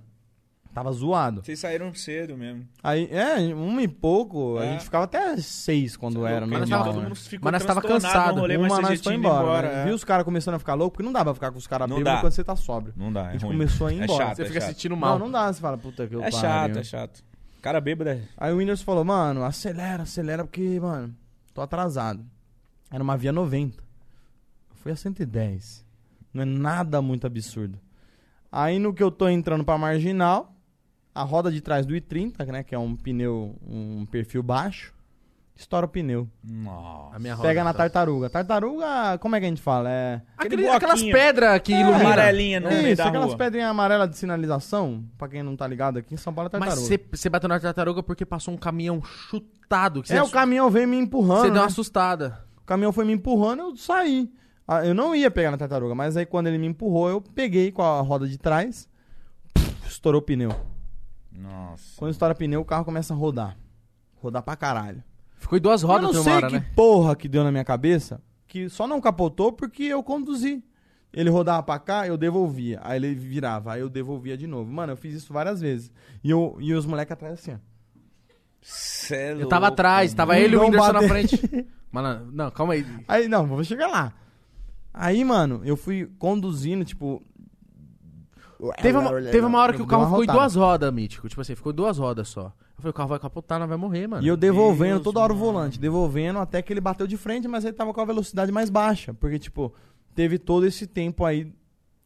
Speaker 1: Tava zoado.
Speaker 5: Vocês saíram cedo mesmo.
Speaker 1: Aí, é, um e pouco,
Speaker 5: É.
Speaker 1: a gente ficava até seis quando era
Speaker 5: Porque
Speaker 1: normal.
Speaker 5: todo
Speaker 1: né?
Speaker 5: mundo ficou
Speaker 2: Mas nós tava
Speaker 5: transtornado
Speaker 2: cansado.
Speaker 5: no rolê,
Speaker 1: Uma
Speaker 5: mas vocês
Speaker 1: nós
Speaker 5: já
Speaker 1: foi
Speaker 5: tinham ido
Speaker 1: embora. né?
Speaker 5: é.
Speaker 1: Viu os caras começando a ficar louco? Porque não dá pra ficar com os caras
Speaker 5: Não
Speaker 1: bêbados
Speaker 5: dá.
Speaker 1: quando você tá sóbrio.
Speaker 5: Não dá,
Speaker 1: a
Speaker 5: é
Speaker 1: gente
Speaker 5: ruim.
Speaker 1: começou a ir
Speaker 5: É
Speaker 1: embora.
Speaker 5: chato,
Speaker 2: Você fica
Speaker 5: chato.
Speaker 2: sentindo
Speaker 1: Não,
Speaker 2: mal.
Speaker 1: não dá, você fala, puta que eu
Speaker 5: É chato, é chato. Cara bêbado é...
Speaker 1: Aí o Whindersson falou, mano, acelera, acelera, porque, mano, tô atrasado. Era uma via 90. Eu fui a 110. Não é nada muito absurdo. Aí no que eu tô entrando pra marginal, a roda de trás do I30, né, que é um pneu, um perfil baixo, estoura o pneu.
Speaker 5: Nossa.
Speaker 2: A minha roda,
Speaker 1: Pega na
Speaker 2: tá.
Speaker 1: tartaruga. Tartaruga, como é que a gente fala? É.
Speaker 2: Aquele-
Speaker 5: Aquele
Speaker 2: aquelas
Speaker 5: bloquinho.
Speaker 2: pedras que iluminam.
Speaker 5: Amarelinha né? no
Speaker 2: é
Speaker 5: meio
Speaker 1: Isso,
Speaker 5: da
Speaker 1: aquelas
Speaker 5: rua.
Speaker 1: pedrinhas amarelas de sinalização, pra quem não tá ligado aqui, em São Paulo é
Speaker 2: Mas
Speaker 1: tartaruga.
Speaker 2: você você bateu na tartaruga porque passou um caminhão chutado. Que você
Speaker 1: É, o
Speaker 2: assu-
Speaker 1: caminhão veio me empurrando.
Speaker 2: Você
Speaker 1: né?
Speaker 2: deu uma assustada.
Speaker 1: O caminhão foi me empurrando, eu saí. Ah, Eu não ia pegar na tartaruga, mas aí quando ele me empurrou, eu peguei com a roda de trás, estourou o pneu.
Speaker 5: Nossa.
Speaker 1: Quando estoura pneu, o carro começa a rodar. Rodar pra caralho.
Speaker 2: Ficou em duas rodas
Speaker 1: eu não
Speaker 2: de uma
Speaker 1: sei
Speaker 2: hora,
Speaker 1: que
Speaker 2: né?
Speaker 1: porra que deu na minha cabeça, que só não capotou porque eu conduzi. Ele rodava pra cá, eu devolvia. Aí ele virava, aí eu devolvia de novo. Mano, eu fiz isso várias vezes. E, eu, e os moleques atrás assim, ó.
Speaker 5: Cê é
Speaker 2: Eu tava
Speaker 5: louco,
Speaker 2: atrás,
Speaker 5: mano.
Speaker 2: tava ele e o
Speaker 1: Não
Speaker 2: Whindersson na
Speaker 1: bater.
Speaker 2: frente. Mano, não, calma aí.
Speaker 1: Aí, não, vou chegar lá. Aí, mano, eu fui conduzindo, tipo.
Speaker 2: Teve uma, teve uma hora que
Speaker 1: Eu
Speaker 2: o
Speaker 1: dei
Speaker 2: carro
Speaker 1: uma
Speaker 2: ficou em
Speaker 1: rotada.
Speaker 2: duas rodas, Mítico. Tipo assim, ficou em duas rodas só. Eu falei, o carro vai capotar, não vai morrer, mano.
Speaker 1: E eu devolvendo toda hora o volante, devolvendo até que ele bateu de frente, mas ele tava com a velocidade mais baixa. Porque, tipo, teve todo esse tempo aí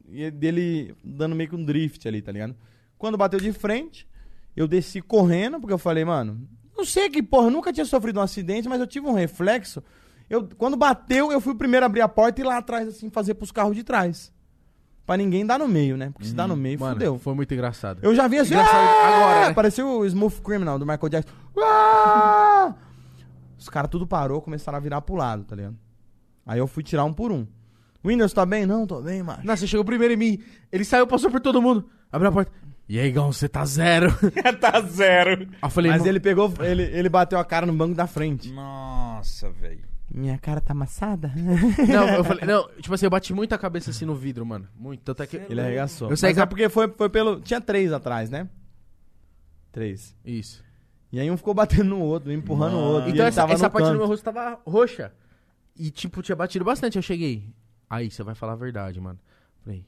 Speaker 1: e- dele dando meio que um drift ali, tá ligado? Quando bateu de frente, eu desci correndo, porque eu falei, mano, não sei que porra, eu nunca tinha sofrido um acidente, mas eu tive um reflexo. Eu, quando bateu, eu fui o primeiro a abrir a porta e ir lá atrás, assim, fazer pros carros de trás. Pra ninguém dar no meio, né? Porque se dá no meio,
Speaker 2: Uhum. Mano,
Speaker 1: fudeu.
Speaker 2: foi muito engraçado.
Speaker 1: Eu já vi assim.
Speaker 2: Engraçado, agora,
Speaker 1: agora,
Speaker 2: né?
Speaker 1: Parecia o Smooth Criminal do Michael Jackson. Ah! Os caras tudo parou, começaram a virar pro lado, tá ligado? Aí eu fui tirar um por um. Windows, tá bem? Não, tô bem, macho.
Speaker 2: Nossa, você chegou primeiro em mim. Ele saiu, passou por todo mundo. Abriu a porta. E aí, Gão, você tá zero.
Speaker 5: tá zero.
Speaker 2: Aí eu falei,
Speaker 1: Mas
Speaker 2: "Não."
Speaker 1: ele pegou, ele, ele bateu a cara no banco da frente.
Speaker 5: Nossa, velho.
Speaker 1: Minha cara tá amassada?
Speaker 2: Não, eu falei, não, tipo assim, eu bati muito a cabeça assim no vidro, mano. Muito. Tanto é que.
Speaker 1: Ele arregaçou.
Speaker 2: Eu sei
Speaker 1: Mas
Speaker 2: que-
Speaker 1: é porque foi, foi pelo. Tinha três atrás, né? Três.
Speaker 2: Isso.
Speaker 1: E aí um ficou batendo no outro, empurrando o outro. e
Speaker 2: Então
Speaker 1: ele
Speaker 2: essa,
Speaker 1: tava
Speaker 2: essa
Speaker 1: no
Speaker 2: parte do
Speaker 1: canto.
Speaker 2: meu rosto tava roxa. E, tipo, tinha batido bastante. Eu cheguei. Aí, você vai falar a verdade, mano. Falei,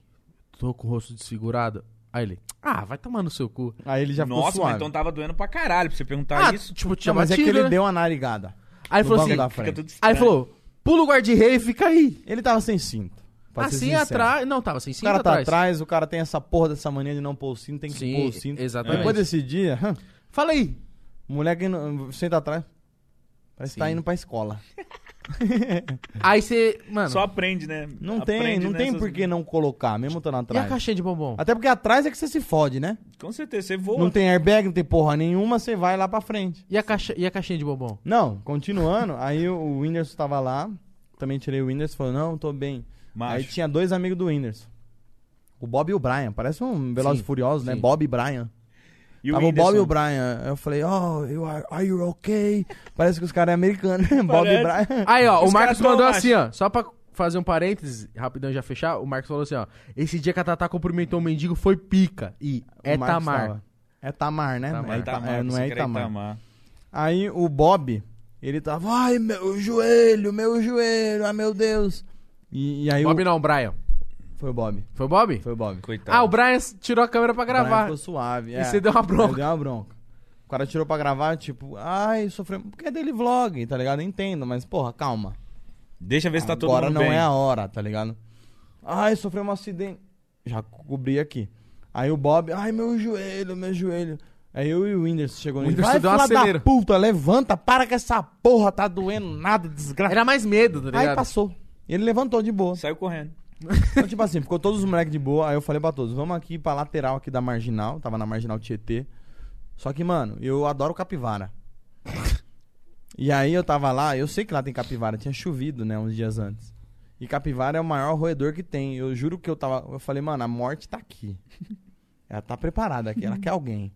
Speaker 2: tô com o rosto desfigurado. Aí ele, ah, vai tomar no seu cu.
Speaker 1: Aí ele já ficou
Speaker 5: Nossa, mas
Speaker 1: suave.
Speaker 5: então tava doendo pra caralho pra você perguntar
Speaker 2: Ah,
Speaker 5: isso.
Speaker 2: tipo, tinha
Speaker 1: Não, mas é que
Speaker 2: batido,
Speaker 1: ele
Speaker 2: tá né?
Speaker 1: deu uma narigada.
Speaker 2: Aí ele
Speaker 1: no
Speaker 2: falou
Speaker 1: banco
Speaker 2: assim,
Speaker 1: da
Speaker 5: Fica
Speaker 1: frente.
Speaker 5: tudo
Speaker 2: aí
Speaker 5: estranho.
Speaker 2: ele falou, pula o guarda-rei e fica aí.
Speaker 1: Ele tava sem cinto. pra ser
Speaker 2: Assim
Speaker 1: sincero.
Speaker 2: atrás, não, tava assim,
Speaker 1: O
Speaker 2: cinto
Speaker 1: cara tá atrás.
Speaker 2: atrás.
Speaker 1: o cara tem essa porra dessa mania de não pôr o cinto, tem que
Speaker 2: Sim,
Speaker 1: pôr o cinto.
Speaker 2: exatamente.
Speaker 1: Depois desse dia, hã,
Speaker 2: Fala aí.
Speaker 1: o moleque não- senta atrás. Peraí, Parece que tá
Speaker 2: Sim.
Speaker 1: indo pra escola.
Speaker 2: Aí você. Mano.
Speaker 5: Só aprende, né?
Speaker 1: Não tem,
Speaker 5: Aprende
Speaker 1: não tem
Speaker 5: nessas-
Speaker 1: por que não colocar, mesmo estando
Speaker 2: E a
Speaker 1: atrás.
Speaker 2: caixinha de bombom?
Speaker 1: Até porque atrás é que você se fode, né?
Speaker 5: Com certeza, você voa.
Speaker 1: Não tem airbag, não tem porra nenhuma, você vai lá pra frente.
Speaker 2: E a, caixa, e a caixinha de bombom?
Speaker 1: Não, continuando, aí o- o Whindersson tava lá, também tirei o Whindersson, falou, não, tô bem.
Speaker 5: Macho.
Speaker 1: Aí tinha dois amigos do Whindersson. O Bob e o Brian, parece um Velozes
Speaker 2: Sim,
Speaker 1: e Furiosos, né?
Speaker 2: sim.
Speaker 1: Bob e Brian.
Speaker 5: E
Speaker 1: Tava o Bob e o
Speaker 5: Whindersson?
Speaker 1: Brian. Eu falei, oh, you are, are you okay? Parece que os caras é americano, né? Bob e
Speaker 5: Parece.
Speaker 1: Brian.
Speaker 2: Aí, ó,
Speaker 5: Os
Speaker 2: o Marcos
Speaker 5: caras tão
Speaker 2: mandou
Speaker 5: macho.
Speaker 2: assim, ó. Só pra fazer um parênteses, rapidão já fechar, o Marcos falou assim, ó. Esse dia que a Tatá cumprimentou o mendigo foi pica. E é
Speaker 1: O Marcos
Speaker 2: Tamar.
Speaker 1: tava. É Tamar, né?
Speaker 2: Tamar.
Speaker 1: É Ita-
Speaker 5: Itamar,
Speaker 1: é, não é
Speaker 5: tá você quer
Speaker 1: Itamar. Aí o Bob, ele tava, ai, meu joelho, meu joelho, ai meu Deus. E, e aí
Speaker 2: Bob
Speaker 1: o...
Speaker 2: não, Brian.
Speaker 1: Foi o Bob.
Speaker 2: Foi o Bob?
Speaker 1: Foi o Bob.
Speaker 5: Coitado.
Speaker 2: Ah, o Brian tirou a câmera pra
Speaker 1: O Brian
Speaker 2: gravar.
Speaker 1: Ficou suave.
Speaker 2: E
Speaker 1: é.
Speaker 2: você deu uma bronca.
Speaker 1: Eu dei uma bronca. O cara tirou pra gravar, tipo, ai, sofremos. Porque é dele vlog, tá ligado? Eu Entendo, mas porra, calma.
Speaker 5: Deixa ver se tá todo
Speaker 1: Agora
Speaker 5: mundo
Speaker 1: não
Speaker 5: bem.
Speaker 1: é a hora, tá ligado? Ai, sofreu um acidente. Já cobri aqui. Aí o Bob, ai, meu joelho, meu joelho. Aí eu e o Whindersson chegou
Speaker 2: O
Speaker 1: nele.
Speaker 2: Whindersson
Speaker 1: Vai,
Speaker 2: deu um
Speaker 1: filha da
Speaker 2: acelero.
Speaker 1: puta, levanta, para com essa porra, tá doendo nada, desgraça.
Speaker 2: Era mais medo, tá ligado?
Speaker 1: Aí passou. Ele levantou de boa.
Speaker 5: Saiu correndo.
Speaker 1: Então, tipo assim, ficou todos os moleques de boa. Aí eu falei pra todos, vamos aqui pra lateral aqui da Marginal. Tava na Marginal Tietê. Só que, mano, eu adoro capivara. e aí eu tava lá, eu sei que lá tem capivara. Tinha chovido, né, uns dias antes. E capivara é o maior roedor que tem. Eu juro que eu tava... Eu falei, mano, a morte tá aqui. Ela tá preparada aqui, ela quer alguém.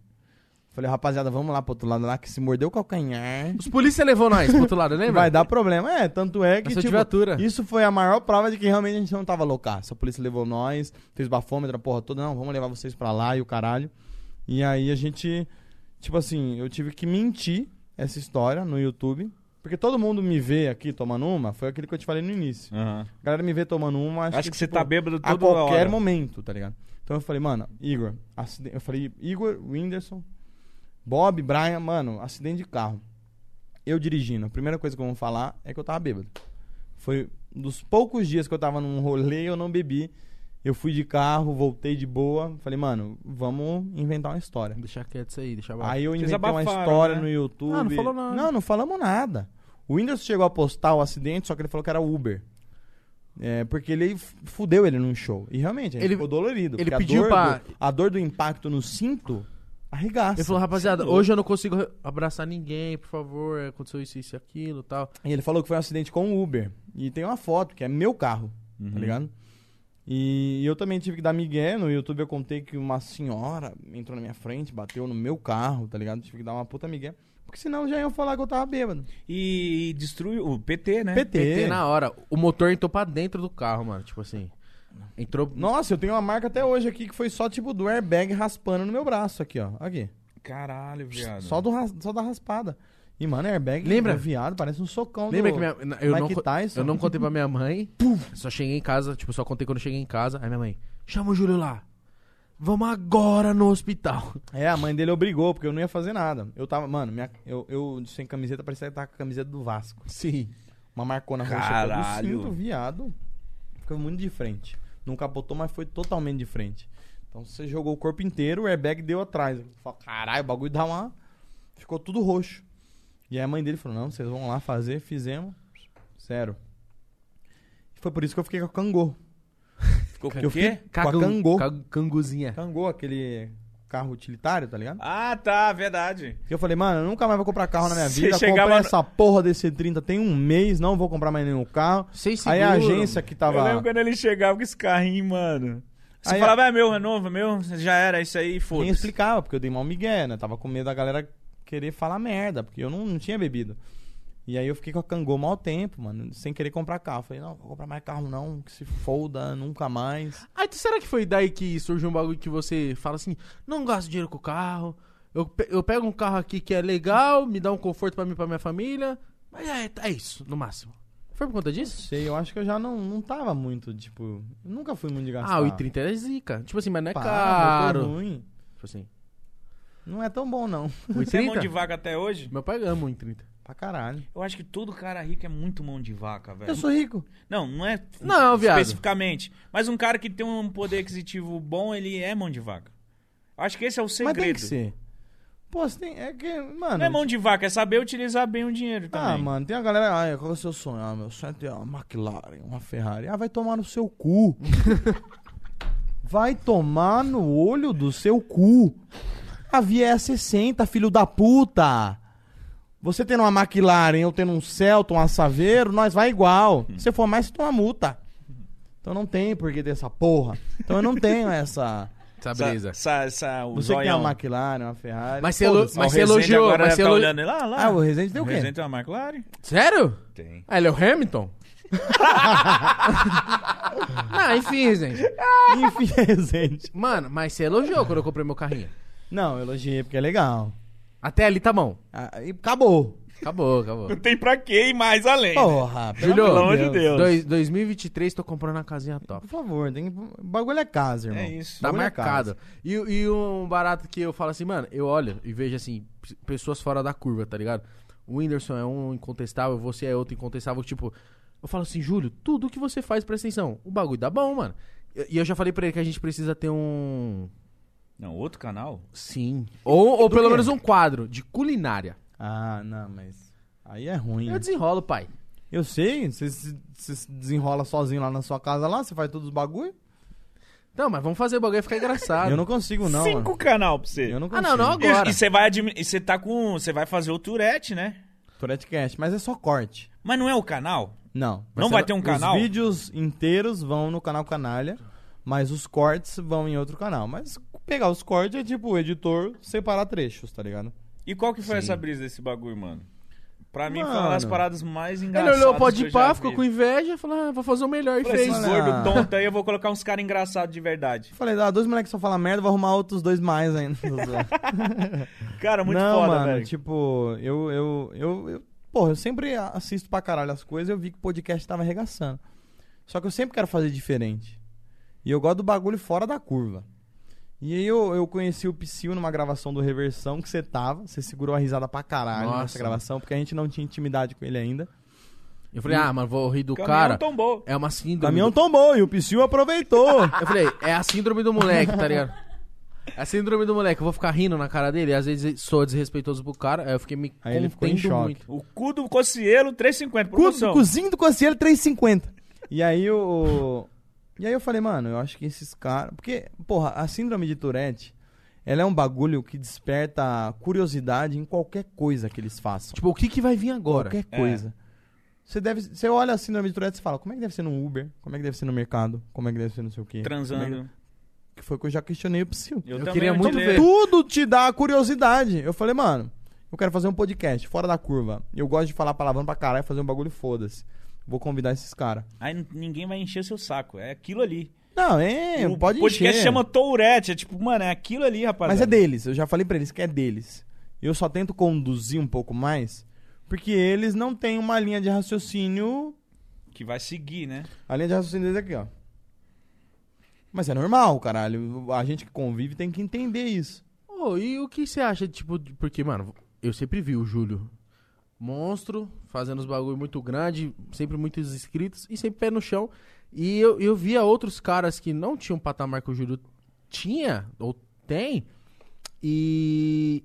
Speaker 1: Falei, rapaziada, vamos lá pro outro lado lá, que se mordeu o calcanhar...
Speaker 2: Os polícia levou nós pro outro lado, lembra?
Speaker 1: Vai dar problema. É, tanto é que.
Speaker 2: Passou de
Speaker 1: tipo,
Speaker 2: viatura.
Speaker 1: Isso foi a maior prova de que realmente a gente não tava loucaço. A polícia levou nós, fez bafômetro, a porra toda. Não, vamos levar vocês pra lá e o caralho. E aí a gente. Tipo assim, eu tive que mentir essa história no YouTube. Porque todo mundo me vê aqui tomando uma, foi aquilo que eu te falei no início. A galera me vê tomando uma. Acho,
Speaker 5: Acho, que, você
Speaker 1: tipo,
Speaker 5: tá bêbado toda
Speaker 1: a qualquer
Speaker 5: hora.
Speaker 1: momento, tá ligado? Então eu falei, mano, Igor, aciden- eu falei, Igor, Whindersson, Bob, Brian, mano, acidente de carro. Eu dirigindo, a primeira coisa que eu vou falar é que eu tava bêbado. Foi um dos poucos dias que eu tava num rolê e eu não bebi. Eu fui de carro, voltei de boa. Falei, mano, vamos inventar uma história.
Speaker 2: Deixa quieto isso aí, deixa abaixo.
Speaker 1: Aí eu
Speaker 5: Vocês
Speaker 1: inventei uma
Speaker 5: abafaram,
Speaker 1: história
Speaker 5: né?
Speaker 1: no YouTube.
Speaker 2: Ah, não falou nada.
Speaker 1: Não, não falamos nada. O Whindersson chegou a postar o acidente, só que ele falou que era Uber. É, porque ele f- fudeu ele num show. E realmente, ele
Speaker 2: Ele-
Speaker 1: ficou dolorido.
Speaker 2: ele
Speaker 1: porque a
Speaker 2: pediu
Speaker 1: dor
Speaker 2: pra-
Speaker 1: do- a dor do impacto no cinto arregaça.
Speaker 2: Ele falou, rapaziada, hoje eu não consigo abraçar ninguém, por favor, aconteceu isso, isso e aquilo e tal.
Speaker 1: E ele falou que foi um acidente com o Uber. E tem uma foto, que é meu carro, tá ligado? E eu também tive que dar migué. No YouTube eu contei que uma senhora entrou na minha frente, bateu no meu carro, tá ligado? Tive que dar uma puta migué. Porque senão já iam falar que eu tava bêbado.
Speaker 5: E destruiu o PT, né?
Speaker 1: PT.
Speaker 2: PT na hora. O motor entrou pra dentro do carro, mano. Tipo assim. Entrou.
Speaker 1: Nossa, eu tenho uma marca até hoje aqui que foi só tipo do airbag raspando no meu braço aqui, ó. Aqui.
Speaker 5: Caralho, viado.
Speaker 1: Só, do, ras- só da raspada. E, mano, airbag
Speaker 2: Lembra?
Speaker 1: do viado, parece um socão
Speaker 2: Lembra
Speaker 1: do...
Speaker 2: que minha, eu,
Speaker 1: Mike
Speaker 2: não, co-
Speaker 1: Tyson.
Speaker 2: eu não contei pra minha mãe. só cheguei em casa, tipo, só contei quando cheguei em casa. Aí minha mãe, chama o Júlio lá. Vamos agora no hospital.
Speaker 1: É, a mãe dele obrigou, porque eu não ia fazer nada. Eu tava, mano, minha, eu, eu sem camiseta, parecia que tava com a camiseta do Vasco.
Speaker 2: Sim.
Speaker 1: Uma marcona roxa aqui
Speaker 5: Caralho.
Speaker 1: do cinto, viado. Ficou muito de frente. Não capotou, mas foi totalmente de frente. Então você jogou o corpo inteiro, o airbag deu atrás. Eu falo, caralho, o bagulho dá uma. Ficou tudo roxo. E aí a mãe dele falou: não, vocês vão lá fazer, fizemos. Zero. E foi por isso que eu fiquei com a cangô.
Speaker 5: Ficou com
Speaker 1: Eu
Speaker 5: o quê?
Speaker 1: fiquei com a cangô.
Speaker 2: Canguzinha.
Speaker 1: Cangô, aquele carro utilitário, tá ligado?
Speaker 5: Ah, tá, verdade.
Speaker 1: E eu falei, mano, eu nunca mais vou comprar carro na minha
Speaker 5: Você
Speaker 1: vida.
Speaker 5: chegava
Speaker 1: Comprei
Speaker 5: no-
Speaker 1: essa porra desse 30 tem um mês, não vou comprar mais nenhum carro.
Speaker 2: Sem
Speaker 1: aí a
Speaker 2: seguro.
Speaker 1: agência que tava.
Speaker 5: Eu lembro quando ele chegava com esse carrinho, mano. Você
Speaker 1: Aí-
Speaker 5: falava, é meu, é novo, é meu, já era, é isso aí,
Speaker 1: Nem
Speaker 5: foda-se.
Speaker 1: explicava, porque eu dei mal migué, né? Tava com medo da galera querer falar merda, porque eu não, não tinha bebido. E aí eu fiquei com a Cangô mau tempo, mano, sem querer comprar carro. Falei, não, vou comprar mais carro não, que se foda, nunca mais.
Speaker 2: Ah, então será que foi daí que surgiu um bagulho que você fala assim, não gasto dinheiro com o carro, eu, pe- eu pego um carro aqui que é legal, me dá um conforto pra mim e pra minha família, mas é, é isso, no máximo. Foi por conta disso?
Speaker 1: Sei, eu acho que eu já não, não tava muito, tipo, eu nunca fui muito de gastar.
Speaker 5: tá.
Speaker 2: Ah, o i30 é zica. Tipo assim, mas não é
Speaker 1: Pá, motor
Speaker 2: caro.
Speaker 1: ruim.
Speaker 2: Tipo assim,
Speaker 1: Não é tão bom não,
Speaker 2: o
Speaker 5: Você é mão de
Speaker 2: i30?
Speaker 5: vaca até hoje?
Speaker 2: Meu pai ama o i30.
Speaker 1: pra caralho.
Speaker 5: Eu acho que todo cara rico é muito mão de vaca, velho.
Speaker 1: Eu sou rico.
Speaker 5: Não, não é
Speaker 2: Não, viado.
Speaker 5: especificamente. Mas um cara que tem um poder aquisitivo bom, ele é mão de vaca. Acho que esse é o segredo.
Speaker 1: Mas tem que ser. Pô, você tem. É que, mano.
Speaker 3: Não é mão de vaca, é saber utilizar bem o dinheiro também.
Speaker 1: Ah, mano, tem a galera. Ah, qual é o seu sonho? Ah, meu sonho é ter uma McLaren, uma Ferrari. Ah, vai tomar no seu cu. vai tomar no olho do seu cu. A via é a 60, filho da puta. Você tendo uma McLaren, eu tendo um Celta, um Saveiro, nós vai igual.
Speaker 3: Hum.
Speaker 1: Se for mais, você toma multa. Então não tem por que ter essa porra. Então eu não tenho essa.
Speaker 2: Essa
Speaker 3: Essa-
Speaker 2: brisa.
Speaker 3: Essa, essa, o
Speaker 1: Você quer
Speaker 3: zoião. é
Speaker 1: uma McLaren, uma Ferrari.
Speaker 2: Mas você elo-
Speaker 1: foda-se.
Speaker 2: mas
Speaker 3: O
Speaker 2: você
Speaker 3: Rezende
Speaker 2: elogiou,
Speaker 3: agora
Speaker 2: mas
Speaker 3: deve
Speaker 2: você
Speaker 3: tá
Speaker 2: elo-
Speaker 3: olhando ele lá, lá.
Speaker 1: Ah, o Resident tem o
Speaker 3: O
Speaker 1: quê?
Speaker 3: Rezende tem uma McLaren?
Speaker 2: Sério?
Speaker 3: Tem.
Speaker 2: Ah, ele é o Hamilton? ah, enfim, gente.
Speaker 1: Enfim, é Resident.
Speaker 2: Mano, mas você elogiou quando eu comprei meu carrinho.
Speaker 1: Não, eu elogiei porque é legal.
Speaker 2: Até ali tá bom.
Speaker 1: Ah, e acabou.
Speaker 2: Acabou, acabou.
Speaker 3: Não tem pra quê ir mais além.
Speaker 1: Porra, pelo
Speaker 2: Júlio,
Speaker 3: pelo
Speaker 1: amor
Speaker 3: amor
Speaker 1: de
Speaker 3: de
Speaker 1: Deus.
Speaker 3: Deus.
Speaker 2: Dois, 2023 tô comprando a casinha top.
Speaker 1: Por favor, tem... que- bagulho é casa, irmão.
Speaker 3: É isso.
Speaker 2: Tá
Speaker 1: Bagulho é
Speaker 2: marcado.
Speaker 1: casa.
Speaker 2: E, e um barato que eu falo assim, mano, eu olho e vejo assim, p- pessoas fora da curva, tá ligado? O Whindersson é um incontestável, você é outro incontestável, tipo. Eu falo assim, Júlio, tudo que você faz, presta atenção. O bagulho dá bom, mano. E e eu já falei pra ele que a gente precisa ter um.
Speaker 3: Não, outro canal?
Speaker 2: Sim. Ou, ou pelo
Speaker 1: quê?
Speaker 2: menos um quadro de culinária.
Speaker 1: Ah, não, mas... Aí é ruim.
Speaker 2: Eu desenrolo, pai.
Speaker 1: Eu sei, você se, você se desenrola sozinho lá na sua casa, lá, você faz todos os bagulho.
Speaker 2: Não, mas vamos fazer o bagulho ficar engraçado.
Speaker 1: Eu não consigo, não.
Speaker 3: Cinco
Speaker 1: mano.
Speaker 3: canal pra você.
Speaker 1: Eu não
Speaker 2: Ah,
Speaker 1: consigo.
Speaker 2: não, não agora.
Speaker 3: E você vai admi- e você tá com. Você vai fazer o Tourette, né?
Speaker 1: Tourette Cast, mas é só corte.
Speaker 3: Mas não é o canal?
Speaker 1: Não.
Speaker 3: Não
Speaker 1: ser-
Speaker 3: vai ter um canal?
Speaker 1: Os vídeos inteiros vão no canal Canalha, mas os cortes vão em outro canal. Mas pegar os cortes é tipo o editor separar trechos, tá ligado?
Speaker 3: E qual que foi essa brisa desse bagulho, mano? Pra mim foi
Speaker 1: Mano.
Speaker 3: uma das paradas mais
Speaker 2: Ele
Speaker 3: engraçadas.
Speaker 2: olhou o pó
Speaker 3: que
Speaker 2: de
Speaker 3: eu já
Speaker 2: pá,
Speaker 3: vi.
Speaker 2: ficou com inveja, falou, ah, vou fazer o melhor e
Speaker 3: Falei,
Speaker 2: fez.
Speaker 3: esses
Speaker 1: Olha.
Speaker 3: gordos tontos aí, eu vou colocar uns caras engraçados de verdade.
Speaker 1: Falei, ah, dois moleques só falam merda, vou arrumar outros dois mais ainda.
Speaker 3: Cara, É muito
Speaker 1: não,
Speaker 3: foda,
Speaker 1: mano,
Speaker 3: velho.
Speaker 1: tipo, eu, eu, eu, eu... Porra, eu sempre assisto pra caralho as coisas e eu vi que o podcast tava arregaçando. Só que eu sempre quero fazer diferente. E eu gosto do bagulho fora da curva. E aí eu, eu conheci o Psyu numa gravação do Reversão que você tava. Você segurou a risada pra caralho
Speaker 2: Nossa.
Speaker 1: nessa gravação, porque a gente não tinha intimidade com ele ainda.
Speaker 2: Eu falei, ah, mano, vou rir do
Speaker 3: Caminhão
Speaker 2: cara.
Speaker 3: tombou.
Speaker 2: É uma síndrome.
Speaker 1: O caminhão tombou um e o Psyu aproveitou.
Speaker 2: Eu falei, é a síndrome do moleque, tá ligado? É a síndrome do moleque. Eu vou ficar rindo na cara dele. E às vezes sou desrespeitoso pro cara. Aí eu fiquei me
Speaker 1: Aí ele ficou em
Speaker 2: contendo
Speaker 1: choque.
Speaker 2: muito.
Speaker 3: O cu do Cocielo, 3,50.
Speaker 1: Cu-
Speaker 3: Promoção.
Speaker 1: Cozinho do Conselho 350. E aí o. E aí eu falei, mano, eu acho que esses caras. Porque, porra, a síndrome de Tourette, ela é um bagulho que desperta curiosidade em qualquer coisa que eles façam.
Speaker 2: Tipo, o que que vai vir agora?
Speaker 1: Qualquer
Speaker 3: É.
Speaker 1: coisa. Você deve. Você olha a síndrome de Tourette e fala, como é que deve ser no Uber? Como é que deve ser no mercado? Como é que deve ser no sei o quê? Como é
Speaker 3: Transando.
Speaker 1: Que que foi o que eu já questionei o psil.
Speaker 2: Eu
Speaker 3: Eu, também
Speaker 2: queria
Speaker 3: não
Speaker 2: muito
Speaker 3: te
Speaker 2: ver.
Speaker 3: lembro.
Speaker 1: Tudo te dá curiosidade. Eu falei, mano, eu quero fazer um podcast fora da curva. Eu gosto de falar palavrão pra caralho, fazer um bagulho foda-se. Vou convidar esses caras.
Speaker 3: Aí n- ninguém vai encher seu saco. É aquilo ali.
Speaker 1: Não, é,
Speaker 3: o
Speaker 1: pode
Speaker 3: podcast
Speaker 1: encher.
Speaker 3: chama Tourette. É tipo, mano, é aquilo ali, rapaz.
Speaker 1: Mas é deles, eu já falei pra eles que é deles. Eu só tento conduzir um pouco mais, porque eles não têm uma linha de raciocínio.
Speaker 3: Que vai seguir, né?
Speaker 1: A linha de raciocínio deles é aqui, ó. Mas é normal, caralho. A gente que convive tem que entender isso.
Speaker 2: Ô, e o que você acha, tipo, de- porque, mano, eu sempre vi o Júlio monstro, fazendo os bagulho muito grande, sempre muitos inscritos e sempre pé no chão. E eu, eu via outros caras que não tinham o patamar que o Júlio tinha, ou tem, e,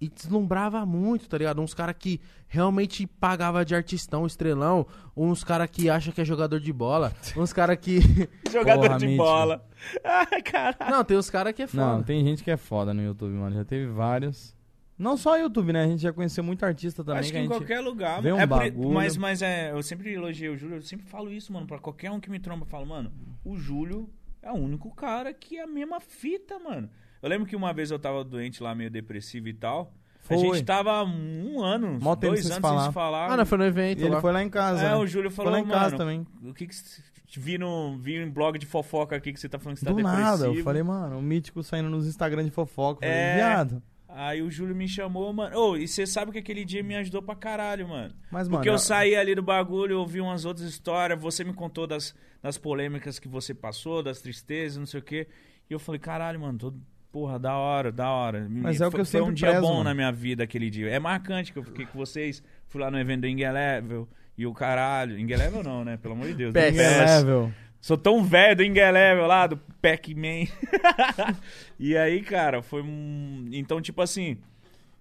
Speaker 2: e deslumbrava muito, tá ligado? Uns caras que realmente pagava de artistão, estrelão, uns caras que acha que é jogador de bola, uns caras que...
Speaker 3: Jogador
Speaker 1: Porra,
Speaker 3: de
Speaker 1: mítico.
Speaker 3: bola. Ai, caralho.
Speaker 2: Não, tem uns caras que é foda.
Speaker 1: Não, tem gente que é foda no YouTube, mano. Já teve vários. Não só YouTube, né? A gente já conheceu muito artista também.
Speaker 3: Acho que
Speaker 1: a
Speaker 3: em
Speaker 1: gente...
Speaker 3: qualquer lugar.
Speaker 1: vê um
Speaker 3: mano. é por-
Speaker 1: bagulho.
Speaker 3: Mas, mas é, eu sempre elogiei o Júlio, eu sempre falo isso, mano, pra qualquer um que me tromba. Eu falo, mano, o Júlio é o único cara que é a mesma fita, mano. Eu lembro que uma vez eu tava doente lá, meio depressivo e tal.
Speaker 1: Foi.
Speaker 3: A gente tava um ano, uns
Speaker 1: Mó tempo
Speaker 3: dois
Speaker 1: sem se
Speaker 3: anos
Speaker 1: falar.
Speaker 3: sem se falar.
Speaker 2: Ah, não, foi no evento
Speaker 1: E ele
Speaker 2: lá.
Speaker 1: foi lá em casa.
Speaker 3: É,
Speaker 1: né?
Speaker 3: o Júlio
Speaker 1: Foi
Speaker 3: falou,
Speaker 1: lá em casa
Speaker 3: mano, tá
Speaker 1: também.
Speaker 3: O que que cê- vi, no, vi em blog de fofoca aqui que você tá falando que você tá
Speaker 1: Do
Speaker 3: depressivo.
Speaker 1: nada, eu falei, mano, o mítico saindo nos Instagram de fofoca. Eu Falei,
Speaker 3: É.
Speaker 1: viado.
Speaker 3: Aí o Júlio me chamou, mano. Ô, e você sabe que aquele dia me ajudou pra caralho, mano.
Speaker 1: Mas, mano,
Speaker 3: Porque eu
Speaker 1: eu-
Speaker 3: saí ali do bagulho, eu ouvi umas outras histórias, você me contou das, das polêmicas que você passou, das tristezas, não sei o quê. E eu falei, caralho, mano, tô- porra, da hora, da hora.
Speaker 1: Mas
Speaker 3: Me-
Speaker 1: é o que
Speaker 3: foi,
Speaker 1: eu
Speaker 3: Foi um
Speaker 1: sempre
Speaker 3: dia
Speaker 1: prezo,
Speaker 3: bom
Speaker 1: mano.
Speaker 3: na minha vida aquele dia. É marcante que eu fiquei com vocês, fui lá no evento do Ingelevel e o caralho. Ingelevel não, né? Pelo amor de Deus. do
Speaker 2: Pés.
Speaker 3: PES.
Speaker 1: é Level.
Speaker 3: Sou tão velho do Ingelevel lá, do Pac-Man. e aí, cara, foi um. Então, tipo assim.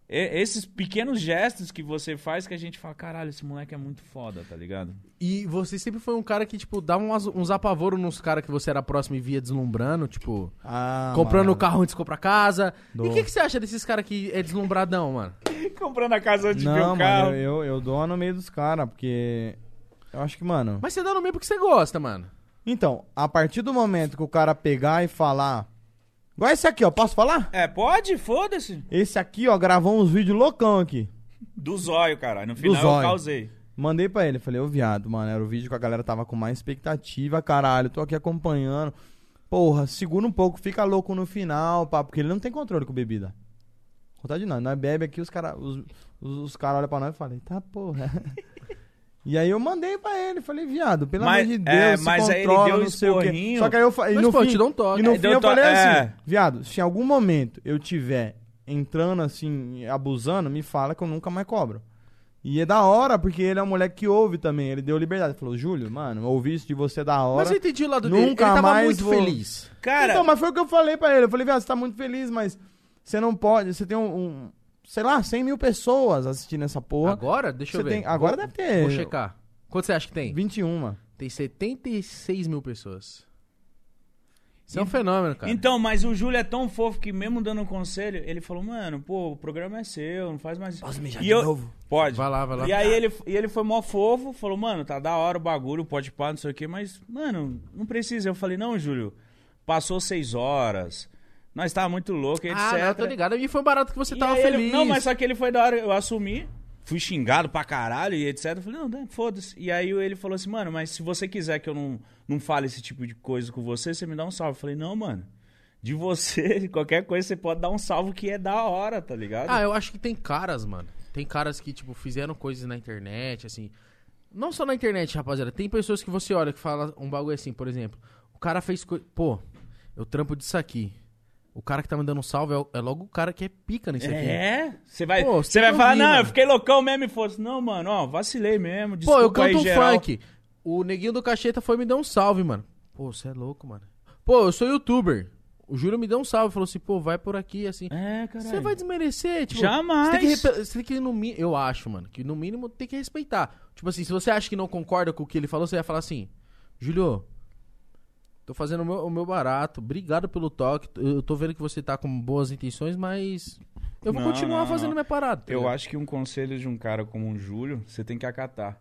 Speaker 3: E- esses pequenos gestos que você faz que a gente fala, caralho, esse moleque é muito foda, tá ligado?
Speaker 2: E você sempre foi um cara que, tipo, dava umas- uns apavoros nos caras que você era próximo e via deslumbrando, tipo,
Speaker 1: Ah,
Speaker 2: comprando o
Speaker 1: mano.
Speaker 2: carro antes de comprar casa. E
Speaker 1: Do-
Speaker 2: o que, que você acha desses caras que é deslumbradão, mano?
Speaker 3: Comprando a casa antes de ver
Speaker 1: Não,
Speaker 3: o carro.
Speaker 1: mano, eu, eu, eu dou no meio dos caras, porque. Eu acho que, mano.
Speaker 2: Mas você dá no meio porque você gosta, mano.
Speaker 1: Então, a partir do momento que o cara pegar e falar. Igual esse aqui, ó, posso falar?
Speaker 3: É, pode? Foda-se.
Speaker 1: Esse aqui, ó, gravou uns vídeos loucão aqui.
Speaker 3: Do zóio, caralho. No final eu
Speaker 1: zóio.
Speaker 3: causei.
Speaker 1: Mandei pra ele, falei, ô viado, mano, era o vídeo que a galera tava com mais expectativa, caralho, tô aqui acompanhando. Porra, segura um pouco, fica louco no final, pá, porque ele não tem controle com bebida. Vontade de nada, nós bebe aqui, os caras os, os, os cara olham pra nós e falam, tá porra. e aí eu mandei pra ele, falei, viado, pelo
Speaker 3: Mas-
Speaker 1: amor de Deus,
Speaker 3: é,
Speaker 1: se
Speaker 3: mas aí ele
Speaker 1: controla,
Speaker 3: deu
Speaker 1: não sei o quê.
Speaker 3: esporrinho.
Speaker 1: Só que aí eu falei,
Speaker 2: Mas,
Speaker 1: no
Speaker 2: pô, eu
Speaker 1: fim,
Speaker 2: te dou um toque.
Speaker 1: e no
Speaker 3: É,
Speaker 1: fim
Speaker 3: deu
Speaker 1: eu
Speaker 3: to-
Speaker 1: falei assim,
Speaker 3: é.
Speaker 1: viado, se em algum momento eu tiver entrando assim, abusando, me fala que eu nunca mais cobro. E é da hora, porque ele é um moleque que ouve também, ele deu liberdade. Ele falou, Júlio, mano, ouvi isso de você da hora.
Speaker 2: Mas eu entendi o lado dele.
Speaker 1: Nunca
Speaker 2: ele tava
Speaker 1: mais
Speaker 2: muito
Speaker 1: vou-
Speaker 2: feliz.
Speaker 3: Cara,
Speaker 1: Então, mas foi o que eu falei pra ele. Eu falei, viado, você tá muito feliz, mas você não pode, você tem um, um, sei lá, 100 mil pessoas assistindo essa porra.
Speaker 2: Agora? Deixa
Speaker 1: Você
Speaker 2: eu ver.
Speaker 1: tem- agora
Speaker 2: vou,
Speaker 1: deve ter-
Speaker 2: Vou checar. Quanto você acha que tem?
Speaker 1: 21.
Speaker 2: Tem 76 mil pessoas. Isso é um fenômeno, cara.
Speaker 3: Então, mas o Júlio é tão fofo que mesmo dando um conselho, ele falou, mano, pô, o programa é seu, não faz mais isso. Posso mijar de novo? Pode.
Speaker 2: Vai lá, vai lá.
Speaker 3: E aí ele, e ele foi mó fofo, falou, mano, tá da hora o bagulho, pode pá, não sei o quê, mas, mano, não precisa. Eu falei, não, Júlio, passou seis horas, nós tava muito louco, etc.
Speaker 2: ah, não, eu tô ligado. E foi um barato que você
Speaker 3: E
Speaker 2: tava
Speaker 3: aí ele-
Speaker 2: feliz.
Speaker 3: não, mas só que ele foi da hora, eu assumi, fui xingado pra caralho e etc. Eu falei, não, né, foda-se. E aí ele falou assim, mano, mas se você quiser que eu não, não fale esse tipo de coisa com você, você me dá um salve. Eu falei, não, mano, de você, de qualquer coisa, você pode dar um salvo que é da hora, tá ligado?
Speaker 2: Ah, eu acho que tem caras, mano. Tem caras que, tipo, fizeram coisas na internet, assim. Não só na internet, rapaziada. Tem pessoas que você olha que fala um bagulho assim, por exemplo. O cara fez coisa. Pô, eu trampo disso aqui. O cara que tá me dando um salve é, o- é logo o cara que é pica nisso aqui.
Speaker 3: É, você vai,
Speaker 2: Pô,
Speaker 3: você vai
Speaker 2: eu
Speaker 3: falar,
Speaker 2: vi,
Speaker 3: não,
Speaker 2: mano.
Speaker 3: eu fiquei loucão mesmo e fosse, não, mano, ó, vacilei mesmo, desculpa
Speaker 2: Pô, eu canto
Speaker 3: aí,
Speaker 2: um
Speaker 3: geral.
Speaker 2: funk. O neguinho do cacheta foi me dar um salve, mano. Pô, você é louco, mano. Pô, eu sou youtuber. O Júlio me deu um salve, falou assim, pô, vai por aqui, assim.
Speaker 3: É, caralho.
Speaker 2: Você vai desmerecer, tipo.
Speaker 3: Jamais.
Speaker 2: Você tem, que, repe- você tem que, no mi- eu acho, mano, que no mínimo tem que respeitar. Tipo assim, se você acha que não concorda com o que ele falou, você vai falar assim: Júlio, tô fazendo o meu, o meu barato, obrigado pelo toque. Eu eu tô vendo que você tá com boas intenções, mas eu vou
Speaker 3: Não,
Speaker 2: continuar
Speaker 3: não,
Speaker 2: fazendo
Speaker 3: não.
Speaker 2: minha parada. tá
Speaker 3: Eu
Speaker 2: ligado?
Speaker 3: acho que um conselho de um cara como o Júlio, você tem que acatar.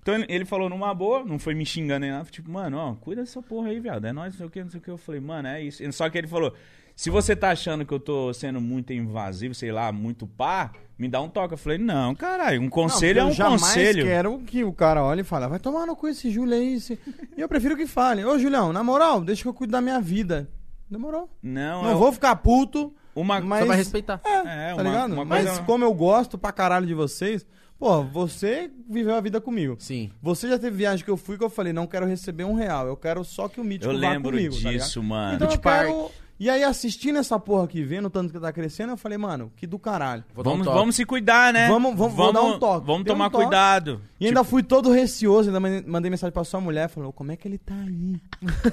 Speaker 3: Então ele- ele falou numa boa, não foi me xingando nem nada. Tipo, mano, ó, cuida dessa porra aí, viado. É nóis, não sei o que, não sei o que. Eu falei, mano, é isso. Só que ele falou: se você tá achando que eu tô sendo muito invasivo, sei lá, muito pá, me dá um toque. Eu falei, não, caralho, um conselho
Speaker 1: Não,
Speaker 3: é
Speaker 1: porque
Speaker 3: um
Speaker 1: eu jamais
Speaker 3: conselho.
Speaker 1: quero que o cara olhe e fale, "Ah, vai tomar no cu esse Júlio aí. esse-" E eu prefiro que fale, ô Julião, na moral, deixa que eu cuido da minha vida. Demorou.
Speaker 3: Não,
Speaker 1: Não
Speaker 3: eu-
Speaker 1: vou ficar puto,
Speaker 3: Uma,
Speaker 1: mas...
Speaker 2: Você vai respeitar.
Speaker 1: É,
Speaker 3: É,
Speaker 1: tá
Speaker 3: uma-
Speaker 1: ligado?
Speaker 3: uma
Speaker 1: mas
Speaker 3: coisa-
Speaker 1: como eu gosto pra caralho de vocês, pô, você viveu a vida comigo.
Speaker 2: Sim.
Speaker 1: Você já teve viagem que eu fui que eu falei, não quero receber um real, eu quero só que o mítico
Speaker 3: eu
Speaker 1: vá
Speaker 3: lembro
Speaker 1: comigo, tá ligado?
Speaker 3: disso, mano.
Speaker 1: Então eu
Speaker 2: Beach Park.
Speaker 1: quero... E aí assistindo essa porra aqui, vendo o tanto que tá crescendo, eu falei, mano, que do caralho.
Speaker 2: Vou dar um
Speaker 3: vamos,
Speaker 2: toque.
Speaker 3: vamos se cuidar, né?
Speaker 1: Vamos- vamos- vou dar um toque.
Speaker 3: Vamos
Speaker 1: Dei um
Speaker 3: tomar
Speaker 1: toque.
Speaker 3: cuidado. Tipo,
Speaker 1: E ainda fui todo receoso, ainda man- mandei mensagem pra sua mulher, falou, como é que ele tá aí?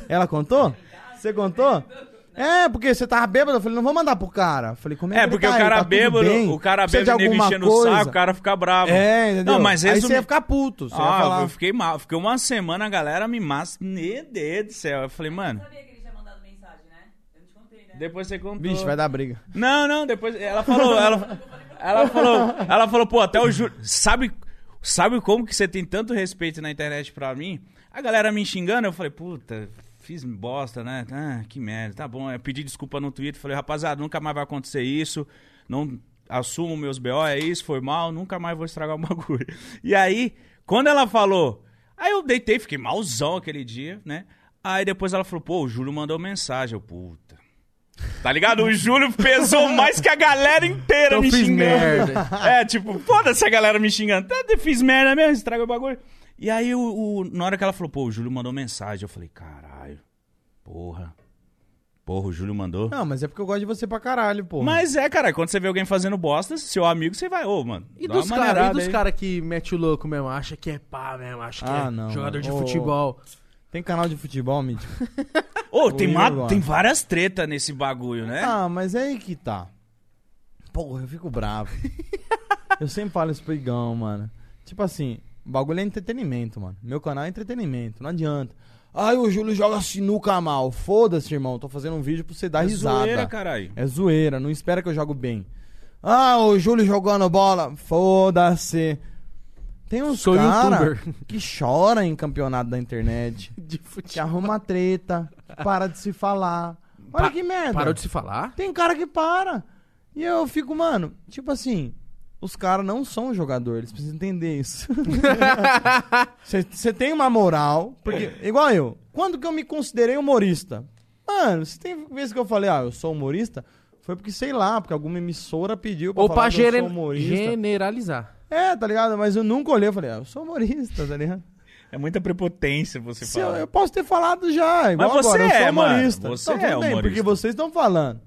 Speaker 1: Ela contou? Você contou? É, porque você tava bêbado, eu falei, não vou mandar pro cara. Falei, como é que
Speaker 3: É,
Speaker 1: ele
Speaker 3: porque
Speaker 1: tá
Speaker 3: o
Speaker 1: aí?
Speaker 3: cara
Speaker 1: Tá tudo bem?
Speaker 3: bêbado, o cara
Speaker 1: Precisa de
Speaker 3: bêbado nego
Speaker 1: alguma
Speaker 3: enchendo o
Speaker 1: coisa?"
Speaker 3: saco, o cara fica bravo.
Speaker 1: É, entendeu?
Speaker 3: Não, mas
Speaker 1: Aí você
Speaker 3: resumindo.
Speaker 1: ia ficar puto, você ia
Speaker 3: ah,
Speaker 1: falar...
Speaker 3: eu fiquei mal. Fiquei uma semana, a galera me massa. Meu Deus do céu. Eu falei, mano.
Speaker 7: sabia que ele tinha mandado mensagem, né? Eu não te contei, né?
Speaker 3: Depois você contou.
Speaker 1: Vixe, vai dar briga.
Speaker 3: Não, não, depois. Ela falou, ela, ela falou, ela falou, pô, até o Júlio. Sabe, sabe como que você tem tanto respeito na internet pra mim? A galera me xingando, eu falei, puta, fiz bosta, né? Ah, que merda, tá bom. Eu pedi desculpa no Twitter, falei, rapaziada, nunca mais vai acontecer isso. Não assumo meus BO, é isso, foi mal, nunca mais vou estragar o bagulho. E aí, quando ela falou, aí eu deitei, fiquei malzão aquele dia, né? Aí depois ela falou, pô, o Júlio mandou mensagem, eu, puta. Tá ligado? O Júlio pesou mais que a galera inteira
Speaker 2: Eu
Speaker 3: me
Speaker 2: Então fiz
Speaker 3: xingando.
Speaker 2: merda.
Speaker 3: É, tipo, foda-se a galera me xingando. Tá, eu fiz merda mesmo, estraga o bagulho. E aí, o, o- na hora que ela falou, pô, o Júlio mandou mensagem, eu falei, caralho, porra. Porra, o Júlio mandou.
Speaker 1: Não, mas é porque eu gosto de você pra caralho, pô.
Speaker 3: Mas é, cara, quando você vê alguém fazendo bosta, seu amigo, você vai, ô, mano.
Speaker 2: E
Speaker 3: dá
Speaker 2: dos
Speaker 3: uma maneirada
Speaker 2: caras
Speaker 3: aí.
Speaker 2: cara que mete o louco mesmo, acha que é pá mesmo, acha que
Speaker 1: Ah,
Speaker 2: é
Speaker 1: não,
Speaker 2: jogador
Speaker 1: mano.
Speaker 2: de
Speaker 1: Ô,
Speaker 2: futebol.
Speaker 1: Tem canal de futebol, mítico?
Speaker 3: Ô, tem,
Speaker 1: Ô,
Speaker 3: ma-
Speaker 1: Igor.
Speaker 3: tem várias tretas nesse bagulho, né?
Speaker 1: Ah, mas é aí que tá. porra, eu fico bravo. eu sempre falo isso pro Igão, mano. Tipo assim, o bagulho é entretenimento, mano. Meu canal é entretenimento, não adianta. Ai, o Júlio joga sinuca mal. Foda-se, irmão. Tô fazendo um vídeo pra você dar
Speaker 3: É
Speaker 1: risada.
Speaker 3: zoeira, caralho.
Speaker 1: É zoeira, não espera que eu jogo bem. Ah, o Júlio jogando bola. Foda-se. Tem uns
Speaker 2: Sou
Speaker 1: caras
Speaker 2: youtuber.
Speaker 1: que choram em campeonato da internet.
Speaker 2: De
Speaker 1: Que
Speaker 2: futebol.
Speaker 1: arruma treta, para de se falar. Olha
Speaker 2: Pa-
Speaker 1: que merda.
Speaker 2: Parou de se falar?
Speaker 1: Tem cara que para. E eu fico, mano, tipo assim, os caras não são jogador, eles precisam entender isso. Você tem uma moral, porque, igual eu, quando que eu me considerei humorista? Mano, se tem vezes que eu falei, ah, eu sou humorista, foi porque, sei lá, porque alguma emissora pediu pra
Speaker 2: Ou
Speaker 1: falar
Speaker 2: pra
Speaker 1: que eu
Speaker 2: gene-
Speaker 1: sou humorista.
Speaker 2: generalizar.
Speaker 1: É, tá ligado? Mas eu nunca olhei e falei, ah, eu sou humorista, tá ligado?
Speaker 3: É muita prepotência você
Speaker 1: Se eu,
Speaker 3: falar.
Speaker 1: eu posso ter falado já, igual
Speaker 3: Mas você
Speaker 1: agora, eu sou
Speaker 3: é, mano.
Speaker 1: humorista.
Speaker 3: Você
Speaker 1: Então, tudo
Speaker 3: é
Speaker 1: bem,
Speaker 3: humorista.
Speaker 1: porque vocês estão falando.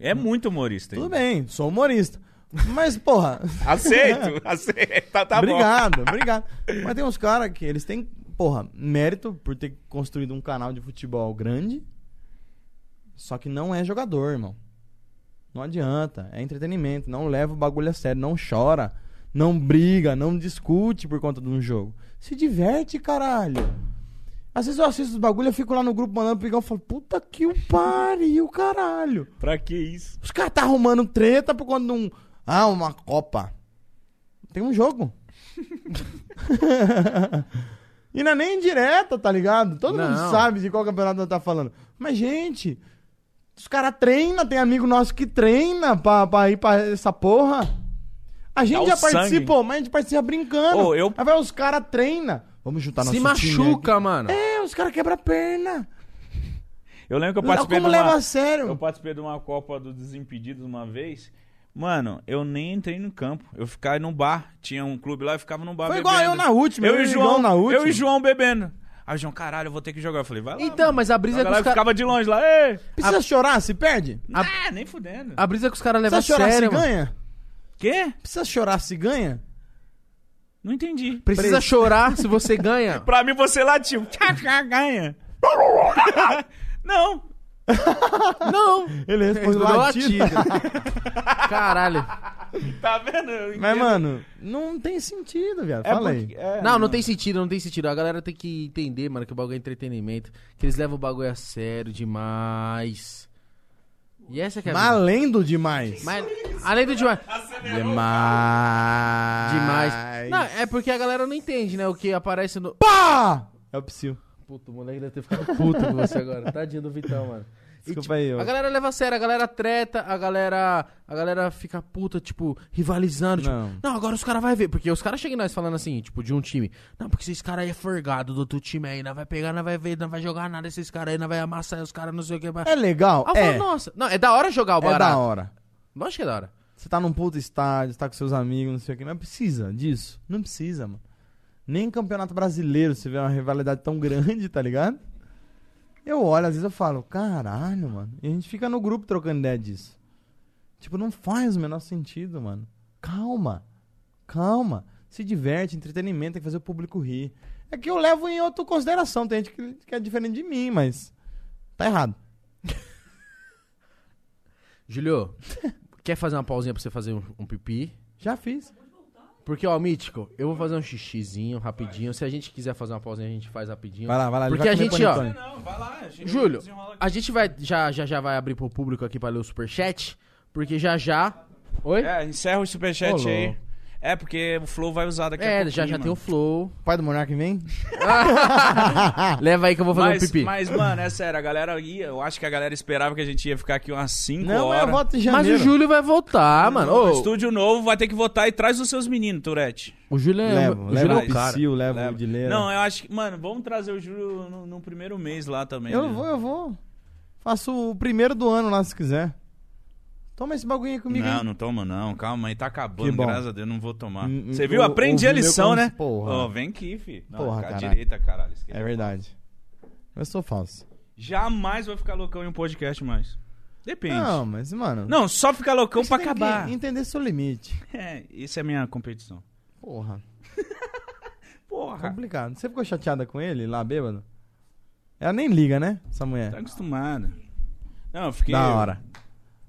Speaker 3: É muito humorista.
Speaker 1: Tudo
Speaker 3: hein?
Speaker 1: bem, sou humorista. Mas, porra,
Speaker 3: Aceito, aceito. Tá, tá
Speaker 1: obrigado, obrigado. Mas tem uns caras que eles têm, porra, mérito por ter construído um canal de futebol grande, só que não é jogador, irmão. Não adianta, é entretenimento, não leva o bagulho a sério, não chora, não briga, não discute por conta de um jogo. Se diverte, caralho. Às vezes eu assisto os bagulho, eu fico lá no grupo mandando pro Igão e falo, puta que o pariu, caralho.
Speaker 3: bom. Pra que isso?
Speaker 1: Os caras tá arrumando treta por conta de um. Ah, uma Copa. Tem um jogo. e não é nem direta, tá ligado? Todo mundo
Speaker 2: Não.
Speaker 1: sabe de qual campeonato tá falando. Mas, gente, os caras treinam, tem amigo nosso que treina pra, pra ir pra essa porra. A gente
Speaker 3: Dá o
Speaker 1: já
Speaker 3: sangue.
Speaker 1: participou, mas a gente participa brincando.
Speaker 3: Ô, eu-
Speaker 1: Aí vai os caras treina. Vamos juntar nosso
Speaker 2: se
Speaker 1: time
Speaker 2: machuca, mano.
Speaker 1: Tá aqui. É, os caras quebram a perna.
Speaker 3: Eu lembro que eu
Speaker 1: Lá
Speaker 3: participei
Speaker 1: Como
Speaker 3: de uma...
Speaker 1: leva a sério?
Speaker 3: Eu participei de uma Copa do Desimpedidos uma vez. Mano, eu nem entrei no campo. Eu ficava no bar. Tinha um clube lá, eu ficava no bar
Speaker 1: Foi
Speaker 3: bebendo.
Speaker 1: igual eu na última.
Speaker 3: Eu, e
Speaker 1: o
Speaker 3: João,
Speaker 1: Igão na última.
Speaker 3: eu e João bebendo. Aí o João, caralho, eu vou ter que jogar. Eu falei, vai lá.
Speaker 2: Então,
Speaker 3: mano.
Speaker 2: mas a brisa é
Speaker 3: Joga
Speaker 2: que os
Speaker 3: lá, eu
Speaker 2: caras.
Speaker 3: ficava de longe lá. Ei!
Speaker 1: Precisa chorar se perde?
Speaker 3: Ah, nem fudendo.
Speaker 2: A brisa é que os caras levam a
Speaker 1: Precisa chorar
Speaker 2: sério,
Speaker 1: se
Speaker 2: mano.
Speaker 1: ganha?
Speaker 3: Quê?
Speaker 1: Precisa chorar se ganha?
Speaker 3: Não entendi.
Speaker 2: Precisa
Speaker 1: Preci-
Speaker 2: chorar se você ganha.
Speaker 3: Pra mim, você latiu. Tchaca, ganha. Não.
Speaker 2: Não.
Speaker 1: Ele
Speaker 2: Respondeu latido. Caralho.
Speaker 3: Tá vendo? Eu
Speaker 1: Mas,
Speaker 3: entendo.
Speaker 1: mano, não tem sentido, viado.
Speaker 3: É
Speaker 1: Fala aí.
Speaker 3: porque- é,
Speaker 2: Não, não tem sentido, não tem sentido. A galera tem que entender, mano, que o bagulho é entretenimento. Que eles levam o bagulho a sério demais. E essa que é a brisa.
Speaker 1: Malendo demais.
Speaker 2: Mas, além do demais.
Speaker 1: Demais.
Speaker 2: Demais. Não, é porque a galera não entende, né? O que aparece no.
Speaker 1: Pá! É o psil.
Speaker 2: Puto, o moleque deve ter ficado puto com você agora. Tadinho do Vitão, mano. E,
Speaker 1: Desculpa
Speaker 2: tipo,
Speaker 1: aí, eu-
Speaker 2: A galera leva a sério, a galera treta, a galera. A galera fica puta, tipo, rivalizando. Tipo,
Speaker 1: Não.
Speaker 2: não. agora os caras vão ver. Porque os caras chegam em nós falando assim, tipo, de um time. Não, porque esses caras aí é forgado do outro time aí, não vai pegar, não vai ver, não vai jogar nada, esses caras aí, não vai amassar os caras, não sei o que. Mas...
Speaker 1: É legal?
Speaker 2: Aí eu
Speaker 1: É.
Speaker 2: falo, nossa. Não, é da hora jogar o
Speaker 1: É
Speaker 2: barato.
Speaker 1: da hora.
Speaker 2: Lógico que é da hora.
Speaker 1: Você tá num puto estádio, tá com seus amigos, não sei o quê. Mas precisa disso? Não precisa, mano. Nem em campeonato brasileiro você vê uma rivalidade tão grande, tá ligado? Eu olho, às vezes eu falo, caralho, mano. E a gente fica no grupo trocando ideia disso. Tipo, não faz o menor sentido, mano. Calma. Calma. Se diverte, entretenimento, tem que fazer o público rir. É que eu levo em outra consideração. Tem gente que, que é diferente de mim, mas. Tá errado.
Speaker 2: Julio, quer fazer uma pausinha pra você fazer um, um pipi?
Speaker 1: Já fiz.
Speaker 2: Porque, ó, Mítico, eu vou fazer um xixizinho rapidinho. Se a gente quiser fazer uma pausinha, a gente faz rapidinho.
Speaker 1: Vai lá, vai lá. ele
Speaker 2: Porque
Speaker 1: vai
Speaker 2: a
Speaker 1: comer
Speaker 2: gente, ó,
Speaker 1: panetone.
Speaker 3: Não, vai lá. a gente
Speaker 2: Júlio,
Speaker 3: desenrola aqui.
Speaker 2: a gente vai já, já já vai abrir pro público aqui pra ler o superchat, porque já já. Oi? É,
Speaker 3: É, encerra o superchat
Speaker 1: Ô,
Speaker 3: aí.
Speaker 1: louco.
Speaker 3: É, porque o Flow vai usar É,
Speaker 1: É,
Speaker 3: daqui a pouquinho.
Speaker 2: É, já já tem o
Speaker 3: mano.
Speaker 2: flow.
Speaker 1: Pai do Monark vem? Ah.
Speaker 2: Leva aí que eu vou fazer
Speaker 3: mas,
Speaker 2: um pipi. Mas,
Speaker 3: Mas, mano, é sério, a galera ia, eu acho que a galera esperava que a gente ia ficar aqui umas 5 horas.
Speaker 1: Não, é voto em janeiro.
Speaker 2: o Júlio vai voltar, mano. Ô,
Speaker 3: O estúdio novo vai ter que votar e traz os seus meninos, Turete.
Speaker 2: o Júlio é,
Speaker 1: Leva,
Speaker 2: o
Speaker 1: leva
Speaker 2: Júlio é
Speaker 1: o
Speaker 2: o cara.
Speaker 1: Psyu, leva,
Speaker 3: Leva.
Speaker 1: o Dileira.
Speaker 3: Não, eu acho que, mano, vamos trazer o Júlio no, no primeiro mês lá também.
Speaker 1: eu
Speaker 3: né?
Speaker 1: vou, eu vou. Faço o primeiro do ano lá se quiser. Toma esse bagulho aí comigo.
Speaker 3: Não,
Speaker 1: hein?
Speaker 3: não toma não, calma aí, tá
Speaker 1: Que
Speaker 3: acabando,
Speaker 1: bom.
Speaker 3: graças a Deus, não vou tomar.
Speaker 1: Hum,
Speaker 3: Você
Speaker 1: hum,
Speaker 3: viu?
Speaker 1: ou-
Speaker 3: Aprendi a
Speaker 1: ouvi meu
Speaker 3: lição,
Speaker 1: cons-
Speaker 3: né?
Speaker 1: Porra.
Speaker 3: Ó, vem aqui, fi. Não,
Speaker 1: Porra,
Speaker 3: cá à
Speaker 1: caralho.
Speaker 3: direita, caralho. esquerda.
Speaker 1: É verdade. Eu sou falso.
Speaker 3: Jamais vai ficar loucão em um podcast mais. Depende.
Speaker 1: Não,
Speaker 3: Não,
Speaker 1: mas, mano.
Speaker 3: só ficar loucão
Speaker 1: você
Speaker 3: pra
Speaker 1: tem que
Speaker 3: acabar.
Speaker 1: Entender seu limite.
Speaker 3: É, isso é minha competição.
Speaker 1: Porra.
Speaker 3: Porra.
Speaker 1: Complicado. Você ficou chateada com ele lá, bêbado? Ela nem liga, né? Essa mulher.
Speaker 3: Tá acostumado. tá Não, eu fiquei.
Speaker 1: Da hora.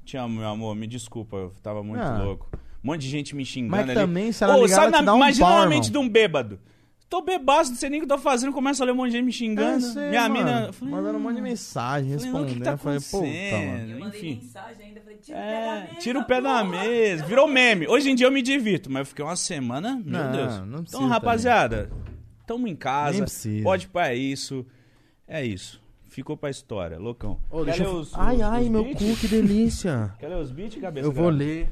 Speaker 3: Te amo, meu amor. Me desculpa, eu tava muito
Speaker 1: Ah.
Speaker 3: louco. Um monte de gente me xingando
Speaker 1: Mas
Speaker 3: ali.
Speaker 1: também, se ela
Speaker 3: Ô,
Speaker 1: ligar,
Speaker 3: sabe
Speaker 1: ela te
Speaker 3: na-
Speaker 1: dá um
Speaker 3: Imagina
Speaker 1: pau,
Speaker 3: na mente de
Speaker 1: irmão.
Speaker 3: um bêbado. Tô bebaço, não sei nem o que eu tô fazendo, começa a ler um monte de gente me xingando.
Speaker 1: É, Eu sei,
Speaker 3: Minha
Speaker 1: mano.
Speaker 3: mina. eu Falei,
Speaker 1: Mandando um monte de
Speaker 3: "Hum".
Speaker 1: mensagem,
Speaker 3: Falei, "Não, o
Speaker 1: respondendo.
Speaker 3: que tá
Speaker 1: eu falei, puta,
Speaker 3: acontecendo?"
Speaker 1: mano.
Speaker 7: Eu mandei
Speaker 3: Enfim.
Speaker 7: mensagem ainda, falei, tira o pé da
Speaker 3: É,
Speaker 7: mesa.
Speaker 3: tira o pé da
Speaker 7: porra.
Speaker 3: mesa. Virou meme. Hoje em dia eu me divirto, mas eu fiquei uma semana. Meu
Speaker 1: Não,
Speaker 3: Deus.
Speaker 1: não precisa
Speaker 3: então, rapaziada, tamo em casa.
Speaker 1: Nem precisa.
Speaker 3: Pode pra isso. É isso. Ficou pra história, loucão.
Speaker 2: Ô,
Speaker 3: Quer
Speaker 2: deixa
Speaker 3: ler
Speaker 2: eu...
Speaker 3: os- os-
Speaker 2: Ai, ai,
Speaker 3: os
Speaker 2: meu
Speaker 3: beats?
Speaker 2: cu, que delícia.
Speaker 3: Quer ler os beats, cabeça?
Speaker 2: Eu vou
Speaker 3: grave?
Speaker 2: ler.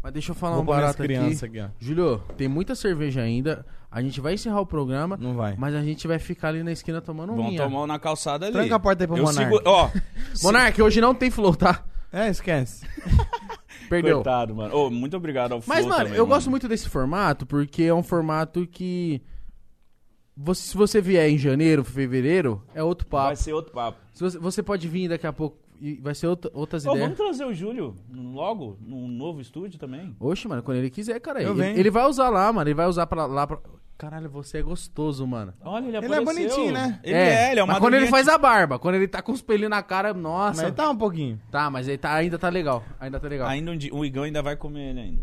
Speaker 2: Mas deixa eu falar
Speaker 1: Vou
Speaker 2: um
Speaker 1: pôr minhas
Speaker 2: barato
Speaker 1: crianças
Speaker 2: aqui.
Speaker 1: aqui, ó.
Speaker 2: Júlio, tem muita cerveja ainda. A gente vai encerrar o programa,
Speaker 1: Não vai.
Speaker 2: mas a gente vai ficar ali na esquina tomando um
Speaker 3: Vão
Speaker 2: vinho.
Speaker 3: tomar um na calçada ali.
Speaker 1: Tranca a porta aí pro
Speaker 3: eu
Speaker 1: Monark.
Speaker 3: sigo- Ó,
Speaker 2: Monark, hoje não tem flow, tá?
Speaker 1: É, esquece.
Speaker 2: Perdeu.
Speaker 3: coitado, mano. Ô, muito obrigado ao
Speaker 2: Mas,
Speaker 3: Flow
Speaker 2: mano,
Speaker 3: também,
Speaker 2: eu gosto muito desse formato porque é um formato que. Você, se você vier em janeiro, fevereiro, é outro papo.
Speaker 3: Vai ser outro papo.
Speaker 2: Se você, você pode vir daqui a pouco e vai ser outra- outras
Speaker 3: Ô,
Speaker 2: ideias.
Speaker 3: vamos trazer o Júlio logo, num novo estúdio também.
Speaker 2: Oxe, mano, quando ele quiser, cara.
Speaker 1: Eu
Speaker 2: Ele,
Speaker 1: venho.
Speaker 2: ele vai usar lá, mano. Ele vai usar pra lá. Pra... Caralho, você é gostoso, mano.
Speaker 3: Olha, ele
Speaker 1: Ele é
Speaker 3: apareceu.
Speaker 1: bonitinho, né?
Speaker 3: Ele é, ele é uma
Speaker 2: Mas quando ele faz a barba, quando ele tá com os pelinhos na cara,
Speaker 1: Mas
Speaker 2: nossa.
Speaker 1: aí tá um pouquinho.
Speaker 2: Tá, mas ele tá, ainda tá legal. Ainda tá legal.
Speaker 3: Ainda um dia- o Igão ainda vai comer ele ainda.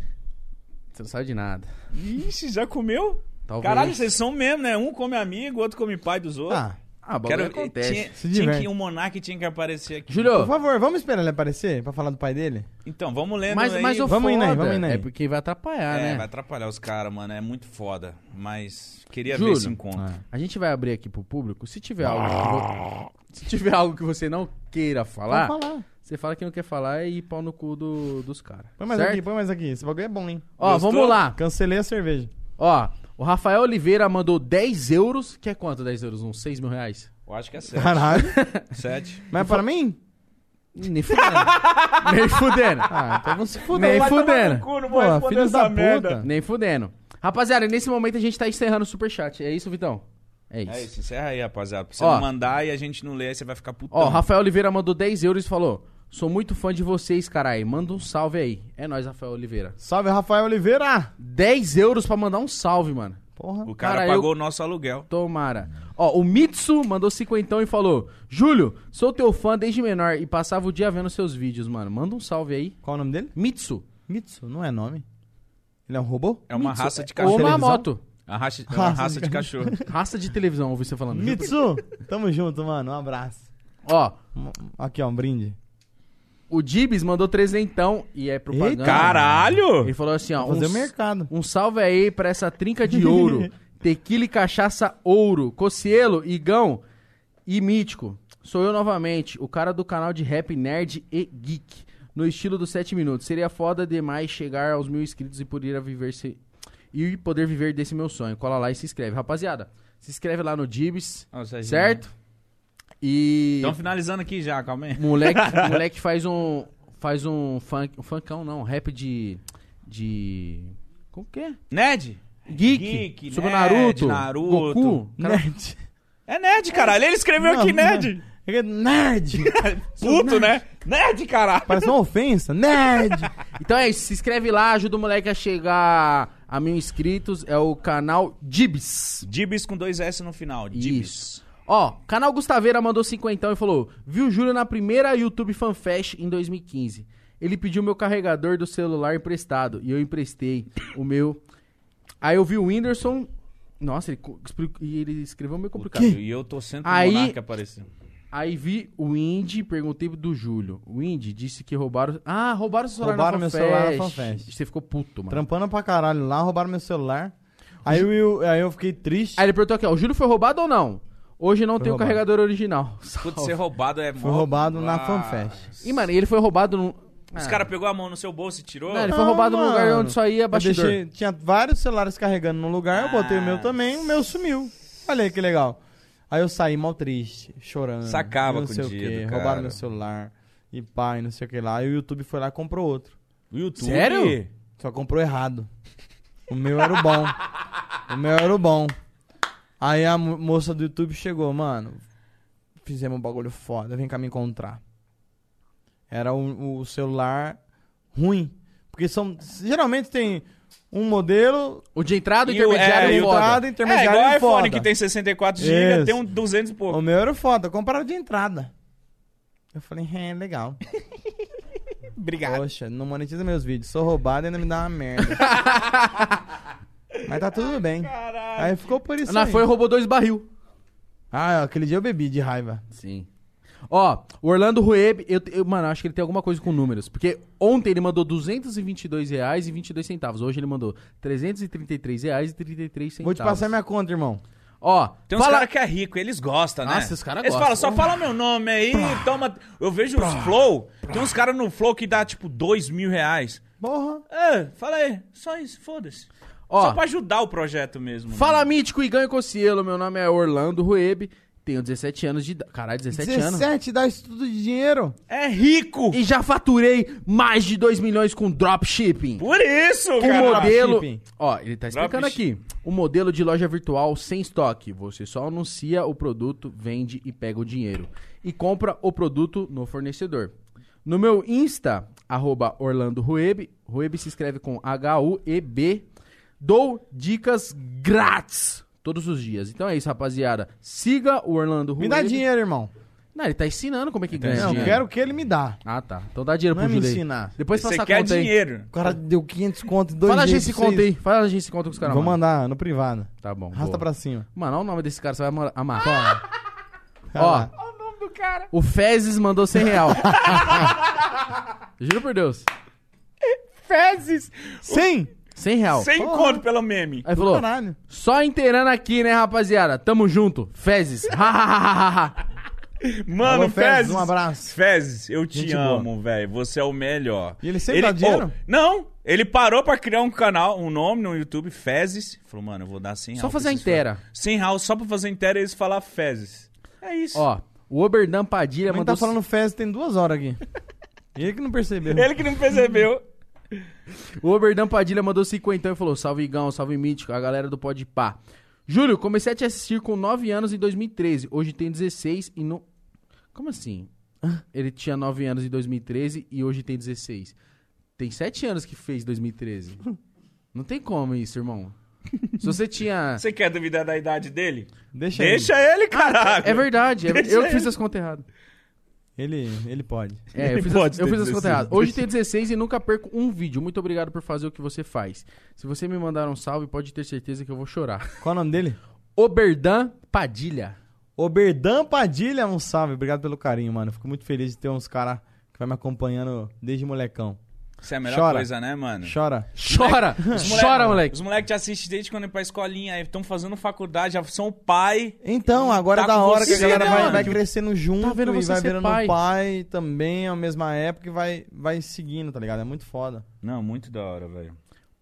Speaker 2: Você não sabe de nada.
Speaker 3: Ixi, já comeu?
Speaker 2: Talvez.
Speaker 3: Caralho, vocês são mesmo, né? Um come amigo, outro come pai dos outros.
Speaker 1: Tá.
Speaker 2: Ah, bagulho
Speaker 3: Quero,
Speaker 2: acontece.
Speaker 3: tinha,
Speaker 1: Se
Speaker 3: tinha
Speaker 1: diverte.
Speaker 3: que o Monark tinha que aparecer aqui.
Speaker 1: Por
Speaker 2: Júlio,
Speaker 1: favor, vamos esperar ele aparecer pra falar do pai dele?
Speaker 3: Então, vamos lendo
Speaker 2: mas,
Speaker 3: aí.
Speaker 2: mas o
Speaker 1: Vamos
Speaker 2: foda
Speaker 1: indo aí, vamos indo aí.
Speaker 2: é porque vai atrapalhar,
Speaker 3: É,
Speaker 2: né?
Speaker 3: vai atrapalhar os caras, mano. É muito foda. Mas queria
Speaker 2: Júlio. Ah.
Speaker 3: ver esse encontro.
Speaker 2: A gente vai abrir aqui pro público. Se tiver algo que, vo- se tiver algo que você não queira falar,
Speaker 1: Pode falar.
Speaker 2: você fala que não quer falar e pau no cu do- dos caras.
Speaker 1: Põe mais
Speaker 2: certo?
Speaker 1: aqui, põe mais aqui. Esse bagulho é bom, hein?
Speaker 2: Ó,
Speaker 3: Gostou?
Speaker 2: vamos lá.
Speaker 1: Cancelei a cerveja.
Speaker 2: Ó, o Rafael Oliveira mandou 10 euros. Que é quanto 10 euros? Uns 6 mil reais?
Speaker 3: Eu acho que é sete.
Speaker 1: Caralho.
Speaker 3: Sete.
Speaker 1: Mas para mim?
Speaker 2: Nem fudendo. Nem fudendo.
Speaker 1: Ah, então não se fudeu.
Speaker 2: Nem fudendo. Tá.
Speaker 3: Cu, não
Speaker 1: Pô, filho da puta.
Speaker 2: Nem fudendo. Rapaziada, nesse momento a gente tá encerrando o superchat. É isso, Vitão? É isso.
Speaker 3: É isso, encerra aí, rapaziada. Pra você
Speaker 2: Ó.
Speaker 3: não mandar e a gente não ler, aí você vai ficar putão.
Speaker 2: Ó, Rafael Oliveira mandou 10 euros e falou: Sou muito fã de vocês, carai. Manda um salve aí. É nóis, Rafael Oliveira.
Speaker 1: Salve, Rafael Oliveira!
Speaker 2: 10 euros pra mandar um salve, mano.
Speaker 1: Porra.
Speaker 3: o cara,
Speaker 2: cara,
Speaker 3: pagou o nosso aluguel.
Speaker 2: Tomara. Ó, o Mitsu mandou cinquentão e falou: Júlio, sou teu fã desde menor e passava o dia vendo seus vídeos, mano. Manda um salve aí.
Speaker 1: Qual o nome dele?
Speaker 2: Mitsu.
Speaker 1: Mitsu, não é nome. Ele é um robô?
Speaker 3: É uma
Speaker 2: Mitsu.
Speaker 3: raça de
Speaker 2: Ou
Speaker 3: cachorro.
Speaker 2: uma
Speaker 1: televisão?
Speaker 2: moto.
Speaker 3: A raça, é uma
Speaker 1: Raça
Speaker 3: raça
Speaker 1: de
Speaker 3: de cachorro.
Speaker 2: Raça de televisão, ouvi você falando.
Speaker 1: Mitsu! Tamo junto, mano. Um abraço.
Speaker 2: Ó,
Speaker 1: Um- Aqui, ó, um brinde.
Speaker 2: o Dibs mandou trezentão e é
Speaker 1: Eita.
Speaker 2: propaganda.
Speaker 3: Caralho!
Speaker 2: Ele falou assim, ó.
Speaker 1: Fazer
Speaker 2: um,
Speaker 1: o mercado.
Speaker 2: um salve aí pra essa trinca de ouro. Tequila e cachaça ouro. Cocielo, Igão e Mítico. Sou eu novamente, o cara do canal de rap nerd e geek. No estilo dos 7 minutos. Seria foda demais chegar aos mil inscritos e poder viver se... e poder viver desse meu sonho. Cola lá e se inscreve. Rapaziada, se inscreve lá no Dibs,
Speaker 3: Nossa, gente.
Speaker 2: certo? E.
Speaker 3: Estão finalizando aqui já, calma aí.
Speaker 2: Moleque, moleque faz um. Faz um funk. Um funkão, não. Rap de. De. Como que é?
Speaker 3: Nerd?
Speaker 2: Geek.
Speaker 3: Geek,
Speaker 2: sobre o
Speaker 3: nerd,
Speaker 2: Naruto.
Speaker 3: Naruto.
Speaker 2: Goku. né? Cara,
Speaker 1: Nerd.
Speaker 3: É nerd, caralho. Ele escreveu
Speaker 1: Não,
Speaker 3: aqui
Speaker 1: não é.
Speaker 3: nerd.
Speaker 1: Ele é Nerd!
Speaker 3: Puto, né? Nerd, caralho.
Speaker 1: Parece uma ofensa. Nerd!
Speaker 2: Então é isso. Se inscreve lá, ajuda o moleque a chegar a mil inscritos. É o canal Dibs.
Speaker 3: Dibs com dois S no final. Dibs.
Speaker 2: Ó, canal Gustaveira mandou cinquentão e falou: Viu o Júlio na primeira YouTube FanFest em 2015. Ele pediu meu carregador do celular emprestado e eu emprestei o meu. Aí eu vi o Whindersson. Nossa, ele, co- expli- e ele escreveu meio complicado.
Speaker 3: E eu tô sendo
Speaker 2: Aí-
Speaker 3: o monarca aparecendo.
Speaker 2: Aí vi o Indy, perguntei do Júlio. O Indy disse que roubaram. Ah, roubaram seu celular
Speaker 1: Roubaram
Speaker 2: na
Speaker 1: meu
Speaker 2: FanFest.
Speaker 1: celular na FanFest.
Speaker 2: Você ficou puto, mano.
Speaker 1: Trampando pra caralho lá, roubaram meu celular. Aí eu, aí eu fiquei triste.
Speaker 2: Aí ele perguntou aqui: ó, o Júlio foi roubado ou não? Hoje não tem o
Speaker 1: roubado.
Speaker 2: carregador original.
Speaker 3: Putz, ser roubado é
Speaker 1: Tá Foi
Speaker 3: mó-
Speaker 1: roubado na
Speaker 3: Ah.
Speaker 1: FanFest.
Speaker 2: E, mano, ele foi roubado num.
Speaker 3: Os
Speaker 2: Ah.
Speaker 3: caras pegou a mão no seu bolso e tirou.
Speaker 2: Não, ele
Speaker 1: Ah,
Speaker 2: foi roubado num lugar
Speaker 1: mano.
Speaker 2: onde só ia
Speaker 1: Eu
Speaker 2: bastidor.
Speaker 1: deixei, tinha vários celulares carregando no lugar, eu botei o meu também, o meu sumiu. Olha aí que legal. Aí eu saí mal triste, chorando.
Speaker 3: Isso acaba
Speaker 1: não
Speaker 3: com o
Speaker 1: sei o
Speaker 3: dia
Speaker 1: quê,
Speaker 3: do cara.
Speaker 1: Roubaram meu celular. E pai, não sei o que lá. Aí o YouTube foi lá e comprou outro.
Speaker 3: O YouTube. É,
Speaker 2: Sério?
Speaker 1: Só comprou errado. O meu era o bom. O meu era o bom. Aí a mo- moça do YouTube chegou, mano. Fizemos um bagulho foda, vem cá me encontrar. Era o, o celular ruim. Porque são. Geralmente tem um modelo,
Speaker 2: O de entrada e
Speaker 3: E o-
Speaker 2: intermediário
Speaker 3: é,
Speaker 2: é,
Speaker 3: e o
Speaker 2: foda.
Speaker 1: entrada,
Speaker 3: É,
Speaker 1: intermediário
Speaker 3: igual o
Speaker 1: e
Speaker 3: iPhone
Speaker 1: foda.
Speaker 3: que tem 64 GB,
Speaker 1: Isso.
Speaker 3: tem um 200 e pouco.
Speaker 1: O meu era foda, compraram de entrada. Eu falei, é, legal.
Speaker 8: Obrigado.
Speaker 1: Poxa, não monetiza meus vídeos. Sou roubado e ainda me dá uma merda. Mas tá tudo bem.
Speaker 3: Caralho.
Speaker 1: Aí ficou
Speaker 3: é
Speaker 1: por isso
Speaker 2: Ana
Speaker 1: aí.
Speaker 2: foi e roubou dois barril.
Speaker 1: Ah, aquele dia eu bebi de raiva.
Speaker 2: Sim. Ó, o Orlando Rueb, eu, eu- mano, acho que ele tem alguma coisa com números. Porque ontem ele mandou R$ 222,22. Hoje ele mandou R$ 333,33.
Speaker 1: Vou te passar minha conta, irmão.
Speaker 2: Ó,
Speaker 3: Tem uns
Speaker 2: fala...
Speaker 3: caras que é rico, eles gostam, né?
Speaker 2: Nossa, os caras
Speaker 3: Eles
Speaker 2: gostam.
Speaker 3: falam, só fala meu nome aí, toma. Eu vejo os Flow, tem uns caras no Flow que dá tipo dois mil reais.
Speaker 1: Porra.
Speaker 3: É, fala aí, só isso, foda-se.
Speaker 2: Ó.
Speaker 3: Só pra ajudar o projeto mesmo. né?
Speaker 2: Fala Mítico e Ganho Cossielo, meu nome é Orlando Rueb, tenho 17 anos de idade. Caralho, 17, anos.
Speaker 1: 17 dá isso tudo de dinheiro.
Speaker 3: É rico!
Speaker 2: E já faturei mais de 2 milhões com dropshipping.
Speaker 3: Por isso,
Speaker 2: O
Speaker 3: cara!
Speaker 2: modelo.
Speaker 1: Dropshipping.
Speaker 2: Ó, ele tá explicando aqui.
Speaker 3: Dropshipping.
Speaker 2: O modelo de loja virtual sem estoque. Você só anuncia o produto, vende e pega o dinheiro. E compra o produto no fornecedor. No meu Insta, arroba Orlando Rueb, Rueb se escreve com H-U-E-B, dou dicas grátis todos os dias. Então é isso, rapaziada. Siga o Orlando
Speaker 1: Me dá
Speaker 2: Rueb.
Speaker 1: dinheiro, irmão.
Speaker 2: Não, ele tá ensinando como é que ganha
Speaker 1: Não, eu
Speaker 2: dinheiro.
Speaker 1: quero que ele me dá.
Speaker 2: Ah, tá. Então dá dinheiro
Speaker 1: Não é
Speaker 2: pro
Speaker 1: me
Speaker 2: Julei.
Speaker 1: ensinar.
Speaker 2: Depois passa
Speaker 3: Você
Speaker 2: a
Speaker 3: quer
Speaker 2: conta aí.
Speaker 3: dinheiro.
Speaker 1: O cara deu 500 conto em dois
Speaker 2: Fala a
Speaker 1: dias.
Speaker 2: gente se
Speaker 1: pra vocês.
Speaker 2: conta aí. Fala a gente se conta com os caras.
Speaker 1: Vou
Speaker 2: mandam.
Speaker 1: mandar no privado.
Speaker 2: Tá bom.
Speaker 1: Arrasta
Speaker 2: boa.
Speaker 1: pra cima.
Speaker 2: Mano, olha o nome desse cara, você vai amar- amar.
Speaker 1: Olha
Speaker 2: Ó,
Speaker 1: lá.
Speaker 2: o Fezes mandou 100 real. Juro por Deus.
Speaker 3: Fezes!
Speaker 1: Sim!
Speaker 2: 100 real.
Speaker 3: Sem conto pelo meme.
Speaker 2: Aí falou,
Speaker 1: Caralho.
Speaker 2: só inteirando aqui, né, rapaziada? Tamo junto. Fezes. Ha,
Speaker 3: Mano,
Speaker 1: Alô, Fezes,
Speaker 3: Fezes.
Speaker 1: um abraço.
Speaker 3: Fezes, eu te
Speaker 2: Gente boa.
Speaker 3: amo, velho. Você é o melhor.
Speaker 1: E ele sempre dá
Speaker 2: tá
Speaker 1: dinheiro?
Speaker 3: Oh, não, ele parou pra criar um canal, um nome no YouTube, Fezes. Falou, mano, eu vou dar 100
Speaker 2: Só
Speaker 3: reais pra
Speaker 2: fazer a
Speaker 3: esses
Speaker 2: inteira.
Speaker 3: fãs. 100 reais só pra fazer a inteira e eles falar Fezes. É isso.
Speaker 2: Ó, o Oberdan Padilha
Speaker 1: Ele
Speaker 2: mandou...
Speaker 1: tá falando Fez tem duas horas aqui. Ele que não percebeu.
Speaker 3: Ele que não percebeu.
Speaker 2: O Oberdan Padilha mandou 50 e falou: Salve Igão, salve Mítico, a galera do Pode Pá. Júlio, comecei a te assistir com 9 anos em 2013. Hoje tenho 16 e não. Como assim? Ele tinha 9 anos em 2013 e hoje tem 16. Tem 7 anos que fez 2013. Não tem como isso, irmão. Se você tinha.
Speaker 3: Você quer duvidar da idade dele?
Speaker 1: Deixa,
Speaker 3: Deixa ele, caralho.
Speaker 2: É verdade, é-
Speaker 3: Deixa
Speaker 2: eu que
Speaker 3: ele.
Speaker 2: fiz as contas erradas.
Speaker 1: ele. Ele, ele pode.
Speaker 2: É,
Speaker 3: Ele
Speaker 2: eu fiz,
Speaker 3: pode
Speaker 2: as, eu
Speaker 3: ter
Speaker 2: fiz as contas
Speaker 3: 16.
Speaker 2: erradas. Hoje tem 16 e nunca perco um vídeo. Muito obrigado por fazer o que você faz. Se você me mandar um salve, pode ter certeza que eu vou chorar.
Speaker 1: Qual o nome dele?
Speaker 2: Oberdan Padilha.
Speaker 1: Oberdan Padilha, um salve. Obrigado pelo carinho, mano. Fico muito feliz de ter uns caras que vai me acompanhando desde molecão.
Speaker 3: Isso é a melhor
Speaker 1: Chora.
Speaker 3: coisa, né, mano?
Speaker 1: Chora.
Speaker 2: Chora! Chora, moleque!
Speaker 3: Os moleques te assistem desde quando é pra escolinha, aí estão fazendo faculdade, já são o pai.
Speaker 1: Então, agora
Speaker 3: Tá
Speaker 1: é da
Speaker 3: com
Speaker 1: hora
Speaker 3: você,
Speaker 1: que a galera
Speaker 3: né,
Speaker 1: vai,
Speaker 3: mano?
Speaker 1: vai crescendo junto
Speaker 2: Tá vendo
Speaker 1: e
Speaker 2: você
Speaker 1: vai
Speaker 2: ser
Speaker 1: virando
Speaker 2: pai.
Speaker 1: pai. também, à mesma época, e vai, vai seguindo, tá ligado? É muito foda.
Speaker 3: Não, muito da hora, velho.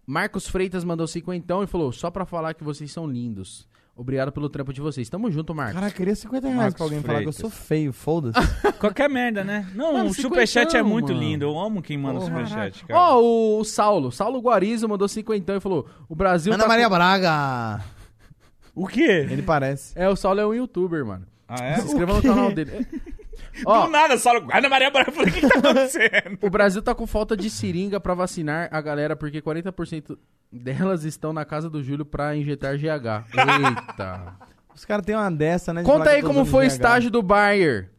Speaker 2: Marcos Freitas mandou cinquentão e falou: só pra falar que vocês são lindos. Obrigado pelo trampo de vocês. Tamo junto, Marcos.
Speaker 1: Cara, eu queria 50 reais
Speaker 3: Marcos
Speaker 1: pra alguém falar que eu
Speaker 3: Freitas.
Speaker 1: sou feio, foda-se.
Speaker 3: Qualquer merda, né? Não,
Speaker 2: Mano,
Speaker 3: o superchat é
Speaker 2: cinquentão,
Speaker 3: muito
Speaker 2: mano.
Speaker 3: lindo. Eu amo quem manda superchat, cara.
Speaker 2: Ó, o, o Saulo. Saulo Guarizo mandou cinquentão e falou: o Brasil.
Speaker 1: Ana
Speaker 2: tá
Speaker 1: Maria
Speaker 2: com-
Speaker 1: Braga!
Speaker 3: O quê?
Speaker 1: Ele parece.
Speaker 2: É, o Saulo é um youtuber, mano.
Speaker 3: Ah, é?
Speaker 2: Se inscreva no canal dele.
Speaker 3: Do
Speaker 2: Ó,
Speaker 3: nada, Saulo. Ana Maria Braga, eu falei, o que que tá acontecendo?
Speaker 2: o Brasil tá com falta de seringa pra vacinar a galera, porque 40% delas estão na casa do Júlio pra injetar GH. Eita.
Speaker 1: Os caras têm uma dessa, né? de
Speaker 2: Conta
Speaker 1: falar
Speaker 2: aí
Speaker 1: que
Speaker 2: como
Speaker 1: todos
Speaker 2: foi o
Speaker 1: os GH.
Speaker 2: estágio do Bayer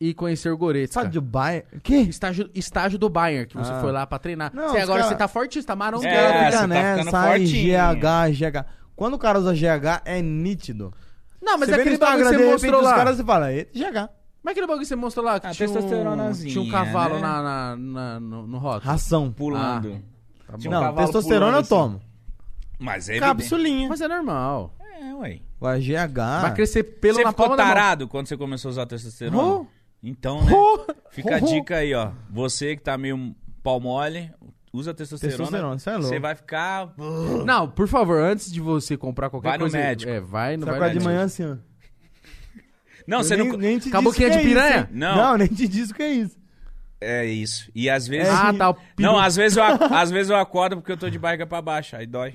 Speaker 2: e conhecer o Goretzka.
Speaker 1: Estágio de Dubai? O quê?
Speaker 2: Estágio, estágio do Bayern, que você
Speaker 1: Ah.
Speaker 2: foi lá pra treinar.
Speaker 1: Não,
Speaker 2: Você
Speaker 1: os
Speaker 2: agora
Speaker 1: cara-
Speaker 2: você tá forte, você tá maromba.
Speaker 3: É,
Speaker 1: O cara
Speaker 3: você
Speaker 1: fica
Speaker 3: tá
Speaker 1: nessa,
Speaker 3: ficando
Speaker 1: ai,
Speaker 3: fortinho.
Speaker 1: GH, GH. Quando o cara usa GH, é nítido.
Speaker 2: Não, mas é
Speaker 1: vê
Speaker 2: aquele
Speaker 1: no
Speaker 2: bagulho que
Speaker 1: de
Speaker 2: você
Speaker 1: repente,
Speaker 2: mostrou
Speaker 1: os
Speaker 2: lá.
Speaker 1: caras se falam, "E, GH.
Speaker 2: Mas aquele bagulho que você mostrou lá, que
Speaker 3: A
Speaker 2: tinha, um,
Speaker 3: Ah, testosteronazinha,
Speaker 2: tinha um cavalo
Speaker 3: né?
Speaker 2: na, na- na- no, no rótulo.
Speaker 1: Ração.
Speaker 3: Pulando.
Speaker 2: Tá
Speaker 3: Tinha um
Speaker 1: Ah, Não,
Speaker 3: cavalo
Speaker 1: testosterona
Speaker 3: pulando
Speaker 1: eu
Speaker 3: assim.
Speaker 1: tomo.
Speaker 3: Mas é evidente.
Speaker 1: Capsulinha.
Speaker 2: Mas é normal.
Speaker 3: É, ué.
Speaker 1: O GH.
Speaker 2: Vai crescer pelo
Speaker 3: você
Speaker 2: na
Speaker 3: ficou
Speaker 2: palma da mão.
Speaker 3: tarado quando você começou a usar testosterona?
Speaker 1: Oh.
Speaker 3: Então, né? Fica a
Speaker 1: Oh.
Speaker 3: dica aí, ó. Você que tá meio pau mole, usa testosterona.
Speaker 1: Testosterona, isso é louco.
Speaker 3: Você vai ficar...
Speaker 2: Não, por favor, antes de você comprar qualquer
Speaker 3: Vai no
Speaker 2: coisa...
Speaker 3: médico.
Speaker 2: É, vai
Speaker 1: Você
Speaker 2: no vai
Speaker 1: acorda
Speaker 2: no
Speaker 1: de manhã assim, ó.
Speaker 3: Não,
Speaker 1: Eu
Speaker 3: você
Speaker 1: nem,
Speaker 3: não...
Speaker 1: nem te
Speaker 2: Caboquinha
Speaker 1: disse
Speaker 2: de
Speaker 1: que é isso,
Speaker 2: piranha?
Speaker 1: hein?
Speaker 3: Não.
Speaker 1: Não, nem te disse o que é isso.
Speaker 3: É isso. E às vezes...
Speaker 2: Ah, tá. o peru-
Speaker 3: Não, às vezes, eu, ac- às vezes eu acordo porque eu tô de barriga pra baixo, aí dói.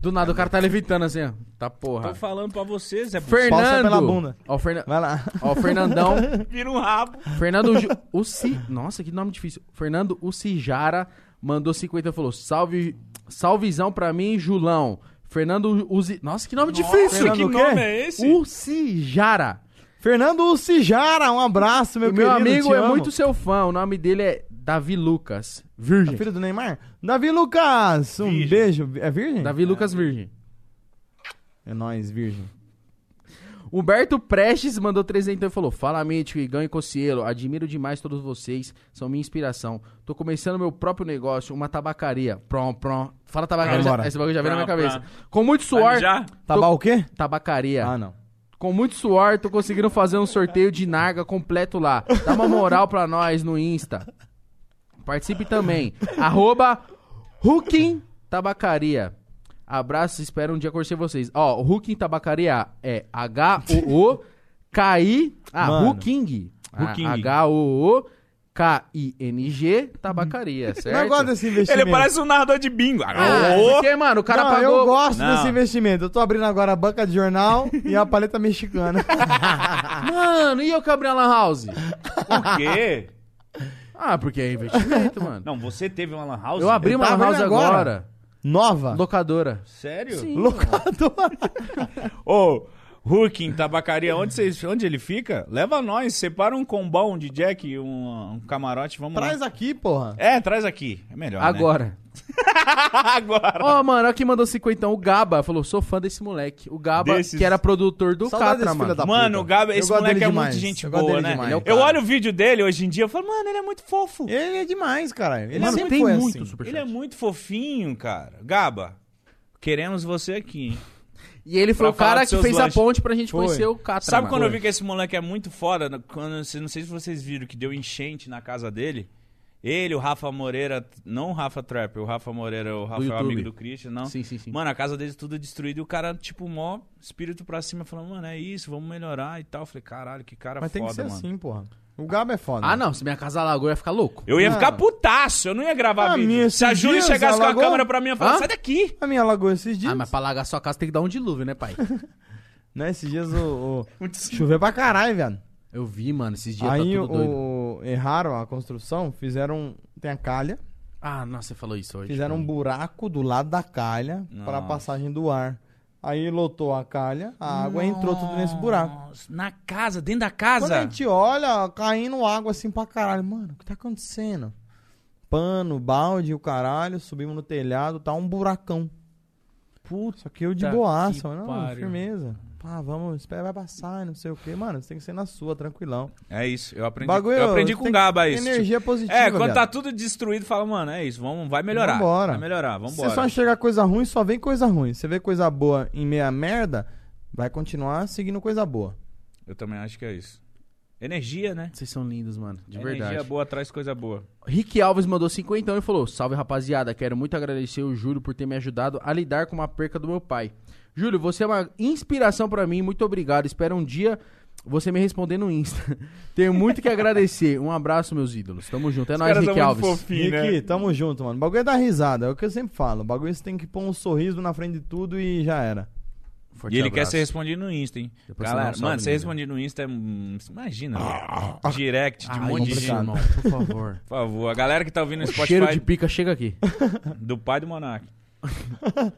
Speaker 2: Do nada, o cara tá levitando assim, ó. Tá porra.
Speaker 3: Tô falando pra vocês, é
Speaker 2: Fernando.
Speaker 1: Passa pela bunda.
Speaker 2: Ó, o Fernan-
Speaker 1: Vai lá.
Speaker 2: Ó, o Fernandão.
Speaker 3: Vira um rabo.
Speaker 2: Fernando Ju... o Ci- Nossa, que nome difícil. Fernando Ucijara mandou 50 e falou: Salve, salvezão pra mim, Julão. Fernando Uzi... Nossa, que nome difícil!
Speaker 1: Fernando
Speaker 3: que
Speaker 1: o quê?
Speaker 3: nome é esse?
Speaker 2: Ucijara.
Speaker 1: Fernando Cijara, um abraço, meu
Speaker 2: Meu, meu
Speaker 1: querido.
Speaker 2: amigo
Speaker 1: te
Speaker 2: é
Speaker 1: amo.
Speaker 2: muito seu fã. O nome dele é Davi Lucas, virgem.
Speaker 1: É Filho do Neymar? Davi Lucas! Um
Speaker 3: Virgem.
Speaker 1: beijo. É virgem?
Speaker 2: Davi Lucas, virgem.
Speaker 1: É nóis, virgem.
Speaker 2: Humberto Prestes mandou 300 e falou: Fala, Mítico, Igão e Cocielo. Admiro demais todos vocês, são minha inspiração. Tô começando meu próprio negócio, uma tabacaria. Prom, prom. Fala tabacaria,
Speaker 1: Vambora.
Speaker 2: já, esse bagulho já veio na minha
Speaker 3: Prom,
Speaker 2: cabeça. Com muito suor.
Speaker 3: Já?
Speaker 1: Tabar Tá o quê?
Speaker 2: Tabacaria.
Speaker 1: Ah, não.
Speaker 2: Com muito suor, tô conseguindo fazer um sorteio de narga completo lá. Dá uma moral pra nós no Insta. Participe também. Arroba Hooking Tabacaria. Abraço, espero um dia conhecer vocês. Ó, o Hooking Tabacaria é H-O-O-K-I... Ah,
Speaker 1: Mano.
Speaker 2: Hooking. Ah,
Speaker 3: Hooking.
Speaker 2: H-O-O-K-I-N-G Tabacaria, certo?
Speaker 1: Não gosto desse investimento.
Speaker 3: Ele parece um narrador de bingo.
Speaker 2: Ah,
Speaker 3: Ô!
Speaker 2: porque, mano, o cara
Speaker 1: não,
Speaker 2: pagou...
Speaker 1: eu gosto
Speaker 3: Não.
Speaker 1: desse investimento. Eu tô abrindo agora a banca de jornal e a paleta mexicana.
Speaker 2: Ah, Mano, e eu que abri a Lan House?
Speaker 3: Por quê?
Speaker 2: Ah, porque é investimento, mano.
Speaker 3: Não, você teve uma lan house?
Speaker 2: Eu abri
Speaker 1: Eu
Speaker 2: uma
Speaker 1: tava
Speaker 2: lan house
Speaker 1: vendo agora.
Speaker 2: agora.
Speaker 1: Nova?
Speaker 2: Locadora.
Speaker 3: Sério?
Speaker 1: Locadora.
Speaker 3: Ô, Hulk em tabacaria, onde, vocês, onde ele fica? Leva nós, separa um combão de Jack e um, um camarote, vamos
Speaker 1: Traz
Speaker 3: lá.
Speaker 1: aqui, porra.
Speaker 3: É, traz aqui. É melhor, né?
Speaker 2: Agora.
Speaker 3: Agora.
Speaker 2: Ó, mano, aqui mandou 50. O Gaba falou: sou fã desse moleque. O Gaba,
Speaker 3: Desses-
Speaker 2: que era produtor do
Speaker 1: Saudade
Speaker 2: Catra,
Speaker 1: desse filho
Speaker 2: mano.
Speaker 1: da puta.
Speaker 3: Mano, o Gabi,
Speaker 1: Eu
Speaker 3: esse
Speaker 1: gosto
Speaker 3: moleque
Speaker 1: dele
Speaker 3: é
Speaker 1: demais.
Speaker 3: muito gente
Speaker 1: Eu gosto
Speaker 3: boa,
Speaker 1: dele
Speaker 3: né?
Speaker 1: demais,
Speaker 2: Ele é o
Speaker 3: eu
Speaker 2: cara.
Speaker 3: olho o vídeo dele hoje em dia e falo, mano, ele é muito fofo. Ele,
Speaker 1: Ele é demais, cara. Ele
Speaker 2: Mano,
Speaker 1: sempre
Speaker 2: tem
Speaker 1: foi
Speaker 2: muito
Speaker 1: assim.
Speaker 2: superchat.
Speaker 3: é muito fofinho, cara. Gaba, queremos você aqui. hein?
Speaker 2: E ele foi
Speaker 3: Pra
Speaker 2: o cara
Speaker 3: falar
Speaker 2: que
Speaker 3: dos seus
Speaker 2: fez
Speaker 3: lanches.
Speaker 2: a ponte pra gente
Speaker 1: Foi.
Speaker 2: conhecer o Catra.
Speaker 3: Sabe
Speaker 2: mano.
Speaker 3: quando eu vi que esse moleque é muito foda? No- Quando, se- não sei se vocês viram que deu enchente na casa dele. Ele, o Rafa Moreira, não o Rafa Trap, o Rafa Moreira, o Rafa é o
Speaker 2: YouTube.
Speaker 3: amigo do Christian, não.
Speaker 2: Sim, sim, sim.
Speaker 3: Mano, a casa deles tudo destruída e o cara, tipo, mó espírito pra cima, falando, mano, é isso, vamos melhorar e tal. Eu falei, caralho, que cara
Speaker 1: Mas
Speaker 3: foda,
Speaker 1: tem que ser
Speaker 3: mano.
Speaker 1: assim, porra. O Gabo é foda.
Speaker 2: Ah, não. Se minha casa alagou, eu ia ficar louco.
Speaker 3: Eu ia
Speaker 1: Ah.
Speaker 3: ficar putaço, eu não ia gravar
Speaker 1: Ah,
Speaker 3: vídeo.
Speaker 1: minha,
Speaker 3: Se a
Speaker 1: esses
Speaker 3: Júlia
Speaker 1: dias,
Speaker 3: chegasse com a
Speaker 1: alagou?
Speaker 3: câmera pra mim, eu ia falar,
Speaker 2: Hã?
Speaker 3: sai daqui.
Speaker 1: A minha lagoa esses dias.
Speaker 2: Ah, mas pra alagar sua casa tem que dar um dilúvio, né, pai?
Speaker 1: né, esses dias o. o- Choveu pra caralho, velho.
Speaker 2: Eu vi, mano, esses dias
Speaker 1: Aí
Speaker 2: tá tudo doido.
Speaker 1: o... erraram a construção, fizeram. Tem a calha.
Speaker 2: Ah, nossa, você falou isso hoje.
Speaker 1: Fizeram um buraco do lado da calha para
Speaker 3: Nossa.
Speaker 1: passagem do ar. Aí lotou a calha, a água entrou tudo nesse buraco.
Speaker 3: Nossa, Na casa, dentro da
Speaker 1: Quando a
Speaker 3: casa.
Speaker 1: gente olha, caindo água assim pra caralho. Mano, o que tá acontecendo? Pano, balde, o caralho, subimos no telhado, tá um buracão. Putz, aqui eu de
Speaker 3: que
Speaker 1: boaça, mano. Não,
Speaker 3: pariu.
Speaker 1: firmeza. Pá, vamos, espera, vai passar, não sei o quê. Mano, você tem que ser na sua, tranquilão.
Speaker 3: É isso, eu aprendi,
Speaker 1: Bagulho,
Speaker 3: eu aprendi com
Speaker 1: tem
Speaker 3: o
Speaker 1: que
Speaker 3: Gaba
Speaker 1: ter
Speaker 3: isso. tipo,
Speaker 1: Energia positiva.
Speaker 3: É, quando tá
Speaker 1: viado.
Speaker 3: tudo destruído, fala, mano, é isso, vamos, vai melhorar.
Speaker 1: Vambora.
Speaker 3: Vai melhorar, vamos
Speaker 1: Se você só enxergar coisa ruim, só vem coisa ruim. Você vê coisa boa em meia merda, vai continuar seguindo coisa boa.
Speaker 3: Eu também acho que é isso. Energia, né?
Speaker 2: Vocês são lindos, mano. De
Speaker 3: Energia é
Speaker 2: verdade.
Speaker 3: boa traz coisa boa.
Speaker 2: Rick Alves mandou 50 e falou: Salve rapaziada, quero muito agradecer o Júlio por ter me ajudado a lidar com uma perca do meu pai. Júlio, você é uma inspiração pra mim, muito obrigado. Espero um dia você me responder no Insta. Tenho muito que agradecer. Um abraço, meus ídolos. Tamo junto. É nóis, Rick Alves.
Speaker 1: E aqui, tamo junto, mano. O bagulho é dar risada, é o que eu sempre falo. O bagulho você tem que pôr um sorriso na frente de tudo e já era.
Speaker 2: Forte
Speaker 3: E ele quer
Speaker 2: abraço.
Speaker 3: ser respondido no Insta, hein?
Speaker 2: Depois
Speaker 3: Galera,
Speaker 2: você dá um salve
Speaker 3: mano, ser
Speaker 2: nele.
Speaker 3: respondido no Insta é. hum, Imagina,
Speaker 1: Ah.
Speaker 3: velho. Direct de
Speaker 2: Ai,
Speaker 3: um monte de
Speaker 2: complicado, irmão,
Speaker 3: gente.
Speaker 2: por favor.
Speaker 3: Por favor, a galera que tá ouvindo
Speaker 2: O
Speaker 3: no
Speaker 2: cheiro de
Speaker 3: Spotify
Speaker 2: pica chega aqui.
Speaker 3: do pai do Monark.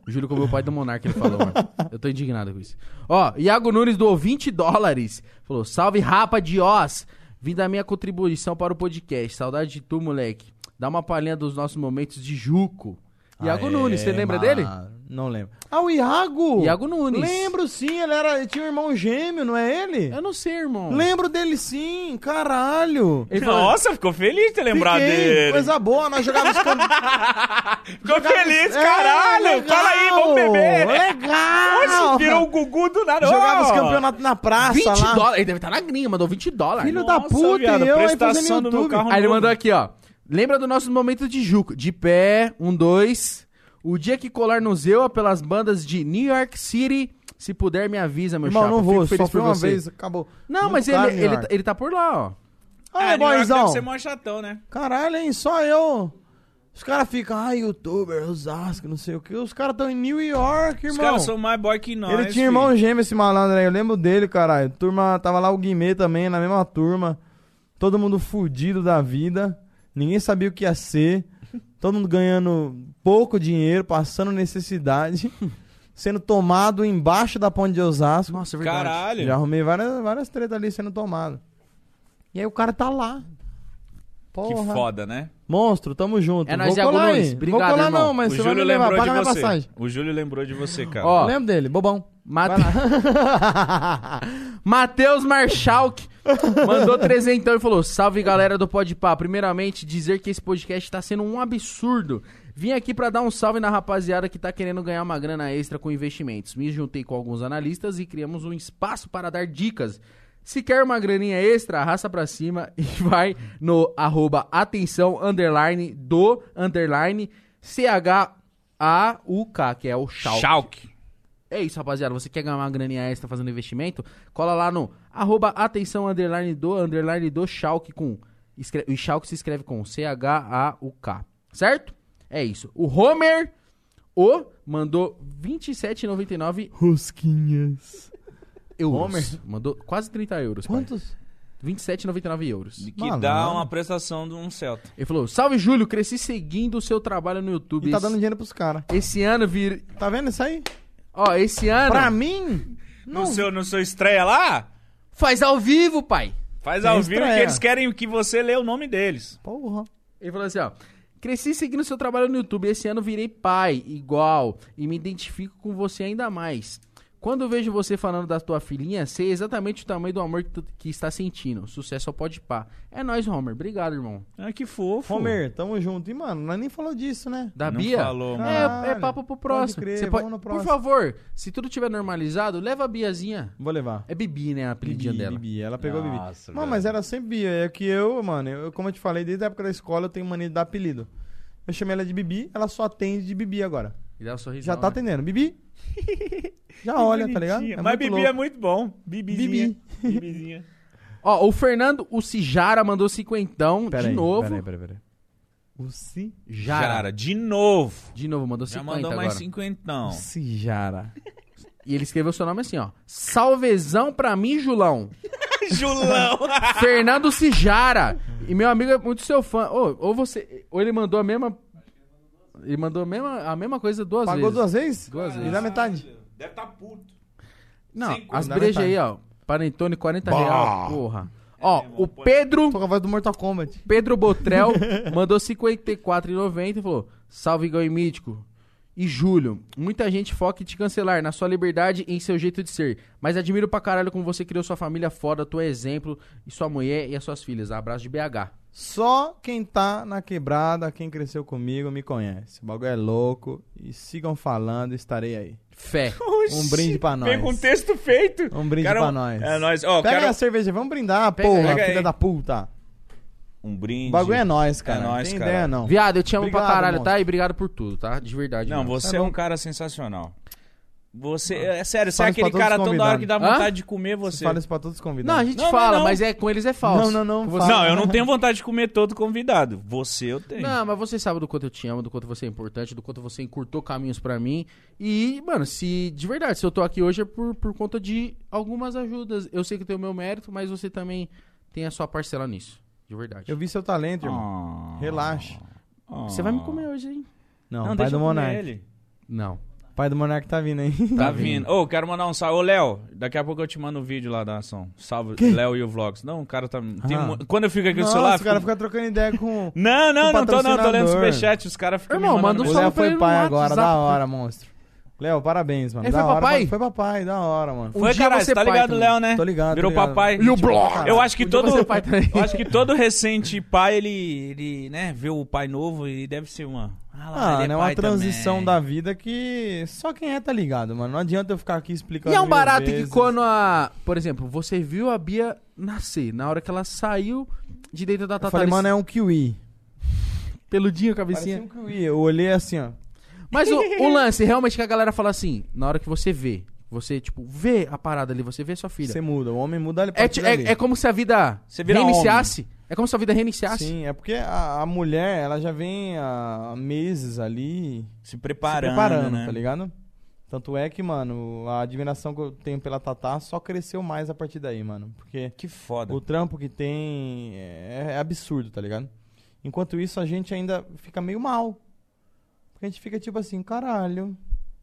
Speaker 2: O Júlio comeu o pai do Monarca, ele falou, mano. Eu tô indignado com isso. Ó, Iago Nunes doou 20 dólares. Falou, salve rapa de Oz. Vim da minha contribuição para o podcast. Saudade de tu, moleque. Dá uma palhinha dos nossos momentos de Juco. Iago
Speaker 1: Aê,
Speaker 2: Nunes, você lembra
Speaker 1: mano.
Speaker 2: dele?
Speaker 1: Não lembro. Ah, o Iago!
Speaker 2: Iago Nunes.
Speaker 1: Lembro sim, ele era. ele tinha um irmão gêmeo, não é ele?
Speaker 2: Eu não sei, irmão.
Speaker 1: Lembro dele sim, caralho.
Speaker 2: Ele falou,
Speaker 3: Nossa, ficou feliz de ter lembrado
Speaker 1: Fiquei,
Speaker 3: dele.
Speaker 1: Coisa boa, nós jogávamos esconde-
Speaker 3: Ficou feliz,
Speaker 1: É,
Speaker 3: caralho.
Speaker 1: legal,
Speaker 3: Fala aí, vamos beber.
Speaker 1: Legal!
Speaker 3: Nossa,
Speaker 1: um
Speaker 3: virou o Gugu do nada.
Speaker 1: Jogava os
Speaker 3: Ó.
Speaker 1: campeonatos na praça
Speaker 2: 20
Speaker 1: lá.
Speaker 2: dólares. Ele deve estar na gringa, mandou 20 dólares.
Speaker 1: Filho da
Speaker 3: Nossa,
Speaker 1: puta,
Speaker 3: viado,
Speaker 1: e eu aí
Speaker 3: prestação
Speaker 1: fazendo
Speaker 3: do meu
Speaker 1: YouTube.
Speaker 3: carro.
Speaker 2: Aí ele
Speaker 3: novo.
Speaker 2: mandou aqui, ó. Lembra do nosso momento de Juco. De pé, um, dois. O dia que colar no Zewa pelas bandas de New York City. Se puder, me avisa, meu
Speaker 1: Irmão,
Speaker 2: chapa.
Speaker 1: não
Speaker 2: Fico
Speaker 1: vou,
Speaker 2: feliz
Speaker 1: só
Speaker 2: por
Speaker 1: foi uma
Speaker 2: você.
Speaker 1: vez, acabou.
Speaker 2: Não,
Speaker 1: Muito
Speaker 2: mas
Speaker 1: caro,
Speaker 2: ele, ele,
Speaker 1: New York.
Speaker 2: ele tá É, por lá, ó.
Speaker 1: Olha,
Speaker 3: Ah, New York
Speaker 1: boyzão.
Speaker 3: Deve ser mó chatão, né?
Speaker 1: Caralho, hein, só eu. Os caras ficam, ah, youtuber, Osasco, não sei o que. Os caras tão em New York,
Speaker 3: Os
Speaker 1: irmão.
Speaker 3: caras são mais boy que nós.
Speaker 1: Ele tinha
Speaker 3: filho.
Speaker 1: irmão gêmeo, esse malandro aí. Eu lembro dele, caralho. Turma, tava lá o Guimê também, na mesma turma. Todo mundo fudido da vida. Ninguém sabia o que ia ser. Todo mundo ganhando pouco dinheiro, passando necessidade. Sendo tomado embaixo da ponte de Osasco.
Speaker 2: Nossa, é verdade.
Speaker 3: Caralho.
Speaker 1: Já arrumei várias, várias tretas ali sendo tomado. E aí o cara tá lá. Porra.
Speaker 3: Que foda, né?
Speaker 1: Monstro, tamo junto.
Speaker 2: É nóis,
Speaker 1: Vou
Speaker 2: Iago
Speaker 1: colar
Speaker 2: Nunes.
Speaker 1: aí.
Speaker 2: Obrigado,
Speaker 1: Vou colar
Speaker 2: irmão.
Speaker 1: não, mas
Speaker 3: o
Speaker 1: você vai
Speaker 3: Júlio
Speaker 1: me levar.
Speaker 3: lembrou
Speaker 1: Paga
Speaker 3: de
Speaker 1: minha
Speaker 3: você.
Speaker 1: passagem.
Speaker 3: O Júlio lembrou de você, cara.
Speaker 2: Ó.
Speaker 1: Lembro dele, bobão.
Speaker 2: Mate... Matheus Marchalk mandou trezentão e falou: Salve galera do Podpah. Primeiramente, dizer que esse podcast tá sendo um absurdo. Vim aqui pra dar um salve na rapaziada que tá querendo ganhar uma grana extra com investimentos. Me juntei com alguns analistas e criamos um espaço para dar dicas. Se quer uma graninha extra, arrasta pra cima e vai no arroba atenção underline do underline C-H-A-U-K, que é o Chalk.
Speaker 3: Chalk.
Speaker 2: É isso, rapaziada. Você quer ganhar uma graninha extra fazendo investimento? Cola lá no arroba atenção underline do underline do Shalk com... escre- o Shalk se escreve com C-H-A-U-K. Certo? É isso. O Homer O mandou 27,99.
Speaker 1: Rosquinhas.
Speaker 2: euros.
Speaker 1: Homer?
Speaker 2: Mandou quase 30 euros. pai.
Speaker 1: Quantos?
Speaker 2: 27,99 euros.
Speaker 3: Que
Speaker 1: Malandro.
Speaker 3: dá uma prestação de um Celta.
Speaker 2: Ele falou, salve Júlio, cresci seguindo o seu trabalho no YouTube.
Speaker 1: E tá
Speaker 2: Esse-
Speaker 1: dando dinheiro pros caras.
Speaker 2: Esse ano vir...
Speaker 1: Tá vendo isso aí?
Speaker 2: Ó, esse ano...
Speaker 1: Pra mim,
Speaker 3: No seu, no seu estreia lá,
Speaker 2: Faz ao vivo, pai!
Speaker 3: faz
Speaker 1: Tem
Speaker 3: ao vivo que
Speaker 1: É estreia.
Speaker 3: eles querem que você lê o nome deles.
Speaker 1: porra.
Speaker 2: Ele falou assim, ó. Cresci seguindo seu trabalho no YouTube. Esse ano virei pai, igual, e me identifico com você ainda mais. Quando eu vejo você falando da tua filhinha, sei exatamente o tamanho do amor que, tu- que está sentindo. Sucesso ao pode pá. É nóis, Homer. Obrigado, irmão.
Speaker 3: Ah, que fofo.
Speaker 1: Homer, tamo junto. E, mano, nós nem falou disso, né?
Speaker 2: Da
Speaker 3: Não
Speaker 2: Bia?
Speaker 3: falou, mano.
Speaker 2: é, é
Speaker 1: Caralho.
Speaker 2: papo pro
Speaker 1: Pode
Speaker 2: próximo.
Speaker 1: crer,
Speaker 2: Você
Speaker 1: vamos
Speaker 2: pode-
Speaker 1: no
Speaker 2: Por
Speaker 1: próximo.
Speaker 2: favor, se tudo tiver normalizado, leva a Biazinha.
Speaker 1: Vou levar.
Speaker 2: É Bibi, né, a apelidinha
Speaker 1: Bibi,
Speaker 2: dela.
Speaker 1: Bibi, ela pegou Bibi.
Speaker 3: Nossa,
Speaker 1: Mano, mas era sempre Bia. É que eu, mano, eu, como eu te falei, desde a época da escola eu tenho mania de dar apelido. Eu chamei ela de Bibi, ela só atende de Bibi agora.
Speaker 2: E dá um sorriso.
Speaker 1: Já tá atendendo. Bibi. Já olha, tá ligado?
Speaker 3: Mas
Speaker 1: muito
Speaker 3: Bibi
Speaker 1: louco.
Speaker 3: é muito bom. Bibizinha.
Speaker 1: Bibi.
Speaker 3: Bibizinha.
Speaker 2: Ó, o Fernando, o Cijara mandou cinquentão.
Speaker 1: Pera
Speaker 2: de
Speaker 1: aí,
Speaker 2: novo.
Speaker 1: Pera aí, pera aí, pera aí. O si...
Speaker 2: Jara.
Speaker 3: Cara, de novo.
Speaker 2: De novo, mandou
Speaker 3: Já
Speaker 2: 50
Speaker 3: mandou
Speaker 2: agora.
Speaker 3: mais 50, não.
Speaker 1: Sijara.
Speaker 2: E ele escreveu seu nome assim, ó. Salvezão pra mim, Julão.
Speaker 3: Julão.
Speaker 2: Fernando Sijara. E meu amigo é muito seu fã. Ô, ou você. Ou ele mandou a mesma. Ele mandou a mesma, a mesma coisa duas
Speaker 1: Pagou
Speaker 2: vezes.
Speaker 1: duas vezes?
Speaker 2: Duas
Speaker 1: E
Speaker 2: vezes.
Speaker 1: dá metade.
Speaker 3: Deve tá puto.
Speaker 2: Não,
Speaker 3: Cinco.
Speaker 2: as
Speaker 1: Na
Speaker 2: brejas
Speaker 1: metade.
Speaker 2: aí, ó. Panetone, 40 real. Porra.
Speaker 1: É,
Speaker 2: Ó, o Pedro.
Speaker 1: Tô com a voz do Mortal Kombat.
Speaker 2: Pedro Botrel mandou 54,90 e falou: Salve, Igão e Mítico. E Júlio, muita gente foca em te cancelar na sua liberdade e em seu jeito de ser. Mas admiro pra caralho como você criou sua família foda, tu é exemplo, e sua mulher e as suas filhas. Abraço de BH.
Speaker 1: Só quem tá na quebrada, quem cresceu comigo, me conhece. O bagulho é louco. E sigam falando, estarei aí.
Speaker 2: Fé.
Speaker 1: Um brinde pra nós.
Speaker 3: Vem com texto feito.
Speaker 1: Um brinde
Speaker 3: Cara,
Speaker 1: pra
Speaker 3: um-
Speaker 1: nós.
Speaker 3: É nóis. Ó,
Speaker 1: Pega
Speaker 3: quero-
Speaker 1: a cerveja, vamos brindar,
Speaker 2: Pega-
Speaker 1: porra,
Speaker 3: pega
Speaker 1: filha
Speaker 3: aí.
Speaker 1: da puta.
Speaker 3: Um
Speaker 1: O
Speaker 3: brinde.
Speaker 1: bagulho é nóis, cara.
Speaker 3: É
Speaker 1: não
Speaker 3: nóis,
Speaker 1: tem
Speaker 3: cara.
Speaker 1: ideia, não.
Speaker 2: Viado, eu te amo pra
Speaker 1: Obrigado,
Speaker 2: caralho,
Speaker 1: monstro.
Speaker 2: tá? E obrigado por tudo, tá? De verdade.
Speaker 3: Não,
Speaker 2: mano.
Speaker 3: você
Speaker 1: Tá
Speaker 3: é
Speaker 1: bom.
Speaker 3: um cara sensacional. Você, é sério, você é
Speaker 1: Fala isso pra
Speaker 3: aquele
Speaker 1: todos
Speaker 3: cara
Speaker 1: os
Speaker 3: toda hora que dá
Speaker 2: convidados.
Speaker 3: vontade de comer você.
Speaker 1: Fala isso pra todos os
Speaker 2: Não,
Speaker 1: convidados.
Speaker 2: a gente
Speaker 3: Não, não,
Speaker 2: fala,
Speaker 3: não.
Speaker 2: mas é com eles é falso.
Speaker 1: Não, não, não.
Speaker 2: Você-
Speaker 1: fala.
Speaker 3: Não, eu não tenho vontade de comer todo convidado. Você eu tenho.
Speaker 2: Não, mas você sabe do quanto eu te amo, do quanto você é importante, do quanto você encurtou caminhos pra mim. E, mano, se de verdade, se eu tô aqui hoje é por, por conta de algumas ajudas. Eu sei que tem o meu mérito, mas você também tem a sua parcela nisso. De verdade.
Speaker 1: Eu vi seu talento, irmão.
Speaker 3: Ah,
Speaker 1: Relaxa.
Speaker 3: ah.
Speaker 2: Você vai me comer hoje, hein?
Speaker 1: Não,
Speaker 3: Não,
Speaker 1: pai
Speaker 3: deixa
Speaker 1: do
Speaker 3: eu comer
Speaker 1: Monark.
Speaker 3: ele.
Speaker 2: Não.
Speaker 1: Pai do Monark tá vindo, hein?
Speaker 3: Tá, vindo. Ô, quero mandar um salve. Ô, Léo, daqui a pouco eu te mando o vídeo lá da ação. Salve, Léo e o Vlogs. Não, o cara tá. tem
Speaker 1: Ah.
Speaker 3: mu- Quando eu fico aqui no
Speaker 1: Nossa, o
Speaker 3: celular.
Speaker 1: cara
Speaker 3: fico-
Speaker 1: fica trocando ideia com...
Speaker 3: Não, não,
Speaker 1: com
Speaker 3: não tô, não. Tô lendo
Speaker 1: patrocinador.
Speaker 3: superchat. Os caras ficam me
Speaker 2: Um Irmão,
Speaker 3: mandando
Speaker 2: manda um
Speaker 1: O
Speaker 3: mensagem.
Speaker 1: Léo
Speaker 2: salve pra
Speaker 1: foi
Speaker 2: ele no
Speaker 1: pai agora,
Speaker 2: WhatsApp. tá?
Speaker 1: da hora, monstro. Léo, parabéns, mano.
Speaker 2: Ele
Speaker 1: da
Speaker 2: foi
Speaker 1: hora,
Speaker 2: papai?
Speaker 1: pa- Foi papai, da hora, mano.
Speaker 2: Um
Speaker 3: Foi,
Speaker 2: dia
Speaker 3: caralho,
Speaker 2: você
Speaker 3: você tá
Speaker 2: pai
Speaker 3: ligado,
Speaker 2: também.
Speaker 3: Léo, né?
Speaker 1: Tô ligado,
Speaker 3: Virou
Speaker 1: tô ligado.
Speaker 3: papai. Tipo,
Speaker 1: E o blog?
Speaker 3: Eu acho que
Speaker 2: Um dia
Speaker 3: todo.
Speaker 2: você é pai também.
Speaker 3: eu acho que todo recente pai, ele, ele, né, vê o pai novo e deve ser uma. Ah, lá,
Speaker 1: Ah,
Speaker 3: ele
Speaker 1: é
Speaker 2: né,
Speaker 3: é
Speaker 1: uma
Speaker 3: pai
Speaker 1: transição
Speaker 3: também.
Speaker 1: da vida que só quem é tá ligado, mano. Não adianta eu ficar aqui explicando.
Speaker 2: E é um
Speaker 1: mil
Speaker 2: barato que
Speaker 1: vezes.
Speaker 2: quando a. Por exemplo, você viu a Bia nascer. Na hora que ela saiu de dentro da
Speaker 1: Eu
Speaker 2: Tatá.
Speaker 1: falei, mano, é um kiwi. Parecia
Speaker 2: peludinho, cabecinha.
Speaker 1: um kiwi. Eu olhei assim, ó.
Speaker 2: Mas o, o lance, realmente, que a galera fala assim, na hora que você vê, você, tipo, vê a parada ali, você vê sua filha.
Speaker 1: Você muda, o homem muda ali pra
Speaker 2: É, ti-
Speaker 1: aquilo
Speaker 2: é-
Speaker 1: ali.
Speaker 2: é como se a vida
Speaker 3: Você vira
Speaker 2: reiniciasse. É como se a vida reiniciasse.
Speaker 1: Sim, é porque a, a mulher, ela já vem há meses ali
Speaker 3: Se
Speaker 1: se
Speaker 3: preparando.
Speaker 1: preparando,
Speaker 3: né?
Speaker 1: tá ligado? Tanto é que, mano, a admiração que eu tenho pela Tatá só cresceu mais a partir daí, mano. Porque
Speaker 3: Que foda.
Speaker 1: o trampo que tem é, é absurdo, tá ligado? Enquanto isso, a gente ainda fica meio mal. Porque a gente fica tipo assim, caralho,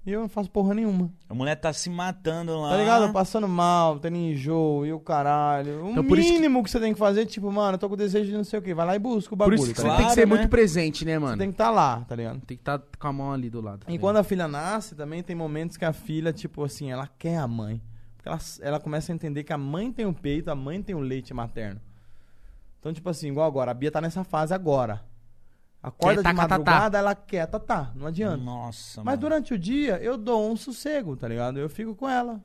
Speaker 1: E eu não faço porra nenhuma.
Speaker 5: A mulher tá se matando lá.
Speaker 3: Ah.
Speaker 1: Tá ligado? Passando mal, tendo enjoo e o caralho. O
Speaker 2: Então, por isso que-
Speaker 1: mínimo que... você tem que fazer é tipo, mano, eu tô com desejo de não sei o quê. Vai lá e busca o
Speaker 2: Por
Speaker 1: bagulho.
Speaker 2: isso que
Speaker 1: tá
Speaker 2: você
Speaker 1: ligado?
Speaker 2: tem que ser
Speaker 5: Claro, né?
Speaker 2: muito presente, né,
Speaker 1: Você
Speaker 2: mano?
Speaker 1: tem que estar tá lá, tá ligado?
Speaker 2: Tem que estar com a mão ali do lado. tá
Speaker 1: E quando a filha nasce, também tem momentos que a filha, tipo assim, ela quer a mãe. Porque ela, ela começa a entender que a mãe tem o peito, a mãe tem o leite materno. Então, tipo assim, igual agora, a Bia tá nessa fase agora. Acorda
Speaker 2: Quer
Speaker 1: de
Speaker 2: tacar, tacar.
Speaker 1: madrugada, ela quer, tá, tá, não adianta.
Speaker 5: Nossa,
Speaker 1: Mas
Speaker 5: mano.
Speaker 1: durante o dia, eu dou um sossego, tá ligado? Eu fico com ela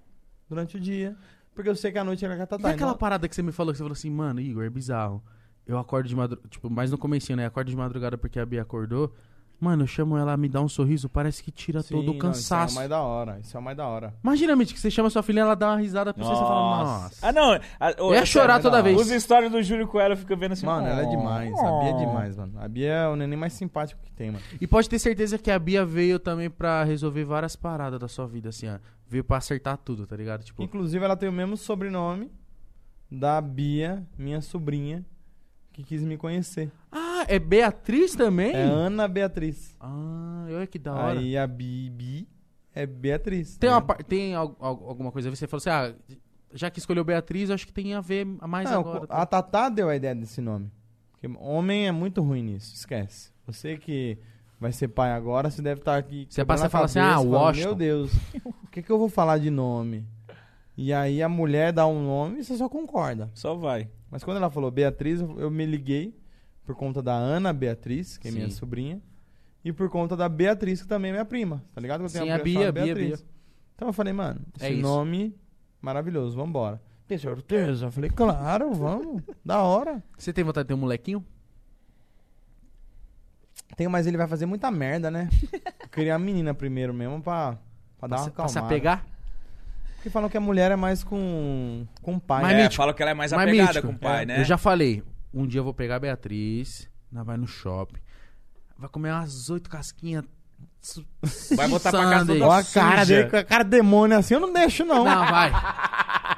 Speaker 1: durante o dia. Porque eu sei que à noite ela quer tá,
Speaker 2: ligado?
Speaker 1: tá.
Speaker 2: E aquela
Speaker 1: então-
Speaker 2: parada que você me falou, que você falou assim, mano, Igor, é bizarro. Eu acordo de madrugada, tipo, mas no comecinho, né? Acordo de madrugada porque a Bia acordou. Mano, eu chamo ela, me dá um sorriso, parece que tira
Speaker 1: Sim,
Speaker 2: todo
Speaker 1: não,
Speaker 2: o cansaço.
Speaker 1: Isso é o mais da hora, isso é o mais da hora.
Speaker 2: Imagina, Mitch, que você chama sua filha, ela dá uma risada pra você e você fala, nossa.
Speaker 5: Ah, não. A,
Speaker 2: Eu
Speaker 3: é
Speaker 2: ia chorar toda vez.
Speaker 5: Os stories do Júlio com ela fica vendo assim.
Speaker 1: Mano, ela é
Speaker 5: "Oh,
Speaker 1: demais, a Bia é demais, mano. A Bia é o neném mais simpático que tem, mano.
Speaker 2: E pode ter certeza que a Bia veio também pra resolver várias paradas da sua vida, assim, ó. Veio pra acertar tudo, tá ligado? Tipo,
Speaker 1: Inclusive, ela tem o mesmo sobrenome da Bia, minha sobrinha, que quis me conhecer.
Speaker 2: ah, é Beatriz também?
Speaker 1: É Ana Beatriz.
Speaker 2: Ah, olha que da hora.
Speaker 1: Aí a Bibi é Beatriz.
Speaker 2: Tem,
Speaker 1: né?
Speaker 2: uma, par- tem al- al- alguma coisa a ver? Você falou assim, ah, já que escolheu Beatriz, acho que tem a ver a mais
Speaker 1: Ah, o-
Speaker 2: agora. tá?
Speaker 1: a Tatá deu a ideia desse nome. Porque homem é muito ruim nisso, esquece. Você que vai ser pai agora, você deve estar aqui.
Speaker 2: Você
Speaker 1: quebrando
Speaker 2: passa
Speaker 1: a
Speaker 2: e fala assim,
Speaker 1: cabeça,
Speaker 2: ah,
Speaker 1: falando,
Speaker 2: Washington.
Speaker 1: Meu Deus, o que, que eu vou falar de nome? E aí a mulher dá um nome e você só concorda.
Speaker 5: Só vai.
Speaker 1: Mas quando ela falou Beatriz, eu eu me liguei por conta da Ana Beatriz, que é minha
Speaker 2: Sim.
Speaker 1: sobrinha, e por conta da Beatriz, que também é minha prima, tá ligado? Que Eu tenho
Speaker 2: Sim,
Speaker 1: uma
Speaker 2: a
Speaker 1: prima chamada
Speaker 2: Bia, Bia,
Speaker 1: Então eu falei, mano,
Speaker 2: É
Speaker 1: esse
Speaker 2: isso.
Speaker 1: nome maravilhoso, vambora. Tem certeza? Eu falei, claro, vamos, da hora.
Speaker 2: Você tem vontade de ter um molequinho?
Speaker 1: Tem, mas ele vai fazer muita merda, né? Eu queria a menina primeiro mesmo pra, pra dar
Speaker 2: Pra,
Speaker 1: uma
Speaker 2: se- pra
Speaker 1: acalmada.
Speaker 2: se apegar?
Speaker 1: Porque falam que a mulher é mais com, com o pai.
Speaker 2: Mas
Speaker 5: é,
Speaker 2: mítico.
Speaker 5: fala que ela é mais
Speaker 2: Mas,
Speaker 5: apegada
Speaker 2: mítico,
Speaker 5: com o pai,
Speaker 2: é,
Speaker 5: né?
Speaker 2: Eu já falei, um dia eu vou pegar a Beatriz, ela vai no shopping, vai comer umas oito casquinhas. su-
Speaker 5: Vai botar pra casa
Speaker 2: sundae.
Speaker 5: toda
Speaker 1: Ó a cara
Speaker 5: suja.
Speaker 1: dele, com a cara de demônio assim, eu não deixo não.
Speaker 2: Não, vai.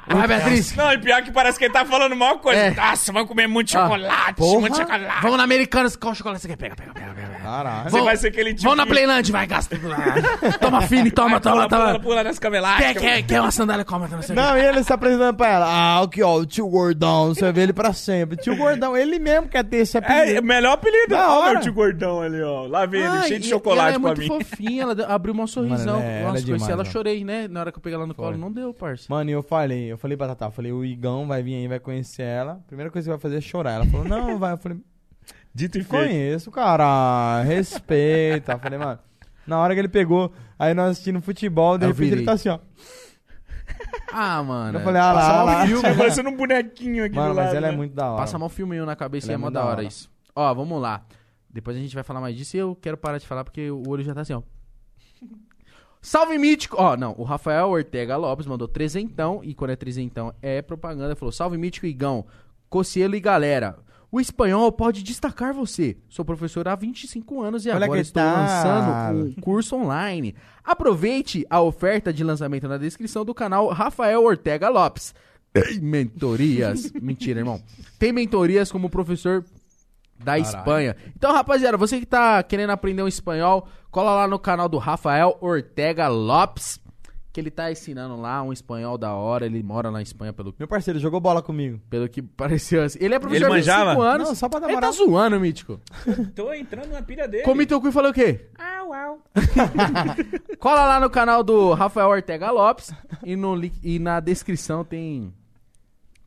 Speaker 2: Vai, Beatriz.
Speaker 5: Não, e pior que parece que ele tá falando mal coisa.
Speaker 2: É.
Speaker 5: Nossa, vai comer muito chocolate,
Speaker 1: porra.
Speaker 5: muito chocolate.
Speaker 2: Vamos na Americanas, qual chocolate você quer? Pega, pega, pega. pega. pega.
Speaker 1: Caralho.
Speaker 5: Você
Speaker 2: Vamos-
Speaker 5: vai ser aquele tipo.
Speaker 2: Vamos na tá
Speaker 5: que-
Speaker 2: Playland, vai, gasta. Toma, Fini, toma,
Speaker 5: Vai,
Speaker 2: toma,
Speaker 5: pula, pula,
Speaker 2: toma.
Speaker 5: pula nas
Speaker 2: Quer,
Speaker 5: camelásticas.
Speaker 2: quer, quer uma sandália, coma, não sei o quê.
Speaker 1: Não, e ele se apresentando pra ela. Ah, aqui, ó, o tio Gordão. Você vê ele pra sempre. Tio Gordão, ele mesmo quer ter esse
Speaker 5: É,
Speaker 1: apelido.
Speaker 5: é o melhor apelido.
Speaker 1: Da
Speaker 5: Olha o
Speaker 1: hora.
Speaker 5: meu tio gordão ali, ó. Lá vem ele,
Speaker 2: Ai,
Speaker 5: cheio de
Speaker 2: e-
Speaker 5: chocolate
Speaker 2: e
Speaker 5: pra
Speaker 2: ela é
Speaker 5: mim.
Speaker 2: muito fofinha, ela deu- abriu um
Speaker 1: Mano,
Speaker 2: sorrisão.
Speaker 1: ela é- ela
Speaker 2: Nossa,
Speaker 1: é
Speaker 2: conheci
Speaker 1: demais,
Speaker 2: ela,
Speaker 1: ó.
Speaker 2: chorei, né? Na hora que eu peguei ela no colo, não deu, parça.
Speaker 1: Mano, e eu falei, eu falei pra Tatá, eu falei, o Igão vai vir aí, vai conhecer ela. Primeira coisa que vai fazer é chorar. Ela falou, não, vai. Eu falei,
Speaker 5: Dito e feito.
Speaker 1: conheço, cara. Respeita. Eu falei, mano. Na hora que ele pegou, aí nós assistindo futebol, de
Speaker 2: Eu
Speaker 1: repente ele
Speaker 2: virei.
Speaker 1: tá assim, ó.
Speaker 2: Ah, mano.
Speaker 1: Eu falei, ah
Speaker 2: passa
Speaker 1: lá, ah
Speaker 2: mal
Speaker 1: lá.
Speaker 2: filme, né?
Speaker 5: Parecendo um bonequinho aqui
Speaker 1: Mano,
Speaker 5: do lado.
Speaker 1: mas ela é
Speaker 5: né?
Speaker 1: muito da hora.
Speaker 2: Passa mal filminho na cabeça
Speaker 1: Ele
Speaker 2: e
Speaker 1: é
Speaker 2: é mó
Speaker 1: muito
Speaker 2: da
Speaker 1: da
Speaker 2: hora
Speaker 1: hora.
Speaker 2: isso. Ó, vamos lá. Depois a gente vai falar mais disso e eu quero parar de falar porque o olho já tá assim, ó. Salve Mítico! Ó, não, o Rafael Ortega Lopes mandou trezentão, e quando é trezentão é propaganda, falou: Salve Mítico Igão, Cocielo e galera. O espanhol pode destacar você. Sou professor há 25 anos e
Speaker 1: Olha
Speaker 2: agora
Speaker 1: que
Speaker 2: estou
Speaker 1: tal.
Speaker 2: lançando um curso online. Aproveite a oferta de lançamento na descrição do canal Rafael Ortega Lopes. Tem mentorias. Mentira, irmão. Tem mentorias como professor da Espanha. Então, rapaziada, você que tá querendo aprender um espanhol, cola lá no canal do Rafael Ortega Lopes, que ele tá ensinando lá um espanhol da hora. Ele mora na Espanha, pelo,
Speaker 1: Meu parceiro jogou bola comigo.
Speaker 2: pelo que pareceu. assim. Ele é professor
Speaker 5: Ele
Speaker 2: de 25
Speaker 5: manjava?
Speaker 2: anos.
Speaker 1: Não, só pra dar
Speaker 2: ele tá
Speaker 1: moral.
Speaker 2: zoando, Mítico.
Speaker 5: Tô entrando na pilha dele.
Speaker 2: Comi teu cu e falei o quê? Cola lá no canal do Rafael Ortega Lopes e, no link- e na descrição tem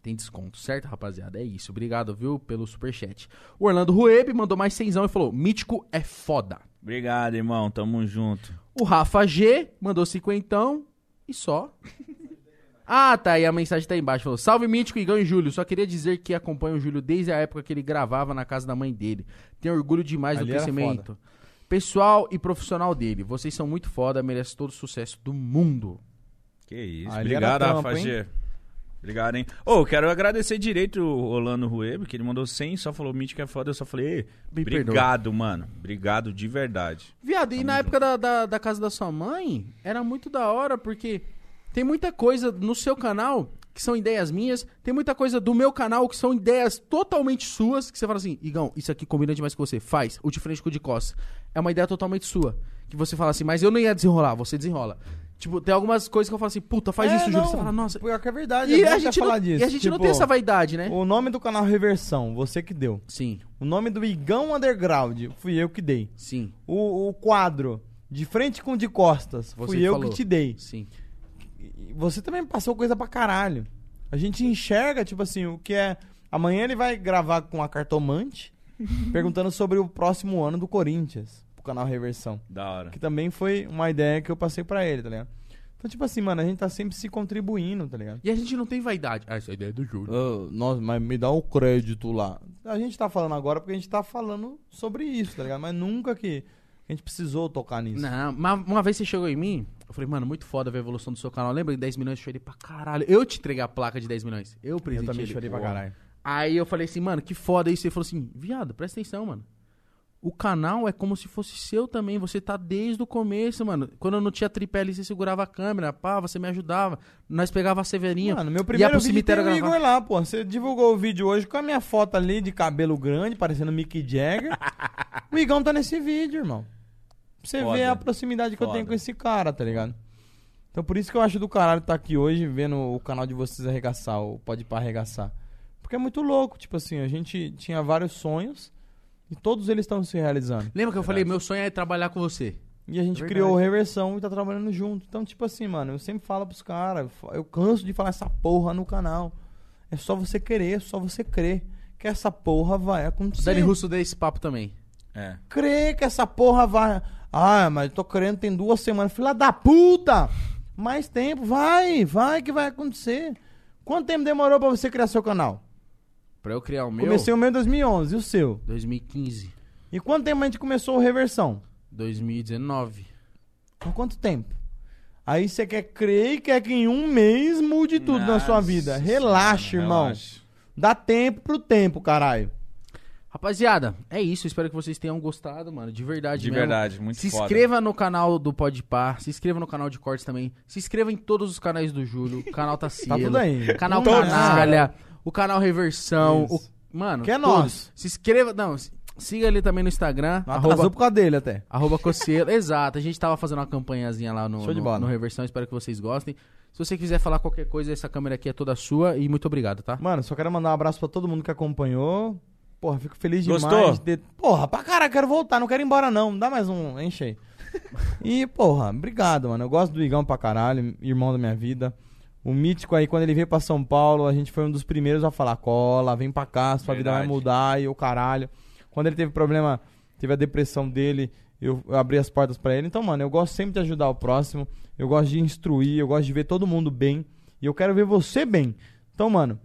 Speaker 2: tem desconto, certo, rapaziada? É isso. Obrigado, viu, pelo superchat. O Orlando Rueb mandou mais cenzão e falou: Mítico é foda.
Speaker 5: Obrigado, irmão. Tamo junto.
Speaker 2: O Rafa G mandou cinquentão e só. Ah, tá. E a mensagem tá aí embaixo. Falou: Salve Mítico, Igão e Júlio. Só queria dizer que acompanho o Júlio desde a época que ele gravava na casa da mãe dele. Tenho orgulho demais
Speaker 1: Ali
Speaker 2: do
Speaker 1: era
Speaker 2: crescimento pessoal e profissional dele. Vocês são muito foda, merecem todo o sucesso do mundo.
Speaker 5: Que isso.
Speaker 1: Ali era
Speaker 5: Obrigado,
Speaker 1: trampo,
Speaker 5: Rafa
Speaker 1: hein?
Speaker 5: G. Obrigado, hein? Ô, quero agradecer direito o Rolando Rueb, que ele mandou 100, só falou mítico é foda. Eu só falei, "Ei,
Speaker 2: Me
Speaker 5: obrigado, mano. Obrigado de verdade.
Speaker 2: Viado, e na época da, da, da casa da sua mãe, era muito da hora, porque tem muita coisa no seu canal que são ideias minhas, tem muita coisa do meu canal que são ideias totalmente suas, que você fala assim, Igão, isso aqui combina demais com você, faz, o de frente com o de costas. É uma ideia totalmente sua. que você fala assim, mas eu não ia desenrolar, você desenrola. Tipo, tem algumas coisas que eu falo assim, puta, faz
Speaker 1: É,
Speaker 2: isso, Júlio.
Speaker 1: não.
Speaker 2: Você fala, nossa.
Speaker 1: Pior que é verdade.
Speaker 2: E
Speaker 1: é bom
Speaker 2: a,
Speaker 1: você
Speaker 2: gente não,
Speaker 1: falar disso.
Speaker 2: e a gente não
Speaker 1: Tipo,
Speaker 2: tem essa vaidade, né?
Speaker 1: O nome do canal Reversão, você que deu.
Speaker 2: Sim,
Speaker 1: O nome do Igão Underground, fui eu que dei.
Speaker 2: sim,
Speaker 1: O, o quadro, de frente com de costas,
Speaker 2: Você
Speaker 1: fui eu
Speaker 2: falou.
Speaker 1: que te dei.
Speaker 2: sim.
Speaker 1: E Você também passou coisa pra caralho. A gente enxerga, tipo assim, o que é. Amanhã ele vai gravar com a cartomante, perguntando sobre o próximo ano do Corinthians, pro canal Reversão.
Speaker 5: Da hora.
Speaker 1: Que também foi uma ideia que eu passei pra ele, tá ligado? Então, tipo assim, mano, a gente tá sempre se contribuindo, tá ligado?
Speaker 2: E a gente não tem vaidade. Ah, essa é a ideia do Júlio.
Speaker 1: Ô, Ah, nossa, mas me dá o crédito lá. A gente tá falando agora porque a gente tá falando sobre isso, tá ligado? Mas nunca que a gente precisou tocar nisso.
Speaker 2: Não, mas uma vez você chegou em mim, eu falei, mano, muito foda ver a evolução do seu canal. Lembra em 10 milhões eu chorei pra caralho. Eu te entreguei a placa de 10 milhões. Eu
Speaker 1: eu
Speaker 2: presentei.
Speaker 1: também
Speaker 2: ele.
Speaker 1: chorei pra caralho.
Speaker 2: Aí eu falei assim, mano, que foda isso. Ele falou assim, viado, presta atenção, mano. O canal é como se fosse seu também. Você tá desde o começo, mano. Quando eu não tinha tripé ali, você segurava a câmera, pá, você me ajudava. Nós pegava a Severinha.
Speaker 1: Mano, meu
Speaker 2: ia
Speaker 1: primeiro
Speaker 2: pro
Speaker 1: vídeo tem
Speaker 2: cemitério
Speaker 1: o
Speaker 2: gravar.
Speaker 1: Igor lá, pô. Você divulgou o vídeo hoje com a minha foto ali de cabelo grande, parecendo Mick Jagger. o Igão tá nesse vídeo, irmão. Pra você
Speaker 5: Foda.
Speaker 1: ver a proximidade que eu tenho
Speaker 5: Foda.
Speaker 1: com esse cara, tá ligado? Então por isso que eu acho do caralho estar aqui hoje vendo o canal de vocês arregaçar, o Pode Pá arregaçar. Porque é muito louco, tipo assim, a gente tinha vários sonhos e todos eles estão se realizando.
Speaker 2: Lembra que eu falei, meu sonho é trabalhar com você.
Speaker 1: E a gente
Speaker 2: É
Speaker 1: criou o Reversão e tá trabalhando junto. Então, tipo assim, mano, eu sempre falo pros caras, eu fa- eu canso de falar essa porra no canal. É só você querer, é só você crer que essa porra vai
Speaker 2: O
Speaker 1: acontecer.
Speaker 2: Dani Russo deu esse papo também.
Speaker 5: É.
Speaker 1: Crer que essa porra vai. Ah, mas eu tô querendo tem duas semanas. Filha da puta! Mais tempo, vai, vai que vai acontecer. Quanto tempo demorou pra você criar seu canal?
Speaker 2: Pra eu criar o meu,
Speaker 1: Comecei o meu em 2011, e o seu?
Speaker 2: 2015,
Speaker 1: E quanto tempo a gente começou o Reversão?
Speaker 2: 2019.
Speaker 1: Por quanto tempo? Aí você quer crer e quer que em um mês mude tudo na sua
Speaker 5: Nossa
Speaker 1: vida.
Speaker 5: senhora,
Speaker 1: Relaxa, irmão.
Speaker 5: relaxa.
Speaker 1: Dá tempo pro tempo, caralho.
Speaker 2: Rapaziada, é isso. Espero que vocês tenham gostado, mano. De verdade
Speaker 5: De
Speaker 2: mesmo.
Speaker 5: verdade, muito
Speaker 2: Se
Speaker 5: foda.
Speaker 2: inscreva no canal do Podpar, se inscreva no canal de cortes também, se inscreva em todos os canais do Júlio, canal Tacielo,
Speaker 1: Tá tudo aí.
Speaker 2: canal
Speaker 1: Todos,
Speaker 2: Canalha, o canal Reversão,
Speaker 1: Isso.
Speaker 2: o- mano,
Speaker 1: Que é
Speaker 2: todos.
Speaker 1: nosso.
Speaker 2: Se inscreva, não, se- siga ele também no Instagram,
Speaker 1: Atrasou
Speaker 2: arroba,
Speaker 1: por causa dele até.
Speaker 2: arroba Cossielo, exato, a gente tava fazendo uma campanhazinha lá no,
Speaker 1: Show de
Speaker 2: no-
Speaker 1: bola.
Speaker 2: no Reversão, espero que vocês gostem. Se você quiser falar qualquer coisa, essa câmera aqui é toda sua e muito obrigado, tá?
Speaker 1: Mano, só quero mandar um abraço pra todo mundo que acompanhou. Porra, fico feliz demais.
Speaker 5: Gostou?
Speaker 1: de- Porra, pra caralho, quero voltar, não quero ir embora não. Dá mais um, enche aí. E, porra, obrigado, mano. Eu gosto do Igão pra caralho, irmão da minha vida. O Mítico aí, quando ele veio pra São Paulo, a gente foi um dos primeiros a falar, cola, vem pra cá, sua vida vai
Speaker 5: Verdade.
Speaker 1: mudar, e o caralho. Quando ele teve problema, teve a depressão dele, eu, eu abri as portas pra ele. Então, mano, eu gosto sempre de ajudar o próximo, eu gosto de instruir, eu gosto de ver todo mundo bem, e eu quero ver você bem. Então, mano,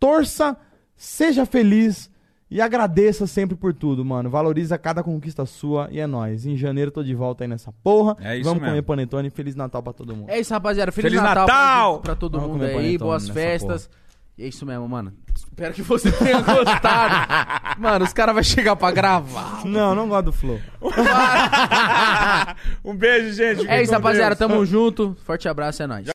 Speaker 1: torça, seja feliz e agradeça sempre por tudo, mano. Valoriza cada conquista sua e é nóis. Em janeiro tô de volta aí nessa porra.
Speaker 5: É isso
Speaker 1: Vamos
Speaker 5: mesmo.
Speaker 1: comer panetone. Feliz Natal pra todo mundo.
Speaker 2: É isso, rapaziada. Feliz,
Speaker 5: Feliz
Speaker 2: Natal,
Speaker 5: Natal!
Speaker 2: Pra, pra todo
Speaker 1: Vamos
Speaker 2: mundo
Speaker 1: comer
Speaker 2: aí.
Speaker 1: panetone
Speaker 2: Boas
Speaker 1: nessa
Speaker 2: festas. E é isso mesmo, mano. Espero que você tenha gostado. mano, os caras vão chegar pra gravar.
Speaker 1: Não, não gosto do Flow.
Speaker 5: um beijo, gente. Fiquem
Speaker 2: É isso,
Speaker 5: com
Speaker 2: É rapaziada.
Speaker 5: Deus.
Speaker 2: Tamo junto. Forte abraço, é nóis.